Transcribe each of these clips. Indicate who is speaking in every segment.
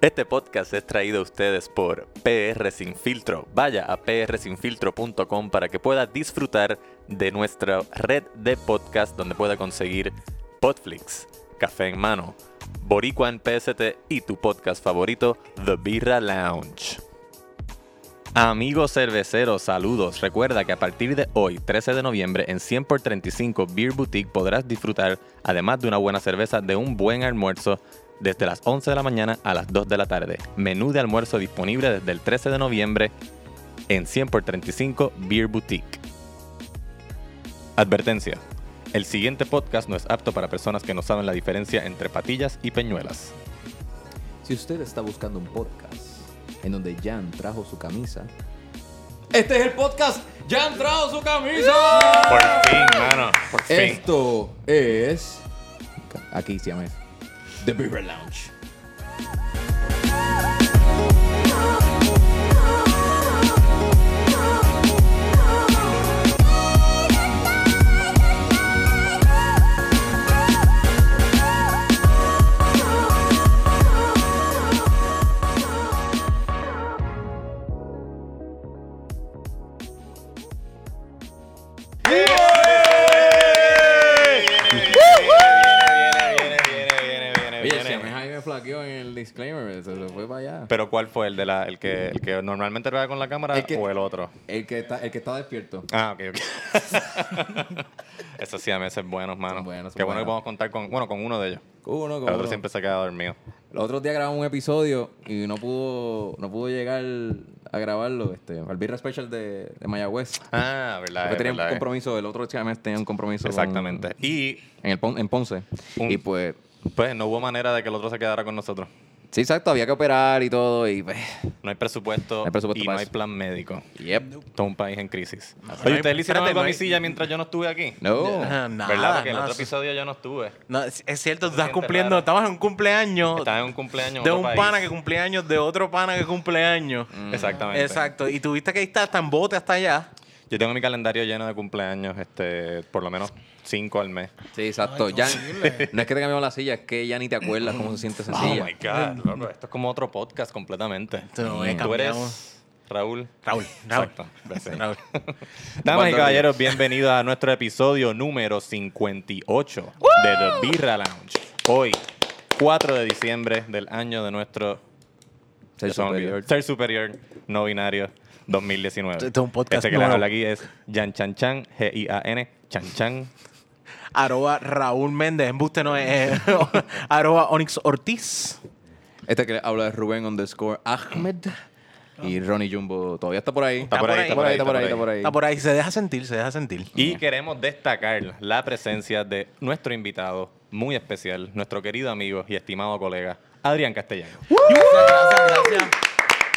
Speaker 1: Este podcast es traído a ustedes por PR Sin Filtro. Vaya a prsinfiltro.com para que pueda disfrutar de nuestra red de podcast donde pueda conseguir Podflix, Café en Mano, Boricuan PST y tu podcast favorito, The Birra Lounge. Amigos cerveceros, saludos. Recuerda que a partir de hoy, 13 de noviembre, en 100x35 Beer Boutique podrás disfrutar, además de una buena cerveza, de un buen almuerzo desde las 11 de la mañana a las 2 de la tarde. Menú de almuerzo disponible desde el 13 de noviembre en 100x35 Beer Boutique. Advertencia. El siguiente podcast no es apto para personas que no saben la diferencia entre patillas y peñuelas.
Speaker 2: Si usted está buscando un podcast en donde Jan trajo su camisa, este es el podcast Jan trajo su camisa.
Speaker 1: Por fin, mano. Por fin.
Speaker 2: Esto es aquí se llama The Beaver Lounge.
Speaker 1: Eh,
Speaker 2: Oye, si a mí Jaime flaqueó en el disclaimer, se lo fue para allá.
Speaker 1: Pero ¿cuál fue el de la, el que, el que normalmente graba con la cámara
Speaker 2: El que-
Speaker 1: o el otro?
Speaker 2: El que está, el que está despierto.
Speaker 1: Ah, ok, ok. Eso sí, a veces buenos, mano.
Speaker 2: Son buenos, son
Speaker 1: Qué bueno que podemos
Speaker 2: buenos.
Speaker 1: contar con, bueno, con uno de ellos.
Speaker 2: Uno,
Speaker 1: El
Speaker 2: como
Speaker 1: otro
Speaker 2: uno.
Speaker 1: siempre se queda dormido.
Speaker 2: Los otros días grabamos un episodio y no pudo, no pudo llegar a grabarlo, este, al Birra Special de, de Mayagüez.
Speaker 1: Ah, verdad.
Speaker 2: Porque
Speaker 1: es
Speaker 2: tenía un
Speaker 1: verdad, es.
Speaker 2: compromiso, el otro mes tenía un compromiso. con-
Speaker 1: Exactamente. Y
Speaker 2: en, el, Pon- en Ponce.
Speaker 1: Un-
Speaker 2: Y pues,
Speaker 1: pues no hubo manera de que el otro se quedara con nosotros.
Speaker 2: sí, exacto, había que operar y todo. Y pues,
Speaker 1: No hay presupuesto,
Speaker 2: No hay presupuesto
Speaker 1: y
Speaker 2: para
Speaker 1: no hay
Speaker 2: eso.
Speaker 1: plan médico.
Speaker 2: yep.
Speaker 1: Todo un país en crisis.
Speaker 3: no
Speaker 1: Oye,
Speaker 3: hay-
Speaker 1: ¿ustedes le hicieron
Speaker 3: espérate,
Speaker 1: algo a
Speaker 3: no
Speaker 1: mi
Speaker 3: hay-
Speaker 1: silla mientras yo no estuve aquí?
Speaker 2: No.
Speaker 3: Ah, nada,
Speaker 1: ¿Verdad? Porque en el
Speaker 3: nada,
Speaker 1: otro
Speaker 3: sí.
Speaker 1: episodio yo no estuve.
Speaker 3: No, es es cierto,
Speaker 1: Se
Speaker 3: tú estás
Speaker 1: siente
Speaker 3: cumpliendo,
Speaker 1: raro.
Speaker 3: estabas en un cumpleaños
Speaker 1: Estaba en un cumpleaños. en
Speaker 3: de
Speaker 1: otro
Speaker 3: un
Speaker 1: país. Mm.
Speaker 3: pana que cumpleaños, de otro pana que cumpleaños.
Speaker 1: Exactamente.
Speaker 3: Exacto, y tuviste que estar tan bote hasta allá.
Speaker 1: Yo tengo mi calendario lleno de cumpleaños, este, por lo menos cinco al mes.
Speaker 2: Sí, exacto.
Speaker 4: Ay, qué
Speaker 2: ya,
Speaker 4: horrible.
Speaker 2: no es que te cambiamos la silla, es que ya ni te acuerdas cómo se siente esa silla.
Speaker 1: Oh God, loco, esto es como otro podcast completamente.
Speaker 3: Tú no me
Speaker 1: Mm. Tú eres
Speaker 3: cambiamos.
Speaker 1: Raúl.
Speaker 3: Raúl, Raúl.
Speaker 1: Exacto. Gracias.
Speaker 3: Raúl.
Speaker 1: Damas y
Speaker 2: Cuando-
Speaker 1: caballeros, bienvenidos a nuestro episodio número 58 de The Birra Lounge. Hoy, 4 de diciembre del año de nuestro
Speaker 2: Ser
Speaker 1: ya se me olvidó,
Speaker 2: superior.
Speaker 1: ser superior no binario 2019.
Speaker 3: Esto es un podcast
Speaker 1: Este que le
Speaker 3: nuevo.
Speaker 1: habla aquí es Jan Chan Chan, G-I-A-N, Chan Chan.
Speaker 3: Arroba Raúl Méndez, embuste no es. eh, Arroba Onyx Ortiz.
Speaker 2: Este que habla es Rubén underscore Ahmed. Y Ronnie Jumbo todavía está por ahí.
Speaker 1: Oh. Está por ahí, está por ahí, está por
Speaker 3: Está por ahí, se deja sentir, se deja sentir.
Speaker 1: Y queremos destacar la presencia de nuestro invitado muy especial, nuestro querido amigo y estimado colega, Adrián Castellano.
Speaker 4: Gracias, gracias.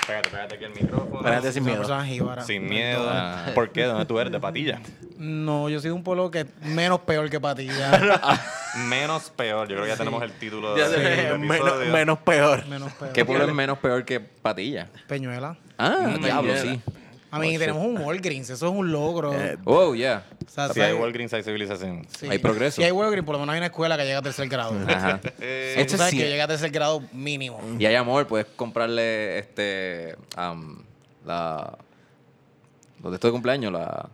Speaker 1: Pégate, pégate aquí el micrófono.
Speaker 3: Espérate sin
Speaker 4: Soy una
Speaker 3: miedo.
Speaker 4: persona jíbara.
Speaker 1: Sin miedo. ¿Por qué? ¿Dónde tú eres? De patilla.
Speaker 4: No, yo soy de un pueblo que es menos peor que Patilla.
Speaker 1: Menos peor. Yo creo que ya tenemos el título
Speaker 3: Ya
Speaker 1: del
Speaker 3: se ve
Speaker 1: episodio.
Speaker 3: menos, menos peor.
Speaker 4: menos peor.
Speaker 2: ¿Qué pueblo es menos peor que Patilla?
Speaker 4: Peñuela.
Speaker 2: Ah, diablo,
Speaker 1: mierda.
Speaker 2: sí.
Speaker 4: A mí tenemos un Walgreens, eso es un logro.
Speaker 2: Oh, yeah.
Speaker 4: O sea,
Speaker 1: Si hay Walgreens, hay civilización.
Speaker 4: sí.
Speaker 2: hay progreso.
Speaker 4: Si hay Walgreens, por lo menos hay una escuela que llega a tercer grado.
Speaker 2: Ajá.
Speaker 4: Sí,
Speaker 2: Esto
Speaker 4: tú sabes
Speaker 2: sí
Speaker 4: que
Speaker 2: es- Mm.
Speaker 4: llega a tercer grado mínimo.
Speaker 2: Y hay amor, puedes comprarle este. am, la. Los de estos de cumpleaños, la.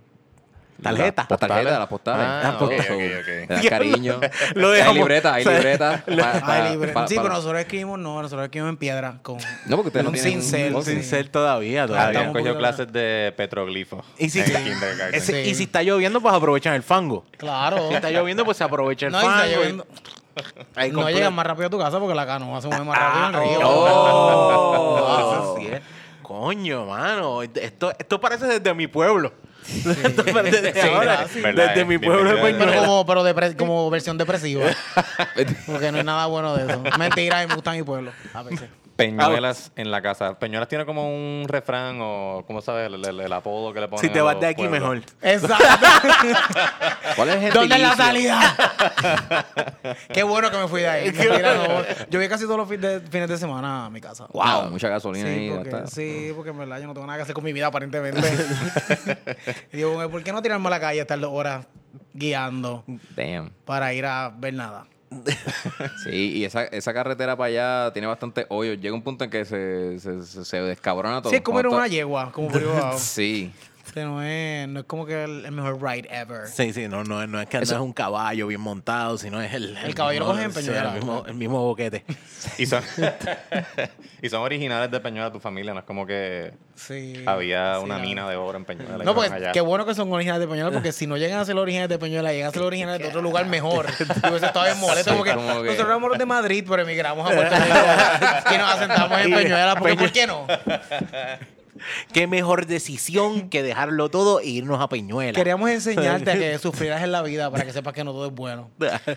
Speaker 3: Tarjeta.
Speaker 2: La, las tarjetas, las postales.
Speaker 1: Ah,
Speaker 2: ok,
Speaker 1: ok, ok,
Speaker 2: so,
Speaker 1: ok.
Speaker 2: le das cariño.
Speaker 3: Lo
Speaker 2: hay
Speaker 3: dejamos.
Speaker 2: libretas, hay
Speaker 3: O sea,
Speaker 2: libretas. pa- pa-
Speaker 4: Ay, libre.
Speaker 2: pa-
Speaker 4: sí,
Speaker 2: pa-
Speaker 4: pero nosotros escribimos, no, nosotros escribimos en piedra con
Speaker 2: No, porque ustedes
Speaker 4: con
Speaker 2: no
Speaker 4: un
Speaker 2: tienen-
Speaker 4: cincel.
Speaker 2: un
Speaker 4: sí.
Speaker 3: Sin ser todavía,
Speaker 1: Adrián
Speaker 4: Estamos
Speaker 3: todavía.
Speaker 4: un
Speaker 1: cogió
Speaker 4: poquito-
Speaker 1: clases de petroglifo.
Speaker 3: Y si,
Speaker 1: en el kindergarten.
Speaker 3: ese- y
Speaker 4: Sí.
Speaker 3: si está lloviendo, pues aprovechan el fango.
Speaker 4: Claro.
Speaker 3: Si está lloviendo, pues se aprovecha el
Speaker 4: No, y
Speaker 3: fango.
Speaker 4: está
Speaker 3: y-
Speaker 4: lloviendo.
Speaker 3: Ahí
Speaker 4: No
Speaker 3: completo.
Speaker 4: llegas más rápido a tu casa porque la canoa se mueve más rápido en el río.
Speaker 3: Ah, ¡Oh! Eso sí es. Coño, mano. Esto, esto parece desde mi pueblo. desde
Speaker 4: Sí,
Speaker 3: ahora,
Speaker 4: sí.
Speaker 1: ¿Verdad,
Speaker 3: desde
Speaker 1: eh?
Speaker 3: mi pueblo de
Speaker 1: Bienvenido.
Speaker 4: Pero
Speaker 3: Peñuela.
Speaker 4: como, pero depre- como versión depresiva. Porque no hay nada bueno de eso. Mentira, y me gusta mi pueblo. A veces.
Speaker 1: Peñuelas en la casa. Peñuelas tiene como un refrán o, ¿cómo sabes? El, el- el apodo que le ponen.
Speaker 3: Si te
Speaker 1: a
Speaker 3: vas
Speaker 1: los
Speaker 3: de aquí,
Speaker 1: pueblos.
Speaker 3: mejor.
Speaker 4: Exacto.
Speaker 2: ¿Cuál es el
Speaker 4: ¿Dónde es la
Speaker 2: gentilicio?
Speaker 4: salida? Qué bueno que me fui de ahí. Mentira, no. Yo voy casi todos los fin de- fines de semana a mi casa.
Speaker 2: Wow, mucha gasolina
Speaker 4: Sí
Speaker 2: ahí.
Speaker 4: porque,
Speaker 2: está.
Speaker 4: sí, porque en verdad yo no tengo nada que hacer con mi vida aparentemente. y digo, ¿por qué no tirarme a la calle a estar dos horas guiando
Speaker 2: Damn.
Speaker 4: para ir a ver nada?
Speaker 2: Sí, y esa, esa carretera para allá tiene bastante hoyos. Llega un punto en que se, se, se, se descabrona todo.
Speaker 4: Sí, es como era
Speaker 2: Cuando
Speaker 4: una
Speaker 2: to-
Speaker 4: yegua, como por abajo.
Speaker 2: Sí.
Speaker 4: Este no, es, no es como que el, el mejor ride ever.
Speaker 3: Sí, sí, no, no, no es que andas un caballo bien montado, sino es el...
Speaker 4: El caballo lo
Speaker 3: mismo-
Speaker 4: coges en
Speaker 3: sí,
Speaker 4: Peñuela.
Speaker 3: el, mismo, el mismo boquete.
Speaker 1: Y son, y son originales de Peñuela, tu familia. No es como que
Speaker 4: Sí.
Speaker 1: había
Speaker 4: Sí,
Speaker 1: una
Speaker 4: la-
Speaker 1: mina de oro en Peñuela. y
Speaker 4: No,
Speaker 1: fueron
Speaker 4: porque
Speaker 1: allá.
Speaker 4: qué bueno que son originales de Peñuela, porque si no llegan a ser los originales de Peñuela, llegan a ser los originales de otro lugar mejor. Y hubiese estado bien molesto,
Speaker 2: Sí,
Speaker 4: porque
Speaker 2: como que-
Speaker 4: nosotros éramos los de Madrid, pero emigramos a Puerto Rico y nos asentamos en Peñuela, porque ¿por qué no?
Speaker 3: Qué mejor decisión que dejarlo todo e irnos a Peñuela.
Speaker 4: Queríamos enseñarte a que sufrieras en la vida para que sepas que no todo es bueno.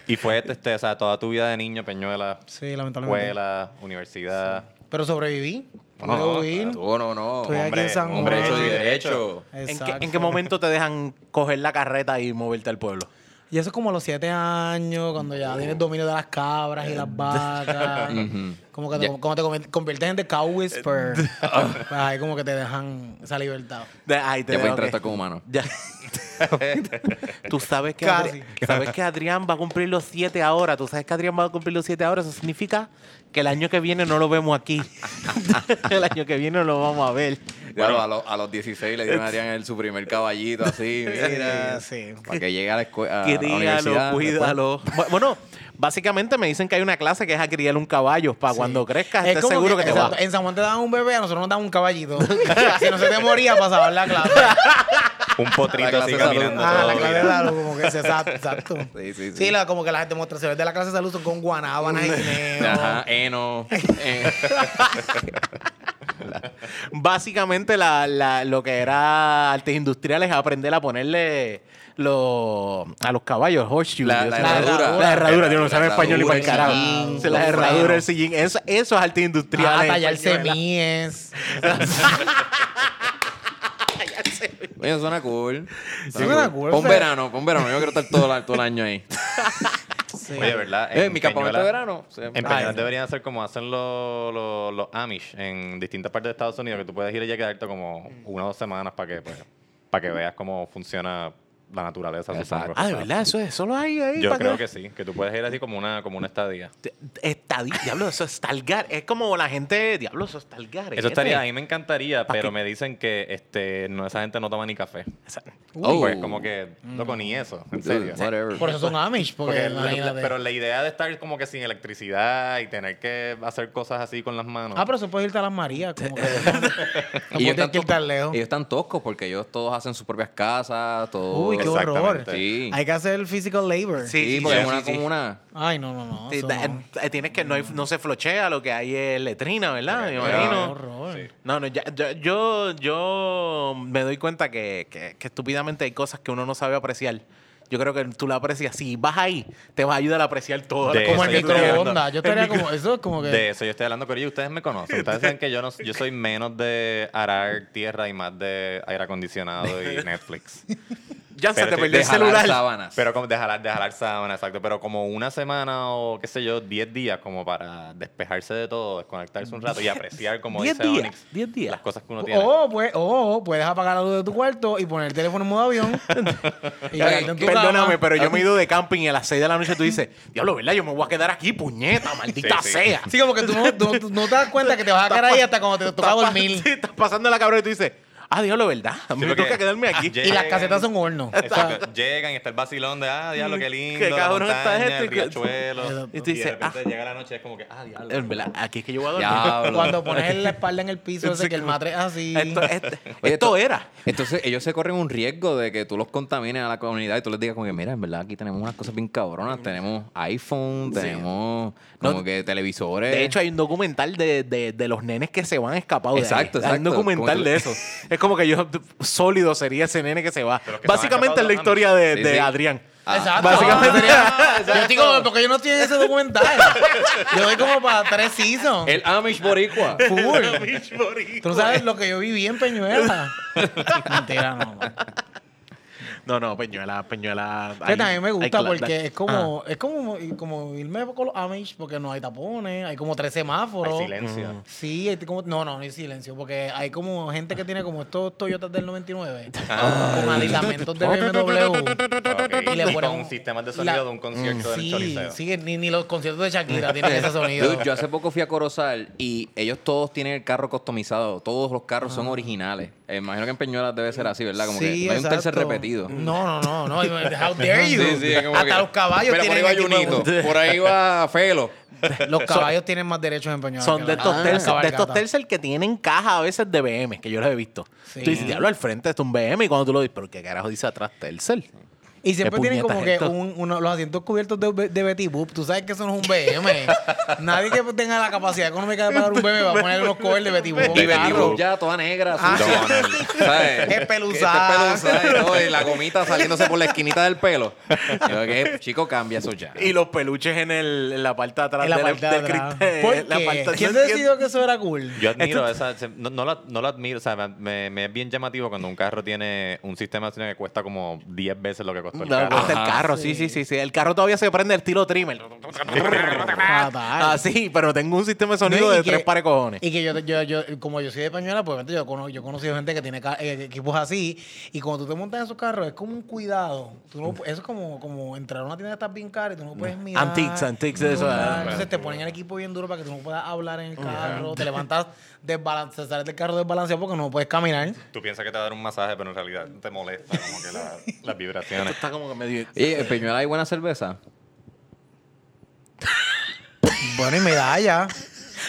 Speaker 1: Y fue este, este, o sea, toda tu vida de niño, Peñuela,
Speaker 4: Sí, lamentablemente.
Speaker 1: escuela, universidad.
Speaker 4: pero sobreviví. Pude
Speaker 1: No,
Speaker 4: huir.
Speaker 2: Tú no, no.
Speaker 4: Estoy aquí
Speaker 1: hombre,
Speaker 4: en San
Speaker 1: hombre,
Speaker 2: Hombre,
Speaker 4: Juan.
Speaker 2: eso
Speaker 1: sí,
Speaker 2: y
Speaker 1: de hecho.
Speaker 2: derecho.
Speaker 3: ¿En qué,
Speaker 4: Exacto.
Speaker 3: en qué momento te dejan coger la carreta y moverte al pueblo?
Speaker 4: Y eso es como a los siete años, cuando ya tienes dominio de las cabras y las vacas. como que te,
Speaker 2: Ya.
Speaker 4: como te convier- conviertes en the cow whisperer. pues ahí como que te dejan esa libertad.
Speaker 3: De- ay, te
Speaker 2: Ya
Speaker 3: dejo
Speaker 2: puedes tratar
Speaker 3: que-
Speaker 2: como humano.
Speaker 3: Ya. tú sabes que,
Speaker 4: Casi.
Speaker 3: Adri- sabes que Adrián va a cumplir los siete ahora. Tú sabes que Adrián va a cumplir los siete ahora. Eso significa que el año que viene no lo vemos aquí. el año que viene no lo vamos a ver.
Speaker 2: Claro, a, los, a los 16 le dieron a Adrián el, su primer caballito así. Mira,
Speaker 4: Sí.
Speaker 2: Para que llegue a la
Speaker 4: Ah,
Speaker 2: escuela.
Speaker 3: Críalo,
Speaker 2: cuídalo.
Speaker 3: cuídalo. Bu- Bueno, básicamente me dicen que hay una clase que es a criar un caballo para cuando crezcas
Speaker 4: Es
Speaker 3: estés
Speaker 4: como
Speaker 3: seguro que, te
Speaker 4: exacto,
Speaker 3: va.
Speaker 4: En San Juan te daban un bebé, a nosotros nos daban un caballito. si no se te moría, pasaban la clase.
Speaker 1: Un
Speaker 2: La
Speaker 1: potrito
Speaker 2: clase
Speaker 1: así
Speaker 2: de salud.
Speaker 1: caminando
Speaker 4: Ah,
Speaker 1: todo
Speaker 4: la
Speaker 1: el
Speaker 4: clase de
Speaker 1: día.
Speaker 4: salud, como que es exacto. exacto.
Speaker 2: Sí, sí, sí.
Speaker 4: la- como que las demostraciones de la clase de salud son con guanábanas y guineo.
Speaker 2: Ajá, eno. eh.
Speaker 3: Básicamente la- la- lo que era artes industriales es aprender a ponerle los a los caballos, horseshoe.
Speaker 2: La-
Speaker 3: Dios
Speaker 2: la
Speaker 3: mío.
Speaker 2: herradura.
Speaker 3: La herradura, yo no
Speaker 2: La
Speaker 3: sabe español ni para el
Speaker 2: herradura,
Speaker 3: carajo.
Speaker 2: el
Speaker 4: sillín,
Speaker 3: Sí, La
Speaker 4: los
Speaker 3: herradura, el
Speaker 4: frenos.
Speaker 3: sillín. Eso, eso es arte industrial.
Speaker 4: Ah,
Speaker 3: en
Speaker 4: tallar
Speaker 3: Españuela.
Speaker 4: semillas.
Speaker 2: Oye, suena cool.
Speaker 4: suena cool,
Speaker 2: Pon
Speaker 4: pero-
Speaker 2: verano, pon verano. Yo quiero estar todo, la- todo el año ahí.
Speaker 4: Sí.
Speaker 1: Oye, ¿verdad?
Speaker 2: Eh,
Speaker 1: En
Speaker 2: mi campamento
Speaker 1: Peñuela-
Speaker 2: de verano. se-
Speaker 1: En
Speaker 2: Ay,
Speaker 1: Peñuela deberían hacer como hacen los, los, los Amish en distintas partes de Estados Unidos, que tú puedes ir allá y quedarte como una o dos semanas para que, pues, para que veas cómo funciona la naturaleza. Exacto.
Speaker 2: Exacto.
Speaker 3: Ah, de verdad, eso es. Solo hay ahí.
Speaker 1: Yo
Speaker 3: ¿para
Speaker 1: creo
Speaker 3: qué?
Speaker 1: que sí, que tú puedes ir así como una, como una estadía.
Speaker 3: Estadía, diablo, eso es talgar. Es como la gente, diablo, eso es talgar. ¿eh?
Speaker 1: Eso estaría, a mí me encantaría,
Speaker 3: ¿Para
Speaker 1: pero
Speaker 3: qué?
Speaker 1: me dicen que este, no, esa gente no toma ni café.
Speaker 2: Oh.
Speaker 1: Pues como que, loco, ni eso, en
Speaker 2: dude,
Speaker 1: serio.
Speaker 2: whatever.
Speaker 4: Por eso son Amish, porque,
Speaker 1: Porque la- la-
Speaker 4: imagínate.
Speaker 1: pero la idea de estar como que sin electricidad y tener que hacer cosas así con las manos.
Speaker 4: Ah, pero se puede irte a las Marías, como que no, no
Speaker 2: ellos,
Speaker 4: puedes
Speaker 2: están
Speaker 4: que ir tan lejos.
Speaker 2: ellos están toscos porque ellos todos hacen sus propias casas, todo.
Speaker 4: Uy, qué
Speaker 1: Exactamente.
Speaker 4: horror.
Speaker 2: Sí.
Speaker 4: Hay que hacer el physical labor.
Speaker 3: Sí.
Speaker 2: Sí, porque
Speaker 3: sí,
Speaker 2: es una
Speaker 3: sí, sí.
Speaker 2: comuna.
Speaker 4: Ay, no, no, no.
Speaker 3: Sí,
Speaker 4: eso
Speaker 3: da-
Speaker 4: no.
Speaker 3: eh, tienes que no, hay- no se flochea, lo que hay es letrina, ¿verdad? Me
Speaker 4: Ay,
Speaker 3: imagino.
Speaker 4: qué horror.
Speaker 1: Sí.
Speaker 3: No, no, ya- ya- yo, yo me doy cuenta que, que- que estúpidamente hay cosas que uno no sabe apreciar. Yo creo que tú la aprecias. Si vas ahí, te vas a ayudar a apreciar todo.
Speaker 1: De
Speaker 4: Como
Speaker 1: eso
Speaker 4: el
Speaker 1: yo estoy
Speaker 4: microondas. Yo estaría como, eso es como que...
Speaker 1: De eso yo estoy hablando, Corillo. Ustedes me conocen. Ustedes saben que yo, no, yo soy menos de arar tierra y más de aire acondicionado y Netflix.
Speaker 3: Ya se
Speaker 1: Pero
Speaker 3: te
Speaker 1: estoy-
Speaker 3: perdió
Speaker 2: de
Speaker 3: el
Speaker 2: jalar
Speaker 3: celular.
Speaker 2: sábanas.
Speaker 1: Pero como de jalar, de jalar sábana, exacto. Pero como una semana o qué sé yo, 10 días como para despejarse de todo, desconectarse un rato y apreciar, como
Speaker 3: 10
Speaker 1: dice
Speaker 3: días,
Speaker 1: Onyx,
Speaker 3: 10 días. Oh,
Speaker 1: las cosas que uno tiene.
Speaker 4: O pues, o puedes apagar la luz de tu cuarto y poner el teléfono en modo avión y quedarte en tu
Speaker 3: Perdóname,
Speaker 4: cama.
Speaker 3: pero yo me he ido de camping y a las 6 de la noche tú dices, diablo, ¿verdad? Yo me voy a quedar aquí, puñeta, maldita
Speaker 1: sí.
Speaker 3: sea.
Speaker 4: Sí, como que tú no, tú- tú no te das cuenta que te vas a quedar ahí hasta cuando te toca
Speaker 3: Estás pa-
Speaker 4: dormir.
Speaker 3: sí, estás pasando la cabrona y tú dices, ah, diablo, ¿verdad? A mí
Speaker 1: Sí,
Speaker 3: me
Speaker 1: porque-
Speaker 3: toca quedarme
Speaker 1: Ah,
Speaker 3: aquí.
Speaker 1: ya-
Speaker 4: Y las
Speaker 1: Llegan.
Speaker 4: casetas son horno.
Speaker 1: Exacto. Llegan y está el vacilón de, ah, diablo, qué lindo, la
Speaker 3: cabrón está
Speaker 1: montaña,
Speaker 3: esto y
Speaker 1: el
Speaker 3: que-
Speaker 1: riachuelo.
Speaker 3: Y
Speaker 1: Y,
Speaker 3: tú dices,
Speaker 1: de repente
Speaker 3: ah.
Speaker 1: llega la noche y es como que, ah, diablo.
Speaker 3: En verdad, Aquí es que yo voy a dormir.
Speaker 2: Diablo.
Speaker 4: Cuando pones la espalda en el piso, ese que el matre es así.
Speaker 3: Esto, esto-
Speaker 2: Oye,
Speaker 3: esto
Speaker 2: esto-
Speaker 3: era.
Speaker 2: Pues Entonces, ellos se corren un riesgo de que tú los contamines a la comunidad y tú les digas como que, mira, en verdad aquí tenemos unas cosas bien cabronas. Tenemos iPhone, tenemos como
Speaker 3: No,
Speaker 2: que televisores.
Speaker 3: De hecho, hay un documental de, de- de los nenes que se van escapados. de ahí.
Speaker 2: Exacto,
Speaker 3: Hay un
Speaker 2: exacto.
Speaker 3: documental
Speaker 2: Como tú-
Speaker 3: de eso. Es como que yo sólido sería ese nene que se va.
Speaker 1: Pero que se
Speaker 3: Básicamente es
Speaker 1: van
Speaker 3: la
Speaker 1: escapados
Speaker 3: historia de,
Speaker 2: Sí,
Speaker 3: de
Speaker 2: sí.
Speaker 3: Adrián.
Speaker 2: Ah,
Speaker 4: Exacto.
Speaker 3: Básicamente sería-
Speaker 4: Yo digo, porque yo no estoy en ese documental. yo doy como para tres seasons.
Speaker 2: el Amish Boricua.
Speaker 4: Full. Tú no sabes lo que yo viví en Peñuela. Mentira, no.
Speaker 3: No, no, Peñuela, Peñuela.
Speaker 4: Que
Speaker 3: ahí-
Speaker 4: también me
Speaker 3: ahí
Speaker 4: gusta
Speaker 3: cla- Ah.
Speaker 4: porque es
Speaker 3: Ajá.
Speaker 1: Ah.
Speaker 4: como, es como, como irme con los Amish porque no hay tapones, hay como tres semáforos.
Speaker 1: Hay silencio.
Speaker 4: Sí, hay como, no, no, no hay silencio, porque hay como gente que tiene como estos Toyotas del 99
Speaker 1: Ah.
Speaker 4: con aditamentos de BMW.
Speaker 1: Ok.
Speaker 4: Y le ponen
Speaker 1: Con
Speaker 4: un-
Speaker 1: sistemas de sonido
Speaker 4: la-
Speaker 1: de un concierto
Speaker 3: Mm,
Speaker 1: del
Speaker 4: Sí,
Speaker 1: Choliseo.
Speaker 4: sí, ni, ni los conciertos de Shakira tienen ese sonido.
Speaker 2: Dude, yo hace poco fui a Corozal y ellos todos tienen el carro customizado. Todos los carros son originales. Eh, imagino que en Peñuelas debe ser así, ¿verdad? Como que no hay un tercer
Speaker 4: exacto. Mm.
Speaker 2: repetido.
Speaker 4: No, no, no, no. How dare you.
Speaker 2: Sí, sí, es como
Speaker 4: Hasta
Speaker 2: que-
Speaker 4: los caballos
Speaker 2: Mira, por ahí
Speaker 4: tienen
Speaker 2: va
Speaker 4: equipo de-
Speaker 2: Junito, por ahí va Felo.
Speaker 4: Los caballos tienen más derechos en Peñuelas.
Speaker 3: Son
Speaker 4: que
Speaker 3: de
Speaker 4: la-
Speaker 3: estos,
Speaker 4: Ah,
Speaker 3: tercer, de estos
Speaker 4: cabalgata.
Speaker 3: tercer que tienen caja a veces de BM, que yo los he visto.
Speaker 4: Sí.
Speaker 3: Tú dices, diablo, al frente está un BM y cuando tú lo dices, ¿pero qué carajo dice atrás Telcel?
Speaker 4: Y
Speaker 3: ¿Qué
Speaker 4: siempre tienen como que
Speaker 3: puñetas esto?
Speaker 4: un- uno- los asientos cubiertos de, de Betty Boop. Tú sabes que eso no es un BM. Nadie que tenga la capacidad económica de pagar un BM va a poner unos covers de Betty Boop. en
Speaker 2: Y
Speaker 4: el
Speaker 2: Betty
Speaker 4: carro.
Speaker 2: Boop ya toda negra,
Speaker 4: Ah.
Speaker 2: sucia. ¿Sabes?
Speaker 4: Espeluzada.
Speaker 2: Este espeluzada y todo, y la gomita saliéndose por la esquinita del pelo. Yo, que pues, chico, cambia eso ya.
Speaker 3: Y los peluches en, el, en la parte de atrás
Speaker 4: En la
Speaker 3: del-
Speaker 4: parte de
Speaker 3: del
Speaker 4: atrás.
Speaker 3: cristal.
Speaker 4: ¿Por
Speaker 3: La
Speaker 4: qué?
Speaker 3: parte- no
Speaker 4: ¿Quién
Speaker 3: entiendo.
Speaker 4: decidió que eso era cool?
Speaker 1: Yo admiro esa. se- No, no la, no la admiro. O sea, me- me, me es bien llamativo cuando un carro tiene un sistema de sonido que cuesta como 10 veces lo que costó el
Speaker 3: No,
Speaker 1: carro.
Speaker 3: cuesta el carro, sí, sí, sí, sí. El carro todavía se prende el tiro trimmer.
Speaker 4: Fatal.
Speaker 3: Así, pero tengo un sistema de
Speaker 4: No,
Speaker 3: sonido
Speaker 4: y
Speaker 3: de
Speaker 4: que-
Speaker 3: tres pares cojones.
Speaker 4: Y que yo, yo, yo- como yo soy de Peñuela, pues obviamente yo, cono- yo he conocido gente que tiene ca- eh, equipos así. Y cuando tú te montas en esos carros, es como un cuidado. Tú no- eso es como, como entrar a una tienda de estas bien caras y tú no puedes mirar.
Speaker 3: Antiques, antiques,
Speaker 4: no
Speaker 3: eso,
Speaker 4: nada.
Speaker 3: ah,
Speaker 4: Entonces te ponen el equipo bien duro para que tú no puedas hablar en el carro. Te levantas desbalanceado, sales del carro desbalanceado porque no puedes caminar.
Speaker 1: Tú piensas que te va a dar un masaje, pero en realidad te molesta como que la- las vibraciones.
Speaker 3: Está como que medio...
Speaker 2: Oye, ¿en eh, Peñuela hay buena cerveza?
Speaker 4: Bueno, y medalla.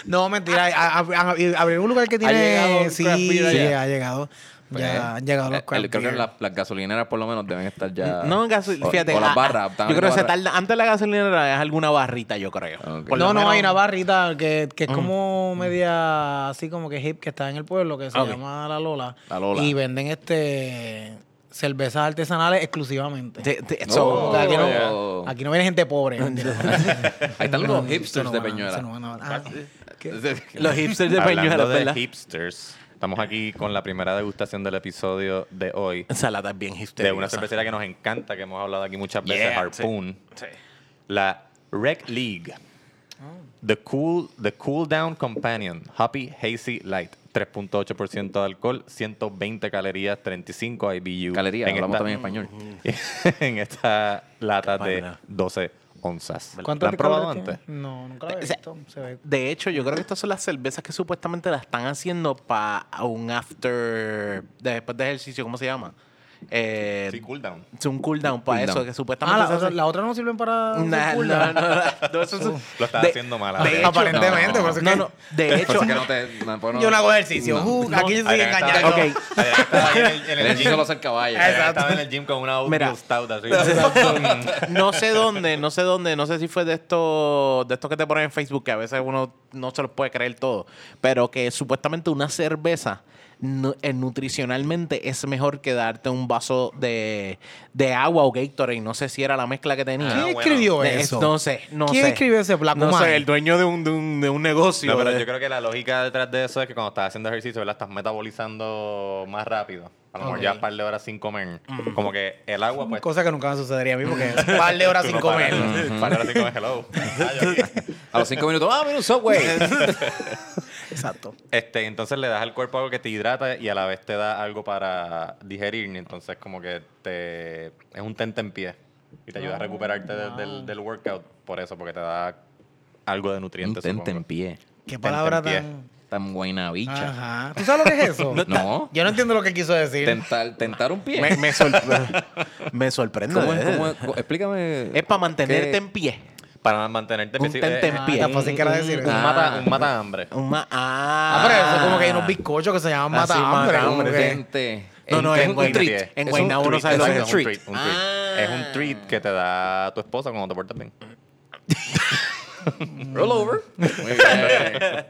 Speaker 4: No, mentira. a- a- a- y Abrir un lugar que tiene.
Speaker 2: llegado el
Speaker 4: sí,
Speaker 2: craft beer
Speaker 4: sí,
Speaker 2: allá?
Speaker 4: ha llegado.
Speaker 2: Pues,
Speaker 4: ya han llegado los
Speaker 2: eh,
Speaker 4: craft
Speaker 2: el- Creo que
Speaker 4: beer.
Speaker 2: las, las gasolineras por lo menos deben estar ya...
Speaker 3: No, gaso-
Speaker 2: o-
Speaker 3: fíjate.
Speaker 2: O
Speaker 3: ah,
Speaker 2: las
Speaker 3: ah,
Speaker 2: barras.
Speaker 3: yo creo que se tarda... Antes de la gasolinera es alguna barrita, yo creo.
Speaker 2: Ok.
Speaker 3: Por lo
Speaker 4: No, no,
Speaker 3: menos- Mm.
Speaker 4: hay una barrita que, que es como media así como que hip que está en el pueblo que se
Speaker 3: Ah, Ok.
Speaker 4: llama La Lola.
Speaker 2: La Lola.
Speaker 4: Y venden este cervezas artesanales exclusivamente.
Speaker 3: Sí, sí,
Speaker 2: No,
Speaker 3: so-
Speaker 4: O sea, aquí,
Speaker 2: Oh.
Speaker 4: no, aquí no viene gente pobre.
Speaker 2: Ahí están los hipsters de
Speaker 4: Peñuela.
Speaker 2: Peñuela.
Speaker 4: Ah,
Speaker 3: Los hipsters de
Speaker 1: Hablando
Speaker 3: Peñuelas,
Speaker 1: de
Speaker 3: ¿verdad?
Speaker 1: hipsters, estamos aquí con la primera degustación del episodio de hoy.
Speaker 3: Salada es bien hipster.
Speaker 1: De una cervecera que nos encanta, que hemos hablado aquí muchas veces,
Speaker 3: Yeah,
Speaker 1: Harpoon. La Rec League.
Speaker 3: Oh.
Speaker 1: The Cool, the cool Down Companion. Hoppy Hazy Light. 3.8% de alcohol, 120 calorías, 35 IBU.
Speaker 2: Galería,
Speaker 1: en
Speaker 2: hablamos
Speaker 1: esta-
Speaker 2: también español.
Speaker 1: en esta lata de
Speaker 3: Válvula.
Speaker 1: 12 onzas.
Speaker 4: ¿Cuánto
Speaker 1: ¿La han probado antes?
Speaker 4: No, nunca lo he
Speaker 3: O sea,
Speaker 4: visto. Se ve.
Speaker 3: De hecho, yo creo que estas son las cervezas que supuestamente las están haciendo para un after. Después de ejercicio, ¿cómo se llama? Eh,
Speaker 1: Sí, cool down.
Speaker 3: es un cooldown para
Speaker 2: Cool
Speaker 3: eso,
Speaker 2: down.
Speaker 3: que
Speaker 4: Ah,
Speaker 3: supuestamente.
Speaker 4: la,
Speaker 3: se
Speaker 4: otra,
Speaker 3: hace-
Speaker 4: la otra no sirven para.
Speaker 3: Nah,
Speaker 4: hacer
Speaker 3: no,
Speaker 4: cool,
Speaker 3: no,
Speaker 4: ¿verdad?
Speaker 3: no, no, eso es-
Speaker 1: Lo estás
Speaker 3: de-
Speaker 1: haciendo mal.
Speaker 3: de hecho,
Speaker 4: Aparentemente,
Speaker 2: no,
Speaker 4: por eso es
Speaker 3: No,
Speaker 4: que-
Speaker 3: no,
Speaker 2: Por
Speaker 3: de
Speaker 2: eso
Speaker 3: hecho.
Speaker 2: es que no te... no, por no-
Speaker 4: Yo no hago ejercicio.
Speaker 2: No.
Speaker 4: Uh, aquí yo
Speaker 1: Adrián
Speaker 4: estoy
Speaker 1: estaba-
Speaker 4: engañando.
Speaker 3: Ok.
Speaker 1: Adrián estaba ahí en el, en
Speaker 2: El
Speaker 1: el
Speaker 2: ejercicio
Speaker 1: gym.
Speaker 2: lo hace el caballo.
Speaker 1: Adrián Estaba en el gym con una
Speaker 3: Mira.
Speaker 1: oatmeal stout así.
Speaker 3: no sé dónde, no sé dónde, no sé si fue de estos de estos que te ponen en Facebook, que a veces uno no se los puede creer todo, pero que supuestamente una cerveza nu- eh, nutricionalmente es mejor que darte un vaso de, de agua o Gatorade, no sé si era la mezcla que tenía.
Speaker 1: Ah,
Speaker 4: ¿Quién
Speaker 1: bueno.
Speaker 4: escribió
Speaker 3: De-
Speaker 4: eso?
Speaker 3: No sé, no
Speaker 4: ¿Quién
Speaker 3: sé.
Speaker 4: escribió ese Black
Speaker 3: No
Speaker 4: Woman?
Speaker 3: sé, el dueño de un, de un, de un negocio.
Speaker 1: No, pero
Speaker 3: de-
Speaker 1: yo creo que la lógica detrás de eso es que cuando estás haciendo ejercicio, ¿verdad? Estás metabolizando más rápido. A lo mejor
Speaker 4: Ok.
Speaker 1: ya un par de horas sin comer. Como que el agua, pues.
Speaker 4: Cosa que nunca me sucedería a mí porque es un par de horas
Speaker 1: tú
Speaker 4: sin
Speaker 1: no
Speaker 4: comer.
Speaker 1: paras. Un par de horas sin comer, hello.
Speaker 2: A los cinco minutos, ¡ah, mira un Subway!
Speaker 4: Exacto.
Speaker 1: Este, entonces le das al cuerpo algo que te hidrata y a la vez te da algo para digerir. Entonces, como que te es un tente en pie y te ayuda a
Speaker 4: Ah,
Speaker 1: recuperarte de- del, del workout por eso, porque te da algo de
Speaker 2: Un
Speaker 1: nutrientes.
Speaker 2: tente en
Speaker 1: supongo.
Speaker 2: pie.
Speaker 4: Qué palabra
Speaker 1: Tente en
Speaker 4: tan.
Speaker 2: Tan buena
Speaker 3: Ah.
Speaker 2: bicha.
Speaker 4: Ajá. ¿Tú sabes lo que es eso?
Speaker 2: No.
Speaker 4: Yo no entiendo lo que quiso decir.
Speaker 2: Tentar, tentar un pie.
Speaker 3: me, me sorpre- me sorprende.
Speaker 2: ¿Cómo es?
Speaker 3: ¿eh?
Speaker 2: ¿Cómo es? Co- Explícamente.
Speaker 3: Es para mantenerte
Speaker 2: ¿Qué?
Speaker 3: en pie.
Speaker 1: Para mantenerte
Speaker 3: Un
Speaker 1: sí,
Speaker 3: tente
Speaker 1: eh,
Speaker 3: en
Speaker 1: ah,
Speaker 3: pie.
Speaker 4: Ah, tan fácil que era
Speaker 3: Un-
Speaker 4: decir
Speaker 1: Un,
Speaker 4: eso.
Speaker 1: mata, un mata hambre.
Speaker 3: Un ma-
Speaker 4: Ah,
Speaker 3: ah,
Speaker 4: pero eso como que hay unos bizcochos que se llaman
Speaker 3: Ah, sí, matambre,
Speaker 4: matambre. como
Speaker 2: Un
Speaker 3: hombre,
Speaker 4: que-
Speaker 2: tente.
Speaker 3: No, no,
Speaker 2: Es
Speaker 3: en
Speaker 2: un
Speaker 3: Guayna-
Speaker 2: treat.
Speaker 3: en
Speaker 2: Es un
Speaker 3: Guaynabo no
Speaker 2: treat,
Speaker 3: sabes lo que
Speaker 2: exacto,
Speaker 3: es.
Speaker 1: Exacto,
Speaker 2: un
Speaker 1: un
Speaker 2: treat.
Speaker 1: treat, un treat. Es un treat que te da tu esposa cuando te portas bien.
Speaker 2: Roll over. Muy bien.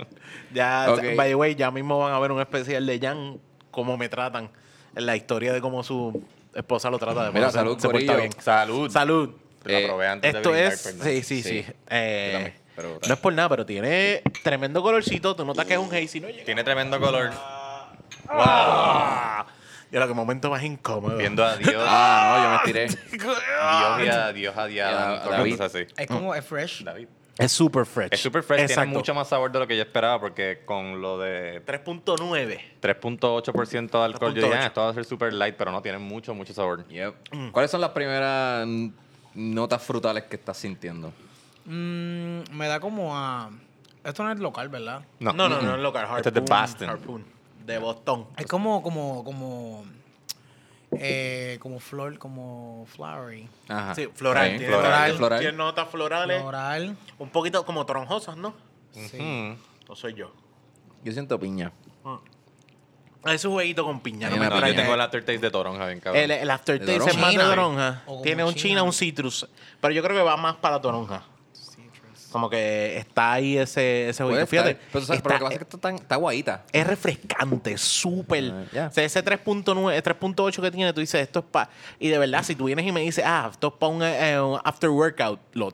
Speaker 3: Ya,
Speaker 2: Ok.
Speaker 3: by the way, ya mismo van a ver un especial de Jan, cómo me tratan, en la historia de cómo su esposa lo trata. de
Speaker 2: Mira,
Speaker 3: cómo se-
Speaker 2: salud,
Speaker 3: se porta
Speaker 2: corillo.
Speaker 3: bien.
Speaker 1: Salud.
Speaker 3: Salud.
Speaker 1: La
Speaker 2: Eh,
Speaker 1: probé antes de
Speaker 3: Esto
Speaker 1: brindar, pues,
Speaker 3: es,
Speaker 1: perdón.
Speaker 3: sí, sí, sí.
Speaker 2: Sí,
Speaker 3: Eh,
Speaker 2: yo también, pero-
Speaker 3: no es por nada, pero tiene tremendo colorcito. Tú notas que es un hazy, ¿no?
Speaker 1: Tiene tremendo color.
Speaker 3: ¡Ah! Y a lo que momento más incómodo.
Speaker 1: Viendo a Dios,
Speaker 2: Ah, no, yo me estiré.
Speaker 1: Dios y a Dios a Diana,
Speaker 2: Ya,
Speaker 1: con
Speaker 2: David.
Speaker 1: cosas así.
Speaker 4: Es como, es fresh.
Speaker 1: David.
Speaker 3: Es super fresh.
Speaker 1: Es super fresh, tiene
Speaker 3: Exacto.
Speaker 1: mucho más sabor de lo que yo esperaba porque con lo de
Speaker 3: 3.9.
Speaker 1: 3.8% de alcohol, yo dije,
Speaker 3: 3.8.
Speaker 1: ah, esto va a ser super light, pero no, tiene mucho, mucho sabor.
Speaker 2: Yep. Mm. ¿Cuáles son las primeras mm, notas frutales que estás sintiendo?
Speaker 4: Mm, me da como a. Esto no es local, ¿verdad?
Speaker 3: No, no, no, no es local.
Speaker 1: Este es de
Speaker 3: Harpoon,
Speaker 1: Boston.
Speaker 3: Harpoon. De Boston.
Speaker 4: Es como, como, como. eh, como flor, como flowery.
Speaker 2: Ajá.
Speaker 3: Sí, floral.
Speaker 2: Ahí,
Speaker 3: Tiene,
Speaker 1: floral,
Speaker 3: floral,
Speaker 2: floral.
Speaker 3: tiene notas florales.
Speaker 4: Floral.
Speaker 3: Un poquito como tronjosas, ¿no?
Speaker 4: Sí.
Speaker 1: Mm.
Speaker 3: No soy yo.
Speaker 2: Yo siento piña.
Speaker 3: Es un jueguito con piña.
Speaker 2: Hay
Speaker 3: no me
Speaker 2: una
Speaker 1: No, yo
Speaker 3: trae-
Speaker 2: piña.
Speaker 1: tengo el aftertaste de toronja, bien cabrón.
Speaker 3: El, el aftertaste
Speaker 2: De
Speaker 3: es
Speaker 2: toronja.
Speaker 3: más de
Speaker 4: China.
Speaker 3: toronja.
Speaker 4: O como
Speaker 3: Tiene un
Speaker 4: china.
Speaker 3: china, un citrus. Pero yo creo que va más para la toronja. Como que está ahí ese, ese
Speaker 2: Puede
Speaker 3: jueguito. Fíjate.
Speaker 2: estar, Pero, tú sabes,
Speaker 3: está-
Speaker 2: pero lo que pasa es que está, tan, está guayita.
Speaker 3: es refrescante, súper.
Speaker 2: Ah, ya.
Speaker 3: O sea, ese 3.9, 3.8 que tiene, tú dices, esto es para. Y de verdad, si tú vienes y me dices, ah, esto es para un, eh, un after workout, lo.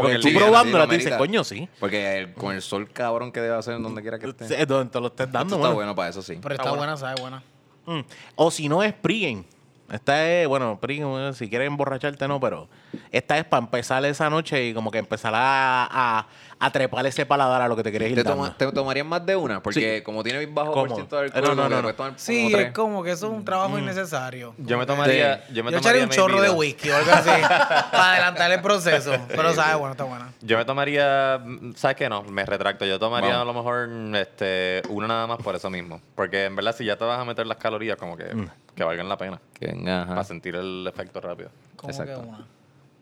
Speaker 2: porque
Speaker 3: que
Speaker 2: el
Speaker 3: tú
Speaker 2: día,
Speaker 3: probándola,
Speaker 2: sí, lo
Speaker 3: tú dices,
Speaker 2: amerita.
Speaker 3: coño, sí.
Speaker 2: Porque el- con el sol cabrón que debe hacer en donde quiera que esté. Esto
Speaker 3: Es donde te lo estés dando,
Speaker 2: está
Speaker 3: mano.
Speaker 2: bueno para eso, sí.
Speaker 4: Pero está,
Speaker 3: Está
Speaker 4: buena, sabe buena.
Speaker 3: Mm. O si no es pregame. Esta es, bueno, pregame, bueno, si quieres emborracharte, no, pero esta es para empezar esa noche y como que empezar a, a, a trepar ese paladar a lo que te quieres ir
Speaker 2: ¿Te,
Speaker 3: dando.
Speaker 2: toma- te tomarías más de una? Porque como tiene bien bajo
Speaker 3: ¿Cómo?
Speaker 2: porcentaje de
Speaker 3: Eh, no,
Speaker 2: alcohol,
Speaker 3: no,
Speaker 2: como que
Speaker 3: no,
Speaker 2: puedes
Speaker 3: no.
Speaker 2: tomar
Speaker 4: Sí,
Speaker 2: como tres.
Speaker 4: es como que eso es un trabajo innecesario.
Speaker 1: Yo me tomaría, Mm. yo me
Speaker 4: Yo
Speaker 1: tomaría
Speaker 4: echaría un
Speaker 1: maybe
Speaker 4: chorro de
Speaker 1: la-
Speaker 4: whisky o algo así para adelantar el proceso. Pero sabe bueno, está buena.
Speaker 1: Yo me tomaría, mm, ¿sabes qué? No, me retracto. Yo tomaría
Speaker 2: Vamos.
Speaker 1: a lo mejor mm, este, una nada más por eso mismo. Porque en verdad, si ya te vas a meter las calorías, como que,
Speaker 3: Mm.
Speaker 1: que valgan la pena.
Speaker 2: Que venga,
Speaker 3: Ah.
Speaker 2: ajá.
Speaker 1: Para sentir el efecto rápido.
Speaker 4: ¿Cómo
Speaker 2: Exacto.
Speaker 4: que una?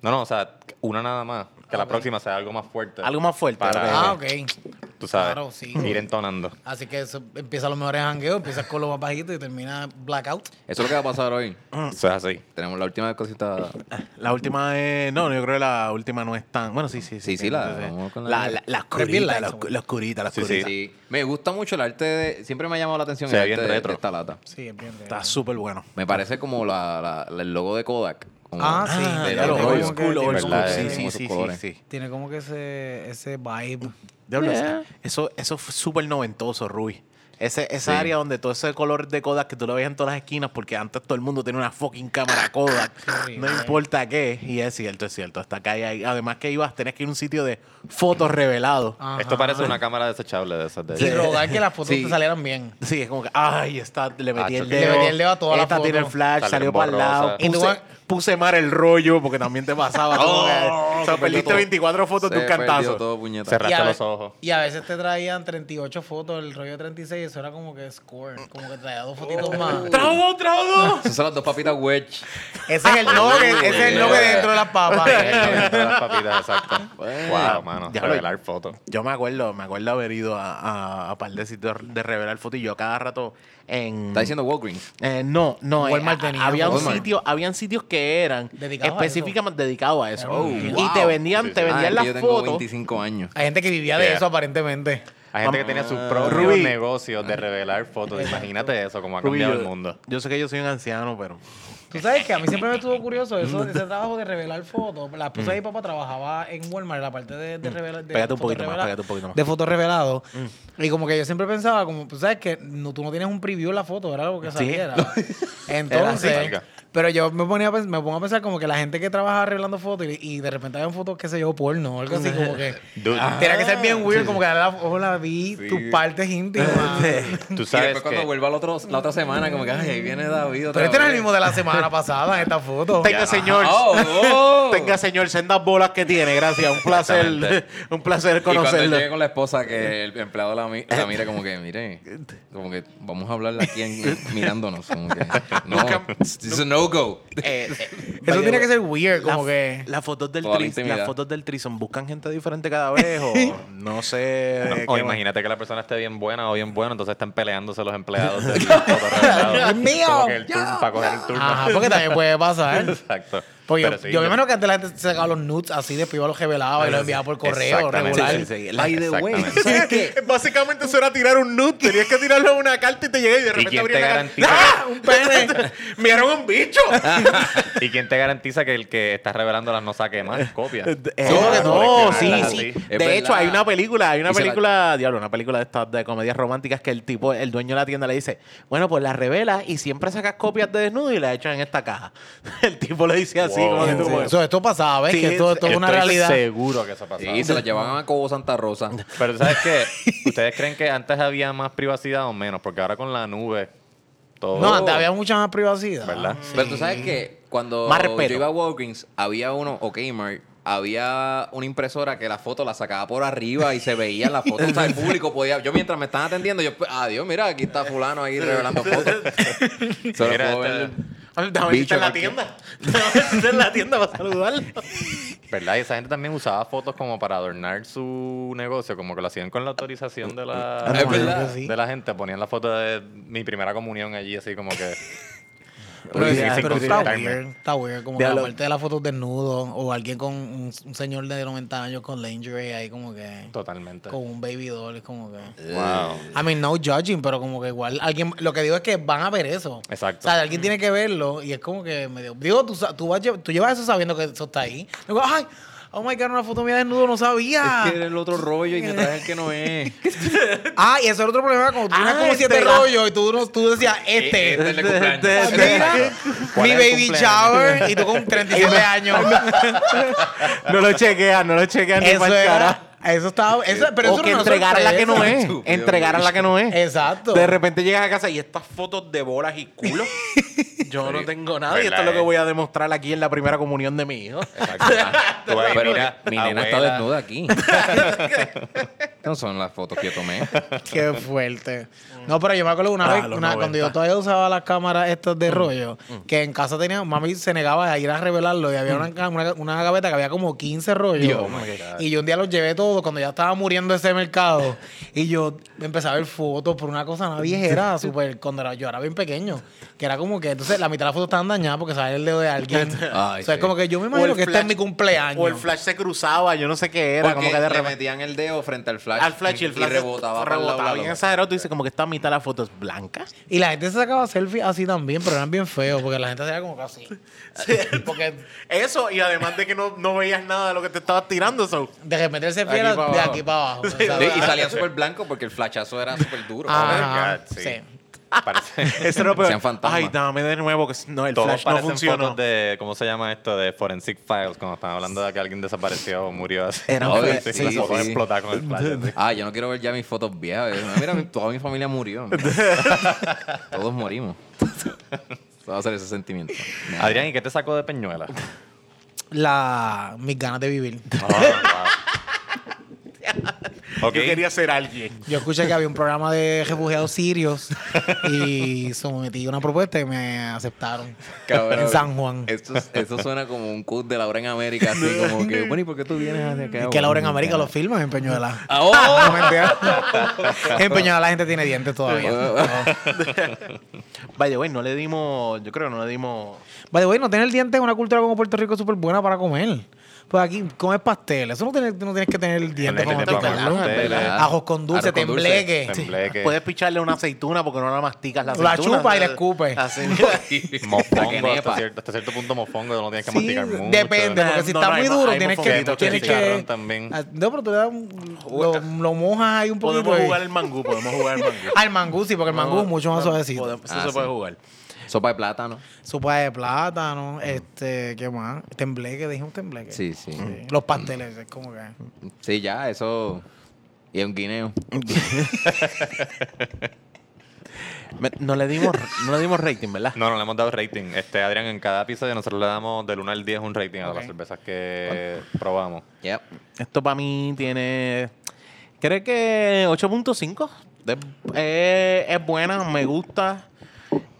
Speaker 1: No, no, o sea, una nada más. Que la próxima sea algo más fuerte.
Speaker 3: Algo más fuerte.
Speaker 1: Para-
Speaker 3: ok.
Speaker 4: Ah, ok.
Speaker 1: Tú sabes.
Speaker 4: Claro, sí.
Speaker 1: Ir entonando.
Speaker 4: Así que eso, empieza los mejores jangueos, empiezas con lo más bajito y termina blackout.
Speaker 2: Eso es lo que va a pasar hoy.
Speaker 3: Mm.
Speaker 1: Eso es así.
Speaker 2: Tenemos la última cosita.
Speaker 3: La última es. No, yo creo que la última no es tan. Bueno, sí, sí.
Speaker 2: Sí, sí, la- vamos con la-
Speaker 3: la, la, la oscurita,
Speaker 4: light,
Speaker 3: la,
Speaker 4: seguro.
Speaker 3: la oscurita, la
Speaker 1: Sí,
Speaker 3: oscurita.
Speaker 2: Sí. Me gusta mucho el arte de... Siempre me ha llamado la atención
Speaker 1: Se
Speaker 2: el
Speaker 1: ve
Speaker 2: arte
Speaker 1: bien
Speaker 2: de-
Speaker 1: retro.
Speaker 2: de esta lata.
Speaker 4: Sí, entiende.
Speaker 3: Está súper bueno.
Speaker 2: Me parece como la, la- la- el logo de Kodak. Como-
Speaker 4: Ah, sí.
Speaker 3: Ah,
Speaker 2: de
Speaker 3: ya lo
Speaker 2: los
Speaker 3: old
Speaker 2: rollos.
Speaker 3: school, old school.
Speaker 1: ¿Verdad?
Speaker 3: Sí,
Speaker 1: Eh,
Speaker 3: sí,
Speaker 2: como
Speaker 3: sí,
Speaker 2: esos colores.
Speaker 3: sí, sí.
Speaker 4: Tiene como que ese, ese vibe.
Speaker 3: Diablo, Eso, eso fue súper noventoso, Rui. Ese, esa área donde todo ese color de Kodak que tú lo veías en todas las esquinas, porque antes todo el mundo tenía una fucking cámara
Speaker 2: Ah,
Speaker 3: Kodak, no
Speaker 4: horrible.
Speaker 3: importa qué. Y es cierto, es cierto. Hasta acá hay, además que ibas, tenías que ir a un sitio de fotos revelado.
Speaker 4: Ajá.
Speaker 1: Esto parece una cámara desechable de esas. De
Speaker 4: Y rogar que las fotos
Speaker 2: Sí.
Speaker 4: te salieran bien.
Speaker 3: Sí, es como que, ay, esta le metí
Speaker 1: Ah,
Speaker 3: el
Speaker 1: choque.
Speaker 3: dedo.
Speaker 4: Le metí el dedo a toda la
Speaker 3: Esta tiene el
Speaker 4: foto.
Speaker 3: flash,
Speaker 1: Salieron
Speaker 3: salió para el lado.
Speaker 1: borrosas.
Speaker 4: Y tú
Speaker 3: Puse,
Speaker 4: vas-
Speaker 3: puse mal el rollo porque también te pasaba. todo. o sea,
Speaker 2: Oh, se perdió
Speaker 3: perdiste
Speaker 2: todo.
Speaker 3: 24 fotos de
Speaker 2: Se
Speaker 3: un
Speaker 2: perdió
Speaker 3: cantazo.
Speaker 2: todo, puñeta.
Speaker 1: Cerra- Rasca
Speaker 4: ve-
Speaker 1: los ojos.
Speaker 4: y a veces te traían 38 fotos, el rollo 36, eso era como que score, como que traía dos fotitos más.
Speaker 3: ¡Traudo, traudo!
Speaker 2: Esas son las dos papitas wedge.
Speaker 4: Ese es el nugget, ese es el nugget dentro de las papas.
Speaker 1: las papitas, exacto.
Speaker 2: Bueno.
Speaker 1: wow, mano.
Speaker 3: Ya lo-
Speaker 1: revelar fotos.
Speaker 3: Yo me acuerdo, me acuerdo haber ido a, a, a par de sitios de revelar fotos y yo cada rato en...
Speaker 2: Está diciendo Walgreens.
Speaker 3: Eh, no, no. eh,
Speaker 4: Walmart
Speaker 3: a-
Speaker 4: tenía
Speaker 3: había un
Speaker 2: Walmart.
Speaker 3: sitio, habían sitios que eran
Speaker 4: Dedicados a
Speaker 3: específicamente dedicados a eso.
Speaker 4: Oh,
Speaker 3: y
Speaker 2: wow.
Speaker 3: te vendían, te
Speaker 2: Ah, es
Speaker 3: vendían
Speaker 2: que
Speaker 3: las
Speaker 2: yo tengo
Speaker 3: fotos.
Speaker 2: 25 años.
Speaker 4: Hay gente que vivía de
Speaker 1: Yeah.
Speaker 4: eso aparentemente.
Speaker 1: Hay gente que tiene sus propios
Speaker 3: Ah. Rubí.
Speaker 1: negocios de revelar fotos. Imagínate eso, como ha
Speaker 3: Rubí,
Speaker 1: cambiado
Speaker 3: yo-
Speaker 1: el mundo.
Speaker 3: Yo sé que yo soy un anciano, pero...
Speaker 4: Tú sabes que a mí siempre me estuvo curioso
Speaker 3: Mm.
Speaker 4: eso, ese trabajo de revelar fotos. La esposa de mi papá trabajaba en Walmart, la parte de, de revelar. De
Speaker 3: Mm. Pégate un poquito más,
Speaker 4: fotorrevelado-
Speaker 3: pégate un poquito más. Mm.
Speaker 4: De fotos revelado. Y como que yo siempre pensaba, como, tú sabes que no, tú no tienes un preview de la foto, era algo que
Speaker 3: Sí.
Speaker 4: saliera.
Speaker 1: Era
Speaker 4: Entonces,
Speaker 1: así.
Speaker 4: pero yo me ponía a pens- me pongo a pensar como que la gente que trabaja revelando fotos y, y de repente habían fotos, qué sé yo, porno o algo así, como que.
Speaker 1: Dude,
Speaker 4: Tenía que ser bien weird, como que la, hola, vi tus partes íntimas.
Speaker 1: tú
Speaker 2: Y
Speaker 1: sabes
Speaker 2: después cuando
Speaker 1: que...
Speaker 2: vuelva la, otro- la otra semana, como que, ay, ahí viene David otra
Speaker 4: Pero este no es el
Speaker 2: vez.
Speaker 4: mismo de la semana pasada, esta foto.
Speaker 3: Tenga, señor.
Speaker 2: Oh, oh.
Speaker 3: Tenga, señor, sendas bolas que tiene. Gracias. Un placer,
Speaker 1: Exactamente.
Speaker 3: un placer
Speaker 2: Y cuando él
Speaker 3: conocerlo.
Speaker 2: llegue con la esposa, que el empleado la, mi- la mira como que, mire, como que vamos a hablar aquí en- mirándonos. Como que, no, it's a no-go.
Speaker 4: Eso tiene que ser weird, como
Speaker 3: La-
Speaker 4: que.
Speaker 3: Las fotos del
Speaker 2: Toda la
Speaker 3: tris,
Speaker 2: intimidad.
Speaker 3: las fotos del trison buscan gente diferente cada vez o no sé.
Speaker 1: no,
Speaker 3: qué
Speaker 1: o
Speaker 3: más.
Speaker 1: imagínate que la persona esté bien buena o bien bueno, entonces están peleándose los empleados. del fotorrevelado.
Speaker 4: ¡Dios mío!
Speaker 1: Como que el turno, para coger el turno.
Speaker 4: Ajá, porque también puede pasar.
Speaker 1: Exacto.
Speaker 4: Porque yo,
Speaker 1: Pero sí,
Speaker 4: yo me
Speaker 1: yo-
Speaker 4: imagino que antes la gente se sacaba los nudes así, después iba los revelaba y los enviaba por correo
Speaker 1: Exactamente.
Speaker 4: regular.
Speaker 1: Sí, sí, sí.
Speaker 2: By the way,
Speaker 1: Exactamente.
Speaker 2: ¿sabes qué?
Speaker 3: Básicamente eso era tirar un nude. Tenías que tirarlo a una carta y te llega y de
Speaker 1: ¿Y
Speaker 3: repente
Speaker 1: quién
Speaker 3: abría
Speaker 1: te
Speaker 3: la
Speaker 1: garantiza
Speaker 3: carta. ¡Ah! ¡Un pene! ¡Miraron un bicho!
Speaker 1: ¿Y quién te garantiza que el que está revelando las no saque más copias?
Speaker 3: Sí, porque Eh, no,
Speaker 1: coleccionarlas
Speaker 3: sí,
Speaker 1: así.
Speaker 3: sí.
Speaker 2: Es
Speaker 3: De hecho,
Speaker 2: verdad.
Speaker 3: hay una película, hay una
Speaker 2: Y se la-
Speaker 3: película, diablo, una película de estas de comedias románticas que el tipo, el dueño de la tienda le dice, bueno, pues la revelas y siempre sacas copias de desnudo y la echas en esta caja. El tipo le dice así,
Speaker 1: Wow.
Speaker 3: como que tú,
Speaker 1: Sí,
Speaker 3: como-
Speaker 4: Eso, esto pasaba, ¿ves?
Speaker 3: Sí,
Speaker 4: que esto, esto es una
Speaker 1: Estoy
Speaker 4: realidad.
Speaker 1: seguro que eso pasaba.
Speaker 2: Sí, se la llevaban a Cobo Santa Rosa.
Speaker 1: Pero ¿sabes qué? ¿Ustedes creen que antes había más privacidad o menos? Porque ahora con la nube, todo...
Speaker 4: No, antes había mucha más privacidad.
Speaker 1: ¿Verdad?
Speaker 2: Pero tú sabes que cuando
Speaker 3: Más respeto.
Speaker 2: yo iba a Walgreens, había uno, o Kmart, había una impresora que la foto la sacaba por arriba y se veía la foto. O sea, el público podía. Yo mientras me estaban atendiendo, yo, adiós, mira, aquí está Fulano ahí revelando fotos. Solo
Speaker 1: Mira,
Speaker 2: puedo
Speaker 1: esta-
Speaker 2: ver-
Speaker 3: Déjame ver si está
Speaker 2: Bicho,
Speaker 3: en la
Speaker 2: ¿por qué?
Speaker 3: tienda. Déjame ver si está en la tienda para saludarlo.
Speaker 1: ¿Verdad? Y esa gente también usaba fotos como para adornar su negocio, como que lo hacían con la autorización de la,
Speaker 3: Ah,
Speaker 2: Es
Speaker 3: pues,
Speaker 2: verdad.
Speaker 1: de la gente. Ponían la foto de mi primera comunión allí, así como que...
Speaker 4: Pero,
Speaker 1: Sí,
Speaker 4: ya,
Speaker 1: sin
Speaker 4: pero está
Speaker 1: consultarme.
Speaker 4: weird, está weird. Como que la
Speaker 3: Diablo.
Speaker 4: parte de las fotos desnudo o alguien con un, un señor de 90 años con lingerie ahí como que...
Speaker 1: Totalmente.
Speaker 4: Con un baby doll, es como que...
Speaker 1: Wow.
Speaker 4: I mean, no judging, pero como que igual alguien... Lo que digo es que van a ver eso.
Speaker 1: Exacto.
Speaker 4: O sea, alguien tiene que verlo y es como que medio... Digo, tú, sa- tú, vas lle- tú llevas eso sabiendo que eso está ahí. Digo, ay, oh my God, una foto mía desnudo, no sabía.
Speaker 2: Es que era el otro rollo y me traje el que no es.
Speaker 4: Ah, y eso era otro problema cuando tú tenías
Speaker 3: Ah,
Speaker 4: como siete
Speaker 3: este, la-
Speaker 4: rollos y tú, no- tú decías, este...
Speaker 2: Este es el cumpleaños.
Speaker 3: Este- este-
Speaker 4: Mira,
Speaker 1: ¿Cuál
Speaker 4: mi
Speaker 1: es el
Speaker 4: baby
Speaker 1: cumpleaños?
Speaker 4: shower y tú con 37 años.
Speaker 3: No lo chequean, no lo chequean ni
Speaker 4: eso
Speaker 3: para el carajo.
Speaker 4: era, eso estaba, eso, pero
Speaker 3: o
Speaker 4: eso
Speaker 3: que
Speaker 4: era una
Speaker 3: entregaran la que no
Speaker 4: sorpresa.
Speaker 3: es.
Speaker 2: Estúpido,
Speaker 3: Entregaran la que no es.
Speaker 4: Exacto.
Speaker 3: De repente llegas a casa y estas fotos de bolas y culo. Yo no tengo nada y esto es lo que voy a demostrar aquí en la primera comunión de mi hijo.
Speaker 1: Tú ahí,
Speaker 2: Pero
Speaker 1: mira,
Speaker 2: mi nena está
Speaker 1: abuela.
Speaker 2: desnuda aquí. no son las fotos que yo tomé.
Speaker 4: Qué fuerte. No, pero yo me acuerdo una
Speaker 3: Ah,
Speaker 4: vez,
Speaker 3: los Mm,
Speaker 4: una-
Speaker 3: 90.
Speaker 4: cuando yo todavía usaba las cámaras estas de rollo, que en casa tenía, mami se negaba a ir a revelarlo y había
Speaker 3: Mm.
Speaker 4: una, ca- una- una gaveta que había como 15 rollos.
Speaker 3: oh
Speaker 4: y yo un día los llevé todos cuando ya estaba muriendo ese mercado. y yo empezaba a ver fotos por una cosa, una viejera, súper, cuando era- yo era bien pequeño, que era como que, entonces la mitad de las fotos estaban dañadas porque sabía el dedo de alguien.
Speaker 2: Ay,
Speaker 4: o sea, es
Speaker 2: sí.
Speaker 4: como que yo me
Speaker 3: O
Speaker 4: imagino
Speaker 3: el
Speaker 4: que este es
Speaker 3: flash-
Speaker 4: mi cumpleaños.
Speaker 3: O el flash se cruzaba, yo no sé qué era,
Speaker 2: Porque
Speaker 3: como que de
Speaker 2: le
Speaker 3: repente.
Speaker 2: metían el dedo frente al flash.
Speaker 3: Al flash y el flash se-
Speaker 2: rebotaba. para el lado de la
Speaker 3: rebotaba bien
Speaker 2: loma.
Speaker 3: exagerado. Tú dices como que esta mitad de la foto es blanca.
Speaker 4: Y la gente se sacaba selfies así también, pero eran bien feos, porque la gente se veía como que así. Porque
Speaker 3: Eso, y además de que no, no veías nada de lo que te estabas tirando, so.
Speaker 4: de repente el
Speaker 2: Aquí
Speaker 4: selfie era
Speaker 2: para
Speaker 4: de
Speaker 2: abajo.
Speaker 4: aquí para abajo.
Speaker 2: Sí,
Speaker 4: ¿sabes?
Speaker 2: y salía súper blanco porque el flashazo era súper duro.
Speaker 3: Ah.
Speaker 4: Ajá,
Speaker 1: God, sí.
Speaker 4: sí.
Speaker 1: Parece...
Speaker 3: Eso era lo peor.
Speaker 2: Sean fantasmas.
Speaker 3: Ay, dame de nuevo, que s- no, el
Speaker 1: Todos
Speaker 3: flash no
Speaker 1: parecen
Speaker 3: funcionó.
Speaker 1: fotos de... ¿Cómo se llama esto? De Forensic Files, cuando estaban hablando de que alguien desapareció o murió así.
Speaker 3: Eran
Speaker 1: No,
Speaker 2: flash,
Speaker 1: sí,
Speaker 2: sí,
Speaker 1: las fotos
Speaker 2: sí.
Speaker 1: explotadas con el flash. así.
Speaker 2: Ah, yo no quiero ver ya mis fotos viejas. No, Mira, mi- toda mi familia murió. Todos morimos. Eso va a ser ese sentimiento.
Speaker 1: Adrián, ¿y qué te sacó de Peñuela?
Speaker 4: La, mis ganas de vivir.
Speaker 1: Ok.
Speaker 3: Yo quería ser alguien.
Speaker 4: Yo escuché que había un programa de refugiados sirios y sometí una propuesta y me aceptaron.
Speaker 2: Cabrón,
Speaker 4: En San Juan.
Speaker 2: Eso, es- eso suena como un cut de Laura en América. Así como que, bueno, ¿y por qué tú vienes hacia acá?
Speaker 4: Es que Laura en
Speaker 2: bueno,
Speaker 4: América
Speaker 2: cara?
Speaker 4: los filmas en Peñuela.
Speaker 2: Ah, oh,
Speaker 4: No, mentira. en Peñuela la gente tiene dientes todavía.
Speaker 3: By the way, no le dimos, yo creo que no le dimos.
Speaker 4: By the way, no tener dientes es una cultura como Puerto Rico súper buena para comer. Pues aquí comes pastel. Eso no tienes, no tienes que tener dientes
Speaker 1: Tienes
Speaker 4: para
Speaker 1: que tener
Speaker 4: masticarlo.
Speaker 1: pasteles.
Speaker 4: Ajos con dulce,
Speaker 2: Arroz con dulce.
Speaker 4: tembleque.
Speaker 1: Tembleque.
Speaker 3: Puedes picharle una aceituna porque no la masticas la
Speaker 4: La
Speaker 3: aceituna.
Speaker 4: chupa y la escupe.
Speaker 3: Así.
Speaker 1: Mofongo, hasta
Speaker 2: nepa.
Speaker 1: cierto, hasta cierto punto mofongo, no tienes que
Speaker 4: Sí,
Speaker 1: masticar mucho.
Speaker 4: depende, porque si
Speaker 3: No,
Speaker 4: está
Speaker 3: no, hay
Speaker 4: muy
Speaker 3: mo-
Speaker 4: duro
Speaker 3: hay
Speaker 4: tienes que,
Speaker 3: mofonguitos,
Speaker 4: tienes que
Speaker 1: chicharrón también.
Speaker 4: Ah, No, pero tú le das un- lo, lo mojas ahí un poquito.
Speaker 3: Podemos
Speaker 4: y-
Speaker 3: jugar el mangú, podemos jugar el mangú.
Speaker 4: al mangú, sí, porque el mangú es mucho más
Speaker 3: Podemos-
Speaker 4: suavecito.
Speaker 3: podemos- Eso
Speaker 2: Ah,
Speaker 3: se
Speaker 2: sí.
Speaker 3: puede jugar.
Speaker 2: Sopa de plátano.
Speaker 4: Sopa de plátano, este, ¿qué más? Tembleque, dije un tembleque.
Speaker 2: Sí, sí.
Speaker 4: Sí, Los pasteles, es como que.
Speaker 2: Sí, ya, eso. Y un guineo.
Speaker 3: Me- no, le dimos, no le dimos rating, ¿verdad?
Speaker 1: No, no le hemos dado rating. Este, Adrián, en cada episodio nosotros le damos del 1 al 10 un rating a
Speaker 4: Ok.
Speaker 1: las cervezas que probamos.
Speaker 2: Yep.
Speaker 3: Esto para mí tiene. Creo que 8.5. De- eh, es buena, me gusta.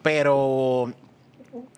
Speaker 3: Pero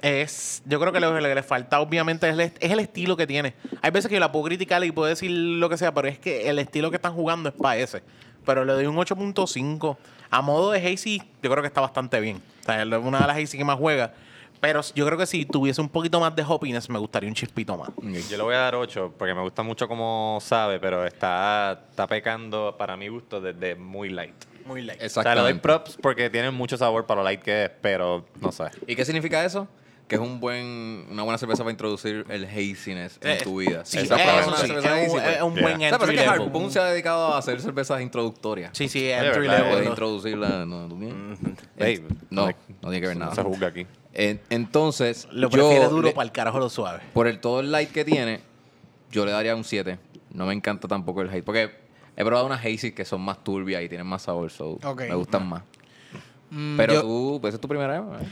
Speaker 3: es. Yo creo que lo, lo que le falta, obviamente, es el, est- es el estilo que tiene. Hay veces que yo la puedo criticar y puedo decir lo que sea, pero es que el estilo que están jugando es para ese. Pero le doy un 8.5. A modo de Hazy, yo creo que está bastante bien. O sea, es una de las Hazy que más juega. Pero yo creo que si tuviese un poquito más de hoppiness, me gustaría un chispito más.
Speaker 1: Yo le voy a dar 8 porque me gusta mucho como sabe, pero está, está pecando para mi gusto desde muy light.
Speaker 3: Muy light.
Speaker 1: O sea, le doy
Speaker 2: Exactamente.
Speaker 1: props porque tiene mucho sabor para lo light que es, pero no sé.
Speaker 2: ¿Y qué significa eso? Que es un buen, una buena cerveza para introducir el haziness en
Speaker 3: Eh,
Speaker 2: tu vida.
Speaker 3: Sí,
Speaker 2: Esa
Speaker 1: es
Speaker 2: para
Speaker 1: eso
Speaker 2: una
Speaker 1: sí,
Speaker 2: cerveza
Speaker 3: es un,
Speaker 2: hazy, pues.
Speaker 3: es un
Speaker 1: Yeah.
Speaker 3: buen
Speaker 2: O sea,
Speaker 3: entry
Speaker 2: parece que
Speaker 3: level.
Speaker 2: Harpoon se ha dedicado a hacer cervezas introductorias.
Speaker 3: Sí, Mm. sí,
Speaker 1: Es
Speaker 3: entry
Speaker 1: verdad,
Speaker 2: Puedes
Speaker 1: bueno.
Speaker 3: level.
Speaker 2: introducirla. No, ¿tú bien?
Speaker 1: Ey,
Speaker 2: no, no tiene que ver
Speaker 1: No se
Speaker 2: nada.
Speaker 1: juzga aquí.
Speaker 2: En- Entonces,
Speaker 3: Lo
Speaker 2: yo
Speaker 3: prefiere duro
Speaker 2: le-
Speaker 3: para el carajo lo suave.
Speaker 2: por el todo el light que tiene, yo le daría un 7. No me encanta tampoco el hate. Porque he probado unas hazy que son más turbias y tienen más sabor. So
Speaker 4: Ok.
Speaker 2: Me gustan más.
Speaker 4: Mm,
Speaker 2: Pero
Speaker 4: yo-
Speaker 2: tú, pues, esa es tu primera vez. ¿verdad?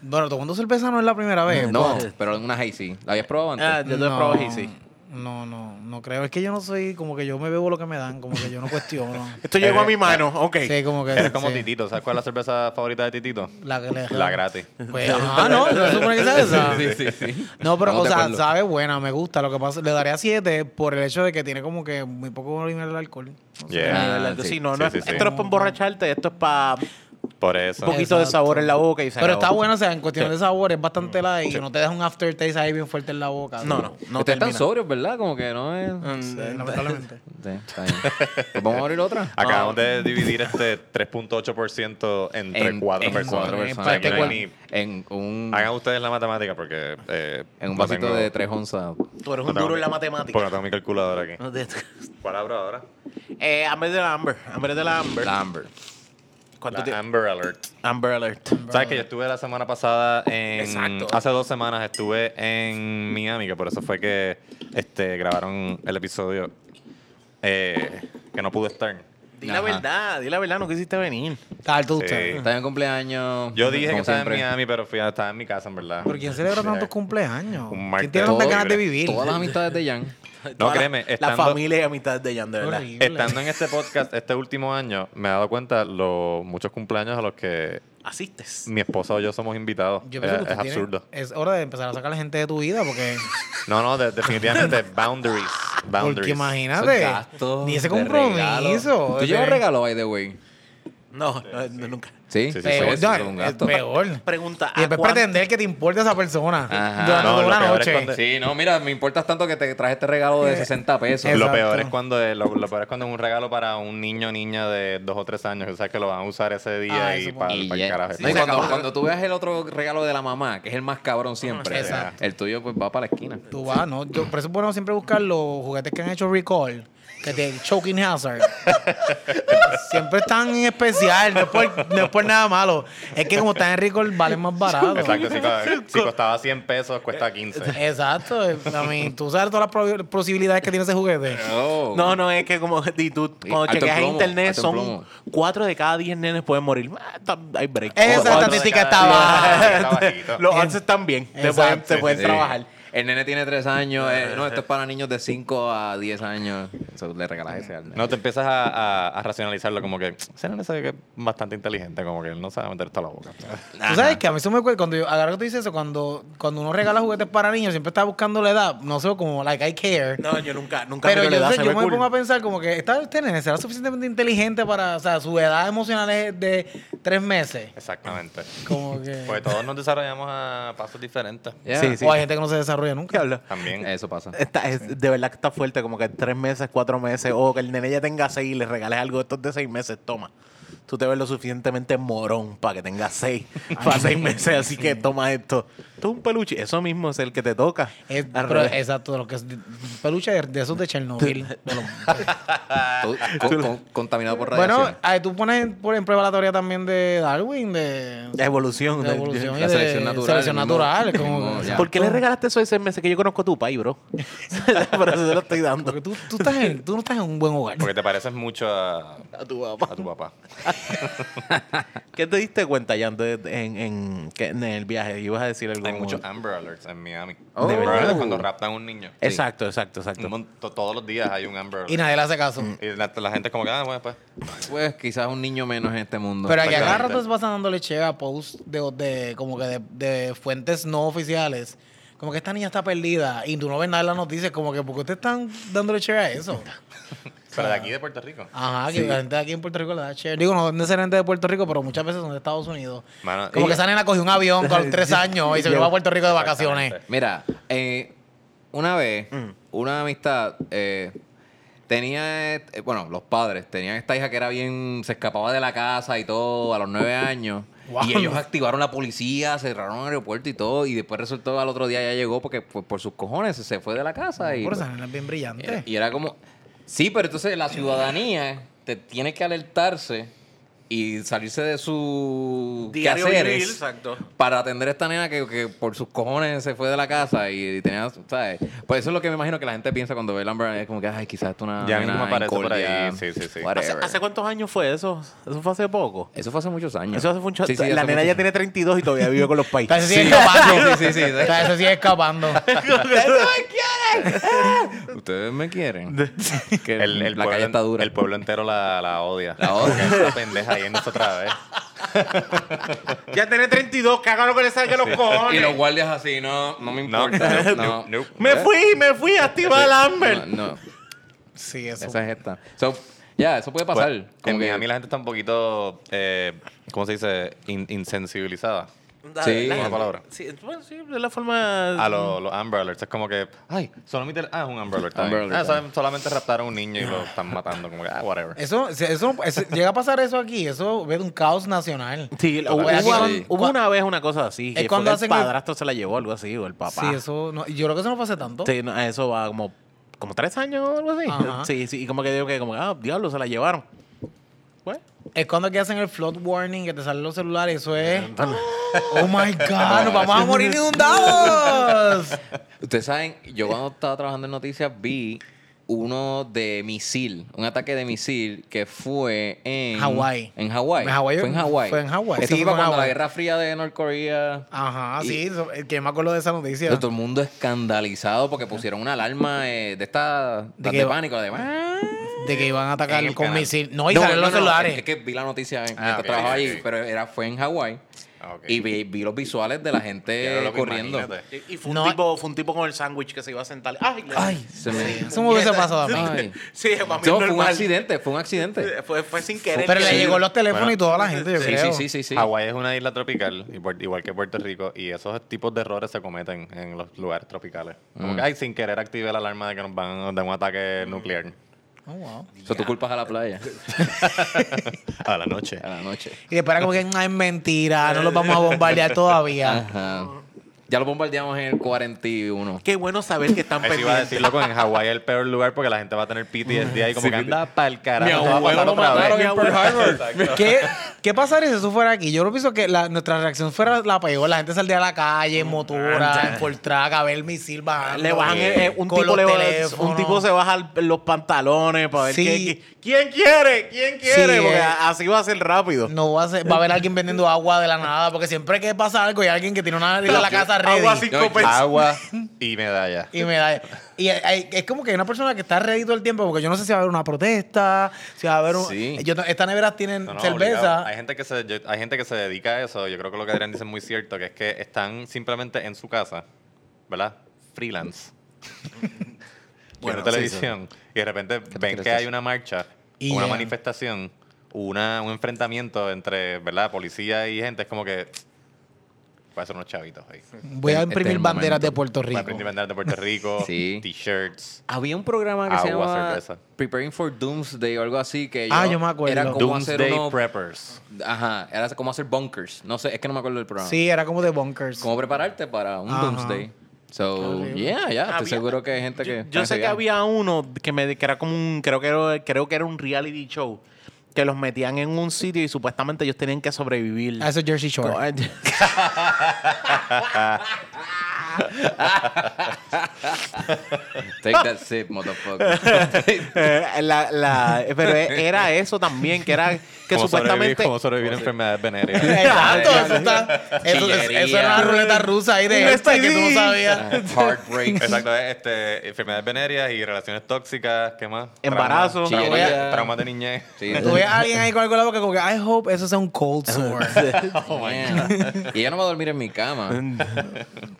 Speaker 4: Bueno, tomando cerveza no es la primera vez.
Speaker 2: No, pero una hazy. ¿La habías probado antes?
Speaker 3: Ah, yo lo he
Speaker 4: No,
Speaker 3: probado y sí.
Speaker 4: No, no, no creo. Es que yo no soy como que yo me bebo lo que me dan, como que yo no cuestiono.
Speaker 3: Esto llegó a mi mano, ok.
Speaker 4: sí, como que.
Speaker 1: Es como
Speaker 4: sí.
Speaker 1: Titito. ¿Sabes cuál es la cerveza favorita de Titito?
Speaker 4: La que le
Speaker 1: La gratis.
Speaker 4: Pues, ajá, no, no se supone que sea esa.
Speaker 2: sí, sí.
Speaker 4: No, pero,
Speaker 2: Estamos
Speaker 4: o
Speaker 2: de
Speaker 4: sea,
Speaker 2: acuerdo.
Speaker 4: sabe buena, me gusta. Lo que pasa, le daría 7 por el hecho de que tiene como que muy poco nivel de alcohol. No sé.
Speaker 1: Yeah.
Speaker 2: Ah,
Speaker 3: De verdad que
Speaker 2: sí,
Speaker 3: sí, no,
Speaker 1: sí,
Speaker 3: no es-
Speaker 1: sí, sí.
Speaker 3: Esto no es para emborracharte, esto es para
Speaker 1: Por
Speaker 3: un
Speaker 1: eso.
Speaker 3: poquito de
Speaker 4: Exacto.
Speaker 3: sabor en la boca y se
Speaker 4: Pero
Speaker 3: acabó.
Speaker 4: está buena, o sea, en cuestión de sabor, es bastante light y no te deja un aftertaste ahí bien fuerte en la boca. Eh,
Speaker 3: No, no, no
Speaker 2: Ustedes están
Speaker 3: termina.
Speaker 2: sobrios, ¿verdad? Como que no es...
Speaker 4: Sí,
Speaker 3: Mm,
Speaker 4: lamentablemente.
Speaker 2: Sí, está bien. Pues vamos a abrir otra.
Speaker 1: Acabamos de dividir este 3.8% entre
Speaker 2: En-
Speaker 1: cuatro
Speaker 2: en
Speaker 1: personas.
Speaker 4: Eh,
Speaker 2: cuatro
Speaker 1: O sea,
Speaker 2: personas.
Speaker 1: que no hay ni-
Speaker 2: En un,
Speaker 1: Hagan ustedes la matemática porque. eh,
Speaker 2: en un
Speaker 1: no
Speaker 2: vasito
Speaker 1: tengo-
Speaker 2: de 3 onzas.
Speaker 3: Tú eres
Speaker 1: no
Speaker 3: un
Speaker 1: tengo
Speaker 3: duro en la
Speaker 1: mi-
Speaker 3: matemática.
Speaker 1: Porque no tengo mi calculadora aquí.
Speaker 3: No te-
Speaker 1: ¿Cuál abro ahora?
Speaker 3: Eh, Amber de la Amber. Amber de la Amber.
Speaker 2: La Amber.
Speaker 3: ¿Cuánto
Speaker 1: La
Speaker 3: tiempo?
Speaker 1: Amber Alert.
Speaker 3: Amber Alert.
Speaker 1: Sabes que yo estuve la semana pasada en.
Speaker 3: Exacto.
Speaker 1: Hace dos semanas estuve en Miami, que por eso fue que este, grabaron el episodio eh, que no pude estar.
Speaker 3: Di la
Speaker 2: Ajá.
Speaker 3: verdad, di la verdad, no quisiste venir.
Speaker 4: Está alto
Speaker 1: Sí.
Speaker 4: usted.
Speaker 2: Está en cumpleaños.
Speaker 1: Yo dije
Speaker 2: como
Speaker 1: que estaba
Speaker 2: siempre.
Speaker 1: en Miami, pero fui a, estaba en mi casa, en verdad.
Speaker 4: ¿Pero quién celebra
Speaker 1: Sí.
Speaker 4: tantos cumpleaños?
Speaker 1: Un
Speaker 4: ¿Quién
Speaker 1: martes
Speaker 4: tiene tantas
Speaker 2: todo
Speaker 4: ganas de
Speaker 1: libre.
Speaker 4: vivir?
Speaker 2: Todas las amistades de Jan.
Speaker 1: No,
Speaker 3: Toda la-
Speaker 1: créeme,
Speaker 3: La
Speaker 1: estando-
Speaker 3: familia y amistades de Jan, de verdad.
Speaker 4: Horrible.
Speaker 1: Estando en este podcast este último año, me he dado cuenta los muchos cumpleaños a los que
Speaker 3: Asistes.
Speaker 1: mi esposa o yo somos invitados.
Speaker 4: Yo
Speaker 1: es
Speaker 4: pienso que
Speaker 1: Eh, es
Speaker 4: usted tiene-
Speaker 1: absurdo.
Speaker 4: Es hora de empezar a sacar a la gente de tu vida porque...
Speaker 1: No, no, de- definitivamente boundaries.
Speaker 4: Porque
Speaker 1: Boundaries.
Speaker 4: imagínate, ni ese compromiso.
Speaker 2: Tú llevas regalo, by the way.
Speaker 3: No, no, no, nunca.
Speaker 2: Sí, pues,
Speaker 1: Sí, sí,
Speaker 2: Eso
Speaker 4: Peor,
Speaker 2: es
Speaker 4: no, eh,
Speaker 2: un
Speaker 4: es
Speaker 2: gasto.
Speaker 4: peor.
Speaker 3: Pregunta. ¿a
Speaker 4: Y después
Speaker 3: cuán-
Speaker 4: pretender que te importa esa persona
Speaker 2: Ajá.
Speaker 4: durante
Speaker 1: No,
Speaker 4: toda
Speaker 1: lo
Speaker 4: la
Speaker 1: peor es
Speaker 4: noche.
Speaker 1: cuando-
Speaker 2: Sí, no, mira, me importas tanto que te traje este regalo de 60 pesos.
Speaker 4: Exacto.
Speaker 1: Lo peor es cuando es- lo, lo peor es cuando es un regalo para un niño o niña de dos o tres años, o sea que lo van a usar ese día
Speaker 4: Ah,
Speaker 1: y
Speaker 4: eso
Speaker 1: para
Speaker 2: Y
Speaker 1: el
Speaker 2: ya.
Speaker 1: carajo.
Speaker 2: No, y
Speaker 1: Sí,
Speaker 2: cuando, cuando tú veas el otro regalo de la mamá, que es el más cabrón siempre,
Speaker 4: Exacto.
Speaker 2: el tuyo pues va para la esquina.
Speaker 4: Tú vas, ¿no? Yo, por eso es bueno siempre buscar los juguetes que han hecho recall. Que te choking hazard. siempre están en especial. No es, por, no es por nada malo. Es que como están en recall, valen más barato.
Speaker 1: Exacto, si, co- si costaba 100 pesos, cuesta 15.
Speaker 4: Exacto. A mí, tú sabes todas las prob- posibilidades que tiene ese juguete.
Speaker 2: Oh.
Speaker 3: No, no, es que como y tú, cuando
Speaker 2: alto en
Speaker 3: chequeas en
Speaker 2: plomo,
Speaker 3: internet,
Speaker 2: alto en
Speaker 3: son
Speaker 2: plomo.
Speaker 3: cuatro de cada diez nenes pueden morir. Ah, está- hay break.
Speaker 1: Eh,
Speaker 4: Esa
Speaker 3: Cuatro de
Speaker 4: estadística
Speaker 3: cada-
Speaker 4: está baja.
Speaker 1: Está bajito.
Speaker 3: Los odds están bien. Te
Speaker 4: Exacto.
Speaker 3: pueden, te pueden
Speaker 2: Sí.
Speaker 3: trabajar.
Speaker 2: El nene tiene 3 años. eh, no, esto es para niños de 5 a 10 años. Eso le regalas ese al nene.
Speaker 1: No, te empiezas a, a- a racionalizarlo como que ese nene sabe que es bastante inteligente, como que él no sabe meter esto a la boca.
Speaker 4: Tú sabes que a mí se me ocurre, cuando yo agarro que tú dices eso, cuando, cuando uno regala juguetes para niños, siempre está buscando la edad, no sé, como, like, I care.
Speaker 3: No, yo nunca, nunca
Speaker 4: pero
Speaker 3: miro la
Speaker 4: yo,
Speaker 3: edad,
Speaker 4: sé-
Speaker 3: se
Speaker 4: yo
Speaker 3: ve
Speaker 4: me
Speaker 3: cool.
Speaker 4: pongo a pensar como que esta este nene será suficientemente inteligente para, o sea, su edad emocional es de tres meses.
Speaker 1: Exactamente.
Speaker 4: Como que...
Speaker 1: Pues todos nos desarrollamos a pasos diferentes.
Speaker 2: Yeah.
Speaker 3: Sí, sí.
Speaker 4: O hay gente que no se desarrolla nunca.
Speaker 1: También.
Speaker 4: Eh.
Speaker 2: Eso pasa.
Speaker 3: Está- es- de verdad que está fuerte, como que tres meses, cuatro meses, o que el nene ya tenga seis y le regales algo estos de seis meses, toma. Tú te ves lo suficientemente morón para que tengas seis, para seis meses, así que toma esto. Tú un peluche, eso mismo es el que te toca.
Speaker 4: Es-
Speaker 3: Al
Speaker 4: pero,
Speaker 3: revés.
Speaker 4: exacto, lo que es de- peluche de, de esos de Chernobyl. de los-
Speaker 2: Todo con- con- contaminado por radiación.
Speaker 4: bueno, ah, tú pones en, por en prueba la teoría también de Darwin, de,
Speaker 3: La evolución.
Speaker 4: de
Speaker 3: del-
Speaker 4: evolución y
Speaker 2: la
Speaker 4: de
Speaker 2: selección natural,
Speaker 4: selección
Speaker 2: el mismo-
Speaker 4: natural,
Speaker 2: el
Speaker 4: como-
Speaker 2: mismo, ya.
Speaker 3: ¿Por qué le regalaste eso de seis meses que yo conozco a tu país, bro? Por eso te lo estoy dando.
Speaker 4: Porque tú, tú estás en- tú no estás en un buen hogar.
Speaker 1: Porque te pareces mucho a,
Speaker 3: A tu papá.
Speaker 1: a tu papá.
Speaker 3: ¿Qué te diste cuenta, Jan, de- de- en, en, que- en el viaje? Ibas a decir algo.
Speaker 1: Hay
Speaker 3: como-
Speaker 1: muchos Amber Alerts en Miami.
Speaker 2: Oh.
Speaker 1: Amber
Speaker 2: verdad?
Speaker 1: Alerts cuando raptan a un niño.
Speaker 3: Exacto, exacto, exacto.
Speaker 1: Un mon- to- todos los días hay un Amber
Speaker 4: Y
Speaker 1: Alert.
Speaker 4: nadie le hace caso.
Speaker 2: Mm,
Speaker 1: Y la, la gente es como que, ah, bueno, pues.
Speaker 2: Pues quizás un niño menos en este mundo.
Speaker 4: Pero aquí
Speaker 1: Exactamente.
Speaker 4: agarra rato vas dándole che a posts de, de- como que de, de fuentes no oficiales. Como que esta niña está perdida y tú no ves nada en las noticias. Como que, ¿por qué ustedes están dándole che a eso?
Speaker 1: Pero de aquí de Puerto Rico.
Speaker 4: Ajá, que la gente de aquí en Puerto Rico le da share. Digo, no necesariamente de Puerto Rico, pero muchas veces son de Estados Unidos.
Speaker 1: Mano,
Speaker 4: Como
Speaker 1: y-
Speaker 4: que esa nena cogió un avión con los tres años y se vino a Puerto Rico de vacaciones.
Speaker 1: Exactamente.
Speaker 2: Mira, eh, una vez,
Speaker 4: Mm.
Speaker 2: una amistad eh, tenía, eh, bueno, los padres tenían esta hija que era bien, se escapaba de la casa y todo a los nueve años.
Speaker 4: Wow.
Speaker 2: Y ellos activaron la policía, cerraron el aeropuerto y todo. Y después resultó al otro día ya llegó porque pues, por sus cojones se fue de la casa. Y,
Speaker 4: Por esa nena es bien
Speaker 2: era-
Speaker 4: brillante.
Speaker 2: Eh, y era como. Sí, pero entonces la ciudadanía te tiene que alertarse y salirse de su quehaceres
Speaker 3: exacto.
Speaker 2: para atender a esta nena que, que por sus cojones se fue de la casa y, tenía, ¿sabes? Pues eso es lo que me imagino que la gente piensa cuando ve el Amber, es como que, ay, quizás esto es una
Speaker 1: Ya
Speaker 2: nena
Speaker 1: mismo aparece por
Speaker 2: incordia,
Speaker 1: ahí, sí, sí, sí.
Speaker 2: whatever".
Speaker 3: ¿Hace, hace cuántos años fue eso? Eso fue hace poco.
Speaker 2: Eso fue hace muchos años.
Speaker 3: Eso hace mucho
Speaker 2: Eh, Sí, sí,
Speaker 3: La
Speaker 2: hace
Speaker 3: nena
Speaker 2: muchos
Speaker 3: ya tiene 32 y todavía vive con los
Speaker 4: O sea,
Speaker 3: países.
Speaker 4: se sigue escapando.
Speaker 2: Sí, sí, sí, sí.
Speaker 4: O sea, se sigue escapando.
Speaker 2: años. Ustedes me quieren. Que
Speaker 1: El, el
Speaker 2: la
Speaker 1: pueblo,
Speaker 2: calle está dura.
Speaker 1: el pueblo entero la, la odia.
Speaker 2: La odia.
Speaker 1: Esa pendeja yéndose otra vez.
Speaker 3: Ya tiene 32, cágalo que le salga los cojones.
Speaker 2: y los guardias así, no, no me
Speaker 1: No,
Speaker 2: importa. No,
Speaker 1: no, no.
Speaker 3: Me fui, me fui, activa el Amber.
Speaker 2: No, no,
Speaker 4: Sí, eso.
Speaker 2: esa es esta. So, ya, eso puede
Speaker 1: Pues,
Speaker 2: pasar.
Speaker 1: en
Speaker 2: como que,
Speaker 1: Miami la gente está un poquito, eh, ¿cómo se dice? In- insensibilizada.
Speaker 2: Sí.
Speaker 1: Una palabra.
Speaker 3: Sí, bueno, sí, es la forma.
Speaker 1: A los los Amber Alerts. Es como que, ay, solo mi tele- Ah, es un Amber Alert. también.
Speaker 2: Amber Alert
Speaker 1: Ah, saben, solamente raptaron a un niño y lo están matando. Como que, ah,
Speaker 2: Eh,
Speaker 1: whatever.
Speaker 4: Eso, eso, eso- llega a pasar eso aquí, eso ve un caos nacional.
Speaker 3: Sí, la-
Speaker 4: Hubo-
Speaker 3: hubo,
Speaker 4: aquí
Speaker 2: cuan-
Speaker 3: hubo
Speaker 4: cuan-
Speaker 3: una vez una cosa así.
Speaker 4: Es
Speaker 3: Que
Speaker 4: cuando
Speaker 3: cuando el
Speaker 4: hacen el-
Speaker 3: padrastro se la llevó, algo así, o el papá.
Speaker 4: Sí, eso no- yo creo que eso no pasa tanto.
Speaker 3: Sí, no, eso va como, como tres años o algo así.
Speaker 4: Ajá.
Speaker 3: Sí, sí, y como que digo que, como, ah, diablo, se la llevaron. Pues,
Speaker 4: Es cuando aquí hacen el flood warning que te salen los celulares, eso es. Oh my god, nos vamos a morir inundados.
Speaker 2: Ustedes saben, yo cuando estaba trabajando en noticias vi uno de misil, un ataque de misil que fue en
Speaker 4: Hawái.
Speaker 2: En Hawái.
Speaker 4: En Hawái-
Speaker 2: Fue en Hawái.
Speaker 4: fue en Hawái,
Speaker 2: Eso
Speaker 4: eso
Speaker 2: iba
Speaker 4: fue en
Speaker 2: cuando la
Speaker 4: Hawái. Ah,
Speaker 2: Guerra Fría de North Korea.
Speaker 4: Ajá,
Speaker 2: Y-
Speaker 4: sí, eso- el que me acuerdo de esa noticia.
Speaker 2: Todo el mundo escandalizado porque pusieron una alarma eh, de esta
Speaker 4: ¿De
Speaker 2: de,
Speaker 4: qué
Speaker 2: de
Speaker 4: va?
Speaker 2: pánico, la de "Ah".
Speaker 4: De que iban a atacar
Speaker 1: En el
Speaker 4: con
Speaker 1: canal.
Speaker 4: misil. No, y salen los celulares.
Speaker 2: Es que vi la noticia en,
Speaker 1: Ah,
Speaker 2: mientras
Speaker 1: ok,
Speaker 2: trabajaba
Speaker 1: ok,
Speaker 2: allí,
Speaker 1: ok.
Speaker 2: pero era fue en Hawái
Speaker 1: Ah, ok.
Speaker 2: y vi, vi los visuales de la
Speaker 1: Ya
Speaker 2: gente
Speaker 1: lo que
Speaker 2: corriendo.
Speaker 1: imagínate.
Speaker 3: y, y fue,
Speaker 4: No.
Speaker 3: un tipo, fue un tipo con el sándwich que se iba a sentar. Ay, le-
Speaker 2: Ay, se me
Speaker 4: Eso me hubiese pasado a mí.
Speaker 2: Ay.
Speaker 3: Sí, para mí
Speaker 2: No,
Speaker 3: es
Speaker 2: fue un
Speaker 3: normal.
Speaker 2: accidente, fue un accidente.
Speaker 3: Fue, fue sin querer.
Speaker 4: Pero le
Speaker 3: Sí.
Speaker 4: llegó los teléfonos
Speaker 1: Bueno,
Speaker 4: y toda la gente, Eh, yo
Speaker 2: Sí, sí,
Speaker 4: creo. Ah,
Speaker 2: sí, sí, sí.
Speaker 1: Hawái es una isla tropical, igual igual que Puerto Rico, y esos tipos de errores se cometen en los lugares tropicales. Como que, ay, sin querer activé la alarma de que nos van a dar un ataque nuclear
Speaker 4: Oh, wow.
Speaker 2: O sea, tú culpas a la playa
Speaker 1: a la noche.
Speaker 2: a la noche.
Speaker 4: Y después era como que "Ay, es mentira, no los vamos a bombardear todavía.
Speaker 2: Ajá. Ya lo bombardeamos en el 41.
Speaker 3: Qué bueno saber que están
Speaker 1: Eso iba a
Speaker 3: pendientes.
Speaker 1: decir, loco, en Hawái es el peor lugar porque la gente va a tener PTSD ahí como que anda pa'l carajo.
Speaker 2: Mi
Speaker 1: te va a
Speaker 2: abuelo
Speaker 1: pasar
Speaker 2: lo
Speaker 1: otra vez.
Speaker 2: mataron en Pearl Harbor.
Speaker 1: Exacto.
Speaker 4: ¿Qué, ¿Qué pasaría si eso fuera aquí? Yo lo pienso que la- nuestra reacción fuera la peor. La gente saldría a la calle, en motora, en Fortrack, a ver el misil bajando.
Speaker 3: Le bajan
Speaker 4: eh,
Speaker 3: eh, un
Speaker 4: con
Speaker 3: tipo
Speaker 4: los
Speaker 3: le va-
Speaker 4: teléfonos.
Speaker 3: un tipo se baja el- los pantalones para ver
Speaker 4: Sí.
Speaker 3: quién, quién quiere, quién quiere,
Speaker 4: Sí,
Speaker 3: porque
Speaker 4: eh.
Speaker 3: a- así va a ser rápido.
Speaker 4: No va a, ser- va a haber alguien vendiendo agua de la nada, porque siempre que pasa algo hay alguien que tiene una en la casa ready.
Speaker 3: Agua sin
Speaker 2: Yo-
Speaker 3: compensa-
Speaker 1: Agua y medalla.
Speaker 4: Y me da. Y hay- es como que hay una persona que está ready todo el tiempo, porque yo no sé si va a haber una protesta, si va a haber un.
Speaker 2: Sí.
Speaker 4: Yo no- estas neveras tienen
Speaker 1: No, no,
Speaker 4: cerveza.
Speaker 1: obligado. Hay gente, que se, yo- hay gente que se dedica a eso. Yo creo que lo que Adrián dice es muy cierto, que es que están simplemente en su casa, ¿verdad? Freelance.
Speaker 3: Bueno,
Speaker 1: Bueno,
Speaker 3: sí,
Speaker 1: televisión. Y de repente ven
Speaker 2: crees
Speaker 1: que
Speaker 2: eso?
Speaker 1: hay una marcha,
Speaker 4: Y
Speaker 1: una
Speaker 4: llegan.
Speaker 1: manifestación, una, un enfrentamiento entre, ¿verdad? Policía y gente. Es como que... Voy a hacer unos chavitos ahí.
Speaker 4: Voy a
Speaker 2: Este es
Speaker 4: imprimir
Speaker 2: el
Speaker 4: banderas
Speaker 2: momento.
Speaker 4: de Puerto
Speaker 1: Voy a
Speaker 4: Rico.
Speaker 1: aprender a vender de Puerto Rico,
Speaker 2: Sí.
Speaker 1: t-shirts.
Speaker 2: Había un programa que se
Speaker 1: Agua,
Speaker 2: llamaba
Speaker 1: cerveza.
Speaker 2: Preparing for Doomsday o algo así que
Speaker 4: Ah, yo me acuerdo.
Speaker 2: Era como
Speaker 1: Doomsday
Speaker 2: hacer uno-
Speaker 1: Preppers.
Speaker 2: Ajá, era como hacer bunkers. No sé, es que no me acuerdo del programa.
Speaker 4: Sí, era como de bunkers.
Speaker 2: Cómo prepararte para un
Speaker 4: Ajá. Ah,
Speaker 2: Doomsday. So,
Speaker 4: Horrible.
Speaker 2: yeah, yeah, estoy
Speaker 3: Había-
Speaker 2: seguro que hay gente
Speaker 3: Yo,
Speaker 2: que
Speaker 3: yo sé que había uno que me que era como un creo que era, creo que era un reality show que los metían en un sitio y supuestamente ellos tenían que sobrevivir.
Speaker 4: Ah, eso es Jersey Shore.
Speaker 3: Co-
Speaker 2: Take that sip, motherfucker.
Speaker 3: Eh, la- la- pero e, era eso también que era que
Speaker 1: Cómo sobrevivir-
Speaker 3: supuestamente
Speaker 1: Cómo sobrevivir a enfermedades venéreas.
Speaker 4: Exacto, eso está. Eso,
Speaker 2: Chillería.
Speaker 4: eso era una ruleta rusa ahí
Speaker 3: Un
Speaker 4: de esta que tú no
Speaker 3: STD.
Speaker 4: sabías.
Speaker 2: Heartbreak.
Speaker 1: Exacto, es, este, enfermedades venéreas y relaciones tóxicas, ¿qué más?
Speaker 3: Embarazo.
Speaker 1: Traumas- traumas-
Speaker 2: Chillería.
Speaker 1: traumas de niñez.
Speaker 2: Sí.
Speaker 4: Tú ves a alguien ahí con algo en la boca como que I hope eso sea un cold sore.
Speaker 2: Yeah. Y ella no va a dormir en mi cama.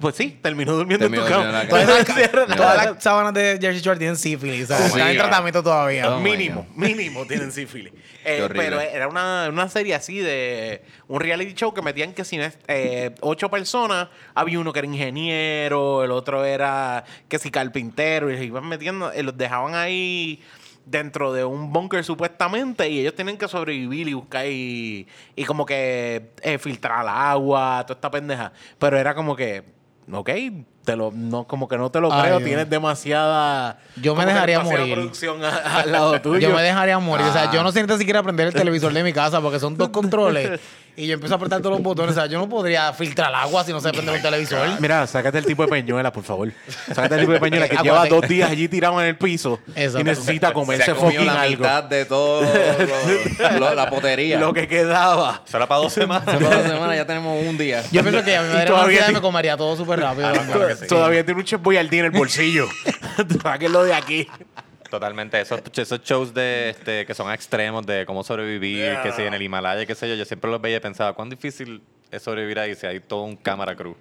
Speaker 3: pues sí, terminó durmiendo
Speaker 2: Terminó
Speaker 3: en tu cama.
Speaker 2: durmiendo en la
Speaker 3: Entonces, cierra la-
Speaker 4: Todas las sábanas de Jersey Shore tienen sífilis. ¿sabes?
Speaker 2: Oh,
Speaker 4: Están en
Speaker 2: yeah.
Speaker 4: tratamiento todavía.
Speaker 2: Oh, my
Speaker 3: mínimo, mínimo tienen sífilis. Eh,
Speaker 2: Qué horrible.
Speaker 3: pero era una, una serie así de un reality show que metían que si no es- eh, ocho personas, había uno que era ingeniero, el otro era que si carpintero, y se iban metiendo, eh, los dejaban ahí dentro de un búnker supuestamente y ellos tienen que sobrevivir y buscar y, y como que eh, filtrar agua, toda esta pendeja. Pero era como que, ok, te lo, no, como que no te lo
Speaker 4: Ay,
Speaker 3: creo,
Speaker 4: Dios.
Speaker 3: tienes demasiada...
Speaker 4: Yo me
Speaker 3: como que
Speaker 4: dejaría
Speaker 3: demasiada
Speaker 4: morir.
Speaker 3: producción a- al lado tuyo.
Speaker 4: Yo me dejaría morir. O sea,
Speaker 2: Ah.
Speaker 4: yo no sé ni siquiera prender el televisor de mi casa porque son dos controles. Y yo empiezo a apretar todos los botones. O sea, yo no podría filtrar agua si no sé prender el televisor.
Speaker 3: Mira, sácate el tipo de peñuela, por favor. Sácate el tipo de peñuela que lleva
Speaker 4: Acuérdate.
Speaker 3: dos días allí tirado en el piso
Speaker 4: Exacto.
Speaker 3: y necesita comerse
Speaker 2: Se comió
Speaker 3: fucking
Speaker 2: la
Speaker 3: algo.
Speaker 2: mitad de todo lo- lo- la potería.
Speaker 3: Lo que quedaba.
Speaker 1: Será para dos semanas.
Speaker 2: Hace toda la semana ya tenemos un día.
Speaker 4: Yo pienso que a mi
Speaker 3: Y
Speaker 4: madre
Speaker 3: todavía
Speaker 4: no
Speaker 3: sí.
Speaker 4: me comería todo súper rápido.
Speaker 3: Todavía tiene un chef boyardee en el bolsillo. Sáquenlo de aquí.
Speaker 1: Totalmente. Esos, esos shows de este, que son extremos de cómo sobrevivir, que si en el Himalaya, qué sé yo, yo siempre los veía y pensaba, ¿cuán difícil es sobrevivir ahí si hay todo un cámara crew?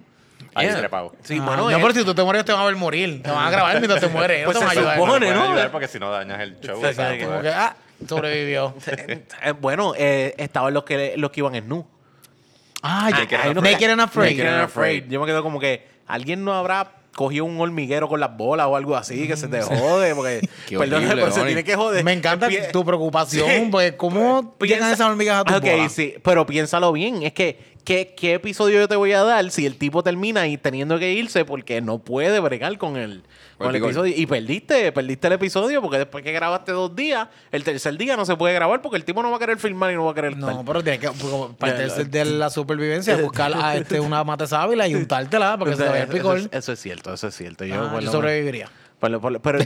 Speaker 1: Ahí
Speaker 3: Yeah.
Speaker 1: trepado.
Speaker 3: Sí,
Speaker 4: Ah,
Speaker 3: mano,
Speaker 4: no,
Speaker 3: es-
Speaker 4: pero si tú te mueres te van a ver morir. Te van a grabar mientras te mueres. No
Speaker 3: Pues
Speaker 4: te van a
Speaker 3: se
Speaker 4: ayudar.
Speaker 3: supone.
Speaker 1: Pueden
Speaker 3: ¿no?
Speaker 1: ayudar porque si no dañas el show.
Speaker 3: Sí,
Speaker 1: o sea,
Speaker 3: sí,
Speaker 1: pues,
Speaker 4: Como que, ah, sobrevivió.
Speaker 3: eh, bueno, eh, estaban los que, los que iban en nu. Ah,
Speaker 4: Ah, yo-
Speaker 3: hay uno que-
Speaker 4: Naked and Afraid.
Speaker 3: Naked and Afraid. Yo me quedo como que alguien no habrá cogido un hormiguero con las bolas o algo así que se te jode porque
Speaker 2: Qué
Speaker 3: perdón
Speaker 2: horrible,
Speaker 3: pero se
Speaker 2: Bonnie.
Speaker 3: tiene que joder
Speaker 4: Me encanta
Speaker 3: Pie-
Speaker 4: tu preocupación,
Speaker 3: Sí.
Speaker 4: pues, ¿cómo llegan
Speaker 3: Piensa-
Speaker 4: esas hormigas a tu
Speaker 3: Ah,
Speaker 4: bola?
Speaker 3: Ok, sí, pero piénsalo bien. Es que, ¿qué, qué episodio yo te voy a dar si el tipo termina y teniendo que irse porque no puede bregar con el, con el
Speaker 2: Vertigo.
Speaker 3: episodio? Y perdiste, perdiste el episodio porque después que grabaste dos días, el tercer día no se puede grabar porque el tipo no va a querer filmar y no va a querer
Speaker 4: No,
Speaker 3: tal.
Speaker 4: pero tienes que, pues, como parte
Speaker 3: Ya, ya.
Speaker 4: de la supervivencia, es buscar a este, una mate sábila y untártela porque se te vaya el
Speaker 3: Eso-
Speaker 4: picor.
Speaker 3: Eso, eso es cierto, eso es cierto. Yo,
Speaker 4: Ah,
Speaker 3: por
Speaker 4: yo
Speaker 3: lo
Speaker 4: sobreviviría.
Speaker 3: menos- por lo- por lo- pero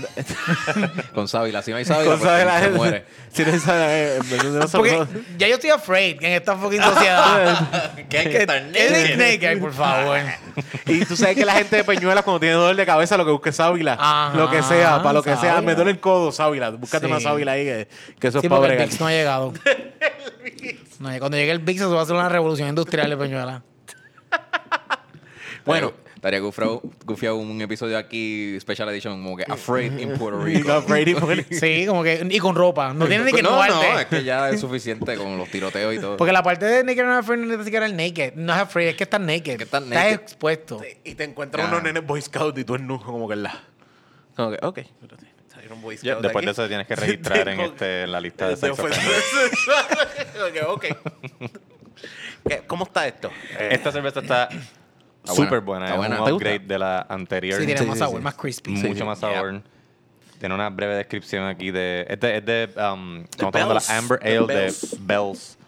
Speaker 2: Con sábila. Si no hay sábila,
Speaker 3: cosa de
Speaker 2: pues,
Speaker 3: la
Speaker 2: se muere.
Speaker 3: Si no sabe, en vez de no saber-
Speaker 4: Ah, Porque ya yo estoy afraid en esta fucking sociedad.
Speaker 2: Que hay que estar
Speaker 4: Eric
Speaker 2: naked.
Speaker 4: Naked, por favor.
Speaker 3: Ah. Y tú sabes que la gente de Peñuelas cuando tiene dolor de cabeza lo que busca es sábila.
Speaker 4: Ajá,
Speaker 3: lo que sea, para lo que sea,
Speaker 4: sábila.
Speaker 3: me duele el codo, sábila. Búscate
Speaker 4: Sí.
Speaker 3: una sábila ahí, que, que eso
Speaker 4: Sí,
Speaker 3: es para
Speaker 4: porque el
Speaker 3: bregar.
Speaker 4: VIX no ha llegado. No, cuando llegue el VIX, eso va a ser una revolución industrial de Peñuela.
Speaker 2: Bueno, estaría gufiado, gufiado un episodio aquí, Special Edition, como que Afraid in Puerto
Speaker 3: Y
Speaker 2: Rico.
Speaker 3: con Brady pues. Bunny.
Speaker 4: Sí, como que. Y con ropa. No tiene ni que
Speaker 2: no, no,
Speaker 4: innovarte.
Speaker 2: es que ya es suficiente con los tiroteos y todo.
Speaker 4: Porque la parte de Naked and Afraid no es ni siquiera el naked. No es afraid, es que estás naked.
Speaker 2: Que estás
Speaker 4: Estás
Speaker 2: naked.
Speaker 4: expuesto.
Speaker 3: Y te encuentras
Speaker 2: Ah.
Speaker 3: unos nenes Boy Scout y tú en nu, como que en la. Como que, ok. espérate, salieron Boy
Speaker 1: ya,
Speaker 3: Scout
Speaker 1: después de
Speaker 3: aquí.
Speaker 1: eso tienes que registrar en,
Speaker 3: Tengo-
Speaker 1: este, en la lista de
Speaker 3: Este
Speaker 1: sexo.
Speaker 3: fue-
Speaker 1: offender.
Speaker 3: Como que, ok. ¿Qué- ¿Cómo está esto?
Speaker 1: Esta cerveza está
Speaker 2: buena.
Speaker 1: súper buena.
Speaker 2: Está
Speaker 1: Es
Speaker 2: buena.
Speaker 1: un
Speaker 2: ¿Te
Speaker 3: gusta?
Speaker 1: upgrade de la anterior.
Speaker 4: Sí, tiene
Speaker 3: Sí,
Speaker 4: más
Speaker 3: sí,
Speaker 4: sabor,
Speaker 3: sí.
Speaker 4: más crispy.
Speaker 1: mucho
Speaker 3: sí.
Speaker 1: más sabor. Tiene una breve descripción aquí de. Es de. Es de um, estamos hablando de
Speaker 3: Bell's.
Speaker 1: la Amber
Speaker 3: The
Speaker 1: Ale
Speaker 3: Bell's.
Speaker 1: de Bells.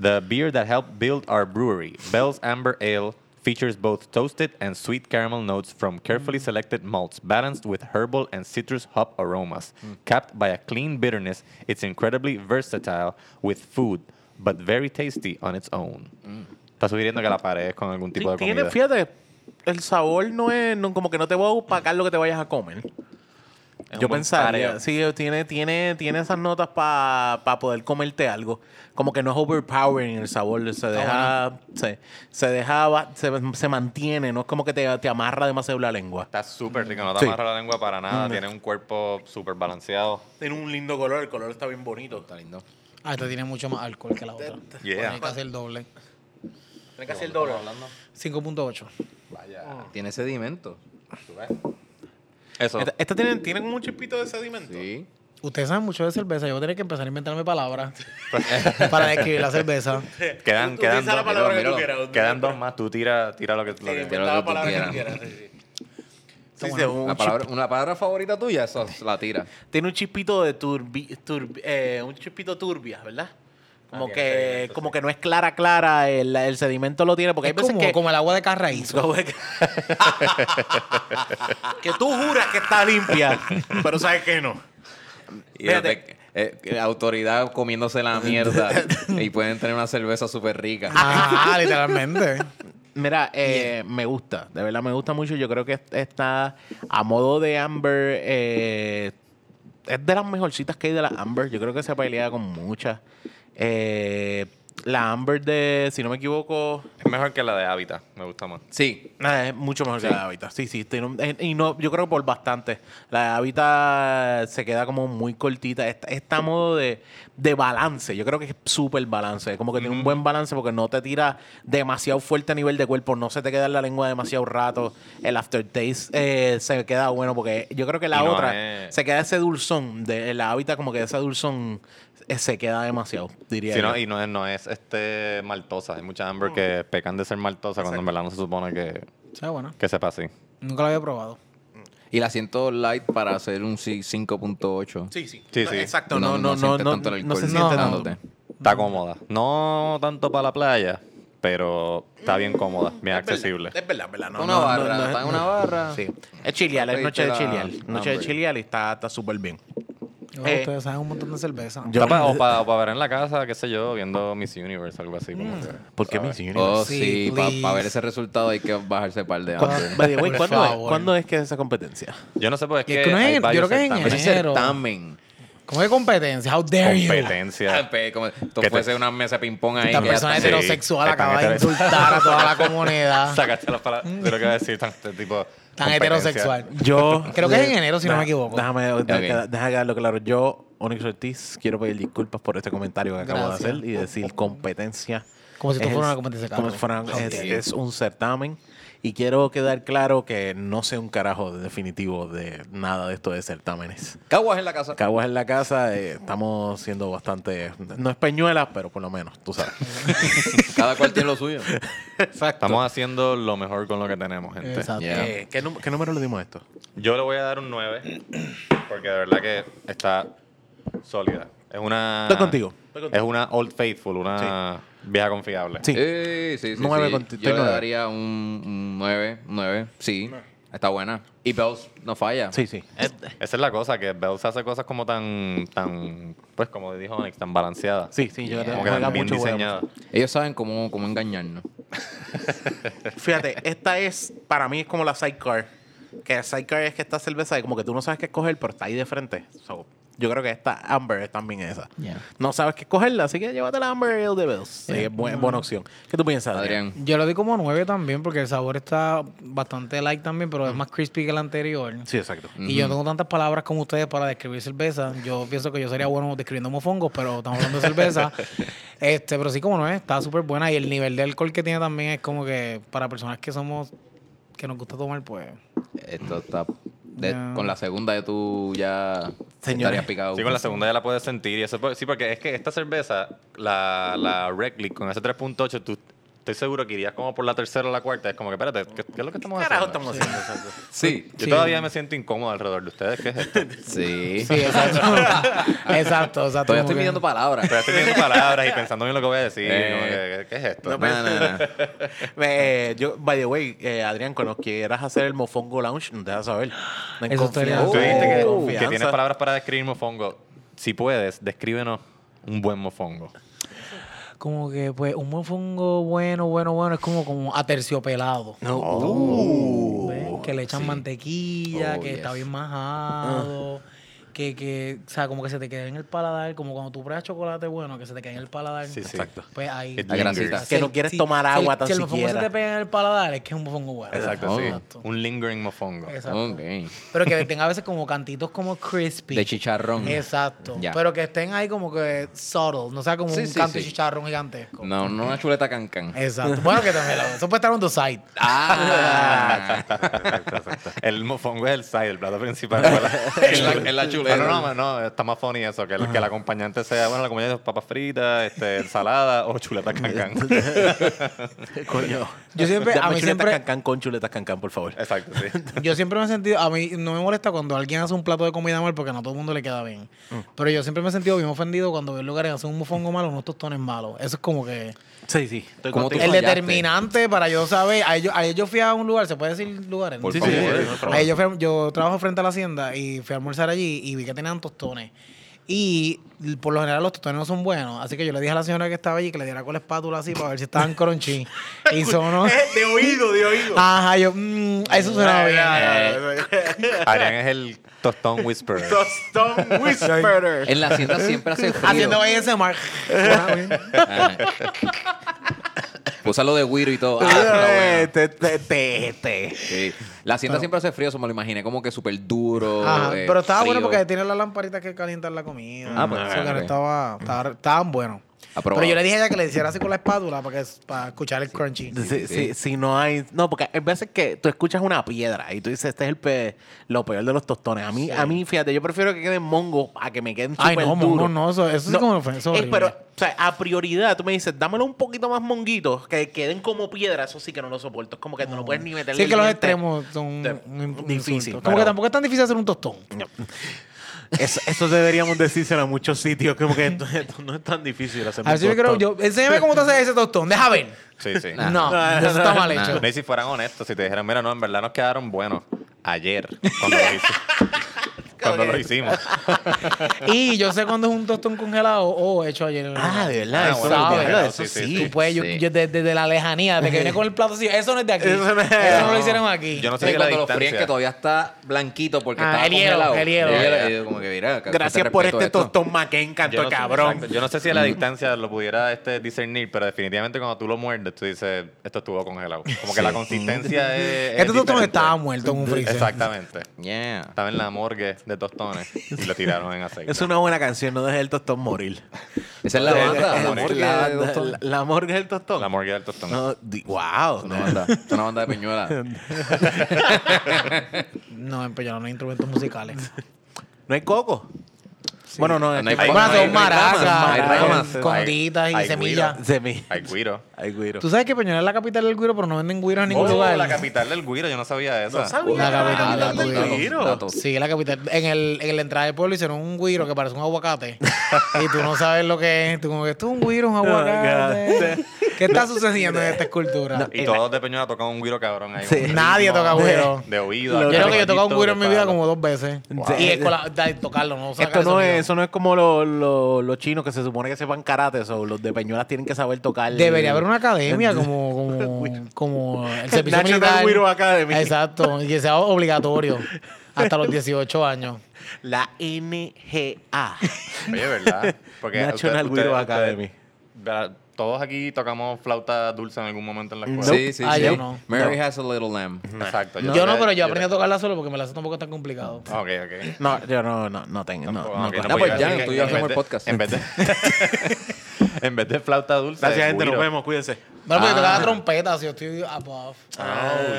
Speaker 1: The beer that helped build our brewery, Bell's Amber Ale, features both toasted and sweet caramel notes from carefully selected malts, balanced with herbal and citrus hop aromas. Capped by a clean bitterness, it's incredibly versatile with food, but very tasty on its own. Está sugiriendo que la paredes con algún tipo de
Speaker 3: Tiene,
Speaker 1: comida.
Speaker 3: fíjate, el sabor no es, no- como que no te va a opacar lo que te vayas a comer.
Speaker 1: Es
Speaker 3: Yo
Speaker 1: un buen
Speaker 3: pensaría,
Speaker 1: pareo.
Speaker 3: sí, tiene, tiene, tiene esas notas para poder comerte algo. Como que no es overpowering el sabor, se deja, se, se deja, ba- se, se mantiene, no es como que te, te amarra demasiado la lengua.
Speaker 1: Está súper rico, no te
Speaker 3: Sí.
Speaker 1: amarra la lengua para
Speaker 4: Mm.
Speaker 1: nada. Tiene un cuerpo súper balanceado.
Speaker 3: Tiene un lindo color, el color está bien bonito. Está lindo.
Speaker 4: Ah, esta tiene mucho más alcohol que la otra.
Speaker 1: Yeah.
Speaker 4: Tiene casi el doble.
Speaker 3: Tiene que hacer doble.
Speaker 4: 5.8.
Speaker 2: Vaya, tiene sedimento.
Speaker 1: Eso.
Speaker 3: Esta, esta tiene, tiene como un chispito de sedimento.
Speaker 2: Sí.
Speaker 4: Ustedes saben mucho de cerveza. Yo voy a tener que empezar a inventarme palabras para describir la cerveza.
Speaker 1: Quedan,
Speaker 3: Tú- tú
Speaker 1: quedan
Speaker 3: utiliza la
Speaker 1: dos,
Speaker 3: palabra que tú
Speaker 2: míralo,
Speaker 3: quieras.
Speaker 1: quedan dos más. Tú tira, tira lo que, lo que-
Speaker 3: Sí,
Speaker 2: Tira
Speaker 3: inventa
Speaker 2: lo
Speaker 3: la
Speaker 2: que tú
Speaker 3: palabra que
Speaker 2: quieras.
Speaker 3: quieras, sí, sí. Sí,
Speaker 4: bueno.
Speaker 3: sí, un
Speaker 2: La
Speaker 3: chip-
Speaker 2: palabra, una palabra favorita tuya, esa es la tira.
Speaker 3: tiene un chispito de turbi, turbi- eh, un chispito turbia, ¿verdad? Como
Speaker 1: Ah, tiene
Speaker 3: que
Speaker 1: sedimento,
Speaker 3: como
Speaker 1: sí.
Speaker 3: que no es clara clara el, el sedimento lo tiene porque hay
Speaker 4: es
Speaker 3: veces
Speaker 4: como,
Speaker 3: que
Speaker 4: como el agua de carraízo.
Speaker 3: como que- que tú juras que está limpia, pero sabes que no.
Speaker 2: Y
Speaker 3: Fíjate.
Speaker 2: desde- eh, la autoridad comiéndose la mierda. y pueden tener una cerveza súper rica.
Speaker 3: Ah.
Speaker 4: Ajá, Ah, literalmente.
Speaker 3: Mira, eh, me gusta, de verdad me gusta mucho. Yo creo que está a modo de Amber. eh, es de las mejorcitas que hay de la Amber. Yo creo que se pelea con muchas. Eh, la Amber de, si no me equivoco,
Speaker 1: mejor que la de Habitat, me gusta más.
Speaker 2: Sí.
Speaker 3: Ah, es mucho mejor que la de Habitat. Sí, sí. tiene un- eh, y no, yo creo que por bastante. La de Habitat se queda como muy cortita. Esta, esta modo de, de balance. Yo creo que es súper balance. Como que tiene un buen balance porque no te tira demasiado fuerte a nivel de cuerpo. No se te queda en la lengua demasiado rato. El aftertaste eh, se queda bueno porque yo creo que la
Speaker 1: Y no
Speaker 3: otra
Speaker 1: es-
Speaker 3: se queda ese dulzón. De, la Habitat como que ese dulzón eh, se queda demasiado, diría
Speaker 1: Si
Speaker 3: yo.
Speaker 1: no, y no es, no es este maltosa. Hay mucha Amber que
Speaker 3: Mm.
Speaker 1: pecan de ser maltosa cuando en verdad no se supone que,
Speaker 4: Sabe bueno.
Speaker 1: que sepa así.
Speaker 4: Nunca lo había probado.
Speaker 2: Y la siento light para hacer un ci- 5.8.
Speaker 3: Sí, sí.
Speaker 1: Sí, sí.
Speaker 3: Exacto. No, no, no,
Speaker 2: sientes
Speaker 3: no,
Speaker 2: tanto el
Speaker 3: no se
Speaker 2: alcohol
Speaker 3: siente tanto.
Speaker 2: dándote.
Speaker 1: Está cómoda. No tanto para la playa, pero está bien cómoda, bien accesible.
Speaker 3: Mm. Es verdad, es verdad. No,
Speaker 2: Una
Speaker 3: no, no,
Speaker 2: barra,
Speaker 3: no,
Speaker 2: está en
Speaker 3: no.
Speaker 2: una barra.
Speaker 3: Sí. Es chileal, es
Speaker 2: Ok,
Speaker 3: noche de
Speaker 2: te la-
Speaker 3: chileal. Noche de
Speaker 2: hombre.
Speaker 3: chileal y está está súper bien.
Speaker 4: Oh,
Speaker 3: Eh,
Speaker 4: ustedes saben un montón de cerveza.
Speaker 1: Está pa- o para ver en la casa, qué sé yo, viendo Miss Universe, algo así.
Speaker 3: Mm.
Speaker 1: como que-
Speaker 3: ¿Por qué Miss Universe?
Speaker 2: Oh,
Speaker 4: Sí,
Speaker 2: sí. Para
Speaker 4: please.
Speaker 2: ver ese resultado hay que bajarse par de
Speaker 3: ¿Cuándo,
Speaker 2: hambre.
Speaker 3: by the way,
Speaker 4: Por
Speaker 3: ¿cuándo es,
Speaker 4: favor.
Speaker 3: ¿Cuándo es que es esa competencia?
Speaker 1: Yo no sé por
Speaker 4: Y
Speaker 1: qué.
Speaker 4: es que no es
Speaker 1: hay
Speaker 4: en-
Speaker 1: varios
Speaker 4: yo creo que es en
Speaker 1: certámenes.
Speaker 2: Ese
Speaker 4: Enero.
Speaker 2: certamen.
Speaker 4: ¿Cómo que competencia? How dare you?
Speaker 1: competencia.
Speaker 2: Pe- Ah, pues, Como, esto
Speaker 1: te-
Speaker 2: fuese una mesa de ping-pong ahí.
Speaker 4: Esta
Speaker 2: que ya
Speaker 4: persona
Speaker 2: está-
Speaker 1: Sí,
Speaker 4: heterosexual
Speaker 1: están
Speaker 4: acaba de
Speaker 1: heteros-
Speaker 4: insultar a toda la comunidad.
Speaker 1: Sacaste las palabras de lo que iba a decir, tan, este tipo.
Speaker 4: Ah. Tan
Speaker 1: competencia.
Speaker 4: heterosexual.
Speaker 3: Yo.
Speaker 4: Creo que es en enero, si no
Speaker 3: Deja-
Speaker 4: me equivoco.
Speaker 3: Déjame, deja- deja,
Speaker 2: Ok.
Speaker 3: dejarlo claro. Yo, Onyx Ortiz, quiero pedir disculpas por este comentario que acabo
Speaker 4: Gracias.
Speaker 3: de hacer y decir competencia.
Speaker 4: Como si esto
Speaker 3: Es-
Speaker 4: fuera una competencia de
Speaker 3: Como
Speaker 4: carro.
Speaker 3: si fuera
Speaker 4: How
Speaker 3: es,
Speaker 4: dare
Speaker 2: you.
Speaker 3: es un certamen. Y quiero quedar claro que no sé un carajo de definitivo de nada de esto de certámenes.
Speaker 2: Caguas en la casa.
Speaker 3: Caguas en la casa, eh, estamos siendo bastante. No es peñuelas, pero por lo menos, tú sabes.
Speaker 2: Cada cual tiene lo suyo.
Speaker 3: Exacto.
Speaker 1: Estamos haciendo lo mejor con lo que tenemos, gente.
Speaker 4: Exacto.
Speaker 2: Yeah.
Speaker 3: Eh, ¿qué, num- qué número le dimos a esto?
Speaker 1: Yo le voy a dar un 9, porque de verdad que está sólida. Es una.
Speaker 3: Estoy contigo.
Speaker 1: Es una Old Faithful, una vieja confiable.
Speaker 3: Sí.
Speaker 2: Eh, sí, sí,
Speaker 3: Nueve
Speaker 2: sí.
Speaker 3: con- estoy
Speaker 2: Yo le
Speaker 3: nueve.
Speaker 2: daría un, un 9, 9, sí. Está buena. Y Bells no falla.
Speaker 3: Sí, sí. Eh,
Speaker 1: Esa es la cosa, que Bells hace cosas como tan, tan, pues como dijo Onyx, tan balanceadas.
Speaker 3: sí, sí, yo
Speaker 1: Como que
Speaker 3: juega
Speaker 1: tan bien
Speaker 3: mucho juega
Speaker 1: diseñadas.
Speaker 2: Ellos saben cómo, cómo engañarnos.
Speaker 3: mucho. Fíjate, esta es, para mí es como la sidecar. Que la sidecar es que esta cerveza es como que tú no sabes qué escoger, pero está ahí de frente. So, yo creo que esta Amber es también esa.
Speaker 2: Yeah.
Speaker 3: No sabes qué escogerla, así que llévate la Amber Ale de Bells. Sí, es bu- es buena opción. ¿Qué tú piensas, Adrián?
Speaker 2: Adrián.
Speaker 4: Yo lo di como 9 también, porque el sabor está bastante light también, pero es más crispy que el anterior.
Speaker 3: Sí, exacto.
Speaker 4: Y yo no tengo tantas palabras como ustedes para describir cerveza. Yo pienso que yo sería bueno describiendo mofongos, pero estamos hablando de cerveza. este, pero sí, como no es, está súper buena. Y el nivel de alcohol que tiene también es como que para personas que somos, que nos gusta tomar, pues.
Speaker 2: Esto está. de-
Speaker 4: No.
Speaker 2: Con la segunda de tú ya
Speaker 3: Señores.
Speaker 2: estarías picado.
Speaker 1: Sí, con la segunda ya la puedes sentir. Y eso, pues, sí, porque es que esta cerveza, la, la Reclick, con ese 3.8, tú estoy seguro que irías como por la tercera o la cuarta. Es como que, espérate, ¿qué, qué es lo que estamos
Speaker 3: Carajo,
Speaker 1: haciendo?
Speaker 3: estamos haciendo exacto.
Speaker 2: Sí.
Speaker 1: Yo
Speaker 4: Sí.
Speaker 1: todavía me siento incómodo alrededor de ustedes. ¿Qué es esto?
Speaker 2: Sí.
Speaker 4: Sí, exacto. exacto, exacto.
Speaker 2: Todavía
Speaker 4: como
Speaker 2: estoy
Speaker 4: que-
Speaker 2: midiendo palabras.
Speaker 1: Pero estoy viendo palabras y pensando en lo que voy a decir.
Speaker 2: Eh.
Speaker 1: como que, ¿Qué es esto?
Speaker 2: No, no, no, no.
Speaker 3: Eh, yo, by the way, eh, Adrián, cuando quieras hacer el Mofongo Lounge, no te vas a saber. No hay
Speaker 4: Eso
Speaker 3: confianza.
Speaker 4: estaría-
Speaker 1: Tú dijiste
Speaker 3: no hay
Speaker 1: que, que
Speaker 3: confianza.
Speaker 1: tienes palabras para describir mofongo. Si puedes, descríbenos un buen mofongo.
Speaker 4: Como que, pues, un mofongo bueno, bueno, bueno, es como, como aterciopelado.
Speaker 3: No.
Speaker 4: ¿Ves? que le echan
Speaker 2: Oh, sí.
Speaker 4: mantequilla,
Speaker 2: Oh,
Speaker 4: que está
Speaker 2: yes.
Speaker 4: bien majado, que, que, o sea, como que se te queda en el paladar, como cuando tú pruebas chocolate bueno, que se te queda en el paladar.
Speaker 1: Sí, sí.
Speaker 3: Exacto.
Speaker 4: Pues ahí.
Speaker 1: It
Speaker 2: La grasita.
Speaker 1: lingers.
Speaker 3: Que no quieres tomar
Speaker 4: si el-
Speaker 3: agua tan
Speaker 4: si el mofongo
Speaker 3: siquiera.
Speaker 4: se te pega en el paladar, es que es un mofongo bueno.
Speaker 1: Exacto, sí.
Speaker 2: Oh.
Speaker 4: Exacto.
Speaker 1: Un lingering mofongo.
Speaker 4: Exacto.
Speaker 2: Ok.
Speaker 4: Pero que tenga a veces como cantitos como crispy. Mm.
Speaker 2: De chicharrón.
Speaker 4: Exacto.
Speaker 2: Ya.
Speaker 4: Pero que estén ahí como que subtle, no sea como
Speaker 2: Sí,
Speaker 4: un
Speaker 2: sí,
Speaker 4: canto de
Speaker 2: sí.
Speaker 4: chicharrón gigantesco.
Speaker 2: No, no una chuleta cancán.
Speaker 4: Exacto. Bueno, que también lo Eso puede estar on the side.
Speaker 2: Ah.
Speaker 1: Exacto, exacto. El mofongo es el side, el plato principal. Es la,
Speaker 2: Es la- es la chuleta.
Speaker 1: No, no, no, no, está más funny eso, que, el, que el acompañante sea, bueno, la acompañante es papas fritas, este, ensalada o chuleta cancán.
Speaker 3: Coño.
Speaker 4: Yo siempre-
Speaker 3: Dame
Speaker 4: a mí
Speaker 3: chuletas
Speaker 4: siempre-
Speaker 3: cancán con chuletas cancán, por favor.
Speaker 1: Exacto, sí.
Speaker 4: Yo siempre me he sentido, a mí no me molesta cuando alguien hace un plato de comida mal porque no a todo el mundo le queda bien.
Speaker 2: Mm.
Speaker 4: Pero yo siempre me he sentido bien ofendido cuando veo lugares que hacen un mofongo malo, unos tostones malos. Eso es como que
Speaker 3: Sí, sí. Estoy
Speaker 2: ¿Cómo
Speaker 3: contigo.
Speaker 2: tú
Speaker 4: el
Speaker 2: fallaste.
Speaker 4: determinante para yo saber. Ahí yo, ahí yo fui a un lugar, ¿se puede decir lugares?
Speaker 2: Por
Speaker 3: Sí, sí,
Speaker 2: favor.
Speaker 3: sí, no,
Speaker 4: Ahí yo, fui a- yo trabajo frente a la hacienda y fui a almorzar allí y vi que tenían tostones. Y por lo general los tostones no son buenos. Así que yo le dije a la señora que estaba allí que le diera con la espátula así para ver si estaban crunchy. y sonó.
Speaker 3: De oído, de oído.
Speaker 4: Ajá, yo, mm, eso suena bien.
Speaker 3: Eh.
Speaker 1: Arián es el tostón whisperer.
Speaker 3: Tostón Whisperer.
Speaker 2: En la
Speaker 4: Ah,
Speaker 2: hacienda siempre hace frío.
Speaker 4: Haciendo ASMR.
Speaker 2: Ajá. Usa lo de Wiro y todo. Ah, está bueno.
Speaker 3: Eh, te- te- te- te.
Speaker 2: Sí. La hacienda siempre hace frío, eso me lo imaginé, como que súper duro.
Speaker 4: Ajá,
Speaker 2: eh,
Speaker 4: pero estaba bueno
Speaker 2: frío.
Speaker 4: porque tiene las lamparitas que calientan la comida.
Speaker 2: Ah, pues,
Speaker 4: O sea, que
Speaker 2: ok. Ah,
Speaker 4: no estaba, estaba- estaban buenos.
Speaker 2: Aprobado.
Speaker 4: Pero yo le dije a ella que le hiciera así con la espátula para, que, para escuchar el crunchy.
Speaker 3: Si,
Speaker 2: sí.
Speaker 3: si- si no hay. No, porque hay veces que tú escuchas una piedra y tú dices, este es el pe- lo peor de los tostones. A mí, a mí fíjate, yo prefiero que queden mongos a que me queden
Speaker 4: Ay, no,
Speaker 3: súper
Speaker 4: mongo,
Speaker 3: duros.
Speaker 4: no, eso- eso sí como lo fue, eso
Speaker 3: Eh,
Speaker 4: horrible.
Speaker 3: pero, o sea, a prioridad tú me dices, dámelo un poquito más monguitos, que queden como piedra, eso sí que no lo soporto. Es como que no, lo puedes ni meterle
Speaker 4: Sí, es que
Speaker 3: el
Speaker 4: los
Speaker 3: diente.
Speaker 4: extremos son un-
Speaker 3: Te-
Speaker 4: un insulto.
Speaker 3: difícil,
Speaker 4: Como
Speaker 3: pero-
Speaker 4: que tampoco es tan difícil hacer un tostón.
Speaker 3: Eso, eso deberíamos decírselo a muchos sitios, como que esto- esto no es tan difícil hacer
Speaker 4: Así yo creo, yo, enséñame cómo te haces ese tostón, deja ver.
Speaker 1: Sí, sí.
Speaker 2: Nah.
Speaker 4: No,
Speaker 3: No,
Speaker 4: eso está
Speaker 3: no,
Speaker 4: mal
Speaker 2: no.
Speaker 4: hecho.
Speaker 1: No, y si fueran honestos, si te dijeran, mira, no, en verdad nos quedaron buenos ayer cuando lo hicimos. cuando lo hicimos.
Speaker 4: Y yo sé cuando es un tostón congelado o hecho ayer. en el
Speaker 3: Ah,
Speaker 4: horno.
Speaker 3: de verdad,
Speaker 1: Ah,
Speaker 3: eso,
Speaker 1: bueno,
Speaker 3: de
Speaker 4: claro,
Speaker 3: verdad,
Speaker 1: sí,
Speaker 3: eso
Speaker 1: sí,
Speaker 3: sí.
Speaker 4: Tú puedes, yo-
Speaker 2: Sí.
Speaker 4: yo desde, desde la lejanía, de que viene con el plato así, eso no es de aquí.
Speaker 3: Eso
Speaker 4: Eso
Speaker 3: no
Speaker 4: no,
Speaker 3: es-
Speaker 4: lo hicieron aquí.
Speaker 1: Yo no sé
Speaker 2: Sí,
Speaker 1: qué la
Speaker 2: cuando lo fríen
Speaker 1: distancia.
Speaker 2: que todavía está blanquito porque
Speaker 4: Ah,
Speaker 2: está
Speaker 4: el hielo,
Speaker 2: congelado.
Speaker 4: el hielo.
Speaker 2: y yo como que, mira, que-
Speaker 3: Gracias
Speaker 2: que
Speaker 3: por
Speaker 2: respeto
Speaker 3: este
Speaker 2: esto.
Speaker 3: tostón Maquén, canto
Speaker 1: Yo no
Speaker 3: de
Speaker 1: sé-
Speaker 3: cabrón.
Speaker 1: exacto. Yo no sé si a la distancia lo pudiera este, discernir, pero definitivamente cuando tú lo muerdes, tú dices, esto estuvo congelado. Como que la consistencia es. es
Speaker 4: Este tostón
Speaker 1: diferente.
Speaker 4: estaba muerto en un freezer.
Speaker 1: Exactamente.
Speaker 2: Yeah.
Speaker 1: Estaba en la morgue de tostones y lo tiraron en aceite.
Speaker 3: Es una buena canción, no dejes el tostón morir.
Speaker 2: Esa es la
Speaker 1: Eh, eh,
Speaker 2: banda. La
Speaker 1: eh,
Speaker 2: morgue
Speaker 3: la,
Speaker 2: de
Speaker 3: la-
Speaker 2: tostón.
Speaker 3: la- la morgue del tostón.
Speaker 1: La morgue del tostón.
Speaker 3: No, di- wow.
Speaker 2: Una banda. Es una banda de peñuela.
Speaker 4: No, en Peñarol no hay instrumentos musicales.
Speaker 3: No hay coco. Bueno, Ah, no, es
Speaker 2: No hay
Speaker 3: que-
Speaker 2: coco, no
Speaker 4: Bueno,
Speaker 2: hay-
Speaker 4: son
Speaker 2: no hay ramas, no hay
Speaker 4: maracas,
Speaker 2: ramas.
Speaker 4: con conditas y
Speaker 1: hay
Speaker 4: semillas.
Speaker 1: guiro.
Speaker 3: Semi.
Speaker 1: Hay guiro.
Speaker 3: Ay, güiro.
Speaker 4: Tú sabes que Peñarol es la capital del guiro, pero no venden guiro en ningún
Speaker 1: Oh,
Speaker 4: lugar.
Speaker 1: la capital del guiro, yo no sabía eso.
Speaker 4: La
Speaker 2: Ah,
Speaker 4: capital
Speaker 2: datos,
Speaker 4: del
Speaker 2: datos,
Speaker 4: guiro.
Speaker 2: datos.
Speaker 4: Sí, la capital. En, el, en la entrada del pueblo hicieron un guiro que parece un aguacate. y tú no sabes lo que es. Tú como que esto es un guiro, un aguacate. ¿Qué está sucediendo en esta escultura?
Speaker 1: y todos de Peñuela tocan un guiro cabrón ahí.
Speaker 3: Sí.
Speaker 4: Nadie toca guiro.
Speaker 1: De oído. acá,
Speaker 4: Yo creo que yo he tocado un
Speaker 1: de
Speaker 4: guiro en mi vida
Speaker 1: palo.
Speaker 4: como dos veces. Y es con la- da- tocarlo, no sacar
Speaker 3: Esto
Speaker 4: ese
Speaker 3: no
Speaker 4: sonido.
Speaker 3: es, eso no es como lo- lo- los chinos que se supone que sepan karate, o los de Peñuelas tienen que saber tocar.
Speaker 4: Debería haber una academia como, como, como el servicio
Speaker 3: National
Speaker 4: militar.
Speaker 3: Guiro Academy.
Speaker 4: Exacto, y que sea obligatorio hasta los 18 años.
Speaker 3: La NGA.
Speaker 1: Oye, ¿verdad? Porque
Speaker 3: National
Speaker 1: usted-
Speaker 3: Guiro
Speaker 1: usted-
Speaker 3: Academy.
Speaker 1: ¿verdad? Todos aquí tocamos flauta dulce en algún momento en la escuela.
Speaker 2: Sí, sí,
Speaker 4: Ah,
Speaker 2: sí.
Speaker 4: yo no.
Speaker 2: Mary has a little lamb.
Speaker 1: Mm. Exacto.
Speaker 4: yo no, pero yo aprendí a tocarla solo porque me la hace tampoco tan complicado.
Speaker 1: Ok, ok.
Speaker 3: No, yo no, no, no tengo. No, no,
Speaker 1: Ok,
Speaker 3: no.
Speaker 2: Ah,
Speaker 1: voy
Speaker 2: pues
Speaker 1: a
Speaker 2: ya,
Speaker 1: decir
Speaker 2: tú
Speaker 1: que
Speaker 2: y yo
Speaker 1: en vez
Speaker 2: hacemos el
Speaker 1: de-
Speaker 2: podcast.
Speaker 1: En vez de, en vez de flauta dulce.
Speaker 3: Gracias, gente. Nos
Speaker 1: guiro.
Speaker 3: vemos. Cuídense.
Speaker 4: Bueno, porque
Speaker 2: Ah.
Speaker 4: yo tocaba trompeta, si yo estoy above.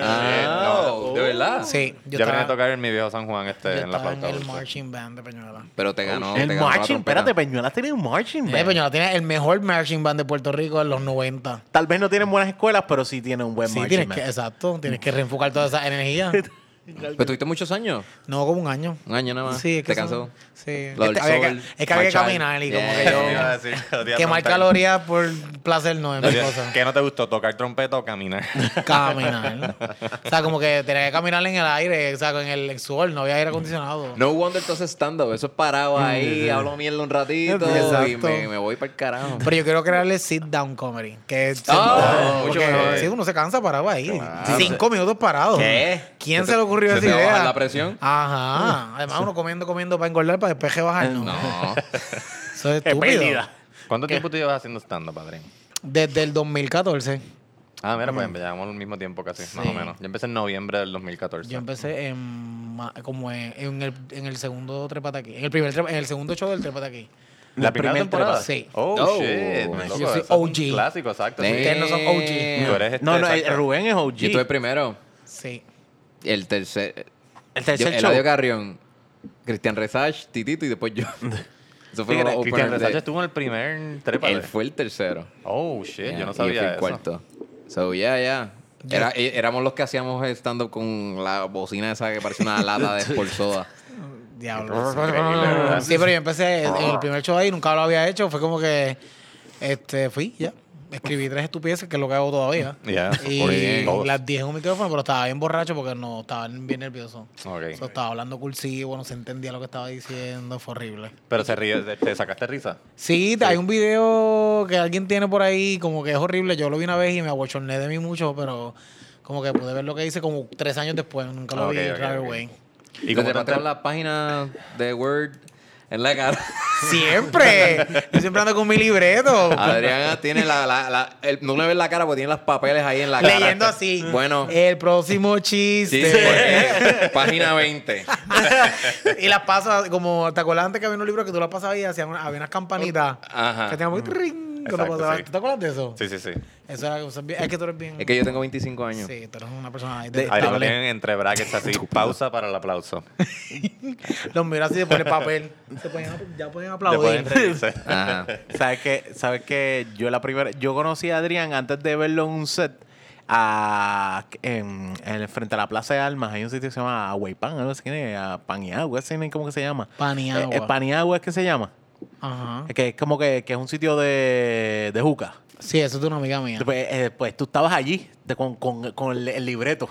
Speaker 2: Ah,
Speaker 1: Oh, shit, no.
Speaker 2: ¿de verdad?
Speaker 4: Sí,
Speaker 1: Yo,
Speaker 4: yo
Speaker 1: aprendí
Speaker 4: estaba,
Speaker 1: a tocar en mi viejo San Juan
Speaker 4: yo
Speaker 1: este, en la
Speaker 4: estaba en
Speaker 1: flauta
Speaker 4: el
Speaker 1: dulce.
Speaker 4: marching band de Peñuela.
Speaker 2: Pero te ganó. te
Speaker 3: el
Speaker 2: ganó la
Speaker 3: marching,
Speaker 2: trompeta.
Speaker 3: espérate, Peñuelas tiene un marching.
Speaker 4: Eh,
Speaker 3: band.
Speaker 4: Peñuela tiene el mejor marching band de Puerto Rico en los 90.
Speaker 3: Tal vez no tienen buenas escuelas, pero sí tienen un buen
Speaker 4: Sí,
Speaker 3: marching.
Speaker 4: tienes
Speaker 3: band.
Speaker 4: que, exacto, tienes que reenfocar toda esa energía.
Speaker 2: ¿Pero tuviste muchos años?
Speaker 4: No, como un año.
Speaker 2: Un año nada más.
Speaker 4: Sí, es que
Speaker 2: ¿Te cansó?
Speaker 4: son- Sí.
Speaker 2: Lo del
Speaker 4: es, que había que,
Speaker 2: sol,
Speaker 4: es que había que
Speaker 2: marchar.
Speaker 4: caminar y como
Speaker 2: Yeah.
Speaker 4: que
Speaker 1: Yo iba a
Speaker 4: yo...
Speaker 1: decir, yo te iba a
Speaker 4: Quemar
Speaker 1: preguntar.
Speaker 4: calorías por placer no es
Speaker 1: Yo
Speaker 4: mi
Speaker 1: te-
Speaker 4: cosa.
Speaker 1: ¿Qué no te gustó? ¿Tocar trompeta o caminar?
Speaker 4: Caminar. O sea, como que tenía que caminar en el aire, o sea, en el en sol, no había aire acondicionado.
Speaker 2: No wonder entonces stand-up. Eso es parado ahí, hablo mierda un ratito y
Speaker 4: Exacto.
Speaker 2: me, me voy para el carajo.
Speaker 4: Pero yo quiero crearle sit down comedy. Que es
Speaker 2: Ah, mucho
Speaker 4: porque
Speaker 2: mejor.
Speaker 4: sí, uno se cansa parado ahí. Cinco minutos parado.
Speaker 2: ¿Qué?
Speaker 4: ¿Quién
Speaker 2: ¿Se
Speaker 4: se,
Speaker 2: te-
Speaker 4: le ocurrió
Speaker 2: se
Speaker 4: esa
Speaker 2: te va a
Speaker 4: idea?
Speaker 2: bajar la presión?
Speaker 4: Ajá. Además, uno comiendo, comiendo para engordar, para después bajar. No.
Speaker 2: No.
Speaker 4: Eso es
Speaker 3: Qué
Speaker 4: estúpido.
Speaker 3: pérdida.
Speaker 1: ¿Cuánto tiempo tú llevas haciendo stand-up, padrín?
Speaker 4: Desde el 2014.
Speaker 1: Ah, mira, pues llevamos al mismo tiempo casi, más o menos. Yo empecé en noviembre del 2014.
Speaker 4: Yo empecé en, ma- como en, en el, en el segundo trepata aquí. En el primer trepa- en el segundo show del trepata aquí.
Speaker 1: ¿La primera
Speaker 4: primer
Speaker 1: temporada?
Speaker 4: trepa- sí.
Speaker 1: Oh,
Speaker 2: Oh.
Speaker 1: shit.
Speaker 2: Yo
Speaker 1: loco,
Speaker 4: soy
Speaker 1: eso es un
Speaker 4: OG.
Speaker 1: Clásico, exacto. sí.
Speaker 4: Ustedes no son OG.
Speaker 1: Tú eres este,
Speaker 3: no, no,
Speaker 1: exacto.
Speaker 3: el- Rubén es OG.
Speaker 2: Yo estuve primero.
Speaker 4: Sí.
Speaker 2: El tercer.
Speaker 3: el tercer
Speaker 2: yo-
Speaker 3: show.
Speaker 2: Eladio Carrión, Cristian Resach, Titito y después yo. Eso fue
Speaker 1: Fíjate,
Speaker 2: los
Speaker 1: Cristian
Speaker 2: openers
Speaker 1: Resacha
Speaker 2: de-
Speaker 1: estuvo en el primer trepa.
Speaker 2: Él fue el tercero.
Speaker 1: Oh, shit, yo no
Speaker 2: Y fui
Speaker 1: sabía
Speaker 2: el
Speaker 1: eso.
Speaker 2: cuarto. So, yeah, yeah. Era- é- éramos los que hacíamos stand-up con la bocina esa que parece una lata de Sport Soda.
Speaker 4: Diablo.
Speaker 1: Increíble, ¿verdad?
Speaker 4: Sí, pero yo empecé en el primer show ahí, nunca lo había hecho. Fue como que este, fui, ya. Escribí tres estupideces, que es lo que hago todavía.
Speaker 1: Yeah, of
Speaker 4: y
Speaker 1: course, bien, todos.
Speaker 4: las dije en un micrófono, pero estaba bien borracho porque no, estaba bien nervioso.
Speaker 1: Ok.
Speaker 4: So, estaba hablando cursivo, no se entendía lo que estaba diciendo, fue horrible.
Speaker 1: Pero se ríe, te- te sacaste risa.
Speaker 4: Sí, hay un video que alguien tiene por ahí, como que es horrible. Yo lo vi una vez y me abochorné de mí mucho, pero como que pude ver lo que hice como tres años después. Nunca lo
Speaker 1: Ah, ok,
Speaker 4: vi
Speaker 1: ok,
Speaker 4: right
Speaker 1: ok.
Speaker 4: away.
Speaker 1: ¿Y
Speaker 2: Y
Speaker 1: cómo
Speaker 2: como
Speaker 1: te
Speaker 2: te
Speaker 1: enteras?
Speaker 2: la página de Word, en la cara.
Speaker 4: Siempre. Yo siempre ando con mi libreto.
Speaker 2: Adriana tiene la, la, la- el- no le ves la cara porque tiene los papeles ahí en la cara.
Speaker 4: Leyendo así. Este.
Speaker 2: Bueno,
Speaker 4: El próximo
Speaker 2: sí,
Speaker 4: chiste.
Speaker 2: porque- página 20.
Speaker 4: y las pasas, como te acuerdas antes que había unos libros que tú las pasabas y hacían una- había unas campanitas
Speaker 2: Ajá.
Speaker 4: que tenían muy tring, que lo
Speaker 5: Exacto,
Speaker 4: pasabas.
Speaker 5: sí.
Speaker 4: ¿Tú te acuerdas de eso?
Speaker 5: Sí, sí, sí.
Speaker 4: Eso era, o sea, bien- es que tú eres bien.
Speaker 2: Es que yo tengo 25 años.
Speaker 4: Sí, tú eres una persona ahí
Speaker 5: Ahí lo
Speaker 4: detestable.
Speaker 5: tienen entre brackets así. Pausa para el aplauso.
Speaker 4: Los miras así de poner papel. Se ponían- ya pueden
Speaker 5: Después
Speaker 4: aplaudir.
Speaker 5: de reírse.
Speaker 2: Ajá.
Speaker 3: ¿Sabes que ¿Sabes que Yo la primera... Yo conocí a Adrián antes de verlo en un set a, en, en- frente a la Plaza de Armas. Hay un sitio que se llama Huaypan, algo así, ¿no? a Paniagua, así, ¿no? ¿cómo que se llama?
Speaker 4: Paniagua. Ah.
Speaker 3: Eh, eh, Paniagua es que se llama.
Speaker 4: Ajá.
Speaker 3: Es Que es como que, que es un sitio de, de juca.
Speaker 4: Sí, eso es de una amiga mía.
Speaker 3: Pues, eh, pues tú estabas allí de- con, con- con el, el libreto,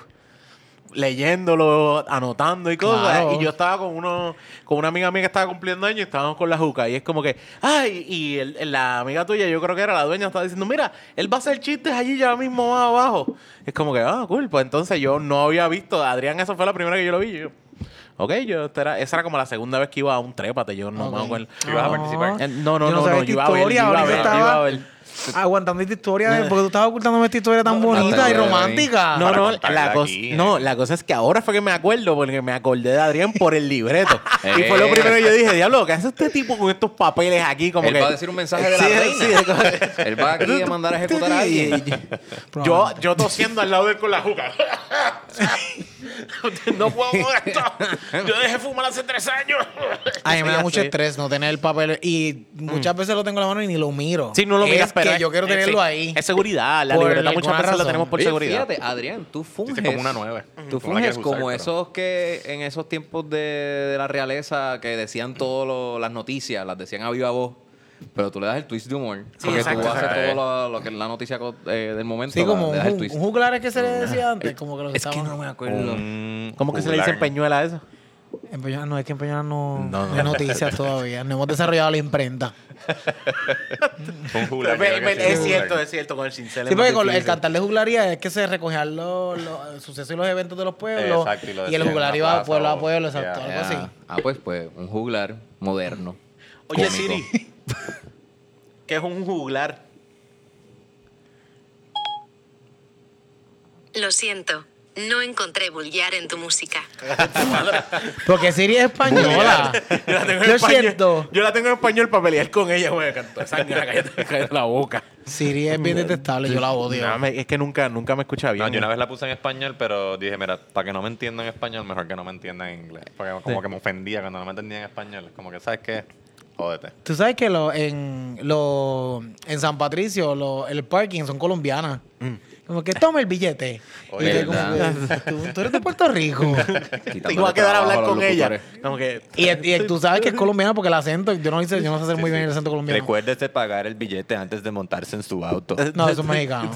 Speaker 3: leyéndolo, anotando y cosas.
Speaker 4: Claro.
Speaker 3: Y yo estaba con uno, con una amiga mía que estaba cumpliendo años y estábamos con la juca. Y es como que, ay, y el- el- la amiga tuya, yo creo que era la dueña, estaba diciendo, mira, él va a hacer chistes allí ya mismo más abajo. Es como que, ah, cool. Pues entonces yo no había visto, Adrián, esa fue la primera que yo lo vi. y yo, ok, yo, esta era- esa era como la segunda vez que iba a un trépate, yo no me
Speaker 4: Ok. Ah.
Speaker 3: acuerdo.
Speaker 5: Si vas a participar.
Speaker 3: Eh, No, no,
Speaker 4: Yo
Speaker 3: no, no,
Speaker 4: sabía
Speaker 3: yo
Speaker 4: esta
Speaker 3: iba a ver, yo
Speaker 4: historia,
Speaker 3: iba a
Speaker 4: ahorita
Speaker 3: ver, yo
Speaker 4: estaba
Speaker 3: iba a ver.
Speaker 4: Aguantando esta historia de- porque tú estabas ocultándome esta historia tan bonita y
Speaker 2: no, no, no.
Speaker 4: romántica.
Speaker 3: No,
Speaker 5: Para
Speaker 3: no,
Speaker 5: contarla
Speaker 3: la, cosa-
Speaker 5: aquí, eh.
Speaker 3: no, la cosa es que ahora fue que me acuerdo, porque me acordé de Adrián por el libreto. y fue
Speaker 2: Eh.
Speaker 3: lo primero que yo dije, diablo, ¿qué hace este tipo con estos papeles aquí? Como
Speaker 2: Él
Speaker 3: que...
Speaker 2: va a decir un mensaje de la
Speaker 3: Sí,
Speaker 2: reina.
Speaker 3: sí, es como-
Speaker 2: Él va aquí a mandar a ejecutar a alguien.
Speaker 3: yo, yo tosiendo al lado de él con la juca. no puedo con esto. Yo dejé fumar hace tres años.
Speaker 4: A mí me da
Speaker 3: Ya
Speaker 4: mucho
Speaker 3: sé.
Speaker 4: estrés no tener el papel. Y muchas veces lo tengo en la mano y ni lo miro.
Speaker 3: Sí, no lo miras,
Speaker 4: es
Speaker 3: pero
Speaker 4: que yo quiero
Speaker 3: es-
Speaker 4: tenerlo
Speaker 3: sí,
Speaker 4: ahí.
Speaker 3: Es seguridad, la
Speaker 4: Por
Speaker 3: libreta muchas
Speaker 4: alguna
Speaker 3: veces la
Speaker 4: razón.
Speaker 3: tenemos por
Speaker 2: Oye,
Speaker 3: seguridad.
Speaker 2: Fíjate, Adrián, tú funges.
Speaker 5: Dice como una nueve.
Speaker 2: Tú
Speaker 5: Como la
Speaker 2: funges
Speaker 5: quieres usar,
Speaker 2: como
Speaker 5: pero-
Speaker 2: esos que en esos tiempos de, de la realeza que decían todas las noticias, las decían a viva voz. Pero tú le das el twist de humor. porque
Speaker 3: exacto,
Speaker 2: tú haces
Speaker 5: exacto.
Speaker 2: todo lo, lo que es la noticia co- eh, del momento.
Speaker 4: Sí,
Speaker 2: la-
Speaker 4: como
Speaker 2: le
Speaker 4: un,
Speaker 2: das el
Speaker 4: ju-
Speaker 2: twist.
Speaker 4: un juglar es que se le decía antes. Como que lo que
Speaker 2: es que
Speaker 4: estaba-
Speaker 2: no me acuerdo.
Speaker 5: Un
Speaker 3: ¿Cómo que se le dice
Speaker 5: jugular.
Speaker 3: peñuela a eso?
Speaker 4: En Peñuelas no, es que en Peñuelas no,
Speaker 3: No, no.
Speaker 4: no hay noticias todavía. No hemos desarrollado la imprenta.
Speaker 5: Un jugular,
Speaker 3: Ve-
Speaker 5: creo que
Speaker 3: ve-
Speaker 5: sí, un jugular.
Speaker 3: es cierto, es cierto, con el cincel. es
Speaker 4: Sí,
Speaker 3: más
Speaker 4: porque con el
Speaker 3: difícil.
Speaker 4: cantar de juglaría es que se recogían los, los sucesos y los eventos de los pueblos.
Speaker 5: Exacto, y lo
Speaker 4: y,
Speaker 5: decían
Speaker 4: el
Speaker 5: en
Speaker 4: juglar
Speaker 5: la
Speaker 4: iba
Speaker 5: plaza
Speaker 4: pueblo
Speaker 5: o-
Speaker 4: a pueblo, exacto,
Speaker 5: ya,
Speaker 4: algo así.
Speaker 2: Ah, ah, pues, pues, un juglar moderno.
Speaker 3: Oye,
Speaker 2: cómico.
Speaker 3: Siri. ¿Qué es un juglar?
Speaker 6: Lo siento, no encontré bullear en tu música.
Speaker 4: Porque Siri es española.
Speaker 3: Yo la tengo en
Speaker 4: Yo
Speaker 3: español.
Speaker 4: siento.
Speaker 3: Yo la tengo en español para pelear con ella, güey. Canto sangre, cállate, cállate la boca.
Speaker 4: Siri es bien detestable, yo la odio.
Speaker 3: No, me- es que nunca, nunca me escucha bien.
Speaker 5: No, yo una vez la puse en español, pero dije, mira, para que no me entiendan en español, mejor que no me entiendan en inglés. Porque como que me ofendía cuando no me entendían en español. Es Como que, ¿sabes qué? Jódete.
Speaker 4: Tú sabes que lo, en, lo, en San Patricio, lo, el parking son colombianas. Como que toma el billete.
Speaker 5: Oye,
Speaker 4: y tú, como
Speaker 2: ¿verdad?
Speaker 4: que, tú, tú eres de Puerto Rico.
Speaker 3: Te
Speaker 2: Quitándole
Speaker 3: iba a quedar a
Speaker 2: trabajo
Speaker 3: hablar
Speaker 2: los
Speaker 3: con ella.
Speaker 2: locutores.
Speaker 3: Como que.
Speaker 4: y, y tú sabes que es colombiana porque el acento, yo no, hice, yo no sé hacer muy bien el acento colombiano.
Speaker 1: Recuérdese pagar el billete antes de montarse en su auto.
Speaker 4: No, eso es mexicano.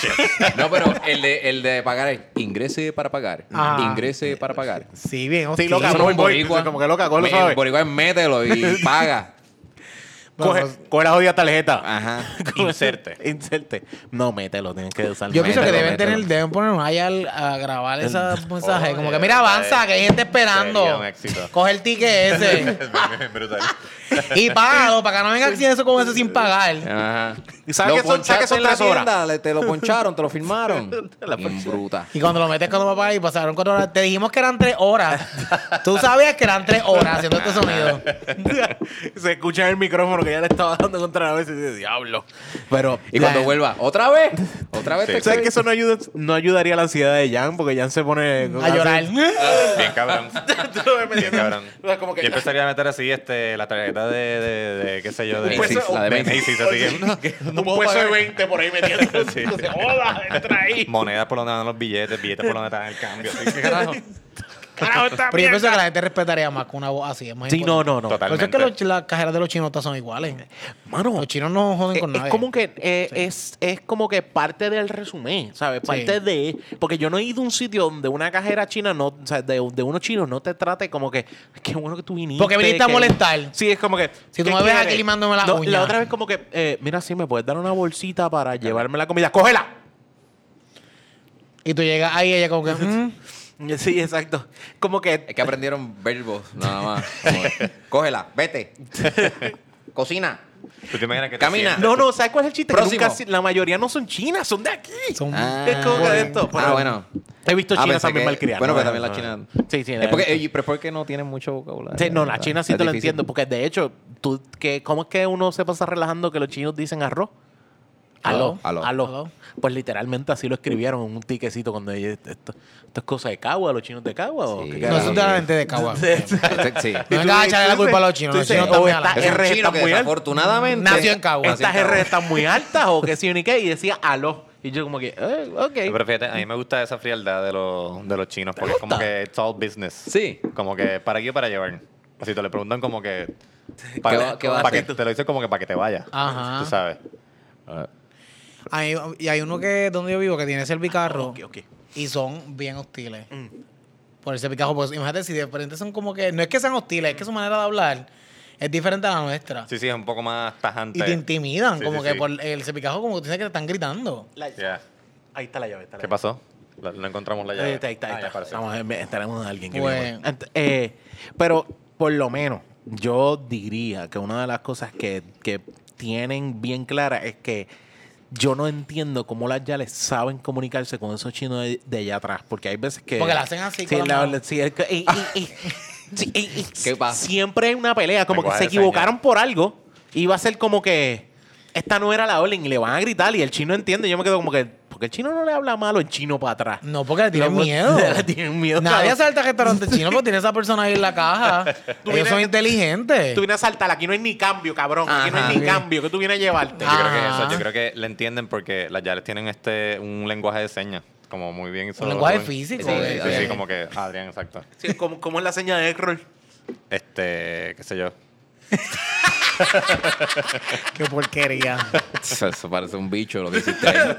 Speaker 2: No, pero el de, el de pagar es ingrese para pagar.
Speaker 4: Ah.
Speaker 2: Ingrese para pagar.
Speaker 4: Sí, bien.
Speaker 3: Sí,
Speaker 4: hostil.
Speaker 3: loca,
Speaker 2: Eso
Speaker 3: voy,
Speaker 2: es
Speaker 3: voy.
Speaker 2: boricua.
Speaker 3: Como que loca, ¿cómo lo sabes?
Speaker 2: El boricua es mételo y paga.
Speaker 4: Bueno,
Speaker 3: Coge,
Speaker 4: pues-
Speaker 3: coge la jodida tarjeta.
Speaker 2: Ajá.
Speaker 5: Inserte.
Speaker 3: Inserte. No, mételo, tienes que usar.
Speaker 4: Yo pienso que
Speaker 3: mételo,
Speaker 4: deben
Speaker 3: mételo.
Speaker 4: tener, deben poner un al a grabar esos mensajes. Como que mira,
Speaker 5: Oye,
Speaker 4: avanza, que hay gente
Speaker 5: sería
Speaker 4: esperando.
Speaker 5: un éxito.
Speaker 4: Coge el ticket ese.
Speaker 5: Brutal.
Speaker 4: y págalo para que no venga acceso con eso sin pagar.
Speaker 2: Ajá.
Speaker 3: ¿Y sabes que son- sabes que son
Speaker 2: en la
Speaker 3: tres horas?
Speaker 2: tienda, le- te lo poncharon, te lo firmaron. Bien bruta.
Speaker 4: Y cuando lo metes con tu papá y pasaron cuatro horas, te dijimos que eran tres horas. Tú sabías que eran tres horas haciendo este sonido.
Speaker 3: Se escucha en el micrófono que ya le estaba dando contra la vez y dice, diablo. Pero.
Speaker 2: Y cuando
Speaker 3: la-
Speaker 2: vuelva, ¿otra vez? ¿Otra vez? te
Speaker 3: ¿Sabes que eso no, ayuda, no ayudaría a la ansiedad de Jan? Porque Jan se pone.
Speaker 4: A llorar.
Speaker 5: Bien cabrón. Bien cabrón. Yo empezaría a meter así este, la tarjeta de, de, de, qué sé yo, de
Speaker 2: Macy's, la de Macy's.
Speaker 5: Macy's, así. No, que no puedo pagar.
Speaker 3: 20 por ahí metiendo.
Speaker 5: Sí.
Speaker 3: ¡Hola! ¡Entra ahí!
Speaker 5: Monedas por donde van los billetes, billetes por donde están el cambio. así.
Speaker 3: ¡Carajo, está
Speaker 4: Pero yo pienso que la gente respetaría más con una voz así. Es más
Speaker 3: Sí, no,
Speaker 4: importante.
Speaker 3: no, no.
Speaker 5: Total.
Speaker 4: Por eso es que los- las cajeras de los chinos todas son iguales.
Speaker 3: Mano,
Speaker 4: Los chinos no joden
Speaker 3: es,
Speaker 4: con
Speaker 3: es
Speaker 4: nada.
Speaker 3: como que eh, es, es como que parte del resumen, ¿sabes? Parte
Speaker 4: Sí.
Speaker 3: de. Porque yo no he ido a un sitio donde una cajera china, no, o sea, de, de unos chinos, no te trate como que. "Ay, Qué bueno que tú viniste.
Speaker 4: Porque viniste a
Speaker 3: que-".
Speaker 4: molestar.
Speaker 3: Sí, es como que.
Speaker 4: Si tú
Speaker 3: "¿Qué
Speaker 4: me ves
Speaker 3: quieres?".
Speaker 4: aquí limándome la
Speaker 3: No,
Speaker 4: uña.
Speaker 3: La otra vez, como que. eh, mira, sí, me puedes dar una bolsita para llevarme la comida. ¡Cógela!
Speaker 4: Y tú llegas ahí y ella como que... "Mm".
Speaker 3: Sí, exacto. Como que
Speaker 2: Es que aprendieron verbos, nada más. Como, Cógela, vete. Cocina.
Speaker 1: ¿Tú te imaginas que te
Speaker 2: Camina.
Speaker 1: sientas?
Speaker 3: No, no, ¿sabes cuál es el chiste? Que
Speaker 2: Próximo.
Speaker 3: nunca si- la mayoría no son chinas, son de aquí. Ah,
Speaker 4: Son-
Speaker 3: es como que de
Speaker 2: bueno.
Speaker 3: esto.
Speaker 2: Ah, bueno.
Speaker 3: He visto
Speaker 2: Ah,
Speaker 3: chinas
Speaker 2: pensé
Speaker 3: también
Speaker 2: que-
Speaker 3: malcriadas.
Speaker 2: Bueno,
Speaker 3: ¿no?
Speaker 2: pero también las chinas.
Speaker 3: Sí, sí.
Speaker 2: Es porque, eh, pero es porque no tienen mucho vocabulario.
Speaker 3: Sí, no, las
Speaker 2: ¿verdad?
Speaker 3: chinas sí
Speaker 2: Es
Speaker 3: te lo
Speaker 2: difícil.
Speaker 3: entiendo, porque de hecho, tú, que, ¿cómo es que uno se pasa relajando que los chinos dicen arroz? Aló, aló,
Speaker 2: Aló.
Speaker 3: Pues literalmente así lo escribieron en un tiquecito cuando ellos, esto, esto es cosa de Cagua, los chinos de Cagua. ¿o
Speaker 2: Sí.
Speaker 3: qué
Speaker 2: No,
Speaker 4: No
Speaker 3: carajo?
Speaker 4: son de la gente de Cagua.
Speaker 2: Sí.
Speaker 4: No vengas a echarle la culpa a los chinos. Los
Speaker 3: Tú dices,
Speaker 4: chinos también
Speaker 3: o
Speaker 4: a la
Speaker 3: está-
Speaker 2: Ah, Es
Speaker 4: gente.
Speaker 2: un
Speaker 3: R está
Speaker 2: chino que
Speaker 3: muy alto.
Speaker 2: desafortunadamente...
Speaker 4: Nació en Cagua.
Speaker 2: Nació en
Speaker 3: Estas R
Speaker 2: Cagua.
Speaker 3: están muy altas o que sí ni qué, y decía aló. Y yo como que, eh, ok.
Speaker 1: Pero fíjate, a mí me gusta esa frialdad de los, de los chinos, porque es como
Speaker 3: gusta?
Speaker 1: que it's all business.
Speaker 2: Sí.
Speaker 1: Como que para aquí o para llevar. Así te le preguntan como que...
Speaker 2: ¿Qué va- qué va a
Speaker 1: para que
Speaker 2: hacer?
Speaker 1: te lo dicen como que para que te vaya.
Speaker 4: Ajá.
Speaker 1: Tú sabes.
Speaker 4: Hay- y hay uno que donde yo vivo que tiene servicarro
Speaker 3: Ok, Mm. ok.
Speaker 4: y son bien hostiles. Por el servicarro. Pues imagínate si de repente son como que. No es que sean hostiles, es que su manera de hablar es diferente a la nuestra.
Speaker 1: Sí, sí, es un poco más tajante.
Speaker 4: Y te intimidan,
Speaker 1: Sí,
Speaker 4: como
Speaker 1: sí,
Speaker 4: que
Speaker 1: sí.
Speaker 4: por el servicarro, como que tú sabes que te están gritando.
Speaker 3: La-
Speaker 1: Ya.
Speaker 3: Ahí está la llave. Está la
Speaker 1: ¿Qué
Speaker 3: llave.
Speaker 1: pasó? La- No encontramos la
Speaker 3: Ahí
Speaker 1: llave.
Speaker 3: está, ahí está. ahí
Speaker 1: Ah, ya
Speaker 3: está.
Speaker 1: apareció.
Speaker 3: Vamos a ver, tenemos a alguien que
Speaker 4: Bueno.
Speaker 3: viene por ahí. Ent- eh, Pero por lo menos, yo diría que una de las cosas que, que tienen bien clara es que yo no entiendo cómo las yales saben comunicarse con esos chinos de, de allá atrás. Porque hay veces que.
Speaker 4: Porque la hacen así
Speaker 3: Sí,
Speaker 4: con la
Speaker 3: la-
Speaker 4: mano.
Speaker 3: sí, es que- y- y- y- sí, y- y-
Speaker 2: ¿Qué pasa?
Speaker 3: Siempre hay una pelea, como que
Speaker 1: Lenguaje
Speaker 3: se
Speaker 1: de señas.
Speaker 3: equivocaron por algo. Y va a ser como que. Esta no era la orden y le van a gritar y el chino entiende. Yo me quedo como que. Porque el chino no le habla malo el chino para atrás.
Speaker 4: No, porque le tienen
Speaker 3: No, pues,
Speaker 4: miedo.
Speaker 3: le tienen miedo,
Speaker 4: Nadie
Speaker 3: cabrón.
Speaker 4: salta al restaurante chino porque tiene esa persona ahí en la caja. Ellos
Speaker 3: vienes-
Speaker 4: son inteligentes.
Speaker 3: Tú vienes a saltar, aquí no hay ni cambio, cabrón. Aquí no
Speaker 2: Ajá.
Speaker 3: hay ni cambio, que tú vienes a llevarte.
Speaker 1: Yo creo que es
Speaker 4: Ah.
Speaker 1: eso. Yo creo que le entienden porque las yales tienen este un lenguaje de señas. Como muy bien.
Speaker 4: Un
Speaker 1: solo-
Speaker 4: lenguaje
Speaker 1: solo-
Speaker 4: físico.
Speaker 2: Sí,
Speaker 4: eh,
Speaker 1: Sí,
Speaker 2: Adrián.
Speaker 1: sí, como que Adrián, exacto.
Speaker 3: Sí, ¿cómo, cómo es la señal de error?
Speaker 1: Este, qué sé yo.
Speaker 4: Qué porquería.
Speaker 2: Eso, eso parece un bicho lo que hiciste ahí.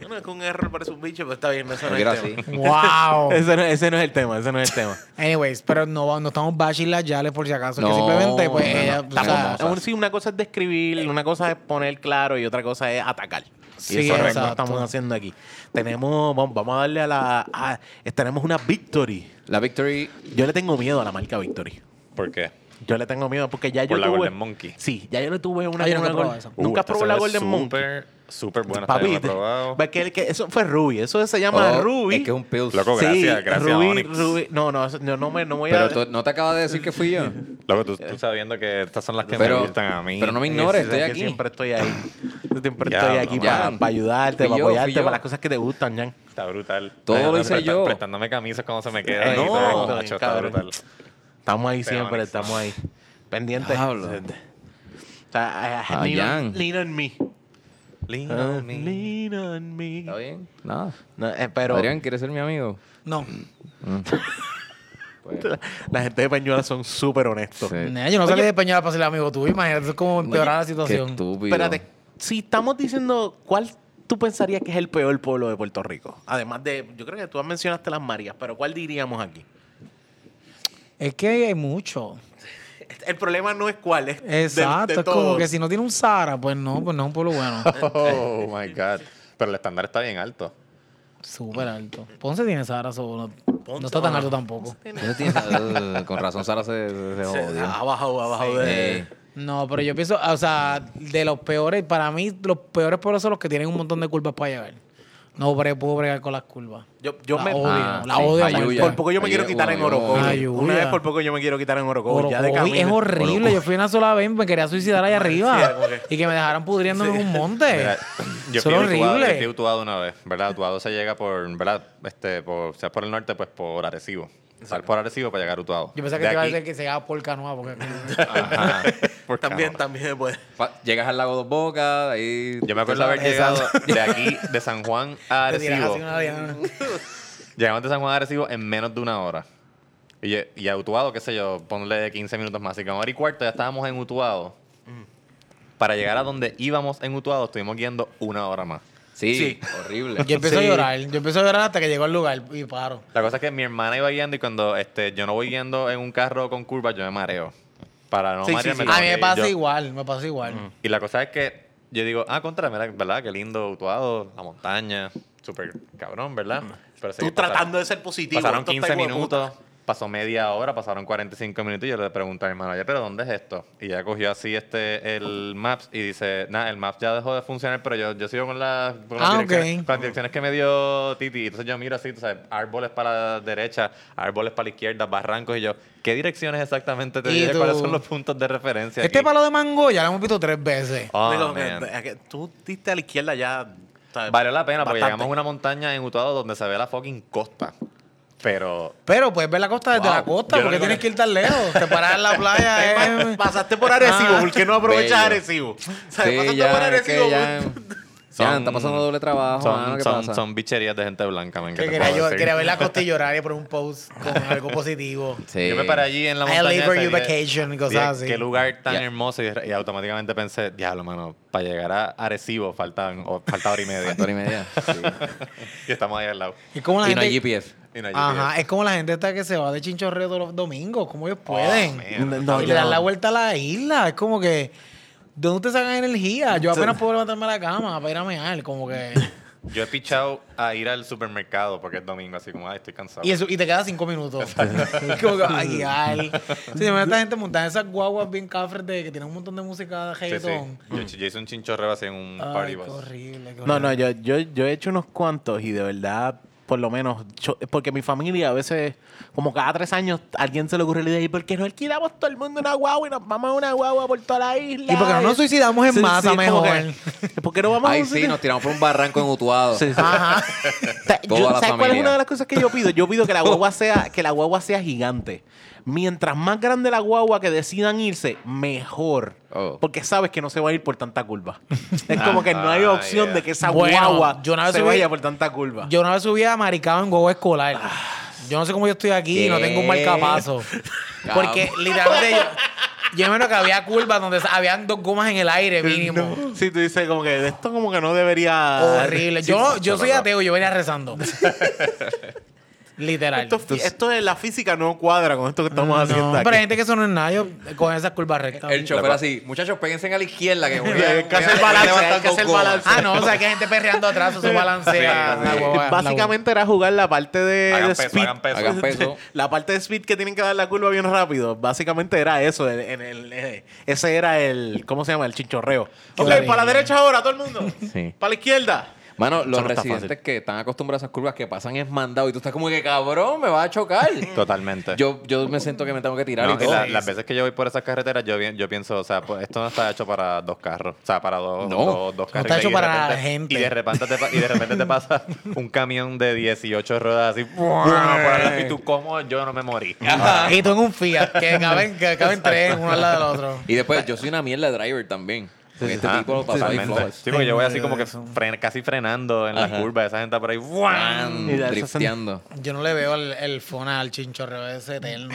Speaker 3: Bueno, es que un error parece un bicho, pero está bien, eso
Speaker 2: Lo
Speaker 3: no es
Speaker 2: quiero
Speaker 3: el
Speaker 2: así.
Speaker 3: tema.
Speaker 4: wow.
Speaker 3: Ese no, ese no es el tema, ese no es el tema.
Speaker 4: Anyways, pero no, va- no estamos bashing las yales por si acaso. que
Speaker 2: No,
Speaker 4: simplemente, pues,
Speaker 2: no, no.
Speaker 4: ella,
Speaker 2: Está
Speaker 4: o sea,
Speaker 2: famosa.
Speaker 3: Aún sí, una cosa es describir, una cosa es poner claro y otra cosa es atacar. Y
Speaker 4: Sí,
Speaker 3: eso es lo que
Speaker 4: exacto.
Speaker 3: estamos haciendo aquí. Tenemos, vamos, vamos a darle a la... a- tenemos una Victory.
Speaker 2: La Victory...
Speaker 3: Yo le tengo miedo a la marca Victory.
Speaker 1: ¿Por qué?
Speaker 3: Yo le tengo miedo porque ya yo
Speaker 1: Por la
Speaker 3: tuve...
Speaker 1: Golden Monkey.
Speaker 3: Sí, ya yo le tuve una...
Speaker 4: Ah, yo nunca
Speaker 3: una
Speaker 4: he probado
Speaker 3: Gol-
Speaker 4: esa.
Speaker 1: Uh,
Speaker 3: Nunca probé la Golden Monkey.
Speaker 1: este Súper, súper buena. hasta yo no
Speaker 3: Papi,
Speaker 1: la he probado.
Speaker 3: ve que, el que- eso fue Ruby. Eso se llama
Speaker 2: Oh,
Speaker 3: Ruby.
Speaker 2: Es que es un Pils.
Speaker 1: Loco,
Speaker 3: Sí,
Speaker 1: gracias, gracias
Speaker 3: Ruby,
Speaker 1: Onyx.
Speaker 3: Ruby. No, no, eso- no, no me, no voy a...
Speaker 2: Pero tú, no te acabas de decir que fui yo.
Speaker 1: Loco, tú, tú sabiendo que estas son las que
Speaker 2: Pero-
Speaker 1: me gustan a mí.
Speaker 2: pero no me
Speaker 3: Sí,
Speaker 2: ignores,
Speaker 3: sí,
Speaker 2: estoy
Speaker 3: que
Speaker 2: aquí.
Speaker 3: Siempre estoy ahí. Yo Siempre
Speaker 1: Ya,
Speaker 3: estoy aquí
Speaker 1: no,
Speaker 3: para,
Speaker 2: ya.
Speaker 3: para ayudarte,
Speaker 2: Fui
Speaker 3: para
Speaker 2: yo, fui
Speaker 3: apoyarte,
Speaker 2: yo.
Speaker 3: para las cosas que te gustan, Jan.
Speaker 1: Está brutal.
Speaker 2: Todo lo
Speaker 1: Presta-
Speaker 2: hice yo.
Speaker 1: Prestándome camisas cuando se me quedan.
Speaker 3: Ay,
Speaker 1: y
Speaker 3: no,
Speaker 1: todo,
Speaker 3: bien,
Speaker 1: macho, está
Speaker 3: cabrón.
Speaker 1: brutal.
Speaker 3: Estamos ahí
Speaker 1: Te
Speaker 3: siempre,
Speaker 1: amanece.
Speaker 3: estamos ahí. Pendientes.
Speaker 2: Diablo.
Speaker 3: O sea, I- I-
Speaker 2: Ah,
Speaker 3: lean, on,
Speaker 2: Jan.
Speaker 3: lean on me.
Speaker 1: Lean
Speaker 3: Ah,
Speaker 1: on me.
Speaker 3: Lean on me.
Speaker 2: ¿Está bien? Nada.
Speaker 3: No, eh, pero
Speaker 2: Adrián, ¿quieres ser mi amigo?
Speaker 4: no.
Speaker 2: Pues,
Speaker 3: la gente de Peñuela son súper honestos.
Speaker 2: sí.
Speaker 4: Nena, yo no salí de Peñuela para ser amigo tuyo. Imagínate, eso es como empeorar la
Speaker 2: Oye, Qué
Speaker 4: situación.
Speaker 2: estúpido.
Speaker 3: Espérate, si estamos diciendo cuál tú pensarías que es el peor pueblo de Puerto Rico, además de, yo creo que tú mencionaste las Marías, pero ¿cuál diríamos aquí?
Speaker 4: Es que hay mucho.
Speaker 3: El problema no es cuál, es de-
Speaker 4: Exacto.
Speaker 3: de
Speaker 4: es como
Speaker 3: todos.
Speaker 4: que si no tiene un Sara, pues no, pues no es un pueblo bueno.
Speaker 1: Oh my God. Pero el estándar está bien alto.
Speaker 4: Súper alto. Ponce tiene Sara, so, no, no
Speaker 3: Ponce,
Speaker 4: está tan
Speaker 3: ah,
Speaker 4: alto tampoco.
Speaker 2: Eso tiene- Ugh, con razón Sara se, se, se jodió.
Speaker 3: Ha bajado, ha bajado de...
Speaker 2: Eh,
Speaker 4: No, pero yo pienso, o sea, de los peores, para mí, los peores pueblos son los que tienen un montón de curvas para llegar. No bre- puedo bregar con las curvas.
Speaker 3: Yo, yo
Speaker 4: La
Speaker 3: me...
Speaker 4: odio,
Speaker 2: Ah,
Speaker 4: la
Speaker 2: sí,
Speaker 4: odio. a
Speaker 2: ayuya.
Speaker 4: muerte.
Speaker 3: Por poco yo me
Speaker 2: Ayuya,
Speaker 3: quiero quitar en
Speaker 2: uy, uy,
Speaker 3: Orocovi.
Speaker 4: ayuya.
Speaker 3: Una vez por poco yo me quiero quitar en Orocovi. Ya de
Speaker 4: Orocovi
Speaker 3: camino.
Speaker 4: es horrible. Yo fui una sola vez, me quería suicidar allá
Speaker 3: Sí,
Speaker 4: arriba
Speaker 3: como que-
Speaker 4: y que me dejaran pudriéndome en un monte.
Speaker 1: Mira, yo
Speaker 4: Eso
Speaker 1: fui a
Speaker 4: era
Speaker 1: Utuado, yo fui a
Speaker 4: horrible.
Speaker 1: Utuado una vez, ¿verdad? Utuado se llega por, ¿verdad? Este, por, sea por el norte, pues por Arecibo. Sal por Arecibo para llegar a Utuado.
Speaker 4: Yo pensaba que
Speaker 1: De
Speaker 4: te iba a
Speaker 1: aquí-
Speaker 4: decir que se llegaba por canoa. Porque...
Speaker 1: Ajá. Por
Speaker 3: También,
Speaker 1: carajo.
Speaker 3: también, pues.
Speaker 2: Ah, pa- llegas al lago Dos Bocas, ahí...
Speaker 1: Yo me acuerdo haber llegado de aquí, de San Juan a
Speaker 4: Te tiras
Speaker 1: Arecibo.
Speaker 4: así una diana.
Speaker 1: Llegamos de San Juan a Arecibo en menos de una hora. Y, lle- y a Utuado, qué sé yo, ponle 15 minutos más. Así que una hora y cuarto ya estábamos en Utuado. Para llegar a donde íbamos en Utuado, estuvimos guiando una hora más.
Speaker 2: Sí,
Speaker 3: Sí.
Speaker 2: horrible.
Speaker 4: Yo empecé a
Speaker 3: Sí.
Speaker 4: llorar. Yo empecé a llorar hasta que llegó al lugar y paro.
Speaker 1: La cosa es que mi hermana iba guiando y cuando este, yo no voy guiando en un carro con curvas, yo me mareo. Para no
Speaker 3: Sí, sí,
Speaker 1: marearme.
Speaker 3: sí.
Speaker 1: tengo
Speaker 4: A mí
Speaker 1: que
Speaker 4: me
Speaker 1: ir
Speaker 4: pasa
Speaker 1: yo.
Speaker 4: igual, me pasa igual.
Speaker 1: Y la cosa es que yo digo, ah, contra, mira, ¿verdad? Qué lindo, Utuado, la montaña. súper cabrón, ¿verdad? Pero
Speaker 3: Tú
Speaker 1: seguí pasando.
Speaker 3: tratando de ser positivo.
Speaker 1: Pasaron
Speaker 3: esto está
Speaker 1: 15
Speaker 3: hijo de puta.
Speaker 1: minutos, pasó media hora, pasaron 45 minutos y yo le pregunté a mi manager, ¿pero dónde es esto? Y ya cogió así este el Maps y dice, nada, el Maps ya dejó de funcionar, pero yo, yo sigo con las, con las
Speaker 4: Ah,
Speaker 1: direcciones,
Speaker 4: ok.
Speaker 1: con las direcciones que me dio Titi. Entonces yo miro así, tú sabes, árboles para la derecha, árboles para la izquierda, barrancos y yo, ¿qué direcciones exactamente te
Speaker 4: Y
Speaker 1: dije?
Speaker 4: tú-
Speaker 1: ¿Cuáles son los puntos de referencia?
Speaker 4: Este
Speaker 1: aquí?"
Speaker 4: palo de mango ya lo hemos visto tres veces.
Speaker 1: Oh,
Speaker 3: Digo,
Speaker 1: man.
Speaker 3: eh, eh, tú diste a la izquierda ya. ¿sabes?
Speaker 1: Valió la pena porque
Speaker 3: Bastante.
Speaker 1: llegamos a una montaña en Utuado donde se ve la fucking costa. Pero
Speaker 4: Pero puedes ver la costa desde
Speaker 1: Wow.
Speaker 4: la costa,
Speaker 1: Yo
Speaker 4: porque
Speaker 1: creo que-
Speaker 4: tienes que ir tan lejos. Te paras en la playa.
Speaker 3: Eh,
Speaker 4: eh.
Speaker 3: Pasaste por Arecibo,
Speaker 2: Ah,
Speaker 3: ¿por qué no aprovechas
Speaker 2: bello.
Speaker 3: Arecibo? O sea,
Speaker 2: Sí,
Speaker 3: pasaste por
Speaker 2: ya, es que
Speaker 3: Arecibo.
Speaker 2: ya. Ya, está pasando doble trabajo, mano,
Speaker 1: son,
Speaker 2: ¿qué
Speaker 1: son,
Speaker 2: pasa?
Speaker 1: son bicherías de gente blanca, man, ¿qué
Speaker 4: Que
Speaker 1: te
Speaker 4: quería,
Speaker 1: puedo
Speaker 4: yo-
Speaker 1: decir?
Speaker 4: quería ver la costa y llorar y poner un post con algo positivo.
Speaker 2: Sí.
Speaker 1: Yo me paré allí en la
Speaker 4: I
Speaker 1: montaña.
Speaker 4: live for
Speaker 1: ese
Speaker 4: you
Speaker 1: día,
Speaker 4: vacation, y cosas
Speaker 1: dije,
Speaker 4: así.
Speaker 1: Qué lugar tan
Speaker 2: Ya.
Speaker 1: hermoso. Y, y automáticamente pensé, diablo, mano, para llegar a Arecibo faltan, o, falta hora y media.
Speaker 2: Hora y media.
Speaker 1: y estamos ahí al lado.
Speaker 4: Es como la
Speaker 2: Y no hay
Speaker 4: gente.
Speaker 2: GPS.
Speaker 1: Y no hay
Speaker 4: Ajá,
Speaker 1: GPS.
Speaker 4: es como la gente esta que se va de chinchorreo todos los domingos. ¿Cómo ellos pueden?
Speaker 1: man.
Speaker 4: y le dan la vuelta a la isla. Es como que. ¿De dónde te sacan energía? Yo apenas puedo levantarme a la cama para ir a mear. Como que.
Speaker 1: Yo he pichado a ir al supermercado porque es domingo, así como, ay, estoy cansado.
Speaker 4: Y, eso, y te quedas cinco minutos. como que, ay, ay. Sí, me esta gente montada en esas guaguas bien cafres de que tienen un montón de música de
Speaker 1: Sí, sí.
Speaker 4: reggaetón.
Speaker 1: Yo, yo hice un chinchorreo así en un
Speaker 4: Ay,
Speaker 1: party
Speaker 4: qué
Speaker 1: bus.
Speaker 4: horrible, qué
Speaker 3: No, no,
Speaker 4: horrible.
Speaker 3: yo, yo, yo he hecho unos cuantos y de verdad, por lo menos, yo- porque mi familia a veces, como cada tres años, a alguien se le ocurre la idea, ¿y por qué no alquilamos todo el mundo una guagua y nos vamos a una guagua por toda la isla?
Speaker 4: Y porque no nos suicidamos en
Speaker 3: Sí,
Speaker 4: masa
Speaker 3: sí, es como
Speaker 4: mejor.
Speaker 3: que, ¿Por qué no vamos a
Speaker 2: Ahí
Speaker 3: un
Speaker 2: sí,
Speaker 3: sitio?
Speaker 2: nos tiramos por un barranco en Utuado.
Speaker 3: Sí, sí.
Speaker 4: Ajá.
Speaker 3: Ta-
Speaker 2: Toda
Speaker 3: yo-
Speaker 2: la
Speaker 3: ¿Sabes cuál es
Speaker 2: familia.
Speaker 3: una de las cosas que yo pido? Yo pido que la guagua sea, que la guagua sea gigante. Mientras más grande la guagua que decidan irse, mejor.
Speaker 2: Oh.
Speaker 3: Porque sabes que no se va a ir por tanta curva. Es como que no hay
Speaker 1: Ah,
Speaker 3: opción
Speaker 1: yeah.
Speaker 3: de que esa
Speaker 4: Bueno,
Speaker 3: guagua
Speaker 4: yo una vez
Speaker 3: se
Speaker 4: subí-
Speaker 3: vaya por tanta curva.
Speaker 4: Yo una vez subí a Maricao en huevo escolar.
Speaker 1: Ah,
Speaker 4: Yo no sé cómo yo estoy aquí y no tengo un marcapaso. Porque literalmente yo, yo menos que había curvas donde habían dos gomas en el aire mínimo.
Speaker 3: No. Sí, tú dices como que de esto como que no debería...
Speaker 4: Horrible.
Speaker 3: Ah, Sí,
Speaker 4: Yo,
Speaker 3: sí,
Speaker 4: yo
Speaker 3: sí,
Speaker 4: soy
Speaker 3: no, no.
Speaker 4: ateo y yo venía rezando. Literal.
Speaker 3: Esto, esto de la física no cuadra con esto que estamos haciendo
Speaker 4: No,
Speaker 3: aquí.
Speaker 4: pero hay gente que eso no es nada. Yo con esas curvas rectas.
Speaker 2: El chofer así, muchachos, péguense a la izquierda que voy a-
Speaker 3: Hay
Speaker 2: voy
Speaker 3: que
Speaker 2: a-
Speaker 3: hacer
Speaker 2: voy a
Speaker 3: balance,
Speaker 2: levantar
Speaker 3: hay que
Speaker 2: dos
Speaker 3: hacer
Speaker 2: gomas.
Speaker 3: balance.
Speaker 4: Ah, no, o sea, que hay gente perreando atrás, eso balancea. la guagua- la
Speaker 3: Básicamente era jugar la parte de,
Speaker 1: Hagan
Speaker 3: de
Speaker 1: peso,
Speaker 3: speed.
Speaker 1: hagan peso.
Speaker 2: Hagan peso.
Speaker 3: la parte de speed que tienen que dar la curva bien rápido. Básicamente era eso. el- en el- eh, ese era el. ¿Cómo se llama? El chinchorreo. Ok,
Speaker 4: Claro.
Speaker 3: para la derecha ahora, todo el mundo.
Speaker 2: Sí.
Speaker 3: Para la izquierda.
Speaker 2: Mano, los
Speaker 3: no está
Speaker 2: residentes que están acostumbrados a esas curvas que pasan es mandado y tú estás como que cabrón, me vas a chocar.
Speaker 1: Totalmente.
Speaker 2: Yo, yo me siento que me tengo que tirar
Speaker 1: No,
Speaker 2: y
Speaker 1: y
Speaker 2: todo.
Speaker 1: la- las veces que yo voy por esas carreteras, yo, vi- yo pienso, o sea, pues, esto no está hecho para dos carros, o sea, para dos,
Speaker 2: No.
Speaker 1: dos, dos
Speaker 4: está
Speaker 1: carriles,
Speaker 4: hecho
Speaker 1: y de
Speaker 4: para
Speaker 1: repente-
Speaker 4: gente.
Speaker 1: Y de, repente te, pa- y de repente te pasa un camión de 18 ruedas así, ¡buah! por ahí, y tú, ¿cómo yo no me morí?
Speaker 4: guagua. Y tú en un Fiat, que caben, que caben tres, uno al lado del otro.
Speaker 2: Y después, yo soy una mierda de driver también. Porque este
Speaker 1: Ah,
Speaker 2: tipo lo pasó ahí
Speaker 1: totalmente.
Speaker 2: flojas.
Speaker 1: Sí, porque yo voy así como que fren- casi frenando en la curva, esa gente por ahí, ¡buah!
Speaker 3: Y de
Speaker 2: Bam,
Speaker 3: esas-
Speaker 2: Drifteando.
Speaker 4: Yo no le veo el, el fona al chinchorreo ese eterno.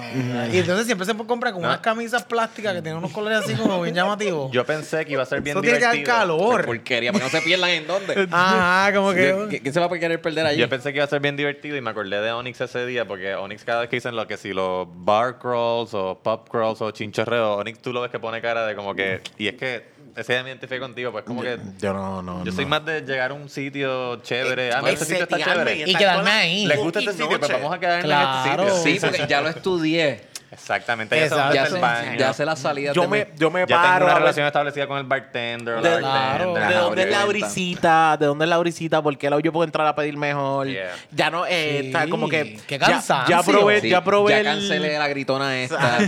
Speaker 4: y entonces siempre se compra con unas camisas plásticas que tienen unos colores así como bien llamativos.
Speaker 1: Yo pensé que iba a ser bien
Speaker 4: eso tiene que dar
Speaker 1: divertido.
Speaker 2: Por
Speaker 4: calor.
Speaker 2: porquería, porque no se pierdan en dónde.
Speaker 4: Ajá, como
Speaker 2: ¿Qué-
Speaker 4: que.
Speaker 2: ¿Qué, qué se va a querer perder allí?
Speaker 1: Yo pensé que iba a ser bien divertido y me acordé de Onyx ese día porque Onyx cada vez que dicen lo que si los bar crawls o pop crawls o chinchorreos, Onyx tú lo ves que pone cara de como que... Y es que ese día me identifiqué contigo, pues como que...
Speaker 3: Yo no, no.
Speaker 1: Yo soy más de llegar a un sitio chévere. Ah, no,
Speaker 3: Ay,
Speaker 1: este sitio está
Speaker 3: setearme
Speaker 1: chévere.
Speaker 4: Y
Speaker 3: estar
Speaker 4: quedarme
Speaker 3: con la-
Speaker 4: ahí.
Speaker 1: ¿Les gusta este
Speaker 3: Y
Speaker 1: sitio? Pues
Speaker 3: noche.
Speaker 1: vamos a quedar en
Speaker 4: Claro.
Speaker 1: este sitio.
Speaker 2: Sí, porque ya lo estudié.
Speaker 1: Exactamente. Ya,
Speaker 4: Exacto.
Speaker 2: Ya
Speaker 1: ya,
Speaker 2: sé,
Speaker 1: el Ah, baño.
Speaker 2: ya sé la salida.
Speaker 3: Yo me, yo me
Speaker 1: ya
Speaker 3: paro.
Speaker 1: tengo
Speaker 3: a
Speaker 1: una
Speaker 3: ver-
Speaker 1: relación establecida con el bartender. o la
Speaker 3: De,
Speaker 4: Claro.
Speaker 1: bartender.
Speaker 3: ¿De
Speaker 2: Ajá,
Speaker 3: dónde es la
Speaker 2: obviamente.
Speaker 3: brisita? ¿De dónde es la brisita? ¿Por qué lado yo puedo entrar a pedir mejor?
Speaker 1: Yeah.
Speaker 3: Ya no, eh,
Speaker 4: Sí.
Speaker 3: está como que.
Speaker 4: Qué
Speaker 3: ya-
Speaker 4: cansancio.
Speaker 3: Ya, probé, ya probé.
Speaker 2: Ya
Speaker 3: el-
Speaker 2: cancelé la gritona esta.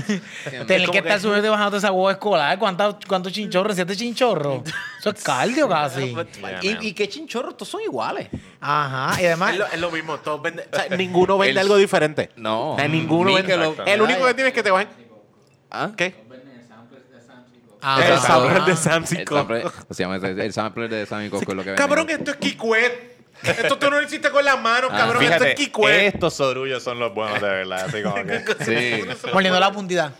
Speaker 4: Tener
Speaker 3: como
Speaker 4: que estar
Speaker 3: que-
Speaker 4: subiendo y bajando esa huevo escolar. ¿Cuántos cuántos chinchorros? ¿Siete chinchorros? Eso es cardio casi.
Speaker 1: Yeah, man.
Speaker 2: ¿Y, y qué chinchorros, todos son iguales.
Speaker 4: Ajá. Y además,
Speaker 3: Es lo, es lo mismo. todos venden- o sea, ninguno vende
Speaker 2: El-
Speaker 3: algo diferente.
Speaker 2: No.
Speaker 3: O sea, ninguno vende.
Speaker 2: Michelob.
Speaker 3: El único que tienes es que te bajen.
Speaker 2: ¿Ah?
Speaker 3: ¿Qué?
Speaker 4: Ah,
Speaker 3: El
Speaker 4: ajá.
Speaker 3: sabor de Sam
Speaker 2: El
Speaker 3: Cinco.
Speaker 2: sample, se llama ese- el sampler de Sammy Coco es lo que
Speaker 3: Cabrón,
Speaker 2: venden.
Speaker 3: esto es Kikuet. Esto tú no lo hiciste con las manos,
Speaker 2: Ah,
Speaker 3: cabrón. esto es
Speaker 1: Fíjate,
Speaker 3: Kikuet.
Speaker 1: estos orullos son los buenos de verdad. Así como que...
Speaker 3: este,
Speaker 2: Sí.
Speaker 4: Mordiendo la puntita.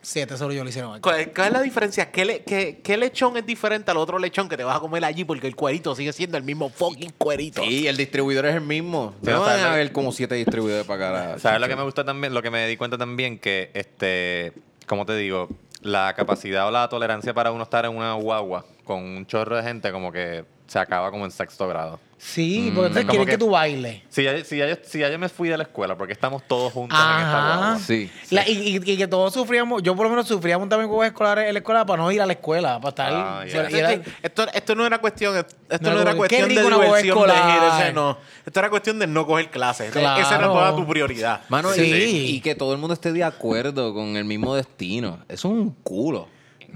Speaker 4: Siete solo yo lo hicieron aquí.
Speaker 3: ¿Cuál, cuál es la diferencia? ¿Qué, le- qué- qué lechón es diferente al otro lechón que te vas a comer allí? Porque el cuerito sigue siendo el mismo fucking cuerito.
Speaker 2: Sí, el distribuidor es el mismo.
Speaker 1: Pero
Speaker 2: no
Speaker 3: eh,
Speaker 1: sabes
Speaker 2: van a
Speaker 1: lo-
Speaker 2: haber como siete distribuidores para cada.
Speaker 1: ¿Sabes lo que me gusta también? Lo que me di cuenta también que, este, como te digo, la capacidad o la tolerancia para uno estar en una guagua con un chorro de gente como que se acaba como en sexto grado.
Speaker 2: Mm,
Speaker 4: Sí, porque entonces
Speaker 1: como
Speaker 4: quieren que,
Speaker 1: que-
Speaker 4: tú bailes.
Speaker 1: Si ya, si, ya, si ya yo me fui de la escuela, porque estamos todos juntos en esta
Speaker 4: Ajá.
Speaker 1: guagua.
Speaker 2: Sí.
Speaker 4: La- y, y- y que todos sufríamos, yo por lo menos sufría un también con escolares en la escuela para no ir a la escuela, para estar.
Speaker 1: Ah, ya.
Speaker 4: y era-
Speaker 3: Esto, esto, esto no era cuestión, esto
Speaker 4: No
Speaker 3: no,
Speaker 4: era
Speaker 3: era
Speaker 4: como que, qué
Speaker 3: cuestión de
Speaker 4: rico una boda
Speaker 3: diversión de ir,
Speaker 4: escolar.
Speaker 3: ese no. Esto era cuestión de no coger clases.
Speaker 4: Claro.
Speaker 3: Esa era toda tu prioridad.
Speaker 2: Mano, y-
Speaker 4: Sí.
Speaker 2: y, que todo el mundo esté de acuerdo con el mismo destino. Eso es un culo.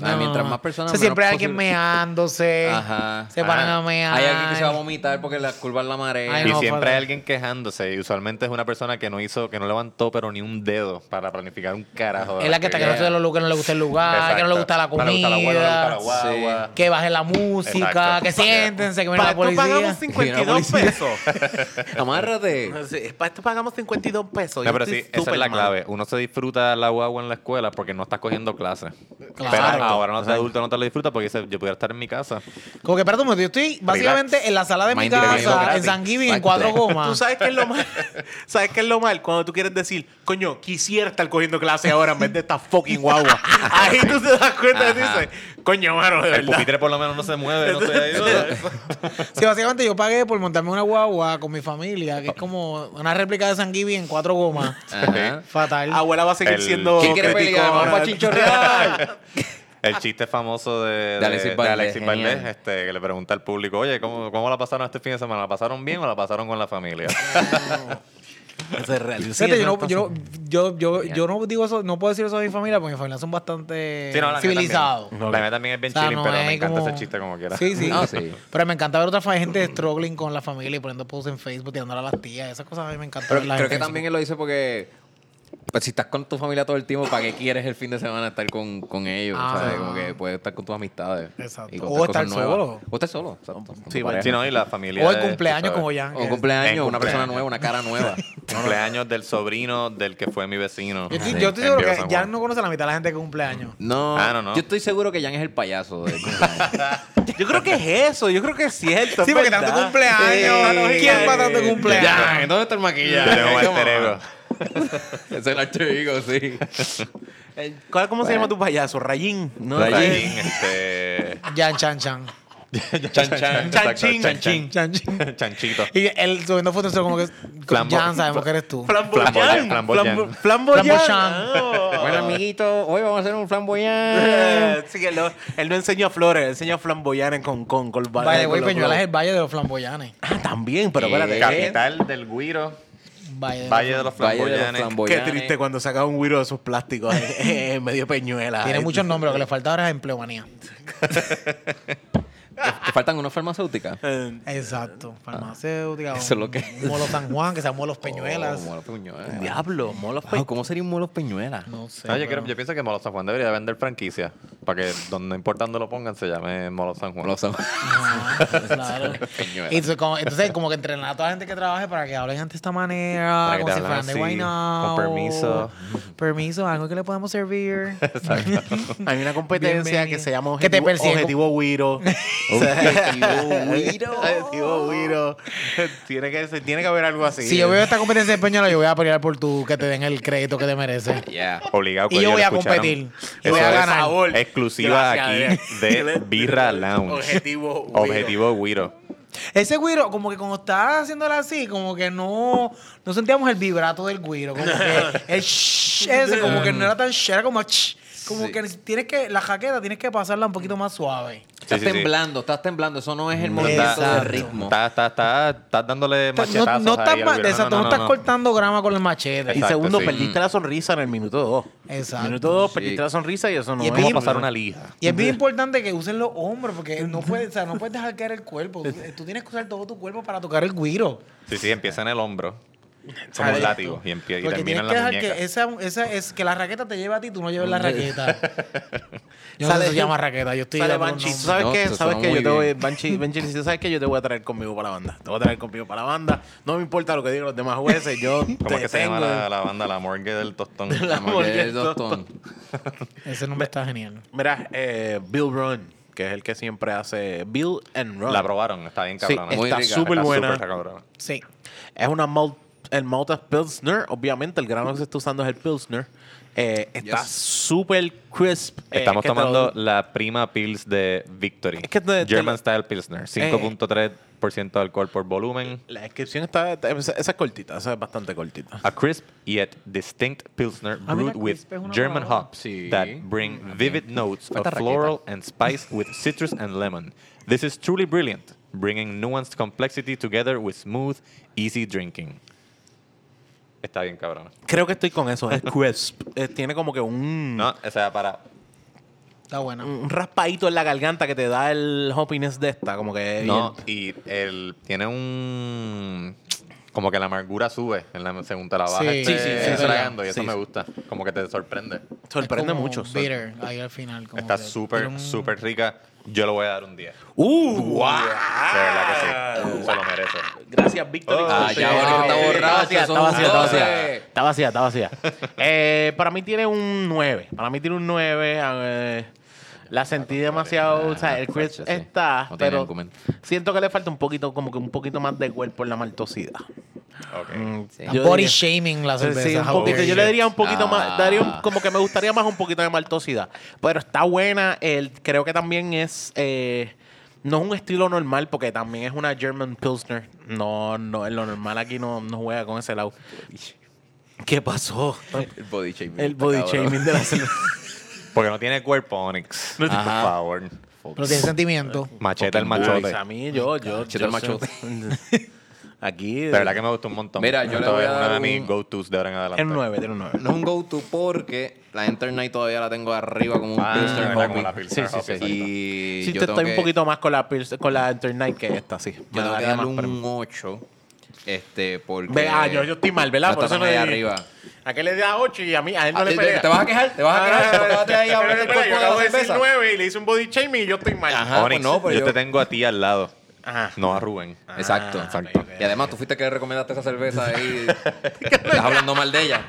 Speaker 2: Ah,
Speaker 4: no.
Speaker 2: mientras más personas.
Speaker 4: O sea, siempre hay
Speaker 2: menos
Speaker 4: alguien
Speaker 2: posible-
Speaker 4: meándose.
Speaker 2: Ajá.
Speaker 4: Se paran
Speaker 2: Ah,
Speaker 4: a mear.
Speaker 2: Hay alguien que se va a vomitar porque la curva es la marea.
Speaker 1: Y
Speaker 4: Ay, no,
Speaker 1: siempre
Speaker 4: padre.
Speaker 1: hay alguien quejándose. Y usualmente es una persona que no hizo, que no levantó pero ni un dedo para planificar un carajo. de
Speaker 4: Es la que está que no,
Speaker 1: actividad.
Speaker 4: se lo- que no le gusta el lugar, que no le gusta la
Speaker 1: Exacto.
Speaker 4: comida.
Speaker 1: No le gusta la guagua, no le gusta la guagua.
Speaker 4: Que baje la música,
Speaker 1: Exacto.
Speaker 4: que siéntense, que viene
Speaker 3: Para
Speaker 4: la
Speaker 3: esto pagamos
Speaker 4: policía.
Speaker 2: Viene la
Speaker 3: 52
Speaker 2: policía.
Speaker 3: pesos.
Speaker 2: Amárrate.
Speaker 3: Sí, Para esto pagamos 52 pesos.
Speaker 1: No,
Speaker 3: Yo
Speaker 1: pero
Speaker 3: estoy
Speaker 1: sí, esa es
Speaker 3: súper
Speaker 1: la
Speaker 3: mal.
Speaker 1: clave. Uno se disfruta la guagua en la escuela porque no está cogiendo clases. Pero
Speaker 4: Claro.
Speaker 1: ahora no es adulto, no te lo disfruta porque dice, yo pudiera estar en mi casa.
Speaker 4: Como que, espérate un momento, yo estoy básicamente en la sala de mi
Speaker 2: Mind relax.
Speaker 4: casa, en
Speaker 2: Gratis.
Speaker 4: San Giving, en
Speaker 2: Mind
Speaker 4: cuatro
Speaker 2: relax.
Speaker 3: Tú
Speaker 4: gomas.
Speaker 3: sabes qué es lo mal. ¿Sabes qué es lo mal? Cuando tú quieres decir, coño, quisiera estar cogiendo clase ahora en vez de esta fucking guagua. Ahí tú te das cuenta y dices, coño, mano, de
Speaker 1: El
Speaker 3: verdad.
Speaker 1: pupitre por lo menos no se mueve, no se ayuda.
Speaker 4: Sí, básicamente yo pagué por montarme una guagua con mi familia, que es como una réplica de San Giving en cuatro gomas.
Speaker 2: Ajá.
Speaker 4: Fatal.
Speaker 3: Abuela va a seguir
Speaker 1: El-
Speaker 3: siendo.
Speaker 2: ¿Quién quiere
Speaker 3: crítico
Speaker 2: pelear? Vamos
Speaker 3: ahora.
Speaker 2: para chinchorrear.
Speaker 1: El chiste famoso de, de,
Speaker 2: De Alexis
Speaker 1: de
Speaker 2: Valdés,
Speaker 1: Alexis Valdés,
Speaker 2: genial.
Speaker 1: este, que le pregunta al público, oye, ¿cómo, ¿cómo la pasaron este fin de semana? ¿La pasaron bien o la pasaron con la familia?
Speaker 3: Eso es real. Sí,
Speaker 4: Fíjate, yo,
Speaker 3: eso
Speaker 4: no,
Speaker 3: pasa.
Speaker 4: yo, yo, yo, yo no digo eso, no puedo decir eso de mi familia porque mi familia son bastante
Speaker 1: Sí, no, la mía
Speaker 4: civilizados.
Speaker 1: también. La mía también es bien
Speaker 4: O sea,
Speaker 1: chilling,
Speaker 4: no
Speaker 1: pero
Speaker 4: es
Speaker 1: me encanta
Speaker 4: como-
Speaker 1: ese chiste como quiera.
Speaker 4: Sí, sí.
Speaker 2: Ah, sí.
Speaker 4: Pero me encanta ver otra fa- gente struggling con la familia y poniendo posts en Facebook, tirándola a las tías. Esas cosas a mí me encantan.
Speaker 2: Pero
Speaker 4: verlas en
Speaker 2: creo que
Speaker 4: Facebook.
Speaker 2: también él lo dice porque. Pues si estás con tu familia todo el tiempo, ¿para qué quieres el fin de semana estar con, con ellos?
Speaker 4: Ah.
Speaker 2: ¿sabes? Como que puedes estar con tus amistades.
Speaker 4: Exacto.
Speaker 2: y
Speaker 4: O
Speaker 2: contar
Speaker 4: estar
Speaker 2: cosas nuevas.
Speaker 4: solo.
Speaker 2: O estar solo, exacto. con tu
Speaker 1: Sí,
Speaker 2: pareja.
Speaker 1: bueno, sí, no, y la familia.
Speaker 4: O el
Speaker 1: de- tú
Speaker 4: cumpleaños
Speaker 1: sabes.
Speaker 4: como Jan.
Speaker 2: O
Speaker 4: que-
Speaker 1: En
Speaker 2: cumpleaños, una
Speaker 1: cumpleaños.
Speaker 2: persona nueva, una cara nueva.
Speaker 1: Cumpleaños del sobrino del que fue mi vecino.
Speaker 4: Yo estoy,
Speaker 1: Sí,
Speaker 4: yo estoy
Speaker 1: en
Speaker 4: seguro
Speaker 1: Viejo
Speaker 4: que
Speaker 1: San Juan.
Speaker 4: Jan no conoce a la mitad de la gente que cumple años.
Speaker 2: No,
Speaker 1: Ah, no, no.
Speaker 2: Yo estoy seguro que Jan es el payaso. del cumpleaños.
Speaker 3: Yo creo que es eso. Yo creo que es cierto.
Speaker 4: Sí,
Speaker 3: es
Speaker 4: porque tanto
Speaker 3: verdad.
Speaker 4: cumpleaños.
Speaker 3: Sí.
Speaker 4: ¿Quién va a tanto cumpleaños?
Speaker 2: Jan, ¿dónde está el
Speaker 1: Yo
Speaker 2: maquillaje?
Speaker 1: tengo
Speaker 2: Come
Speaker 1: alter
Speaker 2: on.
Speaker 1: ego.
Speaker 2: Es el alter ego, sí.
Speaker 3: Eh, ¿cuál- ¿Cómo se llama tu payaso? Rayín. ¿no?
Speaker 2: Rayín.
Speaker 1: Chin, este.
Speaker 4: Jan Chan Chan.
Speaker 1: Chan Chan. exacto,
Speaker 3: Chanchín.
Speaker 1: Chan Chan.
Speaker 4: Chan Chan.
Speaker 1: Chanchito.
Speaker 4: Y él subiendo fotos solo como que con
Speaker 1: Flambo-
Speaker 4: Jan sabemos que eres tú.
Speaker 3: Flamboyán.
Speaker 1: Flamboyán, flamboyán.
Speaker 3: Flambo- Flamboyán. Oh.
Speaker 4: Flamboyán.
Speaker 2: Bueno, amiguito, hoy vamos a hacer un flamboyán.
Speaker 3: Eh, sí, que lo- él no enseñó flores, él enseñó flamboyán en Hong Kong. Con, con
Speaker 4: Vale, güey,
Speaker 3: los-
Speaker 4: Peñuelas es el Valle de los Flamboyanes.
Speaker 3: Ah, también, pero espérate.
Speaker 2: Eh,
Speaker 1: Capital del Guiro.
Speaker 4: Valle de los
Speaker 1: Valle de los
Speaker 2: Valle de los
Speaker 1: Flamboyanes.
Speaker 3: Qué
Speaker 2: flamboyanes.
Speaker 3: triste cuando sacaba un güiro de esos plásticos eh, eh, medio peñuela.
Speaker 4: Tiene muchos nombres, lo que le falta ahora es empleomanía.
Speaker 2: Te faltan unas farmacéuticas.
Speaker 3: Eh,
Speaker 4: Exacto. Farmacéutica.
Speaker 2: Eso es lo que-
Speaker 4: un Molo San Juan, que se llama Los Peñuelas.
Speaker 2: Oh, molos peñuelas.
Speaker 3: Diablo, molos
Speaker 2: Wow, ¿Cómo sería un molos peñuelas?
Speaker 4: No sé.
Speaker 1: No, yo,
Speaker 4: pero-
Speaker 1: creo- yo pienso que Molo San Juan debería vender franquicia para que donde no importa dónde lo pongan se llame Molo San Juan.
Speaker 2: Molos
Speaker 4: Ajá, claro.
Speaker 2: Peñuelas.
Speaker 4: Y entonces, como, entonces, como que entrenar a toda la gente que trabaje para que hablen de esta manera,
Speaker 1: Para que
Speaker 4: como
Speaker 1: te
Speaker 4: si
Speaker 1: hablan
Speaker 4: fueran de
Speaker 1: así,
Speaker 4: Guaynabo.
Speaker 1: con permiso.
Speaker 4: Permiso, algo que le podamos servir.
Speaker 3: Hay una competencia
Speaker 4: Bienvenido.
Speaker 3: que se llama
Speaker 4: Que te
Speaker 3: Objetivo,
Speaker 4: persiguen con-
Speaker 3: objetivo Guiro.
Speaker 2: Objetivo Guiro.
Speaker 3: Objetivo Guiro. Tiene que, ser- tiene que haber algo así.
Speaker 4: Si yo veo esta competencia de Peñuela, yo voy a pelear por tu que te den el crédito que te mereces.
Speaker 2: Yeah.
Speaker 1: Obligado que
Speaker 4: Y yo
Speaker 1: ellos
Speaker 4: voy
Speaker 1: lo
Speaker 4: a
Speaker 1: escucharon.
Speaker 4: competir. Y
Speaker 1: Eso
Speaker 4: voy a
Speaker 1: es
Speaker 4: ganar.
Speaker 1: Exclusiva
Speaker 3: Gracias,
Speaker 1: aquí de Birra Lounge.
Speaker 3: Objetivo Guiro.
Speaker 1: Objetivo Guiro.
Speaker 4: Ese guiro, como que cuando estaba haciéndola así, como que no, no sentíamos el vibrato del guiro. Como que el shh, ese, como que no era tan shh, era como shh. Como
Speaker 2: Sí.
Speaker 4: que tienes que, la jaqueta tienes que pasarla un poquito más suave.
Speaker 2: Estás
Speaker 1: sí, sí.
Speaker 2: temblando, estás temblando. Eso no es el
Speaker 4: Exacto.
Speaker 2: movimiento del ritmo.
Speaker 1: Está, está, está, estás dándole
Speaker 4: No,
Speaker 1: machetazos
Speaker 4: no estás,
Speaker 1: ahí al
Speaker 4: ma-
Speaker 1: Guiro.
Speaker 4: exacto, no, estás cortando grama con el machete.
Speaker 3: Y
Speaker 1: Exacto,
Speaker 3: segundo,
Speaker 1: sí.
Speaker 3: perdiste la sonrisa en el minuto 2.
Speaker 4: Exacto.
Speaker 3: Minuto 2,
Speaker 2: Sí.
Speaker 3: perdiste la sonrisa y eso no
Speaker 4: Y es
Speaker 1: ¿Cómo
Speaker 4: bien-
Speaker 1: pasar una lija?
Speaker 4: Y es bien importante que usen los hombros, porque no puedes, o sea, no puedes dejar caer el cuerpo. Tú, tú tienes que usar todo tu cuerpo para tocar el guiro.
Speaker 1: Sí, sí, empieza en el hombro. Como
Speaker 4: Exacto.
Speaker 1: un látigo. Y, empie- y
Speaker 4: Porque
Speaker 1: termina
Speaker 4: tienes
Speaker 1: en la
Speaker 4: que dejar
Speaker 1: muñeca.
Speaker 4: que, esa, esa, es, que la raqueta te lleve a ti, tú no lleves la raqueta. Yo no sé si se llama raqueta, yo estoy...
Speaker 3: Sale
Speaker 4: ya por un
Speaker 3: Banshee. ¿Tú
Speaker 4: nombre.
Speaker 3: sabes
Speaker 2: No,
Speaker 3: qué?
Speaker 2: eso
Speaker 3: ¿Sabes
Speaker 2: suena
Speaker 3: qué? Yo
Speaker 2: muy
Speaker 3: te voy,
Speaker 2: bien.
Speaker 3: Banshee, Banshee dice, ¿sabes qué? Yo te voy a traer conmigo para la banda. Te voy a traer conmigo para la banda. No me importa lo que digan los demás jueces. Yo
Speaker 1: ¿Cómo
Speaker 3: te
Speaker 1: es que se
Speaker 3: tengo.
Speaker 1: llama la, la banda? La morgue del tostón.
Speaker 2: Como que el doctor.
Speaker 4: Ese nombre está genial.
Speaker 3: Mira, eh, Bill Run, que es el que siempre hace Bill and Run.
Speaker 1: La probaron, está bien
Speaker 3: Sí,
Speaker 1: cabrona.
Speaker 2: muy
Speaker 3: está
Speaker 2: rica.
Speaker 3: súper
Speaker 1: Está
Speaker 3: buena. Eh,
Speaker 1: súper cabrona.
Speaker 4: Sí.
Speaker 3: Es una malt, el Malta Pilsner, obviamente el grano que se está usando es el Pilsner. Eh, está
Speaker 2: Yes.
Speaker 3: súper crisp. eh,
Speaker 1: Estamos
Speaker 3: que te lo-
Speaker 1: tomando la prima Pils de Victory.
Speaker 3: Es que te- te
Speaker 1: German
Speaker 3: lo- Eh.
Speaker 1: Style Pilsner. 5.3% de alcohol por volumen.
Speaker 3: La descripción está, está- esa esa es cortita, esa es bastante cortitita.
Speaker 1: A crisp yet distinct Pilsner
Speaker 4: Ah, mira,
Speaker 1: brewed with
Speaker 4: crisp es una
Speaker 1: German
Speaker 4: palabra.
Speaker 1: hops
Speaker 2: Sí.
Speaker 1: that bring vivid notes of
Speaker 2: Esta raqueta.
Speaker 1: floral and spice with citrus and lemon. This is truly brilliant, bringing nuanced complexity together with smooth, easy drinking. Está bien, cabrón.
Speaker 3: Creo que estoy con eso. Es crisp. Eh, tiene como que un,
Speaker 1: No, o sea, para
Speaker 4: Está buena.
Speaker 3: un raspadito en la garganta que te da el hoppiness de esta. Como que.
Speaker 1: No, y él tiene un. Como que la amargura sube en la, según te la bajas.
Speaker 4: Sí,
Speaker 1: te-
Speaker 3: sí, sí, sí,
Speaker 1: te
Speaker 3: sí.
Speaker 1: tragando, y eso
Speaker 3: Sí,
Speaker 1: me
Speaker 3: sí.
Speaker 1: gusta. Como que te sorprende.
Speaker 3: sorprende
Speaker 4: Es como
Speaker 3: mucho. sor-
Speaker 4: Bitter, ahí al final. como
Speaker 1: Está
Speaker 4: que
Speaker 1: súper,
Speaker 4: tiene un-
Speaker 1: súper rica. Yo le voy a dar un 10.
Speaker 3: ¡Uh!
Speaker 1: De verdad que sí. Se lo merece.
Speaker 3: Gracias, Víctor. Eh,
Speaker 1: Oh,
Speaker 2: Ah,
Speaker 1: Sí.
Speaker 2: ya, ahora que está
Speaker 1: Sí.
Speaker 2: borracho.
Speaker 3: Está
Speaker 2: son
Speaker 3: vacía, está vacía.
Speaker 2: 12.
Speaker 3: Está vacía, está vacía. Eh, para mí tiene un 9. Para mí tiene un 9. eh, la sentí demasiado. o sea, el Chris
Speaker 2: Concha, sí.
Speaker 3: está.
Speaker 2: No tiene
Speaker 3: pero
Speaker 2: argumento.
Speaker 3: siento que le falta un poquito, como que un poquito más de cuerpo en la maltosidad. Mm,
Speaker 1: Ok.
Speaker 4: Está
Speaker 3: Yo
Speaker 4: Body
Speaker 3: diría-
Speaker 4: shaming la
Speaker 3: Sí,
Speaker 4: cerveza.
Speaker 3: un
Speaker 4: how
Speaker 3: poquito.
Speaker 4: dare
Speaker 3: yo le
Speaker 4: you.
Speaker 3: diría un poquito
Speaker 2: Ah.
Speaker 3: más, daría un- como que me gustaría más un poquito de maltosidad. Pero está buena, el, creo que también es, eh, no es un estilo normal porque también es una German Pilsner. No, no, lo normal aquí no, no juega con ese lado. ¿Qué pasó?
Speaker 2: El body shaming.
Speaker 3: El body shaming de la cerveza.
Speaker 1: Porque no tiene cuerpo, Onyx. Por
Speaker 2: Ajá.
Speaker 1: favor.
Speaker 4: Pero tiene sentimiento.
Speaker 1: Machete el
Speaker 3: Alex,
Speaker 1: machote.
Speaker 3: A mí, yo, yo.
Speaker 2: Machete
Speaker 3: yo
Speaker 2: al machote.
Speaker 3: soy- Aquí.
Speaker 1: De verdad que me gustó un montón.
Speaker 2: Mira, yo le
Speaker 1: Esto
Speaker 2: voy
Speaker 1: es
Speaker 2: a
Speaker 1: uno de
Speaker 2: dar
Speaker 1: mis
Speaker 2: un-
Speaker 1: go-tos de ahora en adelante.
Speaker 3: Tiene un 9, tiene un 9.
Speaker 2: No es un go-to porque la Internet todavía la tengo arriba como un
Speaker 1: Ah,
Speaker 2: Pilsner
Speaker 1: como
Speaker 2: Hoppy.
Speaker 1: la Pilsner
Speaker 2: Sí, sí,
Speaker 1: Hoppy,
Speaker 2: sí. Y
Speaker 3: Sí,
Speaker 2: yo
Speaker 3: te
Speaker 2: tengo
Speaker 3: estoy un
Speaker 2: que-
Speaker 3: poquito más con la, Pils- con la Night que esta, sí.
Speaker 2: Yo tengo que
Speaker 3: daría más
Speaker 2: darle
Speaker 3: premio.
Speaker 2: un 8. Este, porque.
Speaker 3: Ve, ah, yo, yo estoy mal, ¿verdad?
Speaker 2: No
Speaker 3: Por
Speaker 2: está tan
Speaker 3: eso no
Speaker 2: allá
Speaker 3: le-
Speaker 2: arriba.
Speaker 3: ¿A qué le da 8 y a mí a él no
Speaker 2: Ah,
Speaker 3: le
Speaker 2: te-
Speaker 3: pelea?
Speaker 2: te vas a quejar, te vas a
Speaker 3: Ah,
Speaker 2: quejar,
Speaker 3: no, no, no,
Speaker 2: te quedaste
Speaker 3: no,
Speaker 2: ahí
Speaker 3: no,
Speaker 2: hablando
Speaker 3: no,
Speaker 2: del
Speaker 3: no,
Speaker 2: cuerpo
Speaker 3: yo
Speaker 2: de la
Speaker 3: acabo de decir
Speaker 2: cerveza.
Speaker 3: 9 y le hice un body shaming y yo estoy mal.
Speaker 2: Ajá.
Speaker 1: Onyx,
Speaker 2: pues no, pero
Speaker 1: yo,
Speaker 2: yo-
Speaker 1: te tengo a ti al lado.
Speaker 3: Ajá.
Speaker 1: No a Rubén.
Speaker 2: Exacto.
Speaker 3: Ah,
Speaker 1: Exacto.
Speaker 2: Y además, tú fuiste que recomendaste esa cerveza ahí. Estás hablando mal de ella.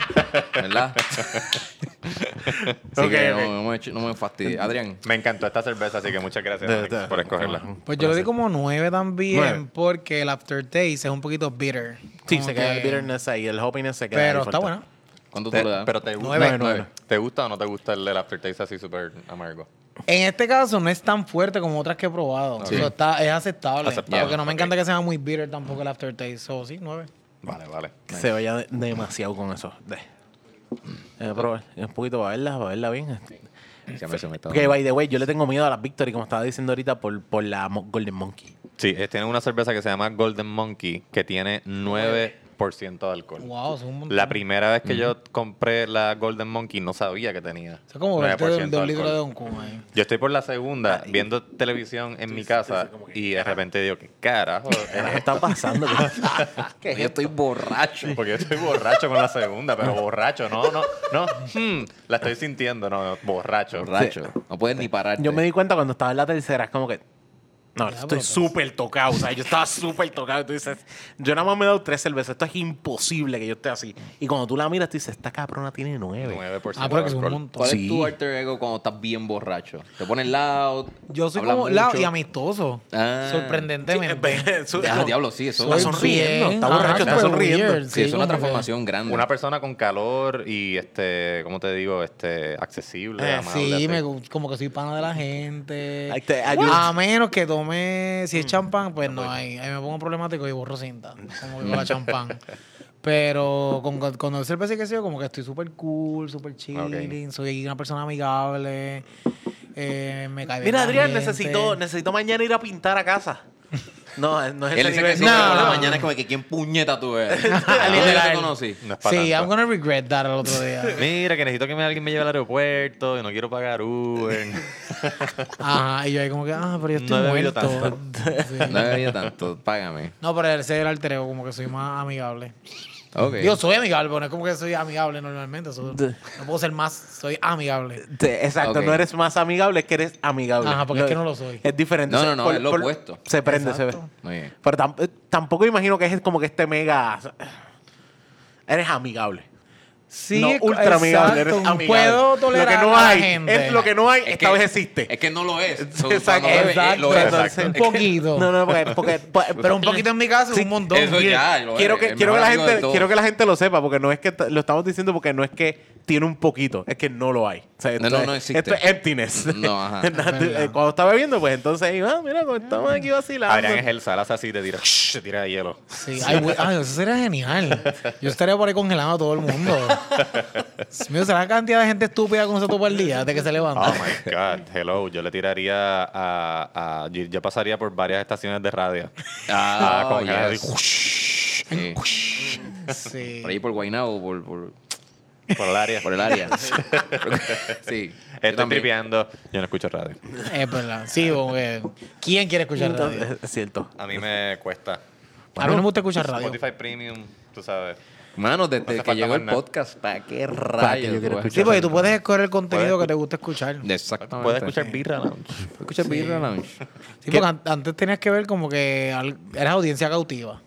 Speaker 2: ¿Verdad? Así
Speaker 3: Ok,
Speaker 2: que
Speaker 3: ok.
Speaker 2: no, no me, no me fastidies. Adrián.
Speaker 1: Me encantó esta cerveza, así que muchas gracias
Speaker 3: De-
Speaker 1: Onyx,
Speaker 3: de-
Speaker 1: por escogerla.
Speaker 4: Pues yo le di como 9 también,
Speaker 3: Nueve.
Speaker 4: porque el aftertaste es un poquito bitter.
Speaker 3: Sí,
Speaker 4: Como
Speaker 3: se queda el
Speaker 4: que-
Speaker 3: bitterness ahí, el hoppiness se queda
Speaker 4: Pero
Speaker 3: ahí
Speaker 4: está
Speaker 3: fuerte.
Speaker 4: buena.
Speaker 2: ¿Cuánto tú
Speaker 1: Te-
Speaker 2: le das?
Speaker 1: pero te gusta,
Speaker 4: Nueve.
Speaker 1: te-
Speaker 3: Nueve.
Speaker 1: ¿te gusta o no te gusta el, el aftertaste así súper amargo?
Speaker 4: En este caso no es tan fuerte como otras que he probado.
Speaker 2: Sí.
Speaker 4: So, está, es aceptable.
Speaker 1: Aceptable,
Speaker 4: Porque no me
Speaker 1: ok.
Speaker 4: encanta que sea muy bitter tampoco el aftertaste. So, sí, 9.
Speaker 1: Vale, vale.
Speaker 3: Que se vaya de- demasiado con eso. De. Eh, pero, un poquito para verla, para verla bien.
Speaker 2: Se me- se me está
Speaker 3: Que, by the way, yo le tengo miedo a las Victory, como estaba diciendo ahorita, por, por la Mo- Golden Monkey.
Speaker 1: Sí, eh, tienen una cerveza que se llama Golden Monkey que tiene 9% de alcohol.
Speaker 4: Wow, son un montón.
Speaker 1: La primera vez que yo compré la Golden Monkey no sabía que tenía.
Speaker 4: Eso es como verte
Speaker 1: 9%
Speaker 4: de, de eh. un litro
Speaker 1: alcohol.
Speaker 4: de Don Kun ahí.
Speaker 1: Yo estoy por la segunda viendo televisión en mi casa y de repente digo, ¿qué carajo?
Speaker 3: ¿Qué está pasando?
Speaker 2: Oye, yo estoy borracho.
Speaker 1: Porque yo estoy Este borracho con la segunda, pero borracho, no, no, no. hmm, la estoy sintiendo, no, no, borracho.
Speaker 2: Borracho. No puedes ni parar.
Speaker 3: Yo me di cuenta cuando estaba en la tercera, es como que. No,
Speaker 4: Ya,
Speaker 3: estoy
Speaker 2: pues.
Speaker 4: bro,
Speaker 3: súper tocado. O sea, yo estaba súper tocado. Y tú dices, yo nada más me he dado tres cervezas. Esto es imposible que yo esté así. Y cuando tú la miras, tú dices, esta cabrona tiene nueve.
Speaker 1: 9%
Speaker 4: Ah, pero
Speaker 1: de
Speaker 4: que es un
Speaker 1: alcohol.
Speaker 4: montón.
Speaker 2: ¿Cuál
Speaker 3: Sí.
Speaker 2: es tu alter ego cuando estás bien borracho? Te pones loud.
Speaker 4: Yo soy
Speaker 2: hablas
Speaker 4: como lao
Speaker 2: mucho?
Speaker 4: y amistoso.
Speaker 2: Ah.
Speaker 4: Sorprendentemente.
Speaker 3: Su-
Speaker 2: Ah,
Speaker 3: no.
Speaker 2: diablo, sí, eso
Speaker 4: Soy
Speaker 2: es
Speaker 3: Está sonriendo,
Speaker 4: bien.
Speaker 3: está borracho,
Speaker 4: Ajá,
Speaker 3: está
Speaker 4: súper
Speaker 3: sonriendo.
Speaker 4: weird,
Speaker 2: Sí, es una
Speaker 4: como que-
Speaker 2: transformación grande.
Speaker 1: Una persona con calor y este, ¿cómo te digo? Este, accesible.
Speaker 4: Eh,
Speaker 1: amable,
Speaker 4: sí,
Speaker 1: así.
Speaker 4: me, gu- como que soy pana de la gente.
Speaker 3: Ahí te- ahí
Speaker 4: a
Speaker 3: yo-
Speaker 4: menos que tome, si es champán, pues no, ahí, ahí me pongo problemático y borro cinta. Como que con la champán. Pero con, con, cuando es cerveza y qué sé yo, como que estoy súper cool, súper chilling, soy una persona amigable. eh, me cae bien
Speaker 3: Mira,
Speaker 4: la
Speaker 3: Adrián,
Speaker 4: gente.
Speaker 3: necesito, necesito mañana ir a pintar a casa. No, eh, no es
Speaker 2: Él
Speaker 3: ese
Speaker 2: dice que
Speaker 3: nivel.
Speaker 2: sí,
Speaker 4: No.
Speaker 2: pero por la mañana es como que quién puñeta tú eres. ¿Dónde yo te
Speaker 4: Literal.
Speaker 2: conocí?
Speaker 1: No es pa'
Speaker 4: Sí,
Speaker 1: tanto.
Speaker 4: I'm gonna regret that el otro día.
Speaker 1: Mira, que necesito que me- alguien me lleve al aeropuerto y no quiero pagar Uber.
Speaker 4: Ajá, y yo ahí como que, ah, pero yo estoy
Speaker 1: No he bebido
Speaker 4: muerto. Sí.
Speaker 2: No he bebido tanto, págame.
Speaker 4: No, pero ese era el alter ego, como que soy más amigable.
Speaker 2: Ok.
Speaker 4: Yo soy amigable, pero no es como que soy amigable normalmente. so- no puedo ser más, soy amigable.
Speaker 3: Te- Exacto,
Speaker 2: Ok.
Speaker 3: no eres más amigable, es que eres amigable.
Speaker 4: Ajá, porque es que no lo soy.
Speaker 3: Es diferente.
Speaker 2: No,
Speaker 3: Se-
Speaker 2: no, no, es lo opuesto.
Speaker 3: Se prende, se ve.
Speaker 4: Exacto.
Speaker 2: Muy bien.
Speaker 3: Pero tam- eh, tampoco imagino que es como que este mega. Eres amigable.
Speaker 4: Sí,
Speaker 3: no
Speaker 4: es-
Speaker 3: ultra amigable, eres
Speaker 4: exacto,
Speaker 3: amigable.
Speaker 4: Puedo tolerar
Speaker 3: lo que no
Speaker 4: a la
Speaker 3: hay,
Speaker 4: gente.
Speaker 3: Es lo que no hay,
Speaker 2: Es
Speaker 3: esta
Speaker 2: que-
Speaker 3: vez existe.
Speaker 2: Es que no lo es. So, cuando
Speaker 3: Exacto,
Speaker 2: lo es, eh,
Speaker 4: Exacto,
Speaker 2: lo es.
Speaker 4: entonces, un poquito.
Speaker 3: No, no, porque, porque- pues, porque-
Speaker 4: pero un poquito en mi caso es
Speaker 3: Sí,
Speaker 4: un montón.
Speaker 2: eso ya, lo es,
Speaker 3: quiero que
Speaker 2: el
Speaker 3: quiero
Speaker 2: mejor
Speaker 3: que la
Speaker 2: amigo de
Speaker 3: gente
Speaker 2: todos.
Speaker 3: quiero que la gente lo sepa porque no es que t- lo estamos diciendo porque no es que tiene un poquito es que no lo hay O sea, esto
Speaker 2: No, no,
Speaker 3: es-
Speaker 2: no existe.
Speaker 3: esto es emptiness
Speaker 2: No, ajá.
Speaker 3: Nada, eh, cuando está bebiendo pues entonces ahí va mira cuando estamos aquí vacilando
Speaker 1: Adrián es el salas así te tira, te tira de hielo.
Speaker 4: Sí, ay, güey, ay, eso sería genial. Yo estaría por ahí congelando a todo el mundo. Dios mío, será la cantidad de gente estúpida con se topa el día de que se
Speaker 1: Oh
Speaker 4: levanta.
Speaker 1: my God, hello. Yo le tiraría a. a- yo, yo pasaría por varias estaciones de radio.
Speaker 2: Ah,
Speaker 1: Ah, con
Speaker 2: yes.
Speaker 1: Harry.
Speaker 2: Sí.
Speaker 4: Sí.
Speaker 2: Por ahí por Guaynabo, por, por,
Speaker 1: Por el área.
Speaker 2: por el área. sí. yo
Speaker 1: Estoy
Speaker 2: también.
Speaker 1: tripeando. Yo no escucho radio.
Speaker 4: Es verdad. Sí, porque ¿quién quiere escuchar radio?
Speaker 3: es cierto
Speaker 1: A mí me cuesta.
Speaker 4: A mí no me gusta escuchar radio.
Speaker 1: Spotify Premium, tú sabes.
Speaker 2: Mano,
Speaker 1: No hace
Speaker 2: desde
Speaker 1: falta
Speaker 2: que llegó
Speaker 1: más
Speaker 2: el
Speaker 1: nada.
Speaker 2: podcast, ¿para qué rayos?
Speaker 1: yo quiero
Speaker 2: güey?
Speaker 4: Sí,
Speaker 1: escuchar?
Speaker 4: porque tú puedes escoger el contenido que te gusta escuchar.
Speaker 2: Exactamente.
Speaker 1: Puedes escuchar Birra Lounge.
Speaker 2: Puedes escuchar Birra Lounge.
Speaker 4: Sí, porque an- antes tenías que ver como que al- eras audiencia cautiva.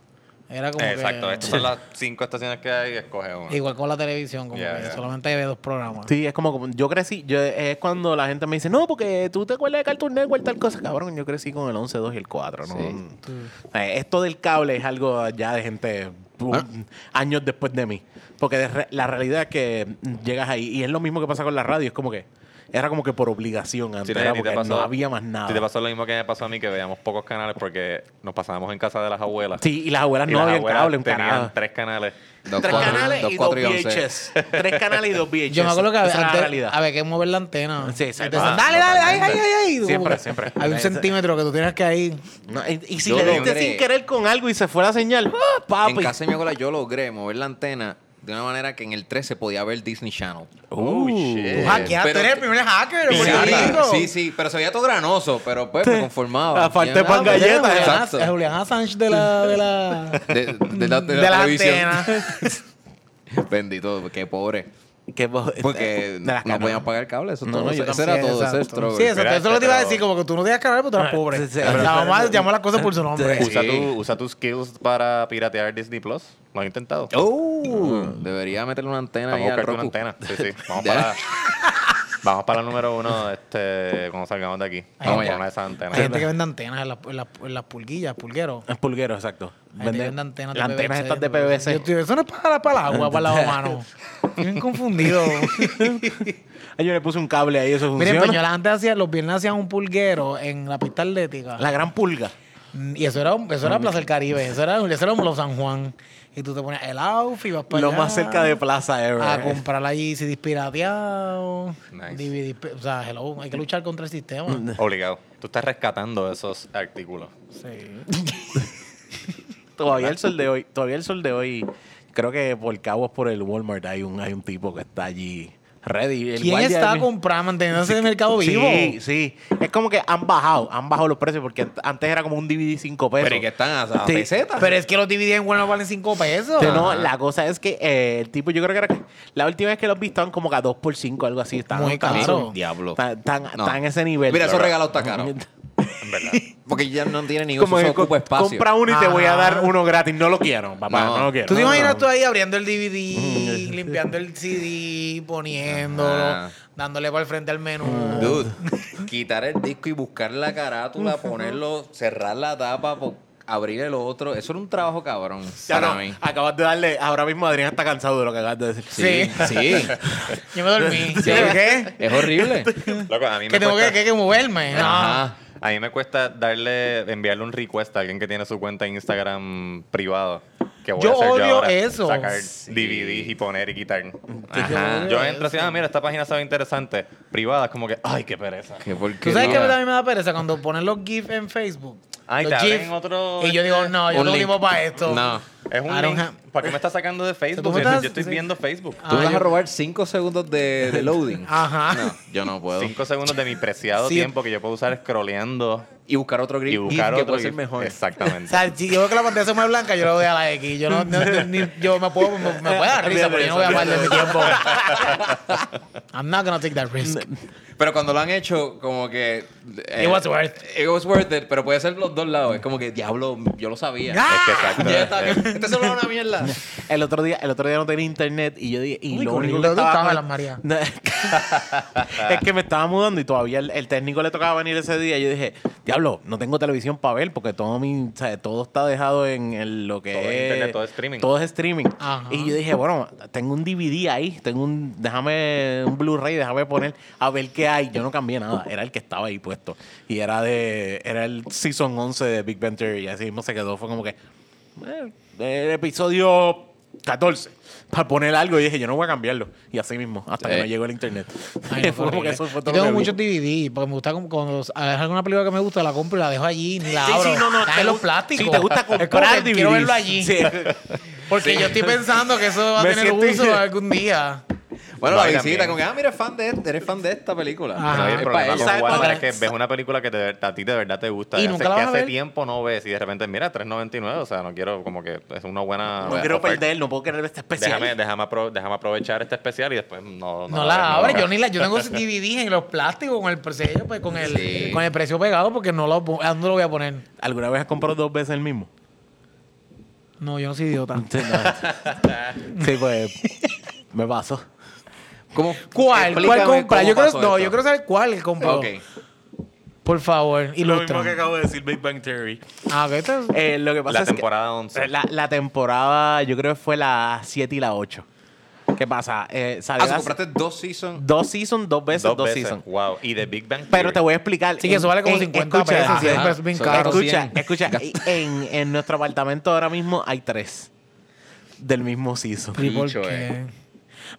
Speaker 4: Era como que-
Speaker 1: Eh, Exacto. Estas son las cinco estaciones que hay. Escoge una.
Speaker 4: Igual con la televisión, como
Speaker 1: Ya,
Speaker 4: que
Speaker 1: ya.
Speaker 4: solamente hay dos programas.
Speaker 3: sí es como como- yo crecí yo, es cuando la gente me dice no porque tú te acuerdas de Cartoon Network tal cosa cabrón yo crecí con el 11 2 y el 4 ¿no? Eh, esto del cable es algo ya de gente um, años después de mí. Porque de re- la realidad es que mm, llegas ahí y es lo mismo que pasa con la radio. Es como que era como que por obligación antes,
Speaker 1: Si te-
Speaker 3: era
Speaker 1: si te
Speaker 3: porque
Speaker 1: pasó-
Speaker 3: no había más nada.
Speaker 1: Si te pasó lo mismo que me pasó a mí, que veíamos pocos canales porque nos pasábamos en casa de las abuelas.
Speaker 3: Sí, y las abuelas
Speaker 1: Y
Speaker 3: no
Speaker 1: las
Speaker 3: habían
Speaker 1: abuelas
Speaker 3: cable, un
Speaker 1: tenían
Speaker 3: carajo.
Speaker 1: tres canales.
Speaker 2: Dos,
Speaker 3: Tres
Speaker 2: cuatro-
Speaker 3: canales
Speaker 2: dos,
Speaker 3: y dos
Speaker 2: cuatro once.
Speaker 3: VHS. Tres canales y dos VHS.
Speaker 4: Yo me acuerdo que
Speaker 3: Esa es
Speaker 4: antes
Speaker 3: la realidad.
Speaker 4: había que mover la antena.
Speaker 3: Sí, exacto.
Speaker 4: Entonces,
Speaker 1: Ah,
Speaker 4: dale, dale, ay, ay,
Speaker 1: totalmente.
Speaker 4: ay, ay. Como
Speaker 3: Siempre,
Speaker 4: que
Speaker 3: siempre.
Speaker 4: Hay un
Speaker 3: Ese-
Speaker 4: centímetro que tú tienes que ir.
Speaker 3: No, y, y si
Speaker 2: Yo
Speaker 3: le
Speaker 2: lo
Speaker 3: diste
Speaker 2: logré.
Speaker 3: sin querer con algo y se fue la señal, ¡ah, papi!
Speaker 2: En casa de mi abuela yo logré mover la antena de una manera que en el 3 se podía ver Disney Channel.
Speaker 1: Oh,
Speaker 2: Uh,
Speaker 4: Tú
Speaker 3: eh,
Speaker 1: shit.
Speaker 4: hackeaste,
Speaker 2: pero-
Speaker 4: tú eres el primer hacker.
Speaker 2: Pirata.
Speaker 4: bonito.
Speaker 2: Sí, sí, pero se veía todo granoso, pero pues me conformaba.
Speaker 3: A falta de
Speaker 2: Ya,
Speaker 3: pan
Speaker 2: pues,
Speaker 3: galletas,
Speaker 2: ya,
Speaker 3: ¿eh?
Speaker 2: Exacto.
Speaker 4: Es Julián Assange de la... De la...
Speaker 2: De, de la, de la
Speaker 4: de la
Speaker 2: televisión.
Speaker 4: antena.
Speaker 2: Bendito, qué pobre.
Speaker 3: Que vos-
Speaker 2: Porque
Speaker 3: Este, de las
Speaker 2: no
Speaker 3: canas.
Speaker 2: podían pagar cable, eso,
Speaker 3: No,
Speaker 2: todo,
Speaker 3: no, yo
Speaker 2: eso era
Speaker 4: Sí,
Speaker 2: todo, ese
Speaker 4: exacto.
Speaker 2: es trouble.
Speaker 4: Sí, exacto.
Speaker 1: Mira,
Speaker 4: Eso lo te iba a
Speaker 1: pero-
Speaker 4: decir, como que tú no tenías canal, pero tú eras pobre.
Speaker 3: sí, sí.
Speaker 4: La mamá llamó las cosas por su nombre.
Speaker 1: Usa,
Speaker 2: Sí.
Speaker 1: tu- usa tus skills para piratear Disney Plus. Lo has intentado.
Speaker 2: Oh, debería meterle una antena
Speaker 1: Vamos
Speaker 2: ahí
Speaker 1: a
Speaker 2: al
Speaker 1: buscarte una
Speaker 2: Roku.
Speaker 1: antena. Sí, sí. Vamos
Speaker 2: Ya.
Speaker 1: para. Vamos para el número uno este, cuando salgamos de aquí. Vamos
Speaker 2: gente-
Speaker 1: a poner esa
Speaker 4: Hay
Speaker 1: antena.
Speaker 4: gente que vende antenas en las en las- en las pulguillas, pulgueros.
Speaker 3: Es pulguero, exacto.
Speaker 4: Ahí te
Speaker 3: Venden-
Speaker 4: venden antenas de
Speaker 3: las antenas
Speaker 4: PVC,
Speaker 3: estas de
Speaker 4: de
Speaker 3: PVC.
Speaker 4: Yo estoy- eso no es para, para el agua, para la mano. Estoy bien confundido.
Speaker 3: Ay, yo le puse un cable ahí, eso
Speaker 4: Mira,
Speaker 3: funciona.
Speaker 4: en Peñuelas antes hacía, los viernes hacían un pulguero en la pista atlética.
Speaker 3: la gran pulga.
Speaker 4: Mm, Y eso era, un- eso era Plaza del Caribe, eso era, eso era los San Juan. Y tú te ponías el outfit, vas para
Speaker 3: Lo
Speaker 4: allá
Speaker 3: más cerca de Plaza Ever.
Speaker 4: A comprar allí CD pirateado.
Speaker 1: Nice.
Speaker 4: DVD pi- o sea, hello, hay que luchar contra el sistema.
Speaker 1: Obligado. Tú estás rescatando esos artículos.
Speaker 4: Sí.
Speaker 3: Todavía el sol de hoy, todavía el sol de hoy, creo que por cabos por el Walmart hay un, hay un tipo que está allí ready. El
Speaker 4: ¿Quién
Speaker 3: guardia
Speaker 4: está
Speaker 3: del-
Speaker 4: comprando, manteniendo ese mercado vivo?
Speaker 3: Sí, sí. Es como que han bajado, han bajado los precios porque ant- antes era como un DVD 5 pesos.
Speaker 2: Pero y que están a, a
Speaker 3: Sí.
Speaker 2: pesetas.
Speaker 4: Pero es que los DVD en Walmart valen 5 pesos.
Speaker 3: Pero no, la cosa es que eh, el tipo, yo creo que era que la última vez que los vi estaban como que a 2 por 5 algo así. Estaban
Speaker 4: Muy
Speaker 3: estaban-
Speaker 4: caro.
Speaker 2: Diablo.
Speaker 3: Están están-
Speaker 2: No.
Speaker 3: están en ese nivel.
Speaker 2: Mira, esos
Speaker 3: Claro.
Speaker 2: regalos está caro.
Speaker 1: En verdad.
Speaker 2: Porque ya no tiene ni uso,
Speaker 3: como
Speaker 2: eso
Speaker 3: que co-
Speaker 2: ocupa espacio.
Speaker 3: compra uno y te voy a dar uno gratis. No lo quiero, papá, no,
Speaker 2: No.
Speaker 3: lo quiero.
Speaker 4: ¿Tú te
Speaker 3: No,
Speaker 4: imaginas
Speaker 3: no.
Speaker 4: tú ahí abriendo el DVD, limpiando el CD, poniéndolo,
Speaker 2: Ajá. Mm.
Speaker 4: dándole para el frente al menú?
Speaker 2: Dude, quitar el disco y buscar la carátula, ponerlo, cerrar la tapa, po- abrir el otro. Eso era un trabajo cabrón
Speaker 3: Ya
Speaker 2: para
Speaker 3: no, Ah,
Speaker 2: mí.
Speaker 3: acabas de darle. Ahora mismo Adrián está cansado de lo que acabas de decir.
Speaker 4: Sí.
Speaker 2: Sí.
Speaker 4: Yo me dormí.
Speaker 2: Sí.
Speaker 4: ¿Por qué?
Speaker 2: Es horrible.
Speaker 1: Loco, a mí
Speaker 4: Que
Speaker 1: me
Speaker 4: tengo que,
Speaker 1: cuesta,
Speaker 4: que, que moverme. No.
Speaker 2: Ajá.
Speaker 1: A mí me cuesta darle, enviarle un request a alguien que tiene su cuenta en Instagram privado. Que voy
Speaker 4: Yo
Speaker 1: a hacer
Speaker 4: odio
Speaker 1: yo ahora,
Speaker 4: eso.
Speaker 1: Sacar
Speaker 4: Sí.
Speaker 1: DVDs y poner y quitar.
Speaker 2: Ajá.
Speaker 1: Yo entro así, ah, mira, esta página se ve interesante. Privada, es como que, ay, qué pereza.
Speaker 2: ¿Qué porquería.
Speaker 4: ¿Tú sabes que a mí me da pereza cuando ponen los GIFs en Facebook?
Speaker 1: Ay,
Speaker 4: los
Speaker 1: te abren otro,
Speaker 4: Y yo digo, no, yo
Speaker 2: un
Speaker 4: no
Speaker 2: link.
Speaker 4: vivo para esto.
Speaker 2: No.
Speaker 1: Es un
Speaker 4: I don't
Speaker 1: link.
Speaker 4: have-
Speaker 1: ¿Para qué me estás sacando de Facebook?
Speaker 4: ¿Tú me
Speaker 1: Yo-
Speaker 4: estás-
Speaker 1: Yo estoy
Speaker 4: sí.
Speaker 1: viendo Facebook.
Speaker 4: Ah,
Speaker 2: Tú vas
Speaker 4: yo- Ah.
Speaker 2: a robar 5 segundos de, de loading.
Speaker 4: Ajá.
Speaker 2: No, yo no puedo.
Speaker 1: Cinco segundos de mi preciado
Speaker 4: Sí.
Speaker 1: tiempo que yo puedo usar scrolleando
Speaker 2: y buscar otro gif
Speaker 1: Y buscar
Speaker 2: que
Speaker 1: otro
Speaker 2: puede ser
Speaker 1: GIF.
Speaker 2: mejor.
Speaker 1: Exactamente.
Speaker 4: O sea, si yo veo que la pantalla se mueve blanca, yo le doy a la X. Yo, no, no- no- ni- yo me puedo, me, me puede dar risa, pero yo no voy a perder mi tiempo. I'm not gonna take that risk.
Speaker 2: Pero cuando lo han hecho, como que. eh,
Speaker 4: It was worth
Speaker 2: It was worth it, pero puede ser los dos lados. Es como que, diablo, yo lo sabía.
Speaker 4: ¡Ah!
Speaker 2: Ya está, que- este celular es una mierda.
Speaker 3: El otro día, el otro día no tenía internet y yo dije, y
Speaker 4: Uy,
Speaker 3: lo
Speaker 4: con
Speaker 3: único que
Speaker 4: razón
Speaker 3: estaba
Speaker 4: estaba
Speaker 3: con-
Speaker 4: las Marías.
Speaker 3: No, es que me estaba mudando y todavía el, el técnico le tocaba venir ese día. Y yo dije, diablo, no tengo televisión para ver porque todo mi, o sea, todo está dejado en, en lo que
Speaker 1: Todo es
Speaker 3: es
Speaker 1: internet, todo es streaming.
Speaker 3: Todo es streaming.
Speaker 4: Ajá.
Speaker 3: Y yo dije, bueno, tengo un DVD ahí, tengo un, déjame un Blu-ray, déjame poner a ver qué hay. Yo no cambié nada, era el que estaba ahí puesto y era de, era el season 11 de Big Bang Theory y así mismo se quedó. Fue como que eh, el episodio 14 para poner algo y dije yo no voy a cambiarlo y así mismo hasta que
Speaker 2: Eh.
Speaker 3: no llegó el internet
Speaker 4: Ay,
Speaker 3: Fue
Speaker 4: no, fue
Speaker 3: como que
Speaker 4: horrible.
Speaker 3: eso fue
Speaker 4: Yo
Speaker 3: todo
Speaker 4: tengo
Speaker 3: lo que
Speaker 4: muchos
Speaker 3: vi.
Speaker 4: DVD porque me gusta como cuando s- hay alguna película que me gusta la compro y la dejo allí ni la
Speaker 3: Sí,
Speaker 4: abro
Speaker 3: sí, no, no,
Speaker 4: Está
Speaker 3: te
Speaker 4: en los
Speaker 3: gu-
Speaker 4: plásticos
Speaker 3: sí, te gusta
Speaker 4: Es como que
Speaker 3: comprar
Speaker 4: quiero
Speaker 3: DVDs.
Speaker 4: verlo allí
Speaker 3: Sí.
Speaker 4: porque yo estoy pensando que eso va a
Speaker 3: Me
Speaker 4: tener
Speaker 3: siento-
Speaker 4: uso algún día
Speaker 2: Bueno,
Speaker 1: No,
Speaker 2: la
Speaker 1: y
Speaker 2: visita,
Speaker 1: también-
Speaker 2: como que, ah, mira, eres fan de, este- eres fan de esta película.
Speaker 4: Ajá.
Speaker 1: No, y el
Speaker 2: Es
Speaker 1: problema
Speaker 2: pa'
Speaker 1: con
Speaker 2: ella.
Speaker 1: Warner es
Speaker 4: Exacto.
Speaker 1: que ves una película que te- a ti de verdad te gusta.
Speaker 4: Y
Speaker 1: hace-
Speaker 4: nunca
Speaker 1: que
Speaker 4: la vas a
Speaker 1: hace
Speaker 4: ver.
Speaker 1: tiempo no ves y de repente, mira, 3.99. O sea, no quiero como que es una buena.
Speaker 3: no quiero
Speaker 1: oferta.
Speaker 3: perder no puedo querer este especial
Speaker 1: Déjame, déjame, apro- déjame aprovechar este especial y después no.
Speaker 4: no, la abro
Speaker 1: abro.
Speaker 4: yo ni la yo tengo DVDs en los plásticos con el precio pues, con el
Speaker 2: Sí.
Speaker 4: con el precio pegado porque no lo po- ah, no lo voy a poner
Speaker 3: alguna vez has comprado dos veces el mismo
Speaker 4: no yo no soy idiota
Speaker 3: sí, no. Sí, pues me pasó
Speaker 2: ¿Cómo?
Speaker 4: ¿cuál? ¿cuál
Speaker 2: Explícame
Speaker 4: compra?
Speaker 2: cómo
Speaker 4: yo creo
Speaker 2: pasó
Speaker 4: no
Speaker 2: esto.
Speaker 4: yo quiero saber cuál compró
Speaker 2: Ok.
Speaker 4: por favor ilustra
Speaker 3: acabo de decir Big Bang Theory
Speaker 4: ah ok, esto es-
Speaker 3: Eh, lo que pasa
Speaker 1: La
Speaker 3: es que-
Speaker 1: temporada 11.
Speaker 3: la, la temporada yo creo que fue la 7 y la 8 ¿qué pasa? Eh, salió
Speaker 2: Ah, ¿so
Speaker 3: la-
Speaker 2: compraste dos seasons.
Speaker 3: dos seasons dos veces dos,
Speaker 1: Dos veces.
Speaker 3: seasons
Speaker 1: Wow. Y de Big Bang.
Speaker 3: Pero
Speaker 1: Theory.
Speaker 3: te voy a explicar.
Speaker 4: Sí, que eso vale como 50 pesos,
Speaker 3: ajá.
Speaker 4: siempre es bien
Speaker 2: So,
Speaker 4: caro.
Speaker 3: Escucha,
Speaker 2: 100.
Speaker 3: escucha. y En, en nuestro apartamento ahora mismo hay tres del mismo season.
Speaker 4: ¿Y por
Speaker 2: Bicho,
Speaker 4: qué?
Speaker 2: eh.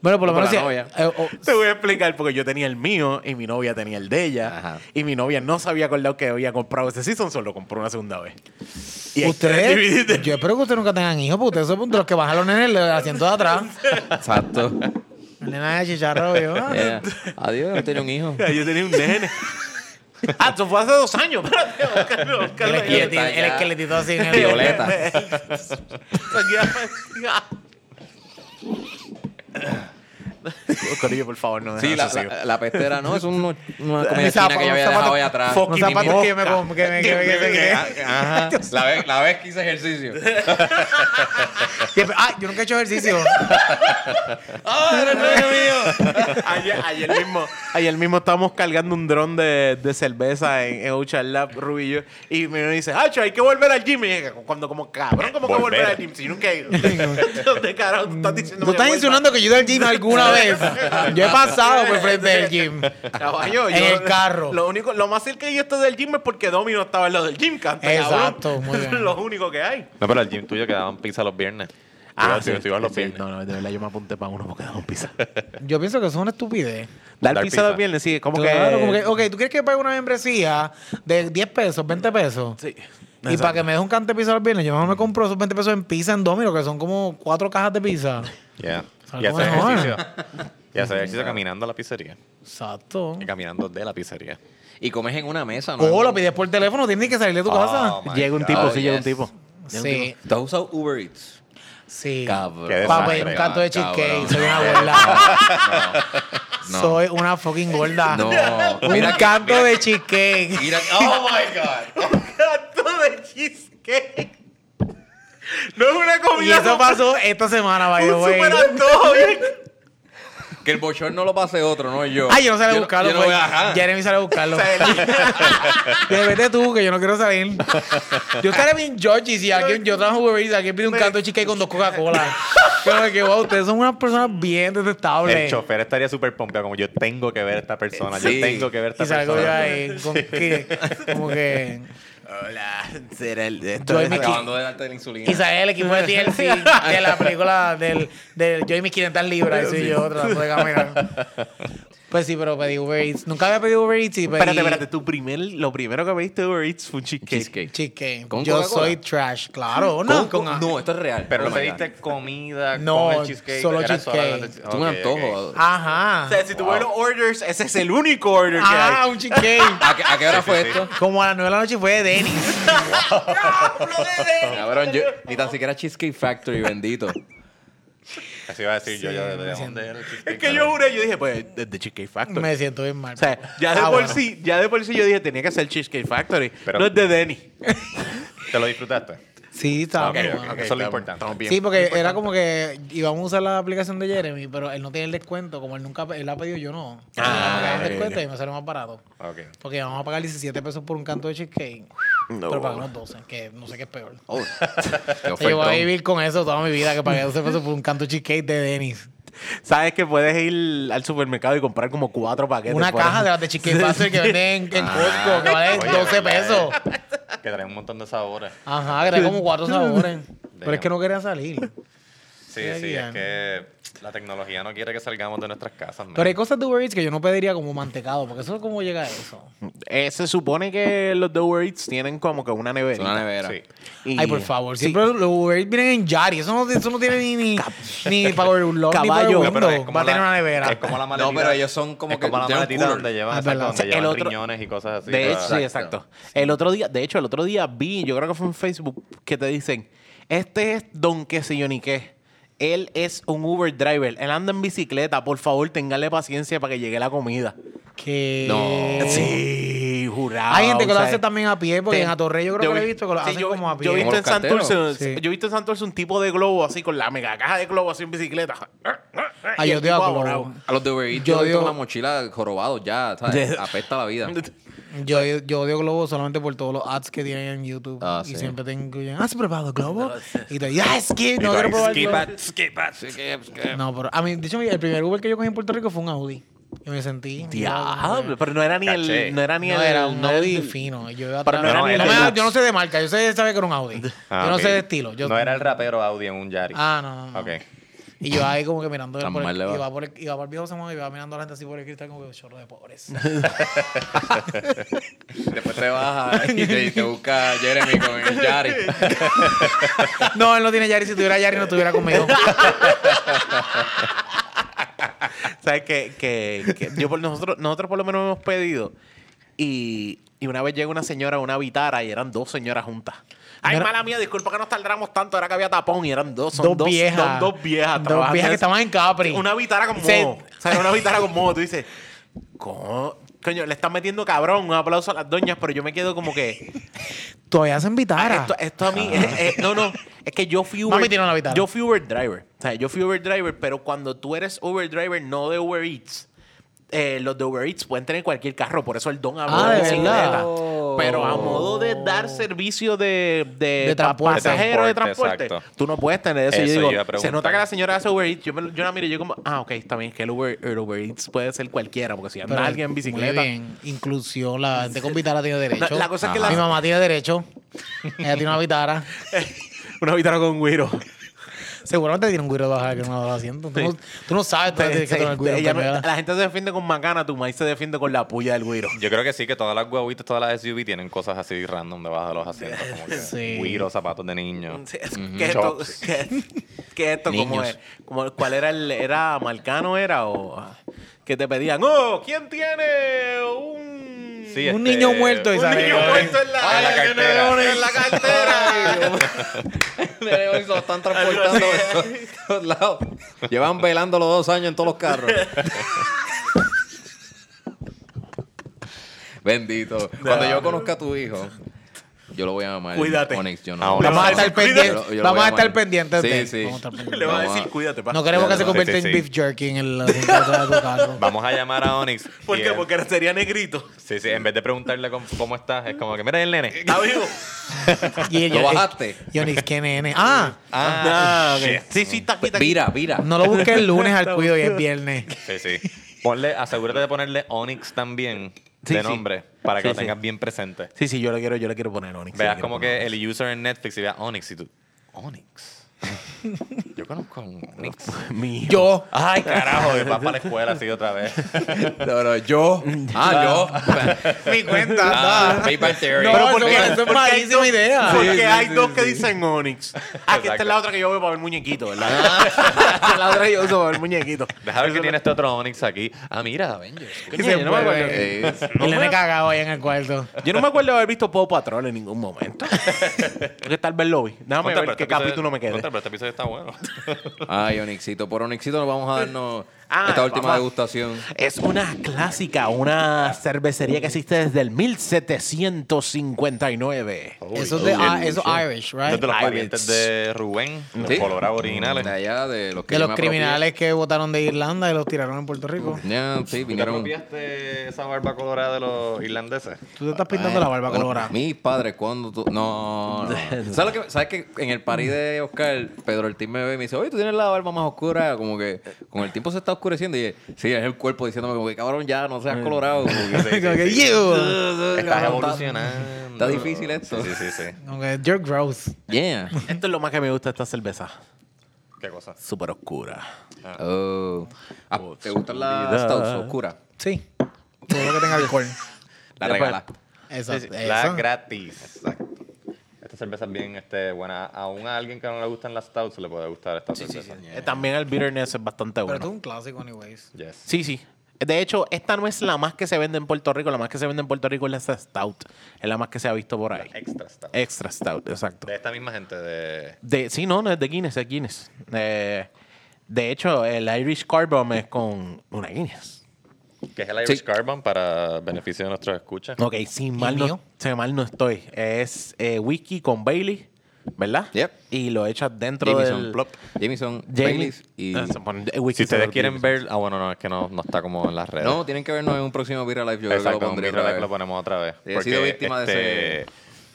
Speaker 4: Bueno, por lo
Speaker 2: Por
Speaker 4: menos.
Speaker 2: la
Speaker 4: si-
Speaker 2: novia.
Speaker 4: eh, o-
Speaker 3: Te voy a explicar porque yo tenía el mío y mi novia tenía el de ella.
Speaker 2: Ajá.
Speaker 3: Y mi novia no se había acordado que había comprado ese season, solo compró una segunda vez. Y hay tres
Speaker 4: ustedes.
Speaker 3: DVDs.
Speaker 4: Yo espero que ustedes nunca tengan hijos, porque ustedes son de los que bajan los nenes del asiento de atrás.
Speaker 2: Exacto.
Speaker 4: El nena de chicharro, yo. ah,
Speaker 2: Yeah. Adiós, no tenía un hijo.
Speaker 3: Yo tenía un nene. ah, eso fue hace dos años. Espérate, Oscar, Oscar,
Speaker 4: El
Speaker 3: yo-
Speaker 2: esqueleto.
Speaker 4: esqueletito, el esqueletito así en el.
Speaker 2: Violeta.
Speaker 3: Corillo, por favor, no
Speaker 2: Sí,
Speaker 3: dejes
Speaker 2: la,
Speaker 3: eso, sigo.
Speaker 2: la, la pestera, ¿no? Es un- una
Speaker 4: Mis
Speaker 2: comida china
Speaker 4: zapatos-
Speaker 2: que yo había
Speaker 4: zapatos-
Speaker 2: dejado allá atrás.
Speaker 4: Los
Speaker 3: Fucking
Speaker 4: zapatos que yo me com- que me- que me- que me- que-
Speaker 1: Ajá.
Speaker 2: Ah, La vez, la vez que hice ejercicio.
Speaker 4: Siempre- Ah, yo nunca he hecho ejercicio.
Speaker 2: ¡Ah, eres novio mío!
Speaker 3: ayer, ayer mismo, ayer mismo estábamos cargando un dron de, de cerveza en, en Ocean Lab, Rubí y yo, y me dice, Hacho, hay que volver al gym. Y dije, cuando como cabrón, ¿cómo que volver
Speaker 1: Volver.
Speaker 3: al gym? Si yo nunca he ido. ¿Dónde carajo tú estás diciendo? que
Speaker 4: ¿Tú
Speaker 3: vuelva?
Speaker 4: estás insinuando que yo he ido al gym alguna vez? Yo he pasado por frente del gym.
Speaker 3: Caballo,
Speaker 4: En el carro.
Speaker 3: Lo único, lo más cerca que yo estoy del gym es porque Domino estaba en lo del gym, canta,
Speaker 4: Exacto,
Speaker 3: cabrón.
Speaker 4: muy bien.
Speaker 3: lo único que hay.
Speaker 1: No, pero al gym tuyo quedaban pizza los viernes. Tú ibas- tú ibas los
Speaker 3: Ah, sí,
Speaker 1: viernes.
Speaker 3: No, no, de verdad yo me apunté para uno porque daban pizza.
Speaker 4: Yo pienso que eso es una estupidez.
Speaker 3: Dar,
Speaker 1: Dar
Speaker 3: pizza,
Speaker 1: pizza.
Speaker 3: los viernes, sí, como
Speaker 4: Claro,
Speaker 3: que...
Speaker 4: como que, ok, ¿tú quieres que pague una membresía de 10 pesos, 20 pesos?
Speaker 3: Sí.
Speaker 4: Y para que me deje un cante de pizza los viernes, yo mejor me
Speaker 2: Mm.
Speaker 4: compro esos 20 pesos en pizza en Domino, que son como cuatro cajas de pizza.
Speaker 1: Yeah.
Speaker 4: Salgo
Speaker 1: Y hacer
Speaker 4: mejor.
Speaker 1: ejercicio. Y hacer ejercicio caminando a la pizzería.
Speaker 4: Exacto.
Speaker 1: Y caminando de la pizzería.
Speaker 2: Y comes en una mesa, ¿no?
Speaker 4: O lo pides por teléfono, tienes que salir de tu casa.
Speaker 1: Oh, my
Speaker 3: Llega un
Speaker 1: God.
Speaker 3: tipo,
Speaker 2: Oh,
Speaker 3: sí, llega un
Speaker 2: yes.
Speaker 3: tipo. Llega un
Speaker 4: Sí,
Speaker 2: ¿Tú has usado Uber Eats?
Speaker 4: sí.
Speaker 1: Qué
Speaker 2: Cabrón.
Speaker 4: Para
Speaker 1: desastre,
Speaker 4: pedir un canto de
Speaker 2: Cabrón.
Speaker 4: cheesecake, soy una gorda.
Speaker 2: No.
Speaker 4: Soy una fucking gorda.
Speaker 2: No.
Speaker 4: Un
Speaker 2: Mira que-
Speaker 4: canto
Speaker 2: mira-
Speaker 4: de cheesecake.
Speaker 2: Mira- ¡Oh, my God!
Speaker 3: plato de cheesecake. No es una
Speaker 4: Y
Speaker 3: comida.
Speaker 4: eso pasó esta semana, by the
Speaker 3: un
Speaker 4: way.
Speaker 3: super antojo, bien.
Speaker 2: Que el bochorno no lo pase otro, no yo.
Speaker 4: Ay, yo no salí a
Speaker 2: no-
Speaker 4: buscarlo.
Speaker 2: yo no
Speaker 4: pues.
Speaker 2: voy a- ajá.
Speaker 4: Jeremy sale a buscarlo. Dije, vete tú, que yo no quiero salir. Yo estaré bien Georgie si alguien, yo trabajo en Uber Eats, alguien pide un canto de cheesecake con dos Coca-Cola. Pero que, wow, ustedes son unas personas bien
Speaker 1: El
Speaker 4: detestables.
Speaker 1: chofer estaría súper pompeado, como yo tengo que ver a esta persona,
Speaker 2: Sí.
Speaker 1: yo tengo que ver a esta
Speaker 4: Y salgo yo
Speaker 1: persona.
Speaker 4: ahí, con que, como que...
Speaker 3: Hola, será el de
Speaker 4: Yo y mi qui-
Speaker 2: Acabando de darte la insulina.
Speaker 4: y sale el equipo de TLC de la película del, del yo y mis 500 libras, y soy yo tratando de caminar. Pues sí, pero pedí Uber Eats. Nunca había pedido Uber Eats y pedí
Speaker 3: Espérate, espérate, tu primer, lo primero que pediste de Uber Eats fue un cheesecake.
Speaker 2: Cheesecake.
Speaker 4: cheesecake.
Speaker 2: ¿Con
Speaker 4: Yo
Speaker 2: Coca-Cola?
Speaker 4: soy trash, claro. No, con,
Speaker 2: no, esto es real.
Speaker 1: Pero
Speaker 2: Oh
Speaker 1: no
Speaker 2: my
Speaker 1: pediste comida
Speaker 4: No,
Speaker 1: con el cheesecake.
Speaker 4: solo
Speaker 1: era
Speaker 4: cheesecake.
Speaker 1: solamente-
Speaker 2: God. Tú un
Speaker 1: Ok, ok.
Speaker 2: antojo.
Speaker 4: Ajá.
Speaker 3: O sea, si tuvieron orders, ese es el único order que
Speaker 4: Ah,
Speaker 3: hay.
Speaker 4: un cheesecake.
Speaker 2: ¿A qué, a qué hora fue esto?
Speaker 4: Como a las 9 de la noche fue de Dennis.
Speaker 2: Cabrón, yo, ni tan siquiera Cheesecake Factory, bendito.
Speaker 1: Así iba a decir yo, yo de- de
Speaker 4: me siento-
Speaker 1: dónde era el cheesecake.
Speaker 3: Es que yo juré, yo dije, pues, de, de Cheesecake Factory.
Speaker 4: Me siento bien mal.
Speaker 3: O sea, ya de,
Speaker 4: Ah,
Speaker 3: por
Speaker 4: bueno.
Speaker 3: sí, ya de por sí yo dije, tenía que ser Cheesecake Factory.
Speaker 1: Pero-
Speaker 3: no es de Denny.
Speaker 1: ¿Te lo disfrutaste?
Speaker 4: Sí, estaba
Speaker 1: Ok,
Speaker 4: muy
Speaker 1: ok,
Speaker 4: bueno.
Speaker 1: eso es lo importante.
Speaker 4: Sí, porque era como que íbamos a usar la aplicación de Jeremy, pero él no tiene el descuento. Como él nunca él la ha pedido, yo no. Yo no
Speaker 3: Ah,
Speaker 4: voy a pagar
Speaker 3: ok,
Speaker 4: el descuento
Speaker 3: ok.
Speaker 4: y me sale más barato.
Speaker 1: Ok.
Speaker 4: Porque vamos a pagar 17 pesos por un canto de cheesecake. Pero pagamos 12, que no sé qué es peor.
Speaker 2: Oh, qué
Speaker 4: O sea, yo voy a
Speaker 2: ofertón.
Speaker 4: vivir con eso toda mi vida, que pagué 12 pesos por un canto de cheesecake de Dennis.
Speaker 3: Sabes que puedes ir al supermercado y comprar como cuatro paquetes.
Speaker 4: Una
Speaker 3: por-
Speaker 4: caja de las de cheesecake Factory que venden en, en
Speaker 3: Ah,
Speaker 4: Costco, que vale
Speaker 1: Oye,
Speaker 4: 12
Speaker 1: ¿verdad?
Speaker 4: pesos.
Speaker 1: Que traen un montón de sabores.
Speaker 4: Ajá, que era como cuatro sabores. Pero es que no quería salir.
Speaker 1: Sí,
Speaker 4: Sí,
Speaker 1: sí,
Speaker 4: ya.
Speaker 1: es que la tecnología no quiere que salgamos de nuestras casas. man.
Speaker 4: Pero hay cosas de Uber Eats que yo no pediría como mantecado, porque eso es como llega a eso.
Speaker 3: Eh, se supone que los de Uber Eats tienen como que una
Speaker 2: Es
Speaker 3: nevera.
Speaker 2: una nevera.
Speaker 1: Sí.
Speaker 4: Ay, por favor. Siempre los Uber Eats vienen en Yari. Eso no, eso no tiene ni, ni, ni Power Lock, ni Power
Speaker 3: Caballo.
Speaker 4: Window.
Speaker 3: No,
Speaker 1: pero es como
Speaker 4: Va a
Speaker 1: la-
Speaker 4: tener una nevera.
Speaker 1: Es como la maletita.
Speaker 2: No, pero ellos son como
Speaker 1: es
Speaker 2: que
Speaker 1: como la
Speaker 2: tienen
Speaker 1: maletita
Speaker 2: cooler.
Speaker 1: donde llevan,
Speaker 4: Ah,
Speaker 1: exacto,
Speaker 4: verdad.
Speaker 1: donde
Speaker 4: El
Speaker 1: llevan
Speaker 3: otro-
Speaker 1: riñones y cosas así.
Speaker 3: De hecho,
Speaker 1: ¿verdad?
Speaker 3: sí, exacto. El otro día, de hecho, el otro día vi, yo creo que fue en Facebook, que te dicen, este es Don que se yo ni qué. Él es un Uber driver. Él anda en bicicleta. Por favor, téngale paciencia para que llegue la comida.
Speaker 4: Que...
Speaker 2: No.
Speaker 3: Sí, jurado.
Speaker 4: Hay gente que
Speaker 3: o
Speaker 4: lo
Speaker 3: sea,
Speaker 4: hace también a pie, porque
Speaker 3: te-
Speaker 4: en Atorrey yo creo
Speaker 3: yo
Speaker 4: que lo he
Speaker 3: vi-
Speaker 4: visto que lo
Speaker 3: sí,
Speaker 4: hacen
Speaker 3: yo-
Speaker 4: como a
Speaker 3: Yo he
Speaker 4: pie.
Speaker 3: visto en
Speaker 2: Como los
Speaker 3: Santurce,
Speaker 2: carteros.
Speaker 4: Sí.
Speaker 3: yo he visto en Santurce un tipo de globo así con la mega caja de globo así en bicicleta.
Speaker 4: Ay,
Speaker 3: Y el
Speaker 4: yo odio
Speaker 3: tipo
Speaker 4: a
Speaker 3: adorado.
Speaker 4: Globo.
Speaker 2: A los de Uber Eats,
Speaker 4: Yo
Speaker 2: yo digo
Speaker 4: digo-
Speaker 2: la mochila jorobado ya, ¿sabes? Apesta la vida.
Speaker 4: Yo, yo odio Globo solamente por todos los ads que tienen en YouTube.
Speaker 2: Ah,
Speaker 4: y
Speaker 2: sí.
Speaker 4: siempre te incluyen, ¿has probado Globo? Y te dicen, ¡ah, es que no quiero probar
Speaker 1: Skip
Speaker 4: Globo".
Speaker 1: it, skip it.
Speaker 4: No, pero a mí, de hecho, el primer Uber que yo cogí en Puerto Rico fue un Audi. Y me sentí.
Speaker 3: Diablo, pero no era ni
Speaker 1: Caché.
Speaker 3: el. No era ni
Speaker 4: no,
Speaker 3: el.
Speaker 4: era un
Speaker 3: no era
Speaker 4: Audi
Speaker 3: el-
Speaker 4: fino. Yo, iba
Speaker 3: Pero
Speaker 4: atrás.
Speaker 3: no era
Speaker 4: No
Speaker 3: ni el
Speaker 4: me-
Speaker 3: deluxe.
Speaker 4: yo no sé de marca, yo sé sabe que era un Audi.
Speaker 1: Ah,
Speaker 4: yo no
Speaker 1: ok.
Speaker 4: sé de estilo. Yo,
Speaker 1: No era el rapero Audi en un Yari.
Speaker 4: Ah, no, no, no.
Speaker 1: Ok.
Speaker 4: Y yo ahí como que mirando
Speaker 2: Tan
Speaker 4: por el,
Speaker 2: mal le va.
Speaker 4: iba por el, iba por el viejo Samuel y iba mirando a la gente así por el cristal como que chorro de pobres.
Speaker 2: Después te bajas y te, y te busca Jeremy con el Yari.
Speaker 4: no, él no tiene Yari. Si tuviera Yari no estuviera conmigo.
Speaker 3: ¿Sabes qué? Que, que yo por nosotros, nosotros por lo menos hemos pedido. Y, y una vez llega una señora a una vitara y eran dos señoras juntas. Ay,
Speaker 4: Mira-
Speaker 3: mala mía, disculpa que nos tardamos tanto, era que había tapón y eran dos, son
Speaker 4: dos, viejas.
Speaker 3: Dos, dos viejas
Speaker 4: Dos
Speaker 3: trabajando
Speaker 4: viejas
Speaker 3: en-
Speaker 4: que estaban en Capri.
Speaker 3: Una vitara con
Speaker 4: Se-
Speaker 3: moho. O sea, era una vitara con moho. Tú dices, "Co- coño, le están metiendo cabrón, un aplauso a las doñas, pero yo me quedo como que.
Speaker 4: Todavía se invitara.
Speaker 3: Ah, Esto, esto a mí.
Speaker 4: Ah.
Speaker 3: eh, eh, no, no. Es que yo fui Uber.
Speaker 4: Mami tiene una vitara.
Speaker 3: Yo fui Uber driver. O sea, yo fui Uber driver, pero cuando tú eres Uber driver, no de Uber Eats. eh, los de Uber Eats pueden tener cualquier carro, por eso el don habló
Speaker 4: Ah,
Speaker 3: de
Speaker 4: ¿de
Speaker 3: bicicleta.
Speaker 4: verdad?
Speaker 3: Pero
Speaker 2: Oh.
Speaker 3: a modo de dar servicio de, de,
Speaker 4: De transporte.
Speaker 3: pasajero de transporte,
Speaker 1: Transporte, exacto.
Speaker 3: tú no puedes tener eso.
Speaker 1: Eso
Speaker 3: yo digo,
Speaker 1: iba a preguntar.
Speaker 3: se nota que la señora hace Uber Eats. Yo, me, yo la miro y yo como, ah, ok, está bien, es que el Uber, el Uber Eats puede ser cualquiera, porque si anda
Speaker 4: Pero
Speaker 3: alguien en bicicleta.
Speaker 4: Muy bien. Inclusión. La gente con vitara tiene derecho.
Speaker 3: La- la cosa es que
Speaker 4: Mi
Speaker 3: la-
Speaker 4: mamá tiene derecho. Ella tiene una vitara.
Speaker 3: Una vitara con güiro.
Speaker 4: Seguramente tiene un guiro de bajar que no lo asiento. Tú,
Speaker 3: Sí.
Speaker 4: no, tú no sabes tú tienes que tener el guiro.
Speaker 3: Ella
Speaker 4: en
Speaker 3: no-
Speaker 4: primera.
Speaker 3: la gente se defiende con macana, tu maíz se defiende con la puya del güiro.
Speaker 1: Yo creo que sí, que todas las guaguitas, todas las SUV tienen cosas así random debajo de los asientos. Como que
Speaker 4: Sí.
Speaker 1: güiro, zapatos de niño.
Speaker 3: Sí, es- ¿Qué esto?
Speaker 1: Chops.
Speaker 3: ¿Qué, qué esto? ¿Cómo
Speaker 2: Niños.
Speaker 3: es? ¿Cómo- ¿Cuál era el. ¿Era Marcano? ¿Era? ¿O que te pedían? ¡Oh! ¿Quién tiene un.
Speaker 1: Sí, este,
Speaker 4: Un niño muerto y
Speaker 3: un
Speaker 4: sale-
Speaker 3: niño muerto en la,
Speaker 1: Ah, en la cartera.
Speaker 3: En la cartera.
Speaker 2: Nene, hoy se lo están transportando de todos lados. Llevan velándolo dos años en todos los carros. Bendito. Cuando yo conozca a tu hijo, yo lo voy a llamar.
Speaker 3: Cuídate.
Speaker 2: Onyx, yo
Speaker 1: Ahora.
Speaker 2: no.
Speaker 4: Vamos a estar
Speaker 3: Cuídate.
Speaker 4: pendientes.
Speaker 2: Yo- yo lo
Speaker 4: Vamos
Speaker 2: voy
Speaker 4: a
Speaker 2: a
Speaker 4: estar
Speaker 2: llamar.
Speaker 4: pendientes de él.
Speaker 2: Sí, sí.
Speaker 4: Vamos a estar pendientes.
Speaker 3: Le vas a
Speaker 2: Vamos a-
Speaker 3: decir, cuídate, pa.
Speaker 4: No queremos que se
Speaker 2: Sí,
Speaker 4: convierta
Speaker 1: sí,
Speaker 4: en
Speaker 1: sí.
Speaker 4: beef jerky en el asiento de tu carro.
Speaker 1: Vamos a llamar a Onyx.
Speaker 3: ¿Por
Speaker 1: y
Speaker 3: qué?
Speaker 1: él-
Speaker 3: Porque sería negrito.
Speaker 1: Sí, sí, en vez de preguntarle cómo, cómo estás, es como que, mira el nene.
Speaker 3: ¿Está vivo?
Speaker 4: Y
Speaker 2: ¿Lo bajaste?
Speaker 4: Yonix, ¿qué nene? Ah,
Speaker 3: Ah, ok. Sí, sí, está aquí, está aquí.
Speaker 2: Vira, vira.
Speaker 4: no lo busqué el lunes al cuido y es viernes.
Speaker 1: Sí, sí. Ponle, asegúrate de ponerle Onyx también
Speaker 3: Sí,
Speaker 1: de
Speaker 3: sí.
Speaker 1: nombre para que lo
Speaker 3: Sí, sí.
Speaker 1: tengas bien presente.
Speaker 3: Sí, sí, yo le quiero, yo le quiero poner Onyx.
Speaker 1: Veas como que el user en Netflix y veas Onyx y tú, Onyx. Yo conozco a un Nix.
Speaker 3: Mío.
Speaker 4: Yo.
Speaker 1: Ay, carajo, y vas para la escuela así otra vez.
Speaker 2: No, no, yo. Ah, yo.
Speaker 3: Mi cuenta.
Speaker 2: Ah, PayPal Theory.
Speaker 4: No,
Speaker 3: Pero
Speaker 4: eso-
Speaker 3: porque,
Speaker 4: eso es malísima idea.
Speaker 3: Porque
Speaker 2: sí,
Speaker 3: hay
Speaker 2: sí,
Speaker 3: dos
Speaker 2: sí,
Speaker 3: que
Speaker 2: sí.
Speaker 3: dicen Onyx. Ah, que esta
Speaker 1: Exacto.
Speaker 3: es la otra que yo veo para ver muñequito, ¿verdad? Esta es la otra que yo uso para ver muñequito.
Speaker 1: Deja ver que tiene este otro Onyx aquí. Ah, mira, Avengers.
Speaker 3: Y se
Speaker 1: Coño, yo no me
Speaker 3: mueve.
Speaker 1: acuerdo.
Speaker 2: Eh,
Speaker 4: El nene cagado ahí en el cuarto.
Speaker 3: Yo no me acuerdo de haber visto Pow Patrol en ningún momento. Creo que tal vez lo vi. Déjame
Speaker 1: Contra, pero
Speaker 3: ver
Speaker 1: este
Speaker 3: qué
Speaker 1: episodio-
Speaker 3: capítulo me
Speaker 1: Contra,
Speaker 3: quede.
Speaker 1: pero este episodio está bueno.
Speaker 2: Ay, Onixito. Por Onixito nos vamos a darnos
Speaker 3: Ah,
Speaker 2: esta última
Speaker 3: vamos.
Speaker 2: degustación.
Speaker 3: Es una clásica, una cervecería que existe desde el 1759.
Speaker 4: Eso es de ah, eso es Irish,
Speaker 1: Es
Speaker 4: right?
Speaker 1: de los
Speaker 3: Ay,
Speaker 1: parientes
Speaker 3: bitch.
Speaker 1: de Rubén, los
Speaker 2: Sí.
Speaker 1: Colorado originales.
Speaker 2: De allá, de los que
Speaker 4: De
Speaker 2: yo
Speaker 4: los
Speaker 2: me apropié.
Speaker 4: criminales que votaron de Irlanda y los tiraron en Puerto Rico.
Speaker 2: Ya, sí,
Speaker 1: ¿Tú te
Speaker 2: vinieron.
Speaker 1: apropiaste esa barba colorada de los irlandeses?
Speaker 4: Tú te estás pintando la barba
Speaker 2: Bueno,
Speaker 4: colorada.
Speaker 2: Mis padres, cuando tú. No. no. ¿Sabes, lo que, ¿Sabes que en el party de Oscar, Pedro Ortiz me ve y me dice, oye, tú tienes la barba más oscura? Como que con el tiempo se está oscureciendo. Y sí, es el cuerpo diciéndome, como que cabrón, ya no seas colorado. Como que,
Speaker 1: Sí, sí,
Speaker 4: Eh. Como que,
Speaker 1: sí.
Speaker 4: "You".
Speaker 1: Estás evolucionando.
Speaker 2: Está difícil esto.
Speaker 1: Sí, sí, sí.
Speaker 4: Como que, You're gross.
Speaker 2: Yeah.
Speaker 3: Esto es lo más que me gusta de esta cerveza.
Speaker 1: ¿Qué cosa?
Speaker 3: Súper oscura.
Speaker 2: Oh. Ah, ¿Te gustan las stouts oscuras?
Speaker 4: Sí. Todo lo que tenga alcohol.
Speaker 2: La regala.
Speaker 4: Exacto.
Speaker 1: La
Speaker 4: eso.
Speaker 1: gratis. Exacto. Esta cerveza es bien este, buena. Aún a alguien que no le gustan las stouts le puede gustar esta cerveza.
Speaker 3: Eh, También el bitterness es bastante
Speaker 4: Pero
Speaker 3: bueno.
Speaker 4: esto es un clásico, anyways.
Speaker 1: Yes.
Speaker 3: Sí, sí. De hecho, esta no es la más que se vende en Puerto Rico. La más que se vende en Puerto Rico es la Stout. Es la más que se ha visto por ahí.
Speaker 1: Extra stout.
Speaker 3: Extra Stout, exacto.
Speaker 1: De esta misma gente de...
Speaker 3: De, sí, no, no es de Guinness, es Guinness. Eh, de hecho, el Irish Carbon es con una Guinness.
Speaker 1: Que es el Irish
Speaker 2: Sí.
Speaker 1: Carbon para beneficio de nuestros escuchas.
Speaker 3: Ok, si mal, no,
Speaker 4: mío?
Speaker 3: si mal no estoy. Es eh, whisky con Bailey, ¿verdad?
Speaker 2: Yep.
Speaker 3: Y lo echas dentro
Speaker 2: Jameson.
Speaker 3: del...
Speaker 2: Plop. Jameson.
Speaker 3: Jamie-
Speaker 2: Baileys y...
Speaker 3: Ah, se pone- eh, whisky
Speaker 1: Si ustedes
Speaker 3: sour
Speaker 1: quieren
Speaker 3: Jameson.
Speaker 1: ver... Ah, bueno, no, es que no, no está como en las redes.
Speaker 2: No, tienen que vernos en un próximo Vira Live. Yo creo que
Speaker 1: Exacto,
Speaker 2: lo
Speaker 1: un
Speaker 2: pondré
Speaker 1: micro
Speaker 2: otra
Speaker 1: like lo
Speaker 2: vez.
Speaker 1: ponemos otra vez. este,
Speaker 2: Sí, he sido víctima de ese-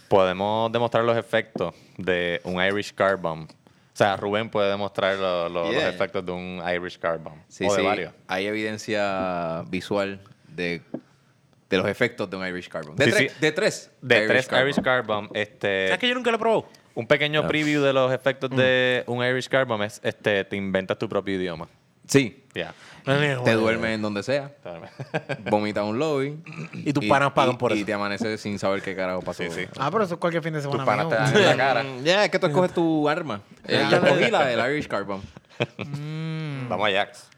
Speaker 1: Podemos demostrar los efectos de un Irish Car Bomb. O sea, Rubén puede demostrar lo- lo-
Speaker 2: Yeah.
Speaker 1: los efectos de un Irish Car Bomb.
Speaker 2: Sí,
Speaker 1: o de
Speaker 2: sí.
Speaker 1: varios.
Speaker 2: Hay evidencia visual de, de los efectos de un Irish Carbon. De,
Speaker 1: Sí,
Speaker 2: tres,
Speaker 1: sí.
Speaker 2: de tres.
Speaker 1: De tres
Speaker 2: Carbon.
Speaker 1: Irish Car Bomb, este,
Speaker 3: ¿Sabes que yo nunca lo probé?
Speaker 1: un pequeño preview de los efectos
Speaker 2: Mm.
Speaker 1: de un Irish Car Bomb es este, te inventas tu propio idioma.
Speaker 2: Sí.
Speaker 1: Ya. Oh,
Speaker 2: Te duermes en donde sea, vomita un lobby.
Speaker 3: Y tus panas pagan
Speaker 2: y-
Speaker 3: por
Speaker 2: Y
Speaker 3: eso.
Speaker 2: te amaneces sin saber qué carajo pasó.
Speaker 1: Sí, sí.
Speaker 4: Ah, pero eso es cualquier fin de semana.
Speaker 1: panas
Speaker 4: mío.
Speaker 1: te dan en la cara.
Speaker 2: Ya, es que tú escoges tu arma. Eh, Yo escogí la del Irish Carbon.
Speaker 1: Vamos a Jax.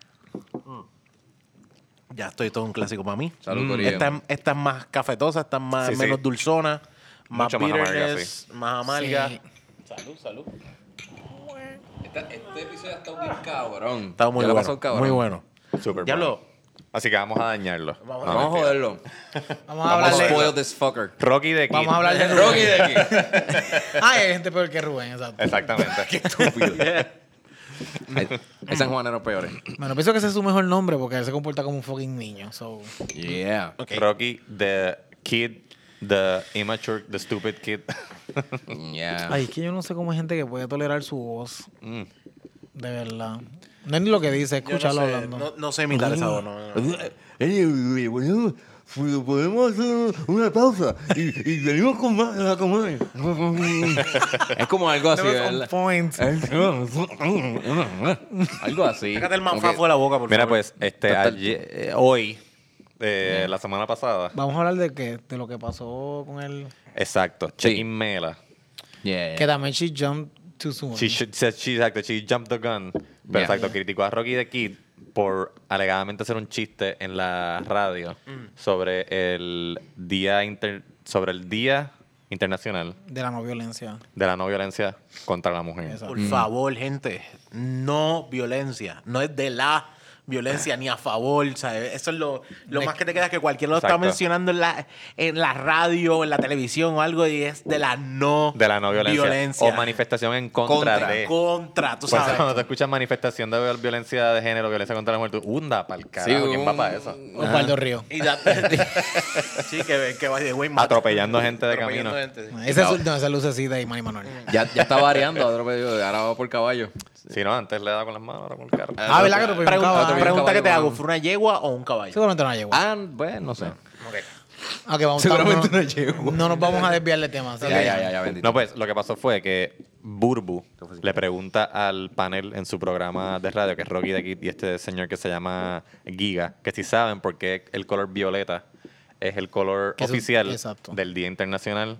Speaker 3: Ya estoy todo un clásico para mí.
Speaker 2: Salud,
Speaker 3: Mm.
Speaker 2: Corillo.
Speaker 3: Esta, esta es más cafetosa, esta es más,
Speaker 1: Sí, sí.
Speaker 3: menos dulzona, más
Speaker 1: Mucho más amarga,
Speaker 3: bitterness, más amarga.
Speaker 4: Sí.
Speaker 2: Este, episodio ha estado bien cabrón.
Speaker 3: Está muy bueno. Muy bueno.
Speaker 1: Super
Speaker 3: Diablo.
Speaker 1: Así que vamos a dañarlo. No,
Speaker 2: Vamos a
Speaker 1: mentira.
Speaker 2: joderlo.
Speaker 4: Vamos a
Speaker 2: Vamos a
Speaker 4: hablar de.
Speaker 2: spoil this fucker.
Speaker 1: Rocky de
Speaker 4: Vamos
Speaker 1: Kid.
Speaker 4: a hablar de
Speaker 2: Rocky
Speaker 4: Rubén.
Speaker 2: de aquí.
Speaker 4: Ah, hay gente peor que Rubén, exacto.
Speaker 1: Exactamente.
Speaker 2: Hay- Hay San Juaneros peores.
Speaker 4: Bueno, pienso que ese es su mejor nombre porque él se comporta como un fucking niño. So.
Speaker 2: Yeah.
Speaker 1: Rocky, the kid, the immature, the stupid kid.
Speaker 2: Yeah.
Speaker 4: Ay, es que yo no sé cómo hay gente que puede tolerar su voz.
Speaker 1: Mm.
Speaker 4: De verdad. No es ni lo que
Speaker 3: Yo
Speaker 4: dice,
Speaker 3: no
Speaker 4: escúchalo
Speaker 3: sé-
Speaker 4: hablando.
Speaker 3: No, no sé imitar esa voz. no, no, no.
Speaker 7: Eh, bueno, pues podemos hacer una pausa y, y venimos con más de la comedia.
Speaker 2: Es como algo así,
Speaker 4: That was on
Speaker 2: ¿verdad?
Speaker 4: point.
Speaker 2: Algo así.
Speaker 3: Sácate el
Speaker 2: Como
Speaker 3: manfafo
Speaker 2: que-
Speaker 3: de la boca, por
Speaker 1: Mira,
Speaker 3: favor.
Speaker 1: pues, este, ayer- eh, hoy, eh, la semana pasada,
Speaker 4: Vamos a hablar de qué, de lo que pasó con él.
Speaker 1: exacto,
Speaker 2: Sí.
Speaker 1: Chequin Mela.
Speaker 2: Yeah.
Speaker 4: Que también she jumped too soon.
Speaker 1: She, should- she- she- exacto, she jumped the gun. Pero
Speaker 2: Yeah.
Speaker 1: exacto, criticó a Rocky the Kid por alegadamente hacer un chiste en la radio sobre el día inter- sobre el día internacional
Speaker 4: De la no violencia.
Speaker 1: de la no violencia contra la mujer.
Speaker 4: Exacto.
Speaker 3: Por favor, gente, no violencia. No es de la violencia ni a favor. ¿sabes? Eso es lo, lo más que te queda que cualquiera lo está
Speaker 1: Exacto.
Speaker 3: mencionando en la, en la radio, en la televisión o algo y es de la no
Speaker 1: De la no violencia,
Speaker 3: violencia.
Speaker 1: o manifestación en contra,
Speaker 2: Contra.
Speaker 1: de. Pues,
Speaker 3: contra, tú
Speaker 1: Por eso
Speaker 3: sabes.
Speaker 1: cuando te escuchas manifestación de viol- violencia de género, violencia contra la mujer, tú, unda, pa'l carajo,
Speaker 2: Sí,
Speaker 1: ¿quién
Speaker 2: un-
Speaker 1: va para eso?
Speaker 4: Osvaldo Río.
Speaker 3: Y ya- sí, que, que vaya, güey, mata.
Speaker 1: Atropellando gente de
Speaker 3: Atropellando
Speaker 1: camino.
Speaker 3: gente, sí.
Speaker 4: Esa, es, no, esa es lucecita y Manny Manuel.
Speaker 2: Ya, ya está variando. Ahora ahora va por caballo.
Speaker 1: Si no, antes le daba con las manos, ahora con el carro.
Speaker 4: Ah, ¿verdad que
Speaker 3: Pregunta,
Speaker 4: Caballo,
Speaker 3: pregunta que te
Speaker 2: caballo,
Speaker 3: hago,
Speaker 2: caballo.
Speaker 3: ¿fue una yegua o un caballo?
Speaker 4: Seguramente no llegó.
Speaker 2: Ah, bueno, no sé.
Speaker 4: Ok, vamos
Speaker 2: Seguramente
Speaker 4: estamos-
Speaker 2: no llegó.
Speaker 4: No nos vamos a desviar del tema. así
Speaker 2: Ya,
Speaker 4: que-
Speaker 1: Ah,
Speaker 2: ya, ya, ya, bendito.
Speaker 1: No, pues, lo que pasó fue que Burbu le pregunta al panel en su programa de radio, que es Rocky de aquí, y este señor que se llama Giga, que si saben por qué el color violeta es el color
Speaker 4: Que es un-
Speaker 1: oficial
Speaker 4: exacto.
Speaker 1: del Día Internacional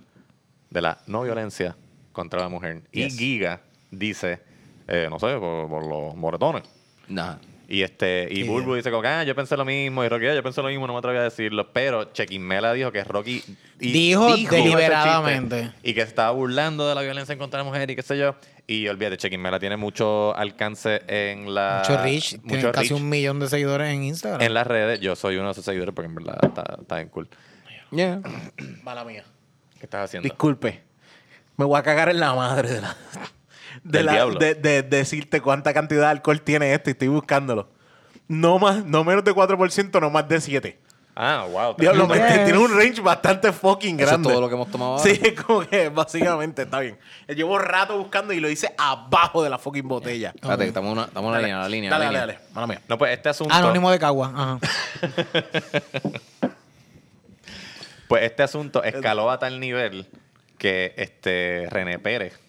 Speaker 1: de la No Violencia contra la Mujer. Y Giga dice, eh, no sé, por, por los moretones.
Speaker 3: pues.
Speaker 2: Nah.
Speaker 1: Y este y
Speaker 4: Qué
Speaker 1: Bulbu
Speaker 4: bien.
Speaker 1: dice como que, ah, yo pensé lo mismo y Rocky ah, yo pensé lo mismo, no me atreví a decirlo, pero Chequimela dijo que Rocky y-
Speaker 4: Dijo
Speaker 1: ese chiste
Speaker 4: deliberadamente.
Speaker 1: y que se estaba burlando de la violencia contra la mujer y qué sé yo. Y olvídate, Chequimela tiene mucho alcance en la
Speaker 4: Mucho Rich. Tiene
Speaker 1: mucho
Speaker 4: casi
Speaker 1: reach
Speaker 4: un millón de seguidores en Instagram.
Speaker 1: en las redes. Yo soy uno de sus seguidores porque en verdad está, está bien cool.
Speaker 3: Mala mía.
Speaker 1: ¿Qué estás haciendo?
Speaker 3: Disculpe. Me voy a cagar en la madre de la. De,
Speaker 1: Del
Speaker 3: la-
Speaker 1: diablo.
Speaker 3: de- de decirte cuánta cantidad de alcohol tiene esto y estoy buscándolo. No más, no menos de 4%, no más de 7.
Speaker 1: Ah, wow.
Speaker 3: Diablo,
Speaker 4: Yes.
Speaker 3: me- tiene un range bastante fucking
Speaker 2: Eso es
Speaker 3: grande.
Speaker 2: todo lo que hemos tomado ahora.
Speaker 3: Sí, es como que básicamente está bien. Eh, Llevo rato buscando y lo hice abajo de la fucking botella.
Speaker 2: Espérate, que estamos en una, estamos en la línea, la línea.
Speaker 3: Dale,
Speaker 2: la
Speaker 3: dale,
Speaker 2: línea.
Speaker 3: dale. Mala mía.
Speaker 1: No, pues este asunto.
Speaker 4: Anónimo de Cagua. Ajá.
Speaker 1: Pues este asunto escaló a tal nivel que este René Pérez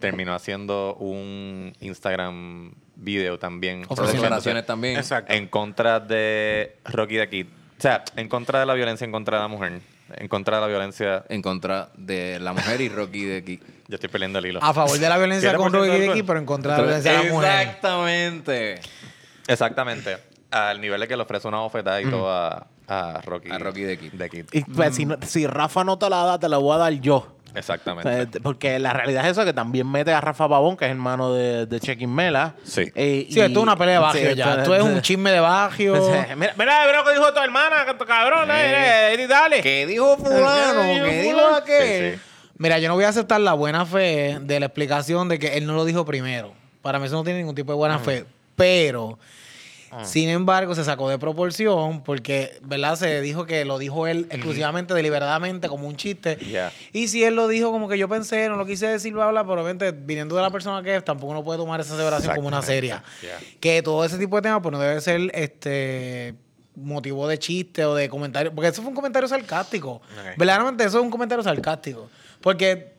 Speaker 1: terminó haciendo un Instagram video también.
Speaker 2: Son declaraciones también.
Speaker 3: Exacto.
Speaker 1: En contra de Rocky de Kid. O sea, en contra de la violencia en contra de la mujer. En contra de la violencia.
Speaker 2: En contra de la mujer y Rocky de aquí.
Speaker 1: Yo estoy perdiendo el hilo.
Speaker 2: Ah.
Speaker 4: A favor de la violencia
Speaker 1: 7%
Speaker 4: con Rocky
Speaker 1: del-
Speaker 4: Dickie, pero en contra de la violencia de la mujer.
Speaker 2: Exactamente.
Speaker 1: Exactamente. Al nivel de que le ofrece una bofetada y todo a, a Rocky.
Speaker 2: Mm. A Rocky de Kid.
Speaker 3: Y, pues, si, no-
Speaker 2: Mm.
Speaker 3: si Rafa no te la da, te la voy a dar yo. O sea,
Speaker 1: Exactamente.
Speaker 2: pues.
Speaker 3: t- Porque la realidad es eso, que también mete a Rafa Pavón, que es hermano de, de Chequín Mela.
Speaker 1: Sí.
Speaker 3: Eh,
Speaker 4: Sí, esto es una pelea de
Speaker 3: Sí,
Speaker 4: Baggio ya.
Speaker 3: esto-
Speaker 4: Esto es un chisme de Baggio.
Speaker 3: O sea, Mira, mira, mira lo que dijo tu hermana, que tu cabrón, eh, eh, dale.
Speaker 2: ¿Qué dijo fulano? ¿Qué dijo aquel?
Speaker 1: Sí, sí.
Speaker 4: Mira, yo no voy a aceptar la buena fe de la explicación de que él no lo dijo primero. Para mí eso no tiene ningún tipo de buena
Speaker 1: Mm.
Speaker 4: fe. Pero,
Speaker 1: Ah.
Speaker 4: sin embargo, se sacó de proporción porque, ¿verdad? Se dijo que lo dijo él exclusivamente, deliberadamente, como un chiste.
Speaker 1: Yeah.
Speaker 4: Y si él lo dijo como que yo pensé, no lo quise decir, bla, bla, pero obviamente, viniendo de la persona que es, tampoco uno puede tomar esa aseveración como una seria. Que todo ese tipo de temas, pues no debe ser este motivo de chiste o de comentario, porque eso fue un comentario sarcástico. Verdaderamente eso es un comentario sarcástico. Porque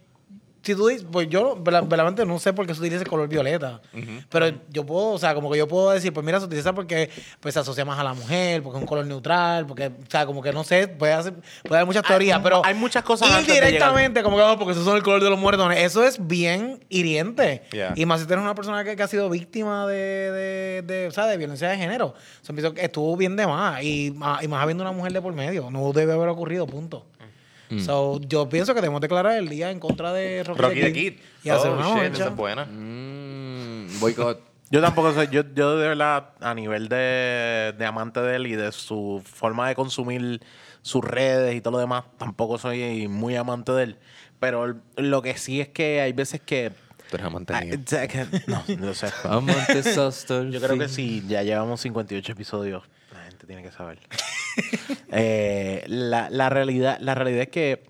Speaker 4: si tú dices, pues yo vera- verdaderamente no sé por qué se utiliza el color violeta, pero yo puedo, o sea, como que yo puedo decir, pues mira, se utiliza porque pues, se asocia más a la mujer, porque es un color neutral, porque, o sea, como que no sé, puede, hacer- puede haber muchas
Speaker 3: Hay-
Speaker 4: teorías, pero...
Speaker 3: hay muchas cosas antes de llegar.
Speaker 4: Indirectamente, como que, "Oh, porque esos son el color de los muertones, eso es bien hiriente.
Speaker 1: Yeah.
Speaker 4: Y más si tienes una persona que, que ha sido víctima de, de, de, o sea, de violencia de género, o sea, pienso que estuvo bien de más, y, más- y más habiendo una mujer de por medio, no debe haber ocurrido, punto. So, yo pienso que debemos declarar el día en contra de Rocky,
Speaker 1: Mm. Rocky
Speaker 4: the
Speaker 1: de Kid.
Speaker 4: Y hacer
Speaker 1: Oh,
Speaker 4: una
Speaker 1: shit,
Speaker 4: marcha.
Speaker 1: esa es buena.
Speaker 2: Mm, boicot.
Speaker 3: Yo tampoco soy, yo, yo de verdad, a nivel de, de amante de él y de su forma de consumir sus redes y todo lo demás, tampoco soy muy amante de él. Pero lo que sí es que hay veces que...
Speaker 1: Tú eres amante
Speaker 3: Ay,
Speaker 1: mío.
Speaker 3: o sea, que- no, no sé.
Speaker 2: Amantes hasta el
Speaker 3: Yo creo que
Speaker 2: fin.
Speaker 3: sí, ya llevamos 58 episodios. La gente tiene que saber. Eh, la, la realidad, la realidad es que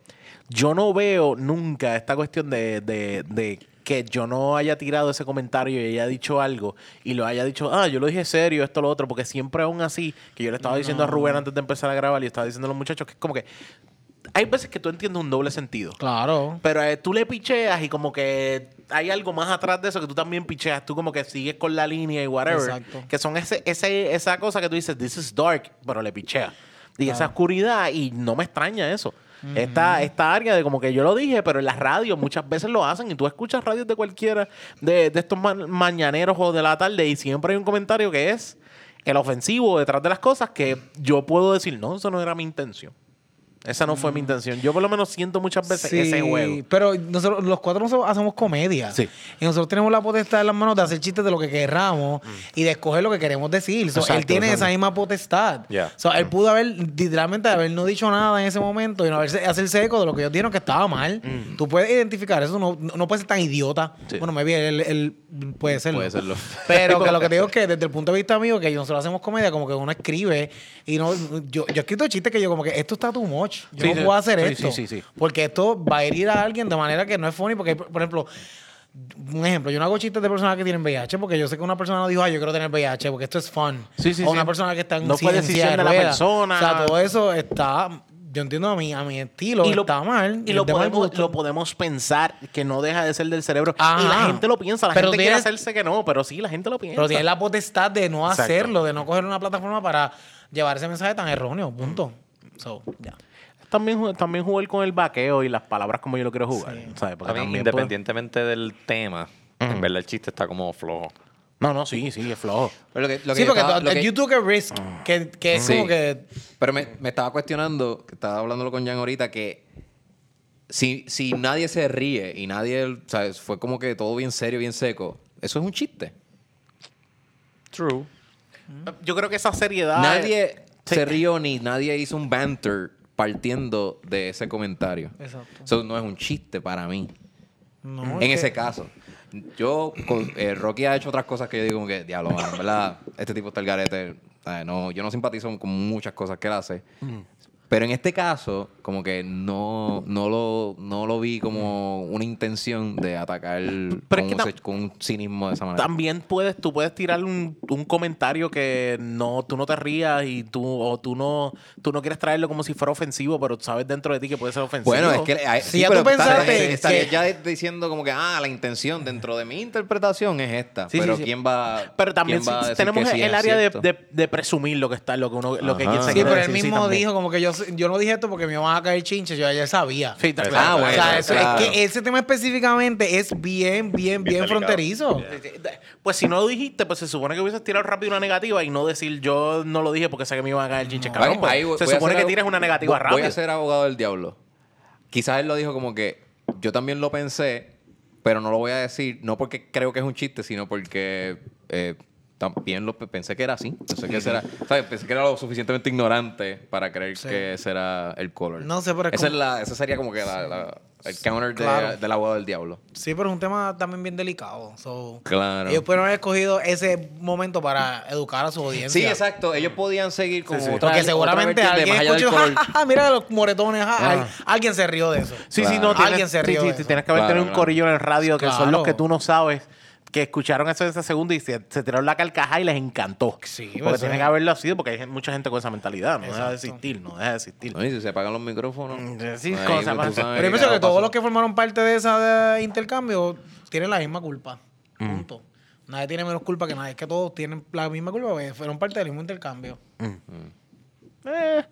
Speaker 3: yo no veo nunca esta cuestión de, de- de que yo no haya tirado ese comentario y haya dicho algo y lo haya dicho, ah, yo lo dije serio, esto, lo otro, porque siempre aún así, que yo le estaba diciendo a Rubén antes de empezar a grabar y estaba diciendo a los muchachos que es como que hay veces que tú entiendes un doble sentido.
Speaker 4: Claro.
Speaker 3: Pero eh, tú le picheas y como que hay algo más atrás de eso que tú también picheas. Tú como que sigues con la línea y whatever.
Speaker 4: Exacto.
Speaker 3: Que son ese, ese, esa cosa que tú dices, this is dark, pero le picheas. Y esa oscuridad, y no me extraña eso. Esta, esta área de como que yo lo dije, pero en las radios muchas veces lo hacen y tú escuchas radios de cualquiera de, de estos ma- mañaneros o de la tarde y siempre hay un comentario que es el ofensivo detrás de las cosas que yo puedo decir, no, eso no era mi intención. Esa no fue mi intención. Yo por lo menos siento muchas veces ese juego.
Speaker 4: Pero nosotros, los cuatro nosotros hacemos comedia.
Speaker 3: Sí.
Speaker 4: Y nosotros tenemos la potestad en las manos de hacer chistes de lo que querramos y de escoger lo que queremos decir.
Speaker 3: Mm.
Speaker 4: So, él
Speaker 3: Exacto,
Speaker 4: tiene
Speaker 3: exacto. Mm.
Speaker 4: esa misma potestad.
Speaker 1: Yeah.
Speaker 4: So, él pudo haber, literalmente, haber no dicho nada en ese momento y no haberse, hacerse eco de lo que ellos dijeron que estaba mal. Tú puedes identificar eso, no, no no puedes ser tan idiota.
Speaker 3: Mm. Sí.
Speaker 4: Bueno, me vi, él, él puede serlo.
Speaker 2: Puede serlo.
Speaker 4: Pero que lo que te digo es que desde el punto de vista mío, que nosotros hacemos comedia, como que uno escribe y no. Yo, yo he escrito chistes que yo, como que esto está too much. Yo
Speaker 3: Sí,
Speaker 4: no
Speaker 3: sí.
Speaker 4: puedo hacer
Speaker 3: Sí,
Speaker 4: esto.
Speaker 3: sí, sí, sí.
Speaker 4: Porque esto va a herir a alguien de manera que no es funny. Porque, por ejemplo, un ejemplo, yo no hago chistes de personas que tienen VIH porque yo sé que una persona no dijo, ah, yo quiero tener VIH porque esto es fun.
Speaker 3: Sí, sí,
Speaker 4: o una
Speaker 3: sí.
Speaker 4: persona que está en
Speaker 3: No
Speaker 4: silla-
Speaker 3: fue
Speaker 4: en silla
Speaker 3: decisión de la
Speaker 4: ruedas.
Speaker 3: persona.
Speaker 4: O sea, todo eso está yo entiendo a mi, a mi estilo,
Speaker 3: y lo,
Speaker 4: está mal.
Speaker 3: y lo
Speaker 4: es de mal
Speaker 3: podemos,
Speaker 4: gusto.
Speaker 3: lo podemos pensar que no deja de ser del cerebro. Y
Speaker 4: Ajá.
Speaker 3: la gente lo piensa, la
Speaker 4: Pero
Speaker 3: gente quiere
Speaker 4: tienes-
Speaker 3: hacerse que no, pero sí, la gente lo piensa.
Speaker 4: Pero tiene la potestad de no
Speaker 3: Exacto.
Speaker 4: hacerlo, de no coger una plataforma para llevar ese mensaje tan erróneo, punto.
Speaker 3: Mm.
Speaker 4: So, ya.
Speaker 3: También, ju- también jugar con el vaqueo y las palabras como yo lo quiero jugar. ¿sabes? Porque
Speaker 1: A mí,
Speaker 3: también puede-
Speaker 1: independientemente del tema, en verdad el chiste está como flojo.
Speaker 3: No, no, sí, sí, es flojo.
Speaker 2: Pero lo que- lo que
Speaker 4: sí,
Speaker 2: yo
Speaker 4: porque
Speaker 2: estaba-
Speaker 4: tú-
Speaker 2: lo que-
Speaker 4: you took a risk, que, que es
Speaker 3: Mm.
Speaker 2: Sí.
Speaker 4: como que...
Speaker 2: Pero me, me estaba cuestionando, que estaba hablándolo con Jan ahorita, que si, si nadie se ríe y nadie, ¿sabes? Fue como que todo bien serio, bien seco. Eso es un chiste.
Speaker 1: True.
Speaker 4: Mm.
Speaker 3: Yo creo que esa
Speaker 4: Ah,
Speaker 3: seriedad.
Speaker 2: nadie
Speaker 3: sí.
Speaker 2: se rió ni nadie hizo un banter partiendo de ese comentario.
Speaker 4: Exacto.
Speaker 2: Eso no es un chiste para mí.
Speaker 4: No,
Speaker 2: en
Speaker 4: es que-
Speaker 2: ese caso. Yo, con- eh, Rocky ha hecho otras cosas que yo digo como que, diablo, mano, en ¿verdad? Este tipo está el garete. Ay, no, yo no simpatizo con muchas cosas que él hace. Pero en este caso, como que no, no, lo, no lo vi como una intención de atacar
Speaker 3: Pero
Speaker 2: con,
Speaker 3: es que
Speaker 2: un,
Speaker 3: tam-
Speaker 2: se- con un cinismo de esa manera.
Speaker 3: También puedes, tú puedes tirar un, un comentario que no, tú no te rías y tú, o tú no, tú no quieres traerlo como si fuera ofensivo, pero sabes dentro de ti que puede ser ofensivo.
Speaker 2: Bueno, es que eh,
Speaker 4: Si ya
Speaker 2: pero
Speaker 4: tú
Speaker 2: está-
Speaker 4: pensaste
Speaker 2: está-
Speaker 4: que-
Speaker 2: está ya de- diciendo como que ah, la intención dentro de mi interpretación es esta,
Speaker 3: Sí, sí,
Speaker 2: pero
Speaker 3: sí.
Speaker 2: quién va
Speaker 3: Pero también
Speaker 2: quién va a
Speaker 3: si-
Speaker 2: decir
Speaker 3: tenemos
Speaker 2: que sí
Speaker 3: el
Speaker 2: es
Speaker 3: área de,
Speaker 2: cierto?
Speaker 3: de- de presumir lo que está, lo que uno, lo que
Speaker 1: Ajá.
Speaker 3: quien se
Speaker 1: Sí,
Speaker 4: Sí,
Speaker 3: quiere
Speaker 4: pero él
Speaker 3: decir, sí,
Speaker 4: mismo
Speaker 3: también.
Speaker 4: dijo como que yo, yo no dije esto porque me iban a caer chinches, yo ayer sabía.
Speaker 3: Sí, está
Speaker 1: Ah,
Speaker 3: claro.
Speaker 2: Ah,
Speaker 4: O
Speaker 2: bueno,
Speaker 4: sea, eso-
Speaker 2: claro.
Speaker 4: es que ese tema específicamente es bien, bien,
Speaker 1: Bien
Speaker 4: bien,
Speaker 1: delicado.
Speaker 4: fronterizo.
Speaker 3: Pues si no lo dijiste, pues se supone que hubieses tirado rápido una negativa y no decir yo no lo dije porque sé que me iban a caer chinches, cabrón.
Speaker 2: Ahí voy-
Speaker 3: pues, se
Speaker 2: voy a
Speaker 3: supone
Speaker 2: ser
Speaker 3: que
Speaker 2: abo-
Speaker 3: tiras una negativa
Speaker 2: voy-
Speaker 3: rápido.
Speaker 2: Voy a ser abogado del diablo. Quizás él lo dijo como que yo también lo pensé, pero no lo voy a decir, no porque creo que es un chiste, sino porque eh, también lo pe- pensé que era así. Pensé que, será, ¿sabes? pensé que era lo suficientemente ignorante para creer
Speaker 4: Sí.
Speaker 2: que será el color.
Speaker 4: No sé, pero es
Speaker 2: esa,
Speaker 4: como-
Speaker 2: es la, esa sería como que la, la- el counter de-
Speaker 4: Claro.
Speaker 2: del abogado del diablo.
Speaker 4: Sí, pero es un tema también bien delicado. So,
Speaker 2: Claro.
Speaker 4: Ellos pudieron haber escogido ese momento para educar a su audiencia.
Speaker 2: Sí, exacto. Ellos podían seguir como otra-
Speaker 4: Porque
Speaker 2: otra
Speaker 4: seguramente
Speaker 2: vertiente
Speaker 4: alguien
Speaker 2: más allá del
Speaker 4: escuchó, "Ja,
Speaker 2: color.
Speaker 4: ja, ja, mira los moretones, ja, al-
Speaker 2: Ah.
Speaker 4: alguien se rió de eso.
Speaker 3: Sí, sí,
Speaker 2: Claro.
Speaker 3: no, tienes,
Speaker 4: Alguien se rió
Speaker 3: sí,
Speaker 4: de
Speaker 3: sí,
Speaker 4: eso.
Speaker 3: tienes que haber
Speaker 2: Claro,
Speaker 3: tenido un
Speaker 2: claro.
Speaker 3: corrillo en el radio que son los
Speaker 4: Claro.
Speaker 3: que tú no sabes que escucharon eso en ese segundo y se, se tiraron la carcajada y les encantó.
Speaker 4: Sí,
Speaker 3: porque
Speaker 4: pues,
Speaker 3: tiene
Speaker 4: sí.
Speaker 3: que haberlo sido porque hay gen- mucha gente con esa mentalidad. No deja de
Speaker 4: Exacto.
Speaker 3: existir, no deja de existir.
Speaker 2: No, y si se apagan los micrófonos.
Speaker 3: Mm, sí,
Speaker 2: ahí
Speaker 3: cosas
Speaker 2: tú sabes
Speaker 3: pasan.
Speaker 4: Pero yo pienso que
Speaker 2: algo
Speaker 4: todos
Speaker 2: pasó.
Speaker 4: los que formaron parte de esa de intercambio tienen la misma culpa. Punto. Nadie tiene menos culpa que nadie. Es que todos tienen la misma culpa porque fueron parte del mismo intercambio.
Speaker 3: Eh,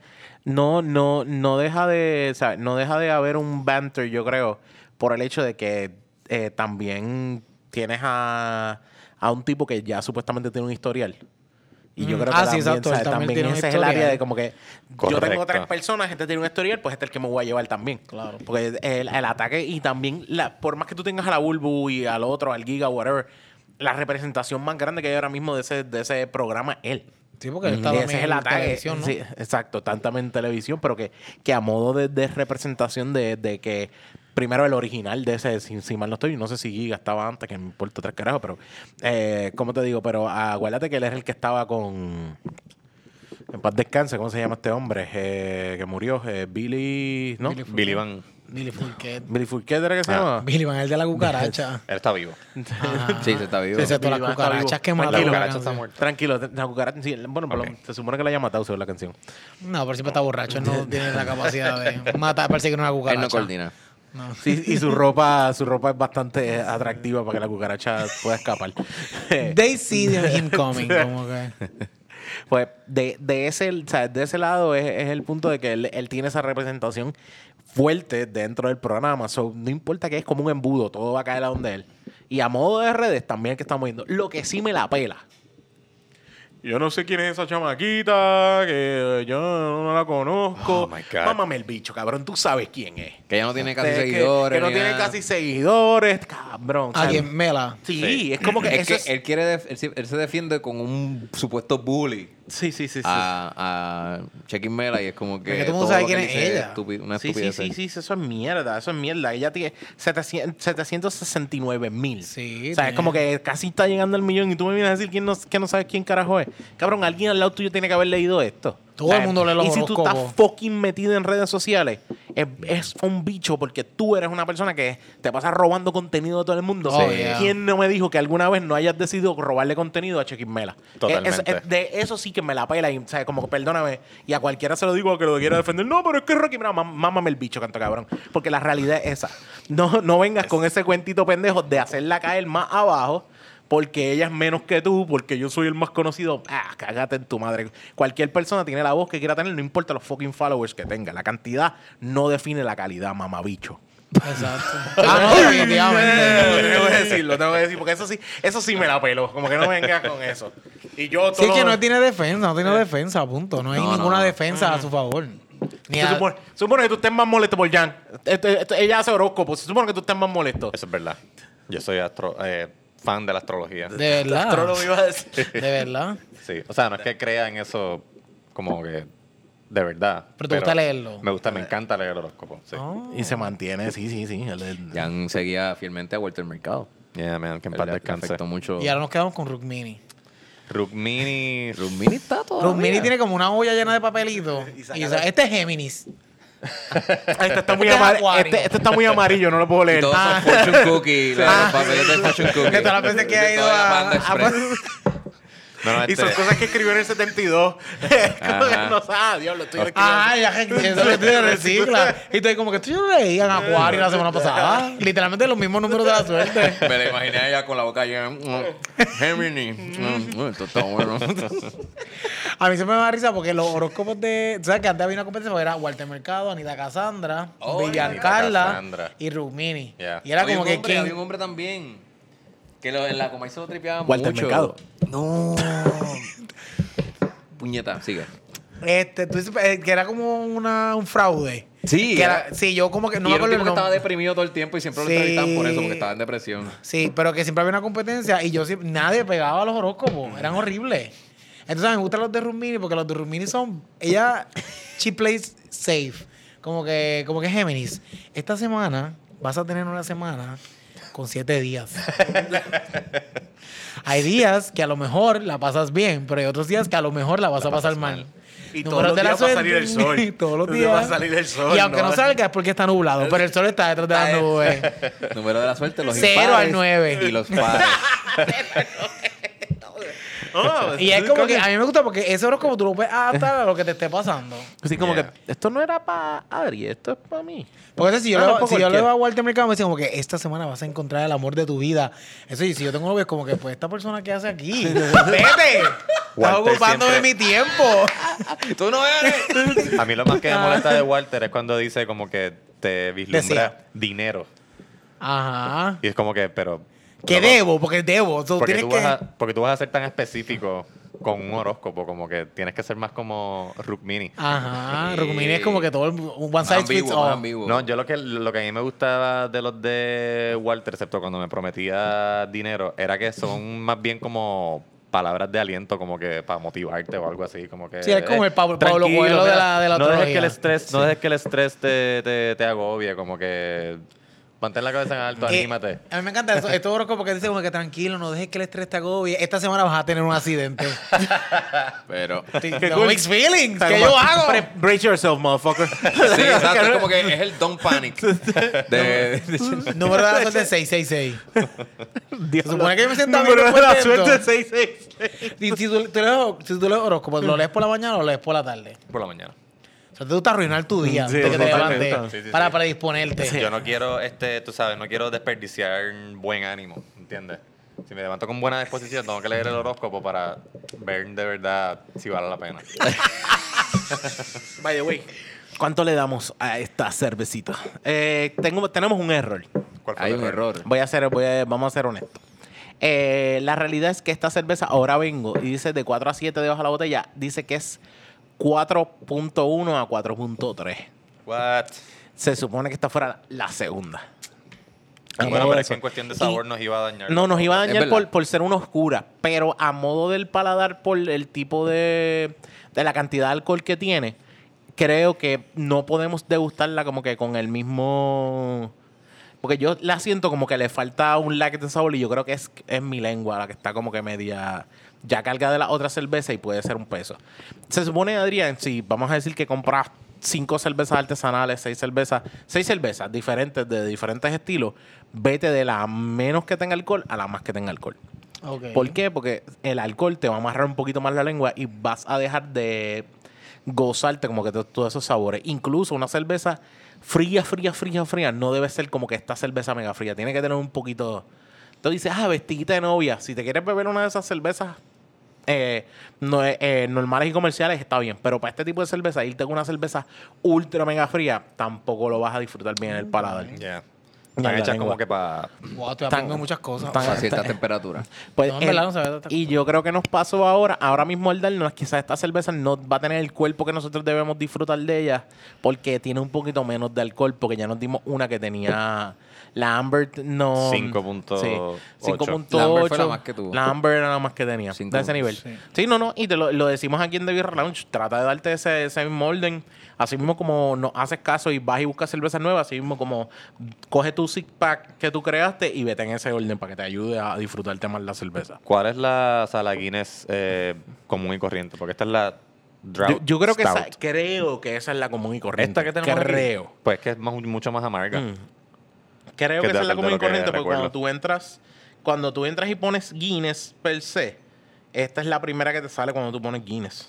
Speaker 3: no, no, no deja de, o sea, no deja de haber un banter, yo creo, por el hecho de que eh, también tienes a, a un tipo que ya supuestamente tiene un historial. Y yo
Speaker 4: Mm.
Speaker 3: creo que
Speaker 4: Ah, sí,
Speaker 3: también,
Speaker 4: exacto,
Speaker 3: o sea,
Speaker 4: él también
Speaker 3: también
Speaker 4: tiene un
Speaker 3: ese es el área
Speaker 4: historial.
Speaker 3: de como que yo tengo
Speaker 1: Correcto.
Speaker 3: tres personas, este tiene un historial, pues este es el que me voy a llevar también. Claro. Porque el, el ataque y también, la, por más que tú tengas a la Bulbu y al otro, al Giga, whatever, la representación más grande que hay ahora mismo de ese, de ese programa es él.
Speaker 4: Sí, porque él
Speaker 3: Ujú.
Speaker 4: Pues, estaba
Speaker 3: Ese es el
Speaker 4: en
Speaker 3: ataque.
Speaker 4: televisión, ¿no?
Speaker 3: Sí, exacto, tantamente en televisión, pero que, que a modo de, de representación de, de que primero el original de ese, si, si mal no estoy, no sé si Giga estaba antes, que me importa tres carajos, pero eh, ¿cómo te digo? Pero acuérdate que él es el que estaba con. En paz descanse, ¿cómo se llama este hombre? Eh, que murió, eh, Billy. ¿No? Billy,
Speaker 1: Billy Van,
Speaker 4: Billy Fulquet.
Speaker 3: Fourquet era que se
Speaker 1: Ah.
Speaker 3: llama.
Speaker 4: Billy Van, el de la cucaracha.
Speaker 1: él está vivo.
Speaker 4: Ajá.
Speaker 2: Sí, se está vivo.
Speaker 4: Sí, excepto
Speaker 3: Billy
Speaker 4: las
Speaker 3: Van está vivo.
Speaker 4: cucarachas que
Speaker 3: Tranquilo,
Speaker 4: mataron.
Speaker 1: La
Speaker 3: Billy Van
Speaker 1: cucaracha está muerta.
Speaker 3: Tranquilo, la cucaracha- sí, bueno, pero
Speaker 1: Ok.
Speaker 3: se supone que la llama Tauso la canción.
Speaker 4: No, pero siempre está borracho. él No tiene la capacidad de matar, perseguir una cucaracha.
Speaker 2: Él no coordina.
Speaker 4: No.
Speaker 3: Sí, y su ropa, su ropa es bastante atractiva para que la cucaracha pueda escapar. Eh,
Speaker 4: They see him coming, como que.
Speaker 3: pues de, de ese, o sea, de ese lado es, es el punto de que él, él tiene esa representación fuerte dentro del programa. So, no importa que es como un embudo, todo va a caer a donde él. Y a modo de redes también que estamos viendo. Lo que sí me la pela. Yo no sé quién es esa chamaquita, que yo no la conozco.
Speaker 1: Oh, my God.
Speaker 3: Mámame el bicho, cabrón, tú sabes quién es.
Speaker 2: Que ya no tiene casi
Speaker 3: Que- que-
Speaker 2: seguidores.
Speaker 3: Que, no
Speaker 2: ni
Speaker 3: tiene
Speaker 2: nada.
Speaker 3: casi seguidores, cabrón. o sea,
Speaker 4: A quien mela.
Speaker 3: Sí,
Speaker 1: Sí.
Speaker 3: es como que,
Speaker 2: Es
Speaker 3: eso
Speaker 2: que
Speaker 3: es-
Speaker 2: él, quiere def- él, se- él se defiende con un supuesto bully
Speaker 3: Sí, sí, sí, sí.
Speaker 2: Ah, a, a Chequin Mela y es como que.
Speaker 4: Porque todo el mundo
Speaker 2: todo
Speaker 4: sabe
Speaker 2: lo que
Speaker 4: quién es
Speaker 2: dice
Speaker 4: ella.
Speaker 2: estupi- una
Speaker 3: sí, sí,
Speaker 2: estupidez.
Speaker 3: sí, sí, eso es mierda, eso es mierda. Ella tiene 700 769 mil.
Speaker 4: Sí,
Speaker 3: O sea, es
Speaker 4: tiene-
Speaker 3: como que casi está llegando al millón y tú me vienes a decir quién no, que no sabes quién carajo es. Cabrón, alguien al lado tuyo tiene que haber leído esto.
Speaker 4: Todo el mundo lee los
Speaker 3: Y si tú estás
Speaker 4: horóscopos.
Speaker 3: fucking metido en redes sociales, es, es un bicho porque tú eres una persona que te pasa robando contenido de todo el mundo.
Speaker 4: Oh, yeah.
Speaker 3: ¿Quién no me dijo que alguna vez no hayas decidido robarle contenido a Chequismela?
Speaker 1: Totalmente.
Speaker 3: Eh, Es- es- de eso sí que me la pela y, o sea, como que perdóname. Y a cualquiera se lo digo que lo quiera defender. No, pero es que Rocky, mira, mam- mámame el bicho, canto cabrón. Porque la realidad es esa. No, no vengas con ese cuentito pendejo de hacerla caer más abajo. Porque ella es menos que tú, porque yo soy el más conocido. Ah, cágate en tu madre. Cualquier persona tiene la voz que quiera tener, no importa los fucking followers que tenga. La cantidad no define la calidad, mamabicho.
Speaker 4: Exacto. Ah, no, definitivamente.
Speaker 3: Lo tengo que decir, lo tengo que decir, porque eso sí, eso sí me la pelo. Como que no vengas con eso. Y yo
Speaker 4: Sí, es
Speaker 3: todo-
Speaker 4: que no tiene defensa, no tiene defensa, punto. No hay
Speaker 2: No, no,
Speaker 4: ninguna
Speaker 2: no.
Speaker 4: defensa a su favor. Ni
Speaker 3: Se
Speaker 4: a-
Speaker 3: supone, se supone que tú estés más molesto por Jan. Esto- esto- ella hace horóscopos. Se supone que tú estés más molesto.
Speaker 1: Eso es verdad. Yo soy astro- eh, fan de la astrología.
Speaker 4: De verdad.
Speaker 5: Astrólogo iba a decir.
Speaker 4: De verdad.
Speaker 1: Sí. O sea, no es que crea en eso como que de verdad.
Speaker 4: Pero te gusta leerlo.
Speaker 1: Me gusta, me encanta leer el horóscopo. Sí.
Speaker 3: Y se mantiene, sí, sí, sí. El- el-
Speaker 2: Jan seguía fielmente a Walter Mercado.
Speaker 1: Yeah, man, que en
Speaker 2: Le-
Speaker 1: paz
Speaker 2: le
Speaker 1: descanse.
Speaker 2: afectó mucho.
Speaker 4: Y ahora nos quedamos con Rukmini.
Speaker 1: Rukmini.
Speaker 2: Rumini está todo.
Speaker 4: Rukmini tiene como una olla llena de papelitos. Y, o sea, este es Géminis.
Speaker 3: Este está muy
Speaker 4: Este es
Speaker 3: amarillo.
Speaker 4: acuario.
Speaker 3: Este, este está muy amarillo, no lo puedo leer.
Speaker 2: Todos
Speaker 3: Ah,
Speaker 2: son fortune cookie. la- Los papeles de fortune cookie.
Speaker 4: Ah, Que todas las veces que ha
Speaker 2: De
Speaker 4: ido
Speaker 2: toda la
Speaker 4: a-
Speaker 2: banda express.
Speaker 1: No, no,
Speaker 3: y son
Speaker 1: este-
Speaker 3: cosas que escribió en el 72. Como que
Speaker 2: Ajá.
Speaker 3: no sabe, diablo, estoy escribiendo.
Speaker 4: Ah, ya re- eso lo estoy recicla. Y estoy como que estoy yo leía en Acuario la semana pasada. Literalmente los mismos números de la suerte.
Speaker 2: Me la imaginé a ella con la boca llena. Mm, Gemini. Mm, mm, Esto está bueno.
Speaker 4: A mí se me da risa porque los horóscopos de. ¿Sabes que antes había una competencia? Porque era Walter Mercado, Anita Cassandra,
Speaker 2: Oh,
Speaker 4: Vivian
Speaker 1: Anita
Speaker 4: Carla
Speaker 1: Cassandra.
Speaker 4: y Rukmini.
Speaker 1: Yeah.
Speaker 4: Y era
Speaker 2: Había
Speaker 4: como
Speaker 2: un
Speaker 4: que.
Speaker 2: hombre,
Speaker 4: ¿quién-
Speaker 2: había un hombre también. Que lo- en la Comay se lo tripeaba
Speaker 3: Walter
Speaker 2: mucho.
Speaker 3: Mercado.
Speaker 2: No. Puñeta, sigue.
Speaker 4: Este, tú dices, eh, que era como una, un fraude.
Speaker 2: Sí,
Speaker 4: Que
Speaker 2: era-
Speaker 4: era- sí, yo como que no
Speaker 2: y
Speaker 4: me
Speaker 2: era un
Speaker 4: acuerdo
Speaker 2: tipo
Speaker 4: el
Speaker 2: que estaba
Speaker 4: nombre.
Speaker 2: deprimido todo el tiempo y siempre
Speaker 4: Sí.
Speaker 2: lo entrevistaban por eso, porque estaba en depresión.
Speaker 4: Sí, pero que siempre había una competencia y yo siempre, nadie pegaba a los horóscopos. Eran horribles. Entonces me gustan los de Rumini porque los de Rumini son. Ella, she plays safe. Como que, como que Géminis. Esta semana vas a tener una semana con siete días. hay días que a lo mejor la pasas bien, pero hay otros días que a lo mejor la vas a pasar mal.
Speaker 3: Y todos
Speaker 4: Números
Speaker 3: los
Speaker 4: de la
Speaker 3: días va a salir el
Speaker 4: suerte.
Speaker 3: sol.
Speaker 4: todos los
Speaker 3: Todos
Speaker 4: días.
Speaker 3: va a salir el sol,
Speaker 4: Y aunque no,
Speaker 3: ¿no? Ah, eh.
Speaker 4: salga es porque está nublado, pero el sol está detrás de las nubes.
Speaker 2: Número de la suerte, los
Speaker 4: Cero
Speaker 2: impares
Speaker 4: al nueve.
Speaker 2: Y los pares.
Speaker 3: Oh,
Speaker 4: Y es como que a mí me gusta porque ese horóscopo tú lo puedes adaptar a lo que te esté pasando.
Speaker 3: Así como
Speaker 1: Yeah.
Speaker 3: que esto no era para Adri, esto es para mí.
Speaker 4: Porque si yo,
Speaker 3: Ah,
Speaker 4: le,
Speaker 3: no, por
Speaker 4: si yo le
Speaker 3: cualquiera.
Speaker 4: voy a Walter Mercado, me dicen como que esta semana vas a encontrar el amor de tu vida. Eso y si yo tengo novio, es como que, pues, esta persona que hace aquí, vete. Estás
Speaker 1: Walter
Speaker 4: ocupando de mi
Speaker 1: siempre-
Speaker 4: tiempo.
Speaker 2: ¡Tú no eres!
Speaker 1: A mí lo más que me molesta de Walter es cuando dice como que te vislumbra
Speaker 4: Decía.
Speaker 1: dinero.
Speaker 4: Ajá.
Speaker 1: Y es como que, pero...
Speaker 4: Que
Speaker 1: loco,
Speaker 4: debo, porque debo. So,
Speaker 1: Porque
Speaker 4: tienes
Speaker 1: tú,
Speaker 4: que...
Speaker 1: vas a, porque tú vas a ser tan específico con un horóscopo, como que tienes que ser más como Rukmini.
Speaker 4: Ajá.
Speaker 2: Sí.
Speaker 4: Rukmini es como que todo el, un one
Speaker 2: Más
Speaker 4: size fits
Speaker 2: ambiguo, más
Speaker 4: all.
Speaker 2: ambiguo.
Speaker 1: No, yo lo que, lo que a mí me gustaba de los de Walter, excepto cuando me prometía dinero, era que son más bien como palabras de aliento, como que para motivarte o algo así. Como que, "Eh,
Speaker 4: Sí, es como el Pablo- Pablo
Speaker 1: tranquilo,
Speaker 4: Coelho de
Speaker 1: mira,
Speaker 4: la- de la
Speaker 1: no dejes que
Speaker 4: astrología.
Speaker 1: el estrés No dejes que el estrés te, te, te agobie, como que mantén la cabeza en alto,
Speaker 4: Eh,
Speaker 1: anímate.
Speaker 4: a mí me encanta eso, estos horóscopos que dicen como que tranquilo, no dejes que el estrés te agobie. Esta semana vas a tener un accidente.
Speaker 2: Pero.
Speaker 4: Tengo
Speaker 3: cool.
Speaker 4: mixed feelings. ¿Qué
Speaker 3: Como,
Speaker 4: yo hago?
Speaker 3: "Pre- Brace yourself, motherfucker.
Speaker 2: Sí, exacto. Es como que es el don't panic. De,
Speaker 4: Número de la suerte es 666. Se supone que yo me siento
Speaker 3: Número
Speaker 4: bien
Speaker 3: de la
Speaker 4: contento.
Speaker 3: suerte 66.
Speaker 4: Y si tú, tú lees, si tú lees horóscopos, ¿lo lees por la mañana o lo lees por la tarde?
Speaker 1: Por la mañana.
Speaker 4: O sea, te gusta arruinar tu día
Speaker 3: Sí,
Speaker 4: antes que te
Speaker 3: totalmente.
Speaker 4: levantes
Speaker 1: Sí, sí,
Speaker 4: para
Speaker 1: sí.
Speaker 4: predisponerte.
Speaker 1: Yo no quiero, este, tú sabes, no quiero desperdiciar buen ánimo, ¿entiendes? Si me levanto con buena disposición, tengo que leer el horóscopo para ver de verdad si vale la pena.
Speaker 3: By the way, ¿cuánto le damos a esta cervecita? Eh, tengo, tenemos un error.
Speaker 1: ¿Cuál fue
Speaker 2: Hay
Speaker 1: el
Speaker 2: un
Speaker 1: error?
Speaker 2: error.
Speaker 3: Voy a ser, voy a- vamos a ser honestos. Eh, la realidad es que esta cerveza, ahora vengo, y dice de 4 a 7 debajo de la botella, dice que es 4.1 a 4.3.
Speaker 1: What?
Speaker 3: Se supone que esta fuera la segunda. A
Speaker 1: Ah, Bueno,
Speaker 3: modo
Speaker 1: pero
Speaker 3: de
Speaker 1: es que
Speaker 3: eso.
Speaker 1: en cuestión de
Speaker 3: Y-
Speaker 1: sabor nos iba a dañar.
Speaker 3: No, nos iba a
Speaker 2: Es
Speaker 3: dañar
Speaker 2: verdad.
Speaker 3: por, por ser una oscura, pero a modo del paladar, por el tipo de, de la cantidad de alcohol que tiene, creo que no podemos degustarla como que con el mismo... Porque yo la siento como que le falta un like de sabor y yo creo que es, es mi lengua la que está como que media ya carga de la otra cerveza y puede ser un peso. Se supone, Adrián, si vamos a decir que compras cinco cervezas artesanales, seis cervezas, seis cervezas diferentes de diferentes estilos, vete de la menos que tenga alcohol a la más que tenga alcohol.
Speaker 4: Ok.
Speaker 3: ¿Por qué? Porque el alcohol te va a amarrar un poquito más la lengua y vas a dejar de gozarte como que to- todos esos sabores. Incluso una cerveza fría, fría, fría, fría, no debe ser como que esta cerveza mega fría. Tiene que tener un poquito... Entonces dices, ah, vestidita de novia. Si te quieres beber una de esas cervezas eh, no, eh, normales y comerciales, está bien. Pero para este tipo de cerveza, irte con una cerveza ultra mega fría, tampoco lo vas a disfrutar bien en el paladar.
Speaker 1: Yeah.
Speaker 3: Ya,
Speaker 1: Están
Speaker 3: la
Speaker 1: hechas
Speaker 3: lengua.
Speaker 1: como que para.
Speaker 4: Wow, estoy
Speaker 3: Tan-
Speaker 4: aprendiendo muchas cosas.
Speaker 3: tan-
Speaker 2: a ciertas temperaturas.
Speaker 3: Pues
Speaker 4: No, en
Speaker 3: el-
Speaker 4: verdad no se ve tanta
Speaker 3: y yo creo que nos pasó ahora, ahora mismo el darnos, quizás esta cerveza no va a tener el cuerpo que nosotros debemos disfrutar de ella, porque tiene un poquito menos de alcohol, porque ya nos dimos una que tenía la Amber no
Speaker 1: 5.8.
Speaker 3: Sí, 5.8.
Speaker 2: La Amber fue la más que tuvo.
Speaker 3: La Amber era la más que tenía,
Speaker 2: Cinco-
Speaker 3: de ese nivel. Sí. no, no, y te lo, lo decimos aquí en The Beer Lounge, trata de darte ese, ese mismo orden, así mismo como nos haces caso y vas y buscas cervezas nuevas, así mismo como coge tu six pack que tú creaste y vete en ese orden para que te ayude a disfrutarte más la cerveza.
Speaker 1: ¿Cuál es la sala Guinness eh, común y corriente? Porque esta es la
Speaker 3: Yo,
Speaker 1: Drought
Speaker 3: yo creo que esa,
Speaker 1: Stout.
Speaker 3: creo que esa es la común y corriente.
Speaker 1: Esta que tenemos aquí,
Speaker 3: Creo.
Speaker 1: Pues que es más- mucho más amarga.
Speaker 3: Mm. Creo
Speaker 1: Que
Speaker 3: que
Speaker 1: de-
Speaker 3: esa
Speaker 1: de
Speaker 3: es la común
Speaker 1: lo
Speaker 3: y
Speaker 1: que
Speaker 3: corriente, porque
Speaker 1: recuerdo.
Speaker 3: cuando tú entras, cuando tú entras y pones Guinness per se, esta es la primera que te sale cuando tú pones Guinness.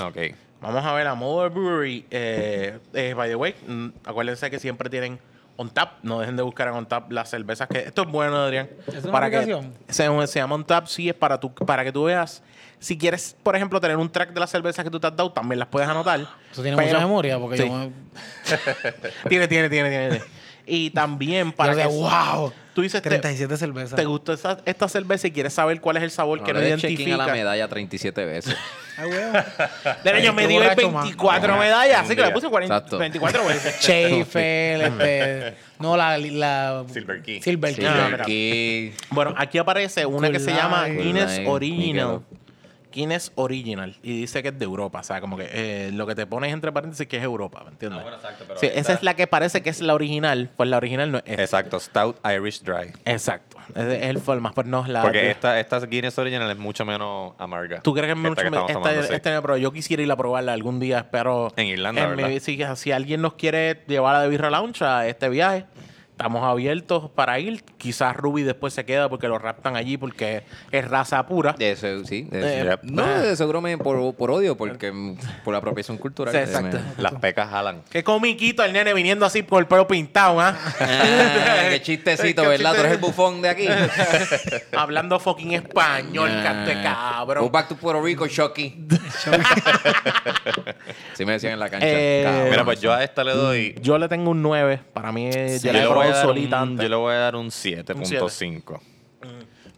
Speaker 1: Ok.
Speaker 3: Vamos a ver a Mother Brewery, eh, eh, by the way, mm, acuérdense que siempre tienen On Tap, no dejen de buscar en On Tap las cervezas que... Esto es bueno, Adrián.
Speaker 4: ¿Es una
Speaker 3: que
Speaker 4: aplicación?
Speaker 3: se, se llama On Tap, sí, es para, tu, para que tú veas, si quieres, por ejemplo, tener un track de las cervezas que tú te has dado, también las puedes anotar.
Speaker 4: Eso tiene
Speaker 3: Pero-
Speaker 4: mucha memoria porque
Speaker 3: Sí.
Speaker 4: yo me...
Speaker 3: Tiene, tiene, tiene, tiene. tiene. Y también para
Speaker 4: yo de,
Speaker 3: que...
Speaker 4: wow.
Speaker 3: Tú dices, te,
Speaker 4: 37 cervezas.
Speaker 3: te gustó esa- esta cerveza y quieres saber cuál es el sabor que no
Speaker 2: le des check-in
Speaker 3: identifica.
Speaker 2: a la medalla 37 veces.
Speaker 4: Ay, weón.
Speaker 3: Mira, yo
Speaker 4: Ay,
Speaker 3: me
Speaker 4: qué
Speaker 3: di el
Speaker 4: borracho, man.
Speaker 3: 24 medallas, así que le
Speaker 1: día.
Speaker 3: puse 40
Speaker 2: Exacto.
Speaker 3: 24 veces.
Speaker 4: Schaefer, este... No, la... la
Speaker 1: Silver Key.
Speaker 4: Silver Key.
Speaker 2: Sí,
Speaker 3: no,
Speaker 2: el
Speaker 3: mira.
Speaker 2: key.
Speaker 3: Bueno, aquí aparece una que se
Speaker 4: Cool
Speaker 3: llama
Speaker 4: Lime.
Speaker 2: Cool
Speaker 3: Guinness
Speaker 2: Lime,
Speaker 3: Original. Guinness Original. Y dice que es de Europa. O sea, como que eh, lo que te pones entre paréntesis que es Europa, ¿me entiendes? Sí, esa es la que parece que es la original. Pues la original no es esta.
Speaker 1: Exacto, Stout Irish Dry.
Speaker 3: Exacto. Ese es el formato, pero no es la...
Speaker 1: Porque esta, esta Guinness original es mucho menos amarga.
Speaker 3: ¿Tú crees que es mucho
Speaker 1: esta que
Speaker 3: mejor?
Speaker 1: estamos
Speaker 3: Esta,
Speaker 1: tomando, sí.
Speaker 3: esta no, pero yo quisiera ir a probarla algún día, espero.
Speaker 1: En Irlanda,
Speaker 3: mi
Speaker 1: ¿verdad?
Speaker 3: vi- si, si alguien nos quiere llevar a The Birra Lounge a este viaje, estamos abiertos para ir. Quizás Ruby después se queda porque lo raptan allí porque es raza pura.
Speaker 2: De eso, sí. de Ah.
Speaker 3: Eh,
Speaker 2: eso. no, de seguro me por, por odio, porque mm, por apropiación cultural.
Speaker 3: Sí,
Speaker 2: que se me-
Speaker 3: exacto.
Speaker 1: Las pecas jalan.
Speaker 3: Qué comiquito el nene viniendo así con el pelo pintado, ¿ah?
Speaker 2: Ah, qué chistecito,
Speaker 3: Qué
Speaker 2: ¿verdad? Tú eres el
Speaker 3: chiste-
Speaker 2: bufón de aquí.
Speaker 3: Hablando fucking español, canto de
Speaker 2: Ah. Go
Speaker 3: cabrón.
Speaker 2: back to Puerto Rico, Chucky. sí me decían en la cancha.
Speaker 3: Eh,
Speaker 2: cabrón.
Speaker 1: Mira, pues yo a esta le doy.
Speaker 3: Yo le tengo un 9. Para mí, Mm. yo
Speaker 1: yo,
Speaker 3: la he
Speaker 1: le voy a
Speaker 3: probado
Speaker 1: dar
Speaker 3: solita
Speaker 1: un,
Speaker 3: antes.
Speaker 1: yo le voy a dar un 7.5.
Speaker 3: Mm.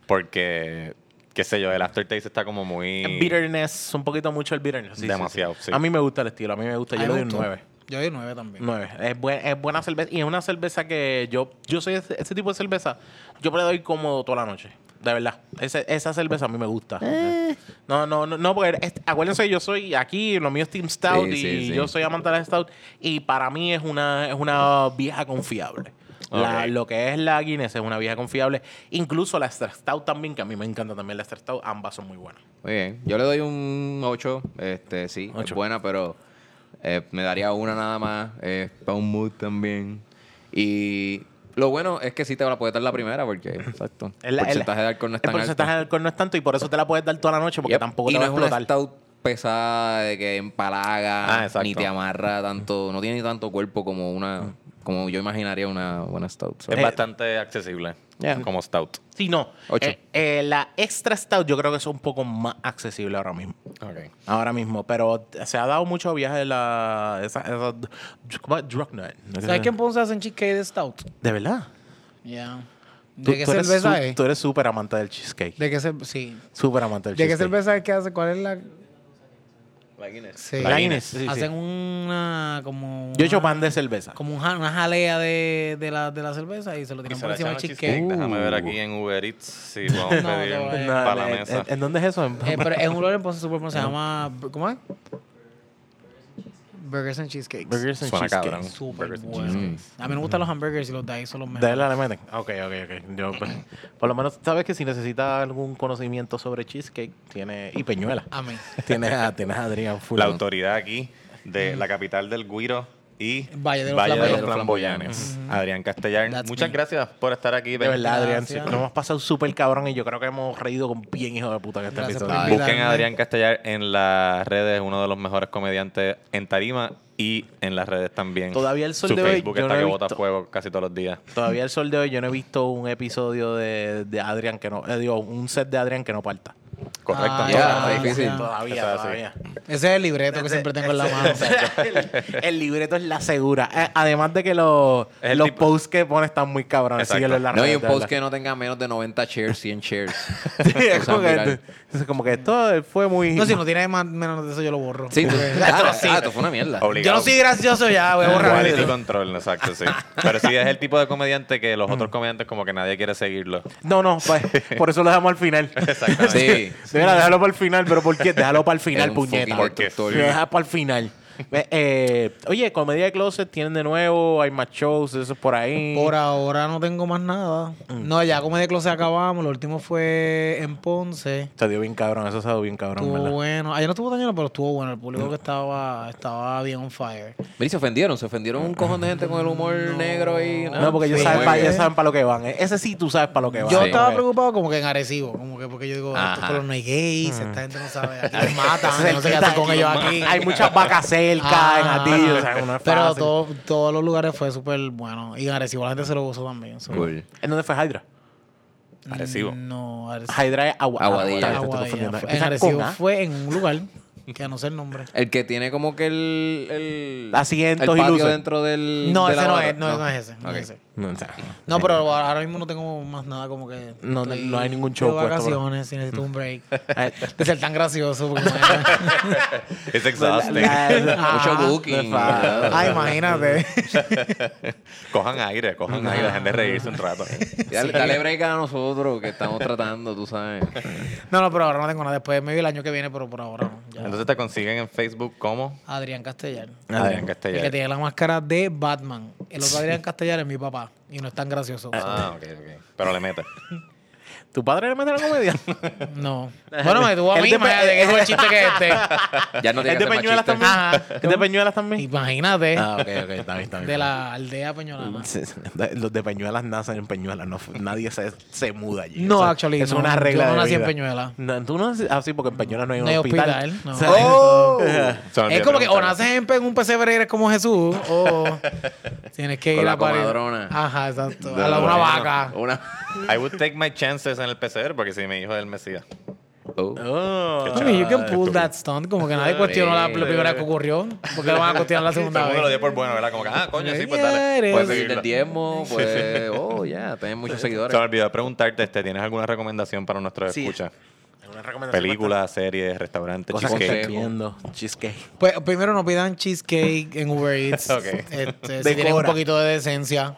Speaker 1: Porque, qué sé yo, el aftertaste está como muy.
Speaker 3: Bitterness, un poquito mucho el bitterness. sí, sí,
Speaker 1: Demasiado, sí.
Speaker 3: A mí me gusta el estilo, a mí me gusta. Yo
Speaker 4: Ay,
Speaker 3: le
Speaker 4: me
Speaker 3: doy un
Speaker 4: gustó.
Speaker 3: 9.
Speaker 4: Yo doy 9 también.
Speaker 3: 9. Es, buen- es buena cerveza. Y es una cerveza que yo. Yo soy ese, ese tipo de cerveza. Yo le doy cómodo toda la noche. De verdad. Ese- esa cerveza a mí me gusta.
Speaker 2: Eh.
Speaker 3: No, no, no, no, porque es- acuérdense, yo soy aquí, lo mío es Team Stout
Speaker 2: Sí, sí,
Speaker 3: y
Speaker 2: sí.
Speaker 3: yo soy amante de la Stout. Y para mí es una, es una vieja confiable. La-
Speaker 1: Ok.
Speaker 3: Lo que es la Guinness es una vieja confiable. Incluso la Extra Stout también, que a mí me encanta también la Extra Stout. Ambas son muy buenas.
Speaker 2: Muy bien. Yo le doy un 8. Este, sí, es
Speaker 3: Ocho.
Speaker 2: buena, pero eh, me daría una nada más. Eh, para un mood también. Y lo bueno es que sí te la puedes dar la primera, porque exacto. El,
Speaker 3: El- el-
Speaker 2: porcentaje de alcohol no es tan
Speaker 3: El porcentaje
Speaker 2: alto.
Speaker 3: de alcohol no es tanto y por eso te la puedes dar toda la noche porque
Speaker 2: Yep.
Speaker 3: tampoco
Speaker 2: y
Speaker 3: te
Speaker 2: no
Speaker 3: va a
Speaker 2: es una
Speaker 3: explotar.
Speaker 2: stout pesada de que empalaga
Speaker 1: Ah, exacto.
Speaker 2: ni te amarra tanto no tiene tanto cuerpo como una como yo imaginaría una buena stout so.
Speaker 1: Es
Speaker 3: Eh,
Speaker 1: bastante accesible.
Speaker 2: Yeah.
Speaker 1: Como stout.
Speaker 3: Sí, no.
Speaker 2: Ocho.
Speaker 3: Eh, eh, la extra stout yo creo que es un poco más accesible ahora mismo. Ahora mismo, pero se ha dado mucho viaje de la... Esa, esa- ¿Cómo es? Drug night.
Speaker 4: ¿Sabes qué en Ponce hacen cheesecake de stout?
Speaker 3: ¿De verdad?
Speaker 4: Ya.
Speaker 3: Tú-
Speaker 4: ¿De qué
Speaker 3: tú eres
Speaker 4: cerveza
Speaker 3: su-
Speaker 4: es?
Speaker 3: Tú eres súper amante del cheesecake.
Speaker 4: ¿De qué cerveza? Sí.
Speaker 3: Súper amante del
Speaker 4: ¿De qué
Speaker 3: cheesecake.
Speaker 4: cerveza es que hace? ¿Cuál es la...? Sí.
Speaker 3: La Guinness. sí, sí.
Speaker 4: Hacen una... como...
Speaker 3: Yo he hecho
Speaker 4: una-
Speaker 3: pan de cerveza.
Speaker 4: Como un ja- una jalea de, de, la, de la cerveza y se lo tiran por encima del cheesecake.
Speaker 1: Déjame
Speaker 3: Uh.
Speaker 1: ver aquí en Uber Eats si vamos a
Speaker 4: No,
Speaker 1: pedir
Speaker 4: no, eh.
Speaker 1: para la
Speaker 3: en-
Speaker 1: mesa.
Speaker 3: en- Uh, ¿En dónde es eso? En-
Speaker 4: Eh, pero es un lugar en Ponce súper bueno, se llama... ¿Cómo es? Burgers and Cheesecakes.
Speaker 3: Burgers and
Speaker 1: Suena
Speaker 3: cheesecake.
Speaker 1: cabrón.
Speaker 4: Súper bueno. A mí me gustan los hamburgers y los de ahí son los
Speaker 3: De
Speaker 4: mejores.
Speaker 3: ahí le meten. Ok, ok, ok. Yo, pues, por lo menos, sabes que si necesitas algún conocimiento sobre cheesecake, tiene. Y peñuela.
Speaker 4: Amén.
Speaker 3: Tienes a, tienes a Adrián Full.
Speaker 1: La autoridad aquí de la capital del Guiro y
Speaker 4: Valle de los
Speaker 1: Flamboyanes. Adrián Castellar,
Speaker 4: That's
Speaker 1: muchas
Speaker 4: me.
Speaker 1: gracias por estar aquí.
Speaker 3: De verdad, Adrián. sí,
Speaker 4: Gracias.
Speaker 3: Nos hemos pasado súper cabrón y yo creo que hemos reído con bien hijo de puta en este
Speaker 4: Gracias por
Speaker 3: episodio.
Speaker 4: invitarme.
Speaker 1: Busquen a Adrián Castellar en las redes, uno de los mejores comediantes en tarima y en las redes también.
Speaker 3: Todavía el sol
Speaker 1: Su
Speaker 3: de hoy
Speaker 1: Facebook
Speaker 3: yo no
Speaker 1: está que
Speaker 3: he
Speaker 1: bota
Speaker 3: visto.
Speaker 1: fuego casi todos los días.
Speaker 3: Todavía el sol de hoy yo no he visto un episodio de, de Adrián que no. eh, digo, un set de Adrián que no parta.
Speaker 1: Correcto.
Speaker 4: Ah,
Speaker 1: ¿no?
Speaker 2: ya,
Speaker 4: ya,
Speaker 2: difícil.
Speaker 4: ya.
Speaker 3: Todavía,
Speaker 1: Eso es así.
Speaker 3: todavía.
Speaker 4: Ese es el libreto que siempre tengo en la mano.
Speaker 3: el, el libreto es la segura. Eh, además de que los-
Speaker 1: Es el
Speaker 3: los
Speaker 1: tipo-
Speaker 3: posts que pone están muy cabrones.
Speaker 1: Exacto.
Speaker 3: Síguelo en las
Speaker 2: No hay
Speaker 3: redes,
Speaker 2: un
Speaker 3: de
Speaker 2: post
Speaker 3: verdad.
Speaker 2: que no tenga menos de 90 shares, 100 shares.
Speaker 3: Sí, es
Speaker 2: O sea,
Speaker 3: como,
Speaker 2: viral.
Speaker 3: que, es como que esto fue muy.
Speaker 4: No, si no tiene más, menos de eso, yo lo borro.
Speaker 2: Sí, tú,
Speaker 4: Porque-
Speaker 2: ah, ah, esto fue una mierda.
Speaker 4: Yo no
Speaker 1: Obligado.
Speaker 4: soy gracioso ya,
Speaker 3: Ah,
Speaker 4: voy a borrar.
Speaker 1: Quality control, exacto, sí. Pero sí es el tipo de comediante que los otros comediantes como que nadie quiere seguirlo.
Speaker 3: No, no, pa- por eso lo dejamos al final.
Speaker 2: Sí.
Speaker 3: De verdad, déjalo para el final, pero ¿por qué? Déjalo para el
Speaker 2: Era
Speaker 3: final,
Speaker 2: un
Speaker 3: puñeta.
Speaker 2: fucking
Speaker 1: ¿Por qué?
Speaker 2: destructor.
Speaker 3: Lo dejas para el final. Ve, eh, oye, Comedia de Closet tienen de nuevo, hay más shows, eso es por ahí.
Speaker 4: Por ahora no tengo más nada.
Speaker 3: Mm.
Speaker 4: No, ya como de closet acabamos. Lo último fue en Ponce.
Speaker 3: Se dio bien cabrón, eso se dio bien cabrón,
Speaker 4: Estuvo
Speaker 3: ¿verdad?
Speaker 4: bueno. Ayer no estuvo tan lleno, pero estuvo bueno. El público que estaba, estaba bien on fire.
Speaker 2: Mira, y se ofendieron, se ofendieron un cojón de gente con el humor negro y...
Speaker 3: No, porque ellos
Speaker 4: Sí,
Speaker 3: saben,
Speaker 4: muy
Speaker 3: pa-
Speaker 4: bien.
Speaker 3: ellos saben para lo que van. eh. Ese sí tú sabes para lo que van.
Speaker 4: Yo
Speaker 2: Sí.
Speaker 4: estaba
Speaker 3: Porque-
Speaker 4: preocupado como que en agresivo, como que porque yo digo, estos
Speaker 2: Ajá.
Speaker 4: colores no hay gays,
Speaker 3: Mm.
Speaker 4: esta gente no sabe, aquí los matan,
Speaker 3: Ese es el
Speaker 4: no sé qué
Speaker 3: que
Speaker 4: hacer
Speaker 3: está
Speaker 4: con
Speaker 3: aquí,
Speaker 4: ellos
Speaker 3: mamá.
Speaker 4: aquí.
Speaker 3: Hay muchas vacas cerca en
Speaker 4: Ah,
Speaker 3: Atillo. o sea, no es
Speaker 4: Pero
Speaker 3: fácil.
Speaker 4: todo- todos los lugares fue súper bueno. Y en agresivo la gente se lo gozó también. so- mm,
Speaker 2: Cool.
Speaker 3: ¿En dónde fue Hydra?
Speaker 1: Agresivo.
Speaker 4: No, agresivo.
Speaker 3: Hydra es agua,
Speaker 2: Aguadilla.
Speaker 3: Aguadilla, te estoy
Speaker 4: Aguadilla.
Speaker 3: confundiendo.
Speaker 4: Fue- En
Speaker 3: Empieza
Speaker 4: agresivo
Speaker 3: con A.
Speaker 4: fue en un lugar que no sé el nombre.
Speaker 2: El que tiene como que el... el
Speaker 3: Asientos
Speaker 2: el
Speaker 3: y
Speaker 2: patio
Speaker 3: luces.
Speaker 2: dentro del...
Speaker 3: Mm,
Speaker 4: No,
Speaker 2: de
Speaker 4: ese
Speaker 2: la
Speaker 4: no
Speaker 2: barra.
Speaker 4: es, no, no es ese. No,
Speaker 2: Ok.
Speaker 4: es ese.
Speaker 3: No, o sea,
Speaker 4: No, pero ahora mismo no tengo más nada como que.
Speaker 3: No, no-
Speaker 4: estoy
Speaker 3: no hay ningún show
Speaker 4: De
Speaker 3: puesto, pues.
Speaker 4: vacaciones, y necesito un break.
Speaker 3: eh,
Speaker 4: De ser tan gracioso. Porque, imagínate.
Speaker 1: Es exhausting.
Speaker 2: Mucho
Speaker 4: Ajá.
Speaker 2: booking.
Speaker 3: Ah,
Speaker 4: Ay, imagínate.
Speaker 1: Cojan aire, cojan aire, dejen de reírse un rato.
Speaker 2: Dale, dale break a nosotros que estamos tratando, tú sabes.
Speaker 4: No, no, pero ahora no tengo nada. Después, maybe el año que viene, pero por ahora no. Ya.
Speaker 1: Ah. Entonces te consiguen en Facebook como
Speaker 4: Adrián Castellar.
Speaker 1: Adrián
Speaker 4: El que
Speaker 1: Castellar.
Speaker 4: tiene la máscara de Batman. El otro Adrián Castellar es mi papá. Y no es tan gracioso.
Speaker 1: Ah, ok, ok. Pero le metes.
Speaker 3: ¿Tu padre le mete la comedia?
Speaker 4: No. Bueno, me tuvo a
Speaker 3: Él
Speaker 4: mí,
Speaker 3: de-
Speaker 4: imagínate, que es el chiste que es este.
Speaker 2: Ya no tiene
Speaker 3: ¿Es de
Speaker 2: que ser
Speaker 3: Peñuelas
Speaker 2: machista.
Speaker 3: también?
Speaker 4: Ajá.
Speaker 3: ¿Es de Peñuelas también?
Speaker 4: Imagínate.
Speaker 3: Ah, ok, ok, está bien, está bien.
Speaker 4: De la aldea peñolana.
Speaker 3: Sí, sí. Los de Peñuelas nacen en Peñuelas, no, nadie se, se muda allí.
Speaker 4: No,
Speaker 3: Eso-
Speaker 4: actually,
Speaker 3: eso
Speaker 4: no.
Speaker 3: Es una regla
Speaker 4: Yo no
Speaker 3: de
Speaker 4: nací en
Speaker 3: vida.
Speaker 4: Peñuelas.
Speaker 3: No, tú no nací- ah, sí, porque en Peñuelas no hay un
Speaker 4: No hay
Speaker 3: hospital.
Speaker 4: hospital, no.
Speaker 3: O sea,
Speaker 4: Es como que o naces en, pe- en un pesebre y eres como Jesús, o tienes que
Speaker 2: Con
Speaker 4: ir
Speaker 2: la
Speaker 4: a parir.
Speaker 2: comadrona.
Speaker 4: Ajá, exacto.
Speaker 1: De
Speaker 4: a la,
Speaker 1: la
Speaker 4: una
Speaker 1: comadrona.
Speaker 4: vaca.
Speaker 2: Una...
Speaker 1: I would take my chances en el PCR porque si mi hijo es el Mesías.
Speaker 2: Oh.
Speaker 3: oh.
Speaker 4: I mean, you can pull that stunt. Como que nadie cuestionó la, la primera que ocurrió. porque lo van a cuestionar la segunda
Speaker 1: Seguro lo
Speaker 4: vez?
Speaker 1: dio por bueno, ¿verdad? Como que, ah, coño, sí, pues
Speaker 4: Yeah, it
Speaker 1: dale.
Speaker 2: Puedes
Speaker 4: is.
Speaker 1: Puedes
Speaker 2: pedir el
Speaker 1: seguirlo.
Speaker 2: diezmo, pues... Oh, ya, tenés muchos
Speaker 1: Se me
Speaker 2: seguidores.
Speaker 1: olvidó preguntarte, este, ¿tienes alguna recomendación para nuestros
Speaker 3: Sí.
Speaker 1: escuchas?
Speaker 3: Una recomendación
Speaker 1: Películas, series, restaurantes,
Speaker 3: Cosas que
Speaker 2: cheesecake.
Speaker 1: cheesecake.
Speaker 3: estoy viendo. Cheesecake.
Speaker 4: Pues primero no pidan cheesecake en Uber Eats.
Speaker 1: Ok.
Speaker 4: Este, si
Speaker 3: Decora.
Speaker 4: tienen un poquito de decencia.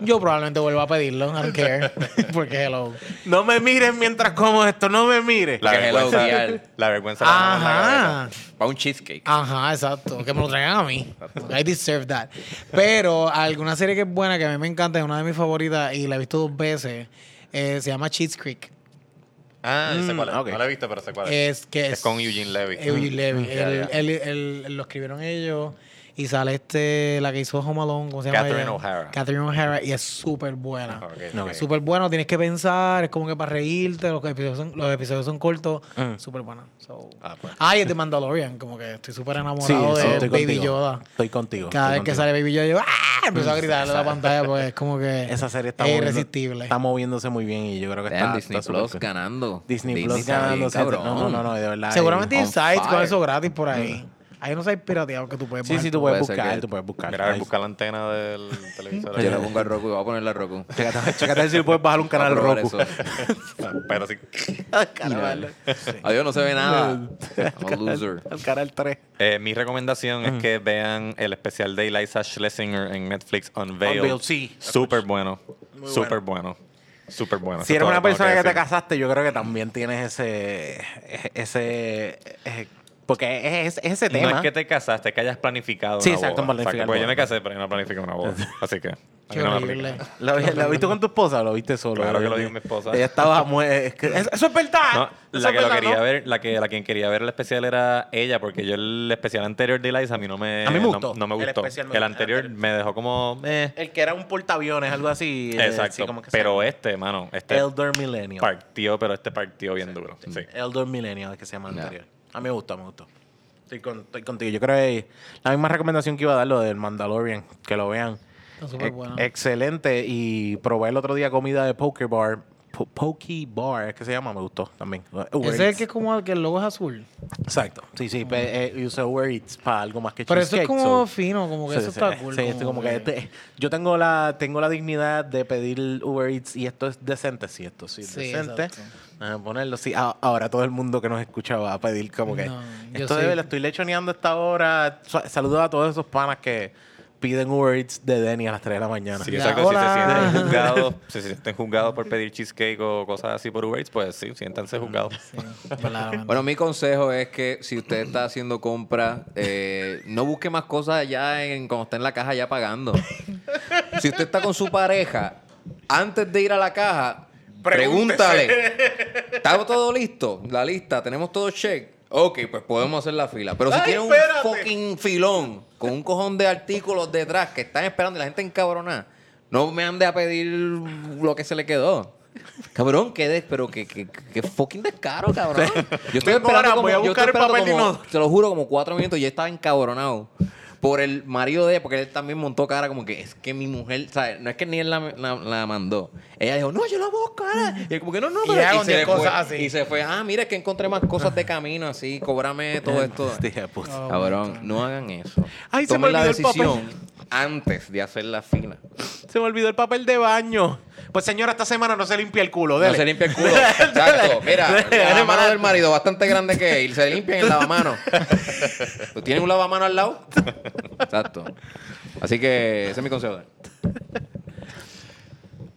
Speaker 4: Yo probablemente vuelva a pedirlo. I don't care. Porque hello.
Speaker 3: No me miren mientras como esto, no me miren.
Speaker 1: La
Speaker 2: Que hello,
Speaker 1: vergüenza,
Speaker 2: real.
Speaker 1: la vergüenza la mano en la cabeza.
Speaker 4: Ajá.
Speaker 2: Para un cheesecake.
Speaker 3: Ah,
Speaker 4: Ajá, exacto. Que me lo traigan a mí. I deserve that. Pero alguna serie que es buena, que a mí me encanta, es una de mis favoritas y la he visto dos veces, eh, se llama Cheats Creek.
Speaker 1: Ah, yo sé cuál es.
Speaker 3: Mm, ok.
Speaker 1: No la he visto, pero sé cuál es.
Speaker 4: Es, que es,
Speaker 1: Es con Eugene Levy. Mm.
Speaker 4: Eugene Levy.
Speaker 1: Ya,
Speaker 4: Él-
Speaker 1: ya.
Speaker 4: él- él- él- lo escribieron ellos y sale este, la que hizo Home Alone, ¿cómo se llama?
Speaker 1: Catherine
Speaker 4: ella?
Speaker 1: O'Hara.
Speaker 4: Catherine O'Hara y es súper buena.
Speaker 1: Ah, Ok, ok.
Speaker 4: Súper buena, tienes que pensar, es como que para reírte, los episodios son, los episodios son cortos,
Speaker 3: Mm.
Speaker 4: súper buena. So.
Speaker 1: Ah, pues.
Speaker 4: Ah, y es de Mandalorian, como que estoy súper
Speaker 3: Sí,
Speaker 4: enamorado
Speaker 3: sí,
Speaker 4: de
Speaker 3: estoy
Speaker 4: Baby
Speaker 3: contigo.
Speaker 4: Yoda.
Speaker 3: Estoy contigo.
Speaker 4: Cada vez
Speaker 3: estoy
Speaker 4: que
Speaker 3: contigo.
Speaker 4: sale Baby Yoda, yo ¡ah! empiezo a gritarle a la pantalla porque es como que
Speaker 3: Esa serie está
Speaker 4: es
Speaker 3: moviendo-
Speaker 4: irresistible.
Speaker 3: Está moviéndose muy bien y yo creo que
Speaker 2: Vean,
Speaker 3: está.
Speaker 2: Disney
Speaker 3: está
Speaker 2: Plus
Speaker 3: súper cool.
Speaker 2: ganando.
Speaker 3: Disney, Plus
Speaker 2: está bien,
Speaker 3: ganando. sí,
Speaker 2: cabrón.
Speaker 3: No, no, no, no, de verdad.
Speaker 4: Seguramente
Speaker 2: on
Speaker 4: hay sites con
Speaker 2: fire.
Speaker 4: eso gratis por ahí. Ahí no hay pirateado que tú puedes
Speaker 3: Sí,
Speaker 4: bajar
Speaker 3: sí, tú
Speaker 4: por-
Speaker 3: puedes
Speaker 2: Puede ser
Speaker 3: buscar,
Speaker 2: que-
Speaker 3: tú puedes buscar.
Speaker 1: Mira, a ver,
Speaker 3: Ahí.
Speaker 1: busca la antena del televisor.
Speaker 2: Yo le pongo al Roku, voy a ponerle al Roku.
Speaker 3: Chécate chécate a ver si le puedes bajar un canal
Speaker 2: Voy a probar
Speaker 3: Roku.
Speaker 2: eso.
Speaker 1: Ah, Pero sí.
Speaker 2: Adiós, no se ve nada. I'm a loser.
Speaker 3: Al canal 3.
Speaker 1: Eh, mi recomendación es que vean el especial de Eliza Schlesinger en Netflix, Unveiled.
Speaker 3: Unveiled, sí.
Speaker 1: Súper bueno. Súper bueno. Súper bueno. Eso es
Speaker 3: Si eres
Speaker 1: todo
Speaker 3: una
Speaker 1: lo tengo
Speaker 3: persona que te
Speaker 1: decir.
Speaker 3: casaste, yo creo que también tienes ese. Ese. eh, Porque es, es ese tema.
Speaker 1: No es que te casaste, es que hayas planificado
Speaker 3: Sí,
Speaker 1: una
Speaker 3: exacto,
Speaker 1: boda.
Speaker 3: planificado.
Speaker 1: Porque yo me casé, pero yo no planifiqué una boda. Así que. a mí
Speaker 4: Qué
Speaker 1: no me
Speaker 4: horrible.
Speaker 1: aplica.
Speaker 3: ¿Lo, lo viste con tu esposa o lo viste solo?
Speaker 1: Claro que lo vi con mi esposa.
Speaker 3: Ella estaba muy... es que- es- Eso es verdad.
Speaker 1: No,
Speaker 3: Ah,
Speaker 1: la
Speaker 3: Eso es
Speaker 1: que lo
Speaker 3: verdad,
Speaker 1: quería
Speaker 3: ¿no?
Speaker 1: ver, la que la quien quería ver el especial era ella, porque yo el especial anterior de Eliza a mí no me,
Speaker 3: A mí me
Speaker 1: no-
Speaker 3: gustó.
Speaker 1: No, me
Speaker 3: El
Speaker 1: gustó. El,
Speaker 3: especial me gustó.
Speaker 1: anterior
Speaker 3: El anterior.
Speaker 1: me dejó como. eh,
Speaker 3: El que era un portaaviones, algo así. eh,
Speaker 1: exacto.
Speaker 3: sí, como que se-
Speaker 1: pero este, mano, este
Speaker 3: Elder Millennium.
Speaker 1: partió, pero este partió bien duro. Sí.
Speaker 3: Elder Millennium, es que se llama el anterior. A mí me gustó, me gustó. Estoy, con- estoy contigo. Yo creo que la misma recomendación que iba a dar lo del Mandalorian, que lo vean.
Speaker 4: Está súper
Speaker 3: Ex-
Speaker 4: bueno.
Speaker 3: Excelente. Y probé el otro día comida de Poker Bar. Po- Poke Bar, es que se llama, me gustó también. Uber
Speaker 4: Ese es el
Speaker 3: Eats.
Speaker 4: que es como que el logo es azul.
Speaker 3: Exacto. Sí, sí. pe- eh, usé Uber Eats para algo más que
Speaker 4: Pero eso es
Speaker 3: cheesecake, so-
Speaker 4: como fino, como que
Speaker 3: Sí,
Speaker 4: eso
Speaker 3: sí,
Speaker 4: está
Speaker 3: sí,
Speaker 4: cool.
Speaker 3: sí, estoy como que este- yo tengo la, tengo la dignidad de pedir Uber Eats y esto es decente, sí, esto sí es
Speaker 4: Sí,
Speaker 3: decente.
Speaker 4: exacto.
Speaker 3: Déjame ponerlo así. A- Ahora todo el mundo que nos escucha va a pedir como que
Speaker 4: No, yo
Speaker 3: esto
Speaker 4: sí.
Speaker 3: debe, lo estoy lechoneando a esta hora. Sa- Saludos a todos esos panas que piden Uber Eats de Denny a las 3 de la mañana.
Speaker 1: Sí,
Speaker 4: Ya.
Speaker 1: exacto. Si se
Speaker 4: Hola.
Speaker 1: sienten juzgados, si se sienten juzgados por pedir cheesecake o cosas así por Uber Eats, pues sí, siéntanse juzgados.
Speaker 4: Sí, verdaderamente.
Speaker 2: Bueno, mi consejo es que si usted está haciendo compras, eh, no busque más cosas allá en, cuando está en la caja ya pagando. si usted está con su pareja, antes de ir a la caja, pregúntale. ¿Está todo listo? La lista, tenemos todo check. Ok, pues podemos hacer la fila. Pero si
Speaker 3: ¡Ay,
Speaker 2: tiene un
Speaker 3: espérate!
Speaker 2: fucking filón con un cojón de artículos detrás que están esperando y la gente encabronada, no me ande a pedir lo que se le quedó. Cabrón, qué des, pero que, que, que fucking descaro, cabrón. Yo estoy
Speaker 3: Vengo ahora,
Speaker 2: esperando como,
Speaker 3: voy a
Speaker 2: yo estoy
Speaker 3: buscar el
Speaker 2: esperando
Speaker 3: papel de
Speaker 2: como-
Speaker 3: inodoro.
Speaker 2: te lo juro, como cuatro minutos. Yo estaba encabronado por el marido de ella, porque él también montó cara como que es que mi mujer, o sea, no es que ni él la, la- la mandó. Ella dijo, no, yo la busco. ahora". Y él como que no, no,
Speaker 4: Y
Speaker 2: pero
Speaker 4: ya con
Speaker 2: se
Speaker 4: diez
Speaker 2: le
Speaker 4: cosas
Speaker 2: fue,
Speaker 4: así.
Speaker 2: Y se fue, ah, mira, es que encontré más cosas de camino, así, cóbrame todo esto.
Speaker 3: Hostia, puta.
Speaker 4: Oh,
Speaker 2: Cabrón, no hagan eso.
Speaker 3: Ay, se
Speaker 2: Tomen
Speaker 3: me
Speaker 2: la
Speaker 3: olvidó el papel.
Speaker 2: decisión antes de hacer la fila.
Speaker 3: Se me olvidó el papel de baño. Pues señora, esta semana no se limpia el culo, dele.
Speaker 2: No se limpia el culo. Exacto. Mira,
Speaker 3: Dele,
Speaker 2: la mano
Speaker 3: dele.
Speaker 2: del marido bastante grande que es. y Se limpia en el lavamano. ¿Tú tienes un lavamano al lado? Exacto. Así que ese es mi consejo.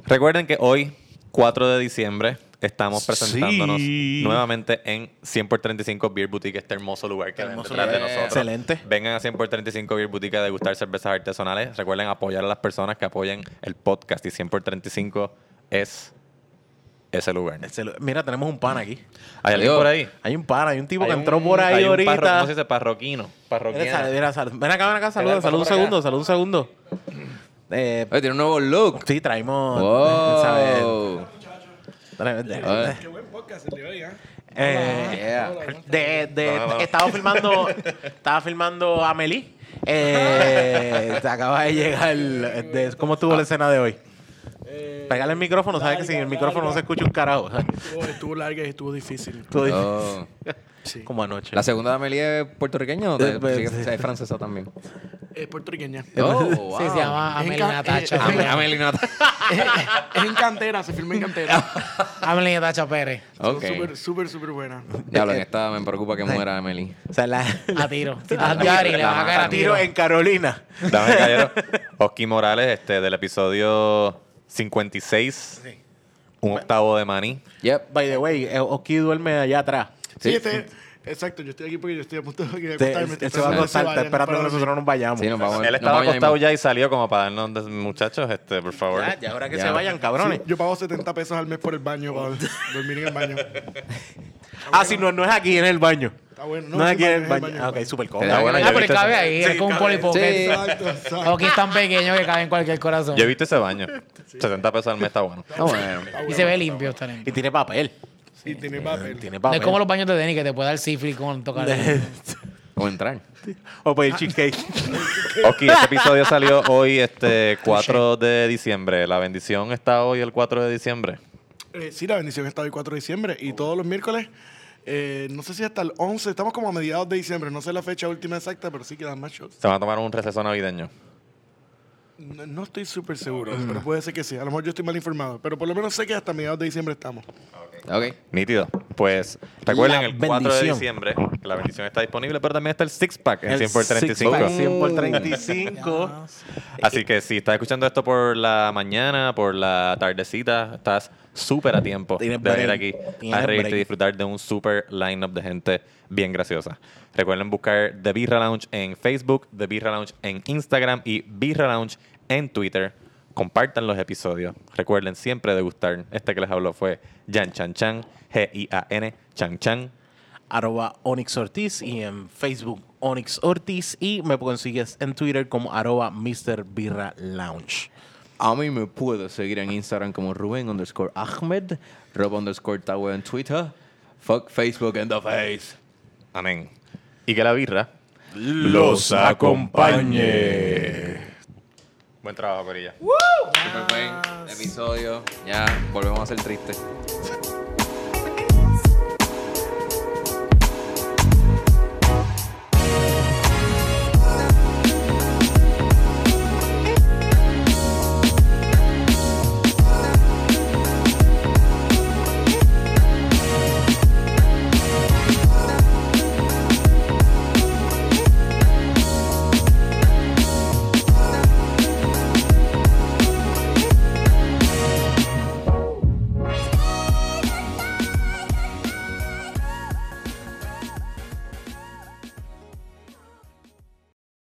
Speaker 1: Recuerden que hoy, 4 de diciembre, estamos presentándonos
Speaker 3: Sí.
Speaker 1: nuevamente en 100 por 35 Beer Boutique, este hermoso lugar que
Speaker 3: Hermoso
Speaker 1: hay detrás de
Speaker 3: lugar.
Speaker 1: nosotros.
Speaker 3: Excelente.
Speaker 1: Vengan a 100 por 35 Beer Boutique a degustar cervezas artesanales. Recuerden apoyar a las personas que apoyan el podcast y 100 por 35 es ese lugar.
Speaker 3: Se lo- Mira, tenemos un pan aquí.
Speaker 1: ¿Hay alguien
Speaker 2: Adiós.
Speaker 1: por ahí?
Speaker 3: Hay un pana, hay un tipo
Speaker 1: Hay
Speaker 3: que
Speaker 1: un-
Speaker 3: entró por ahí
Speaker 1: hay un
Speaker 3: ahorita.
Speaker 1: parro- ¿Cómo se dice? Parroquino.
Speaker 3: Mira,
Speaker 1: Parroquiano.
Speaker 3: sal- mira, sal- ven acá, ven acá, saluda,
Speaker 1: Mira,
Speaker 3: saluda un
Speaker 1: pasa por
Speaker 3: segundo,
Speaker 1: acá.
Speaker 3: saluda un segundo. Eh,
Speaker 2: Oye, tiene un nuevo look.
Speaker 3: sí, eh, traímos. ¿sabes?
Speaker 2: Wow.
Speaker 3: Tra- de-
Speaker 2: Oye,
Speaker 3: eh,
Speaker 2: yeah.
Speaker 3: de- de-
Speaker 1: No, no, no.
Speaker 3: Estaba filmando, estaba filmando Amelie. Eh, te acaba de llegar. de- ¿Cómo estuvo la escena de hoy? Pégale el micrófono, sabes que sin el micrófono no se escucha un carajo.
Speaker 8: Estuvo, estuvo larga y estuvo difícil.
Speaker 3: Estuvo difícil,
Speaker 2: Oh.
Speaker 3: Como anoche.
Speaker 2: ¿La segunda de Amelie es puertorriqueña o
Speaker 3: Eh,
Speaker 2: de-
Speaker 3: pues,
Speaker 2: sí,
Speaker 3: sí.
Speaker 2: es francesa también?
Speaker 8: Es puertorriqueña.
Speaker 2: Oh,
Speaker 4: Sí, se llama Amel
Speaker 8: Enca-
Speaker 4: Natacha.
Speaker 8: eh,
Speaker 2: Ame- Amelie Nata.
Speaker 8: es en cantera, se filma en
Speaker 3: Ah,
Speaker 8: cantera.
Speaker 4: Amelie Natacha Pérez.
Speaker 2: Ok.
Speaker 8: Súper, súper, súper buena.
Speaker 2: Diablo, en esta me preocupa que muera Amelie.
Speaker 3: O sea, la-
Speaker 4: A tiro.
Speaker 2: la-
Speaker 4: A Yari,
Speaker 2: la-
Speaker 4: le vas a caer
Speaker 2: la-
Speaker 4: a
Speaker 2: la-
Speaker 4: tiro.
Speaker 3: tiro
Speaker 4: Ah,
Speaker 3: en Carolina.
Speaker 1: Dame caballero. Oski Morales, este, del episodio 56. Un octavo de maní.
Speaker 2: Yep.
Speaker 3: By the way, eh, Oki duerme allá atrás.
Speaker 8: Sí,
Speaker 2: Sí.
Speaker 8: este- exacto, yo estoy aquí porque yo estoy a punto de
Speaker 3: Te-
Speaker 8: acostarme.
Speaker 3: él se Este, va a acostar, está esperando que nosotros nos vayamos.
Speaker 2: Sí, nos vamos.
Speaker 1: Él
Speaker 2: nos
Speaker 1: estaba
Speaker 2: vamos ya
Speaker 1: acostado
Speaker 2: mismo.
Speaker 1: ya y salió como para darnos, des- muchachos, este, por favor.
Speaker 3: Ya, ya, ahora que
Speaker 2: Ya.
Speaker 3: se vayan, cabrones.
Speaker 8: Sí, yo pago 70 pesos al mes por el
Speaker 3: Oh.
Speaker 8: baño, para dormir en el baño. Está
Speaker 3: Ah, si no, no es aquí, en el baño.
Speaker 8: bueno,
Speaker 3: No,
Speaker 8: no,
Speaker 3: es
Speaker 8: es
Speaker 3: aquí,
Speaker 8: el
Speaker 3: en el
Speaker 8: baño,
Speaker 3: baño.
Speaker 8: es el
Speaker 3: Ah, ok,
Speaker 8: baño.
Speaker 3: súper
Speaker 2: Te da
Speaker 3: cómodo.
Speaker 2: buena-
Speaker 4: Ah,
Speaker 1: yo he
Speaker 4: pero él
Speaker 1: visto
Speaker 4: cabe
Speaker 1: ese-
Speaker 4: ahí,
Speaker 1: sí,
Speaker 4: es como un
Speaker 1: cabe.
Speaker 2: Sí.
Speaker 4: polipocket.
Speaker 8: Exacto, exacto.
Speaker 4: O que es tan pequeño que cabe en cualquier corazón.
Speaker 1: Yo he visto ese baño. 70 pesos al mes está bueno.
Speaker 2: Ah, bueno.
Speaker 4: Y se ve limpio, está limpio.
Speaker 3: Y tiene papel.
Speaker 8: Y tiene papel.
Speaker 3: Eh, Tiene
Speaker 4: No
Speaker 3: papel.
Speaker 4: es como los baños de Denny que te puede dar sífilis con tocar. el-
Speaker 2: O entrar.
Speaker 3: o pedir cheesecake.
Speaker 1: Oski, este episodio salió hoy, este, 4 de diciembre. La bendición está hoy el 4 de diciembre.
Speaker 8: Eh, sí, la bendición está el 4 de diciembre y todos los miércoles, eh, no sé si hasta el 11, estamos como a mediados de diciembre, no sé la fecha última exacta, pero sí quedan más shows.
Speaker 1: Se van a tomar un receso navideño.
Speaker 8: No, no estoy súper seguro, pero puede ser que sí. A lo mejor yo estoy mal informado, pero por lo menos sé que hasta mediados de diciembre estamos.
Speaker 2: Ok.
Speaker 1: Nítido. Pues recuerden
Speaker 3: La
Speaker 1: el 4 de
Speaker 3: bendición.
Speaker 1: diciembre que la bendición está disponible, pero también está el six pack en 100 por
Speaker 3: Six-pack,
Speaker 1: 35.
Speaker 3: 100 por 35.
Speaker 1: Así que si estás escuchando esto por la mañana, por la tardecita, estás súper a tiempo de
Speaker 3: Tienes
Speaker 1: venir
Speaker 3: break.
Speaker 1: aquí a
Speaker 3: Tienes
Speaker 1: reírte y
Speaker 3: break.
Speaker 1: disfrutar de un super lineup de gente bien graciosa. Recuerden buscar The Birra Lounge en Facebook, The Birra Lounge en Instagram y Birra Lounge en Twitter. Compartan los episodios. Recuerden siempre degustar. Este que les habló fue Jan Chan Chan, G-I-A-N, Chan Chan.
Speaker 3: arroba Onyx Ortiz y en Facebook Onyx Ortiz y me consigues en Twitter como arroba Mr. Birra Lounge.
Speaker 2: A mí me puedes seguir en Instagram como Rubén underscore Ahmed, Rob underscore Tower en Twitter, fuck Facebook and the face.
Speaker 1: Amén. Y que la birra
Speaker 3: Los acompañe.
Speaker 1: Buen trabajo, Corilla.
Speaker 2: Super buen episodio. Ya, volvemos a ser tristes.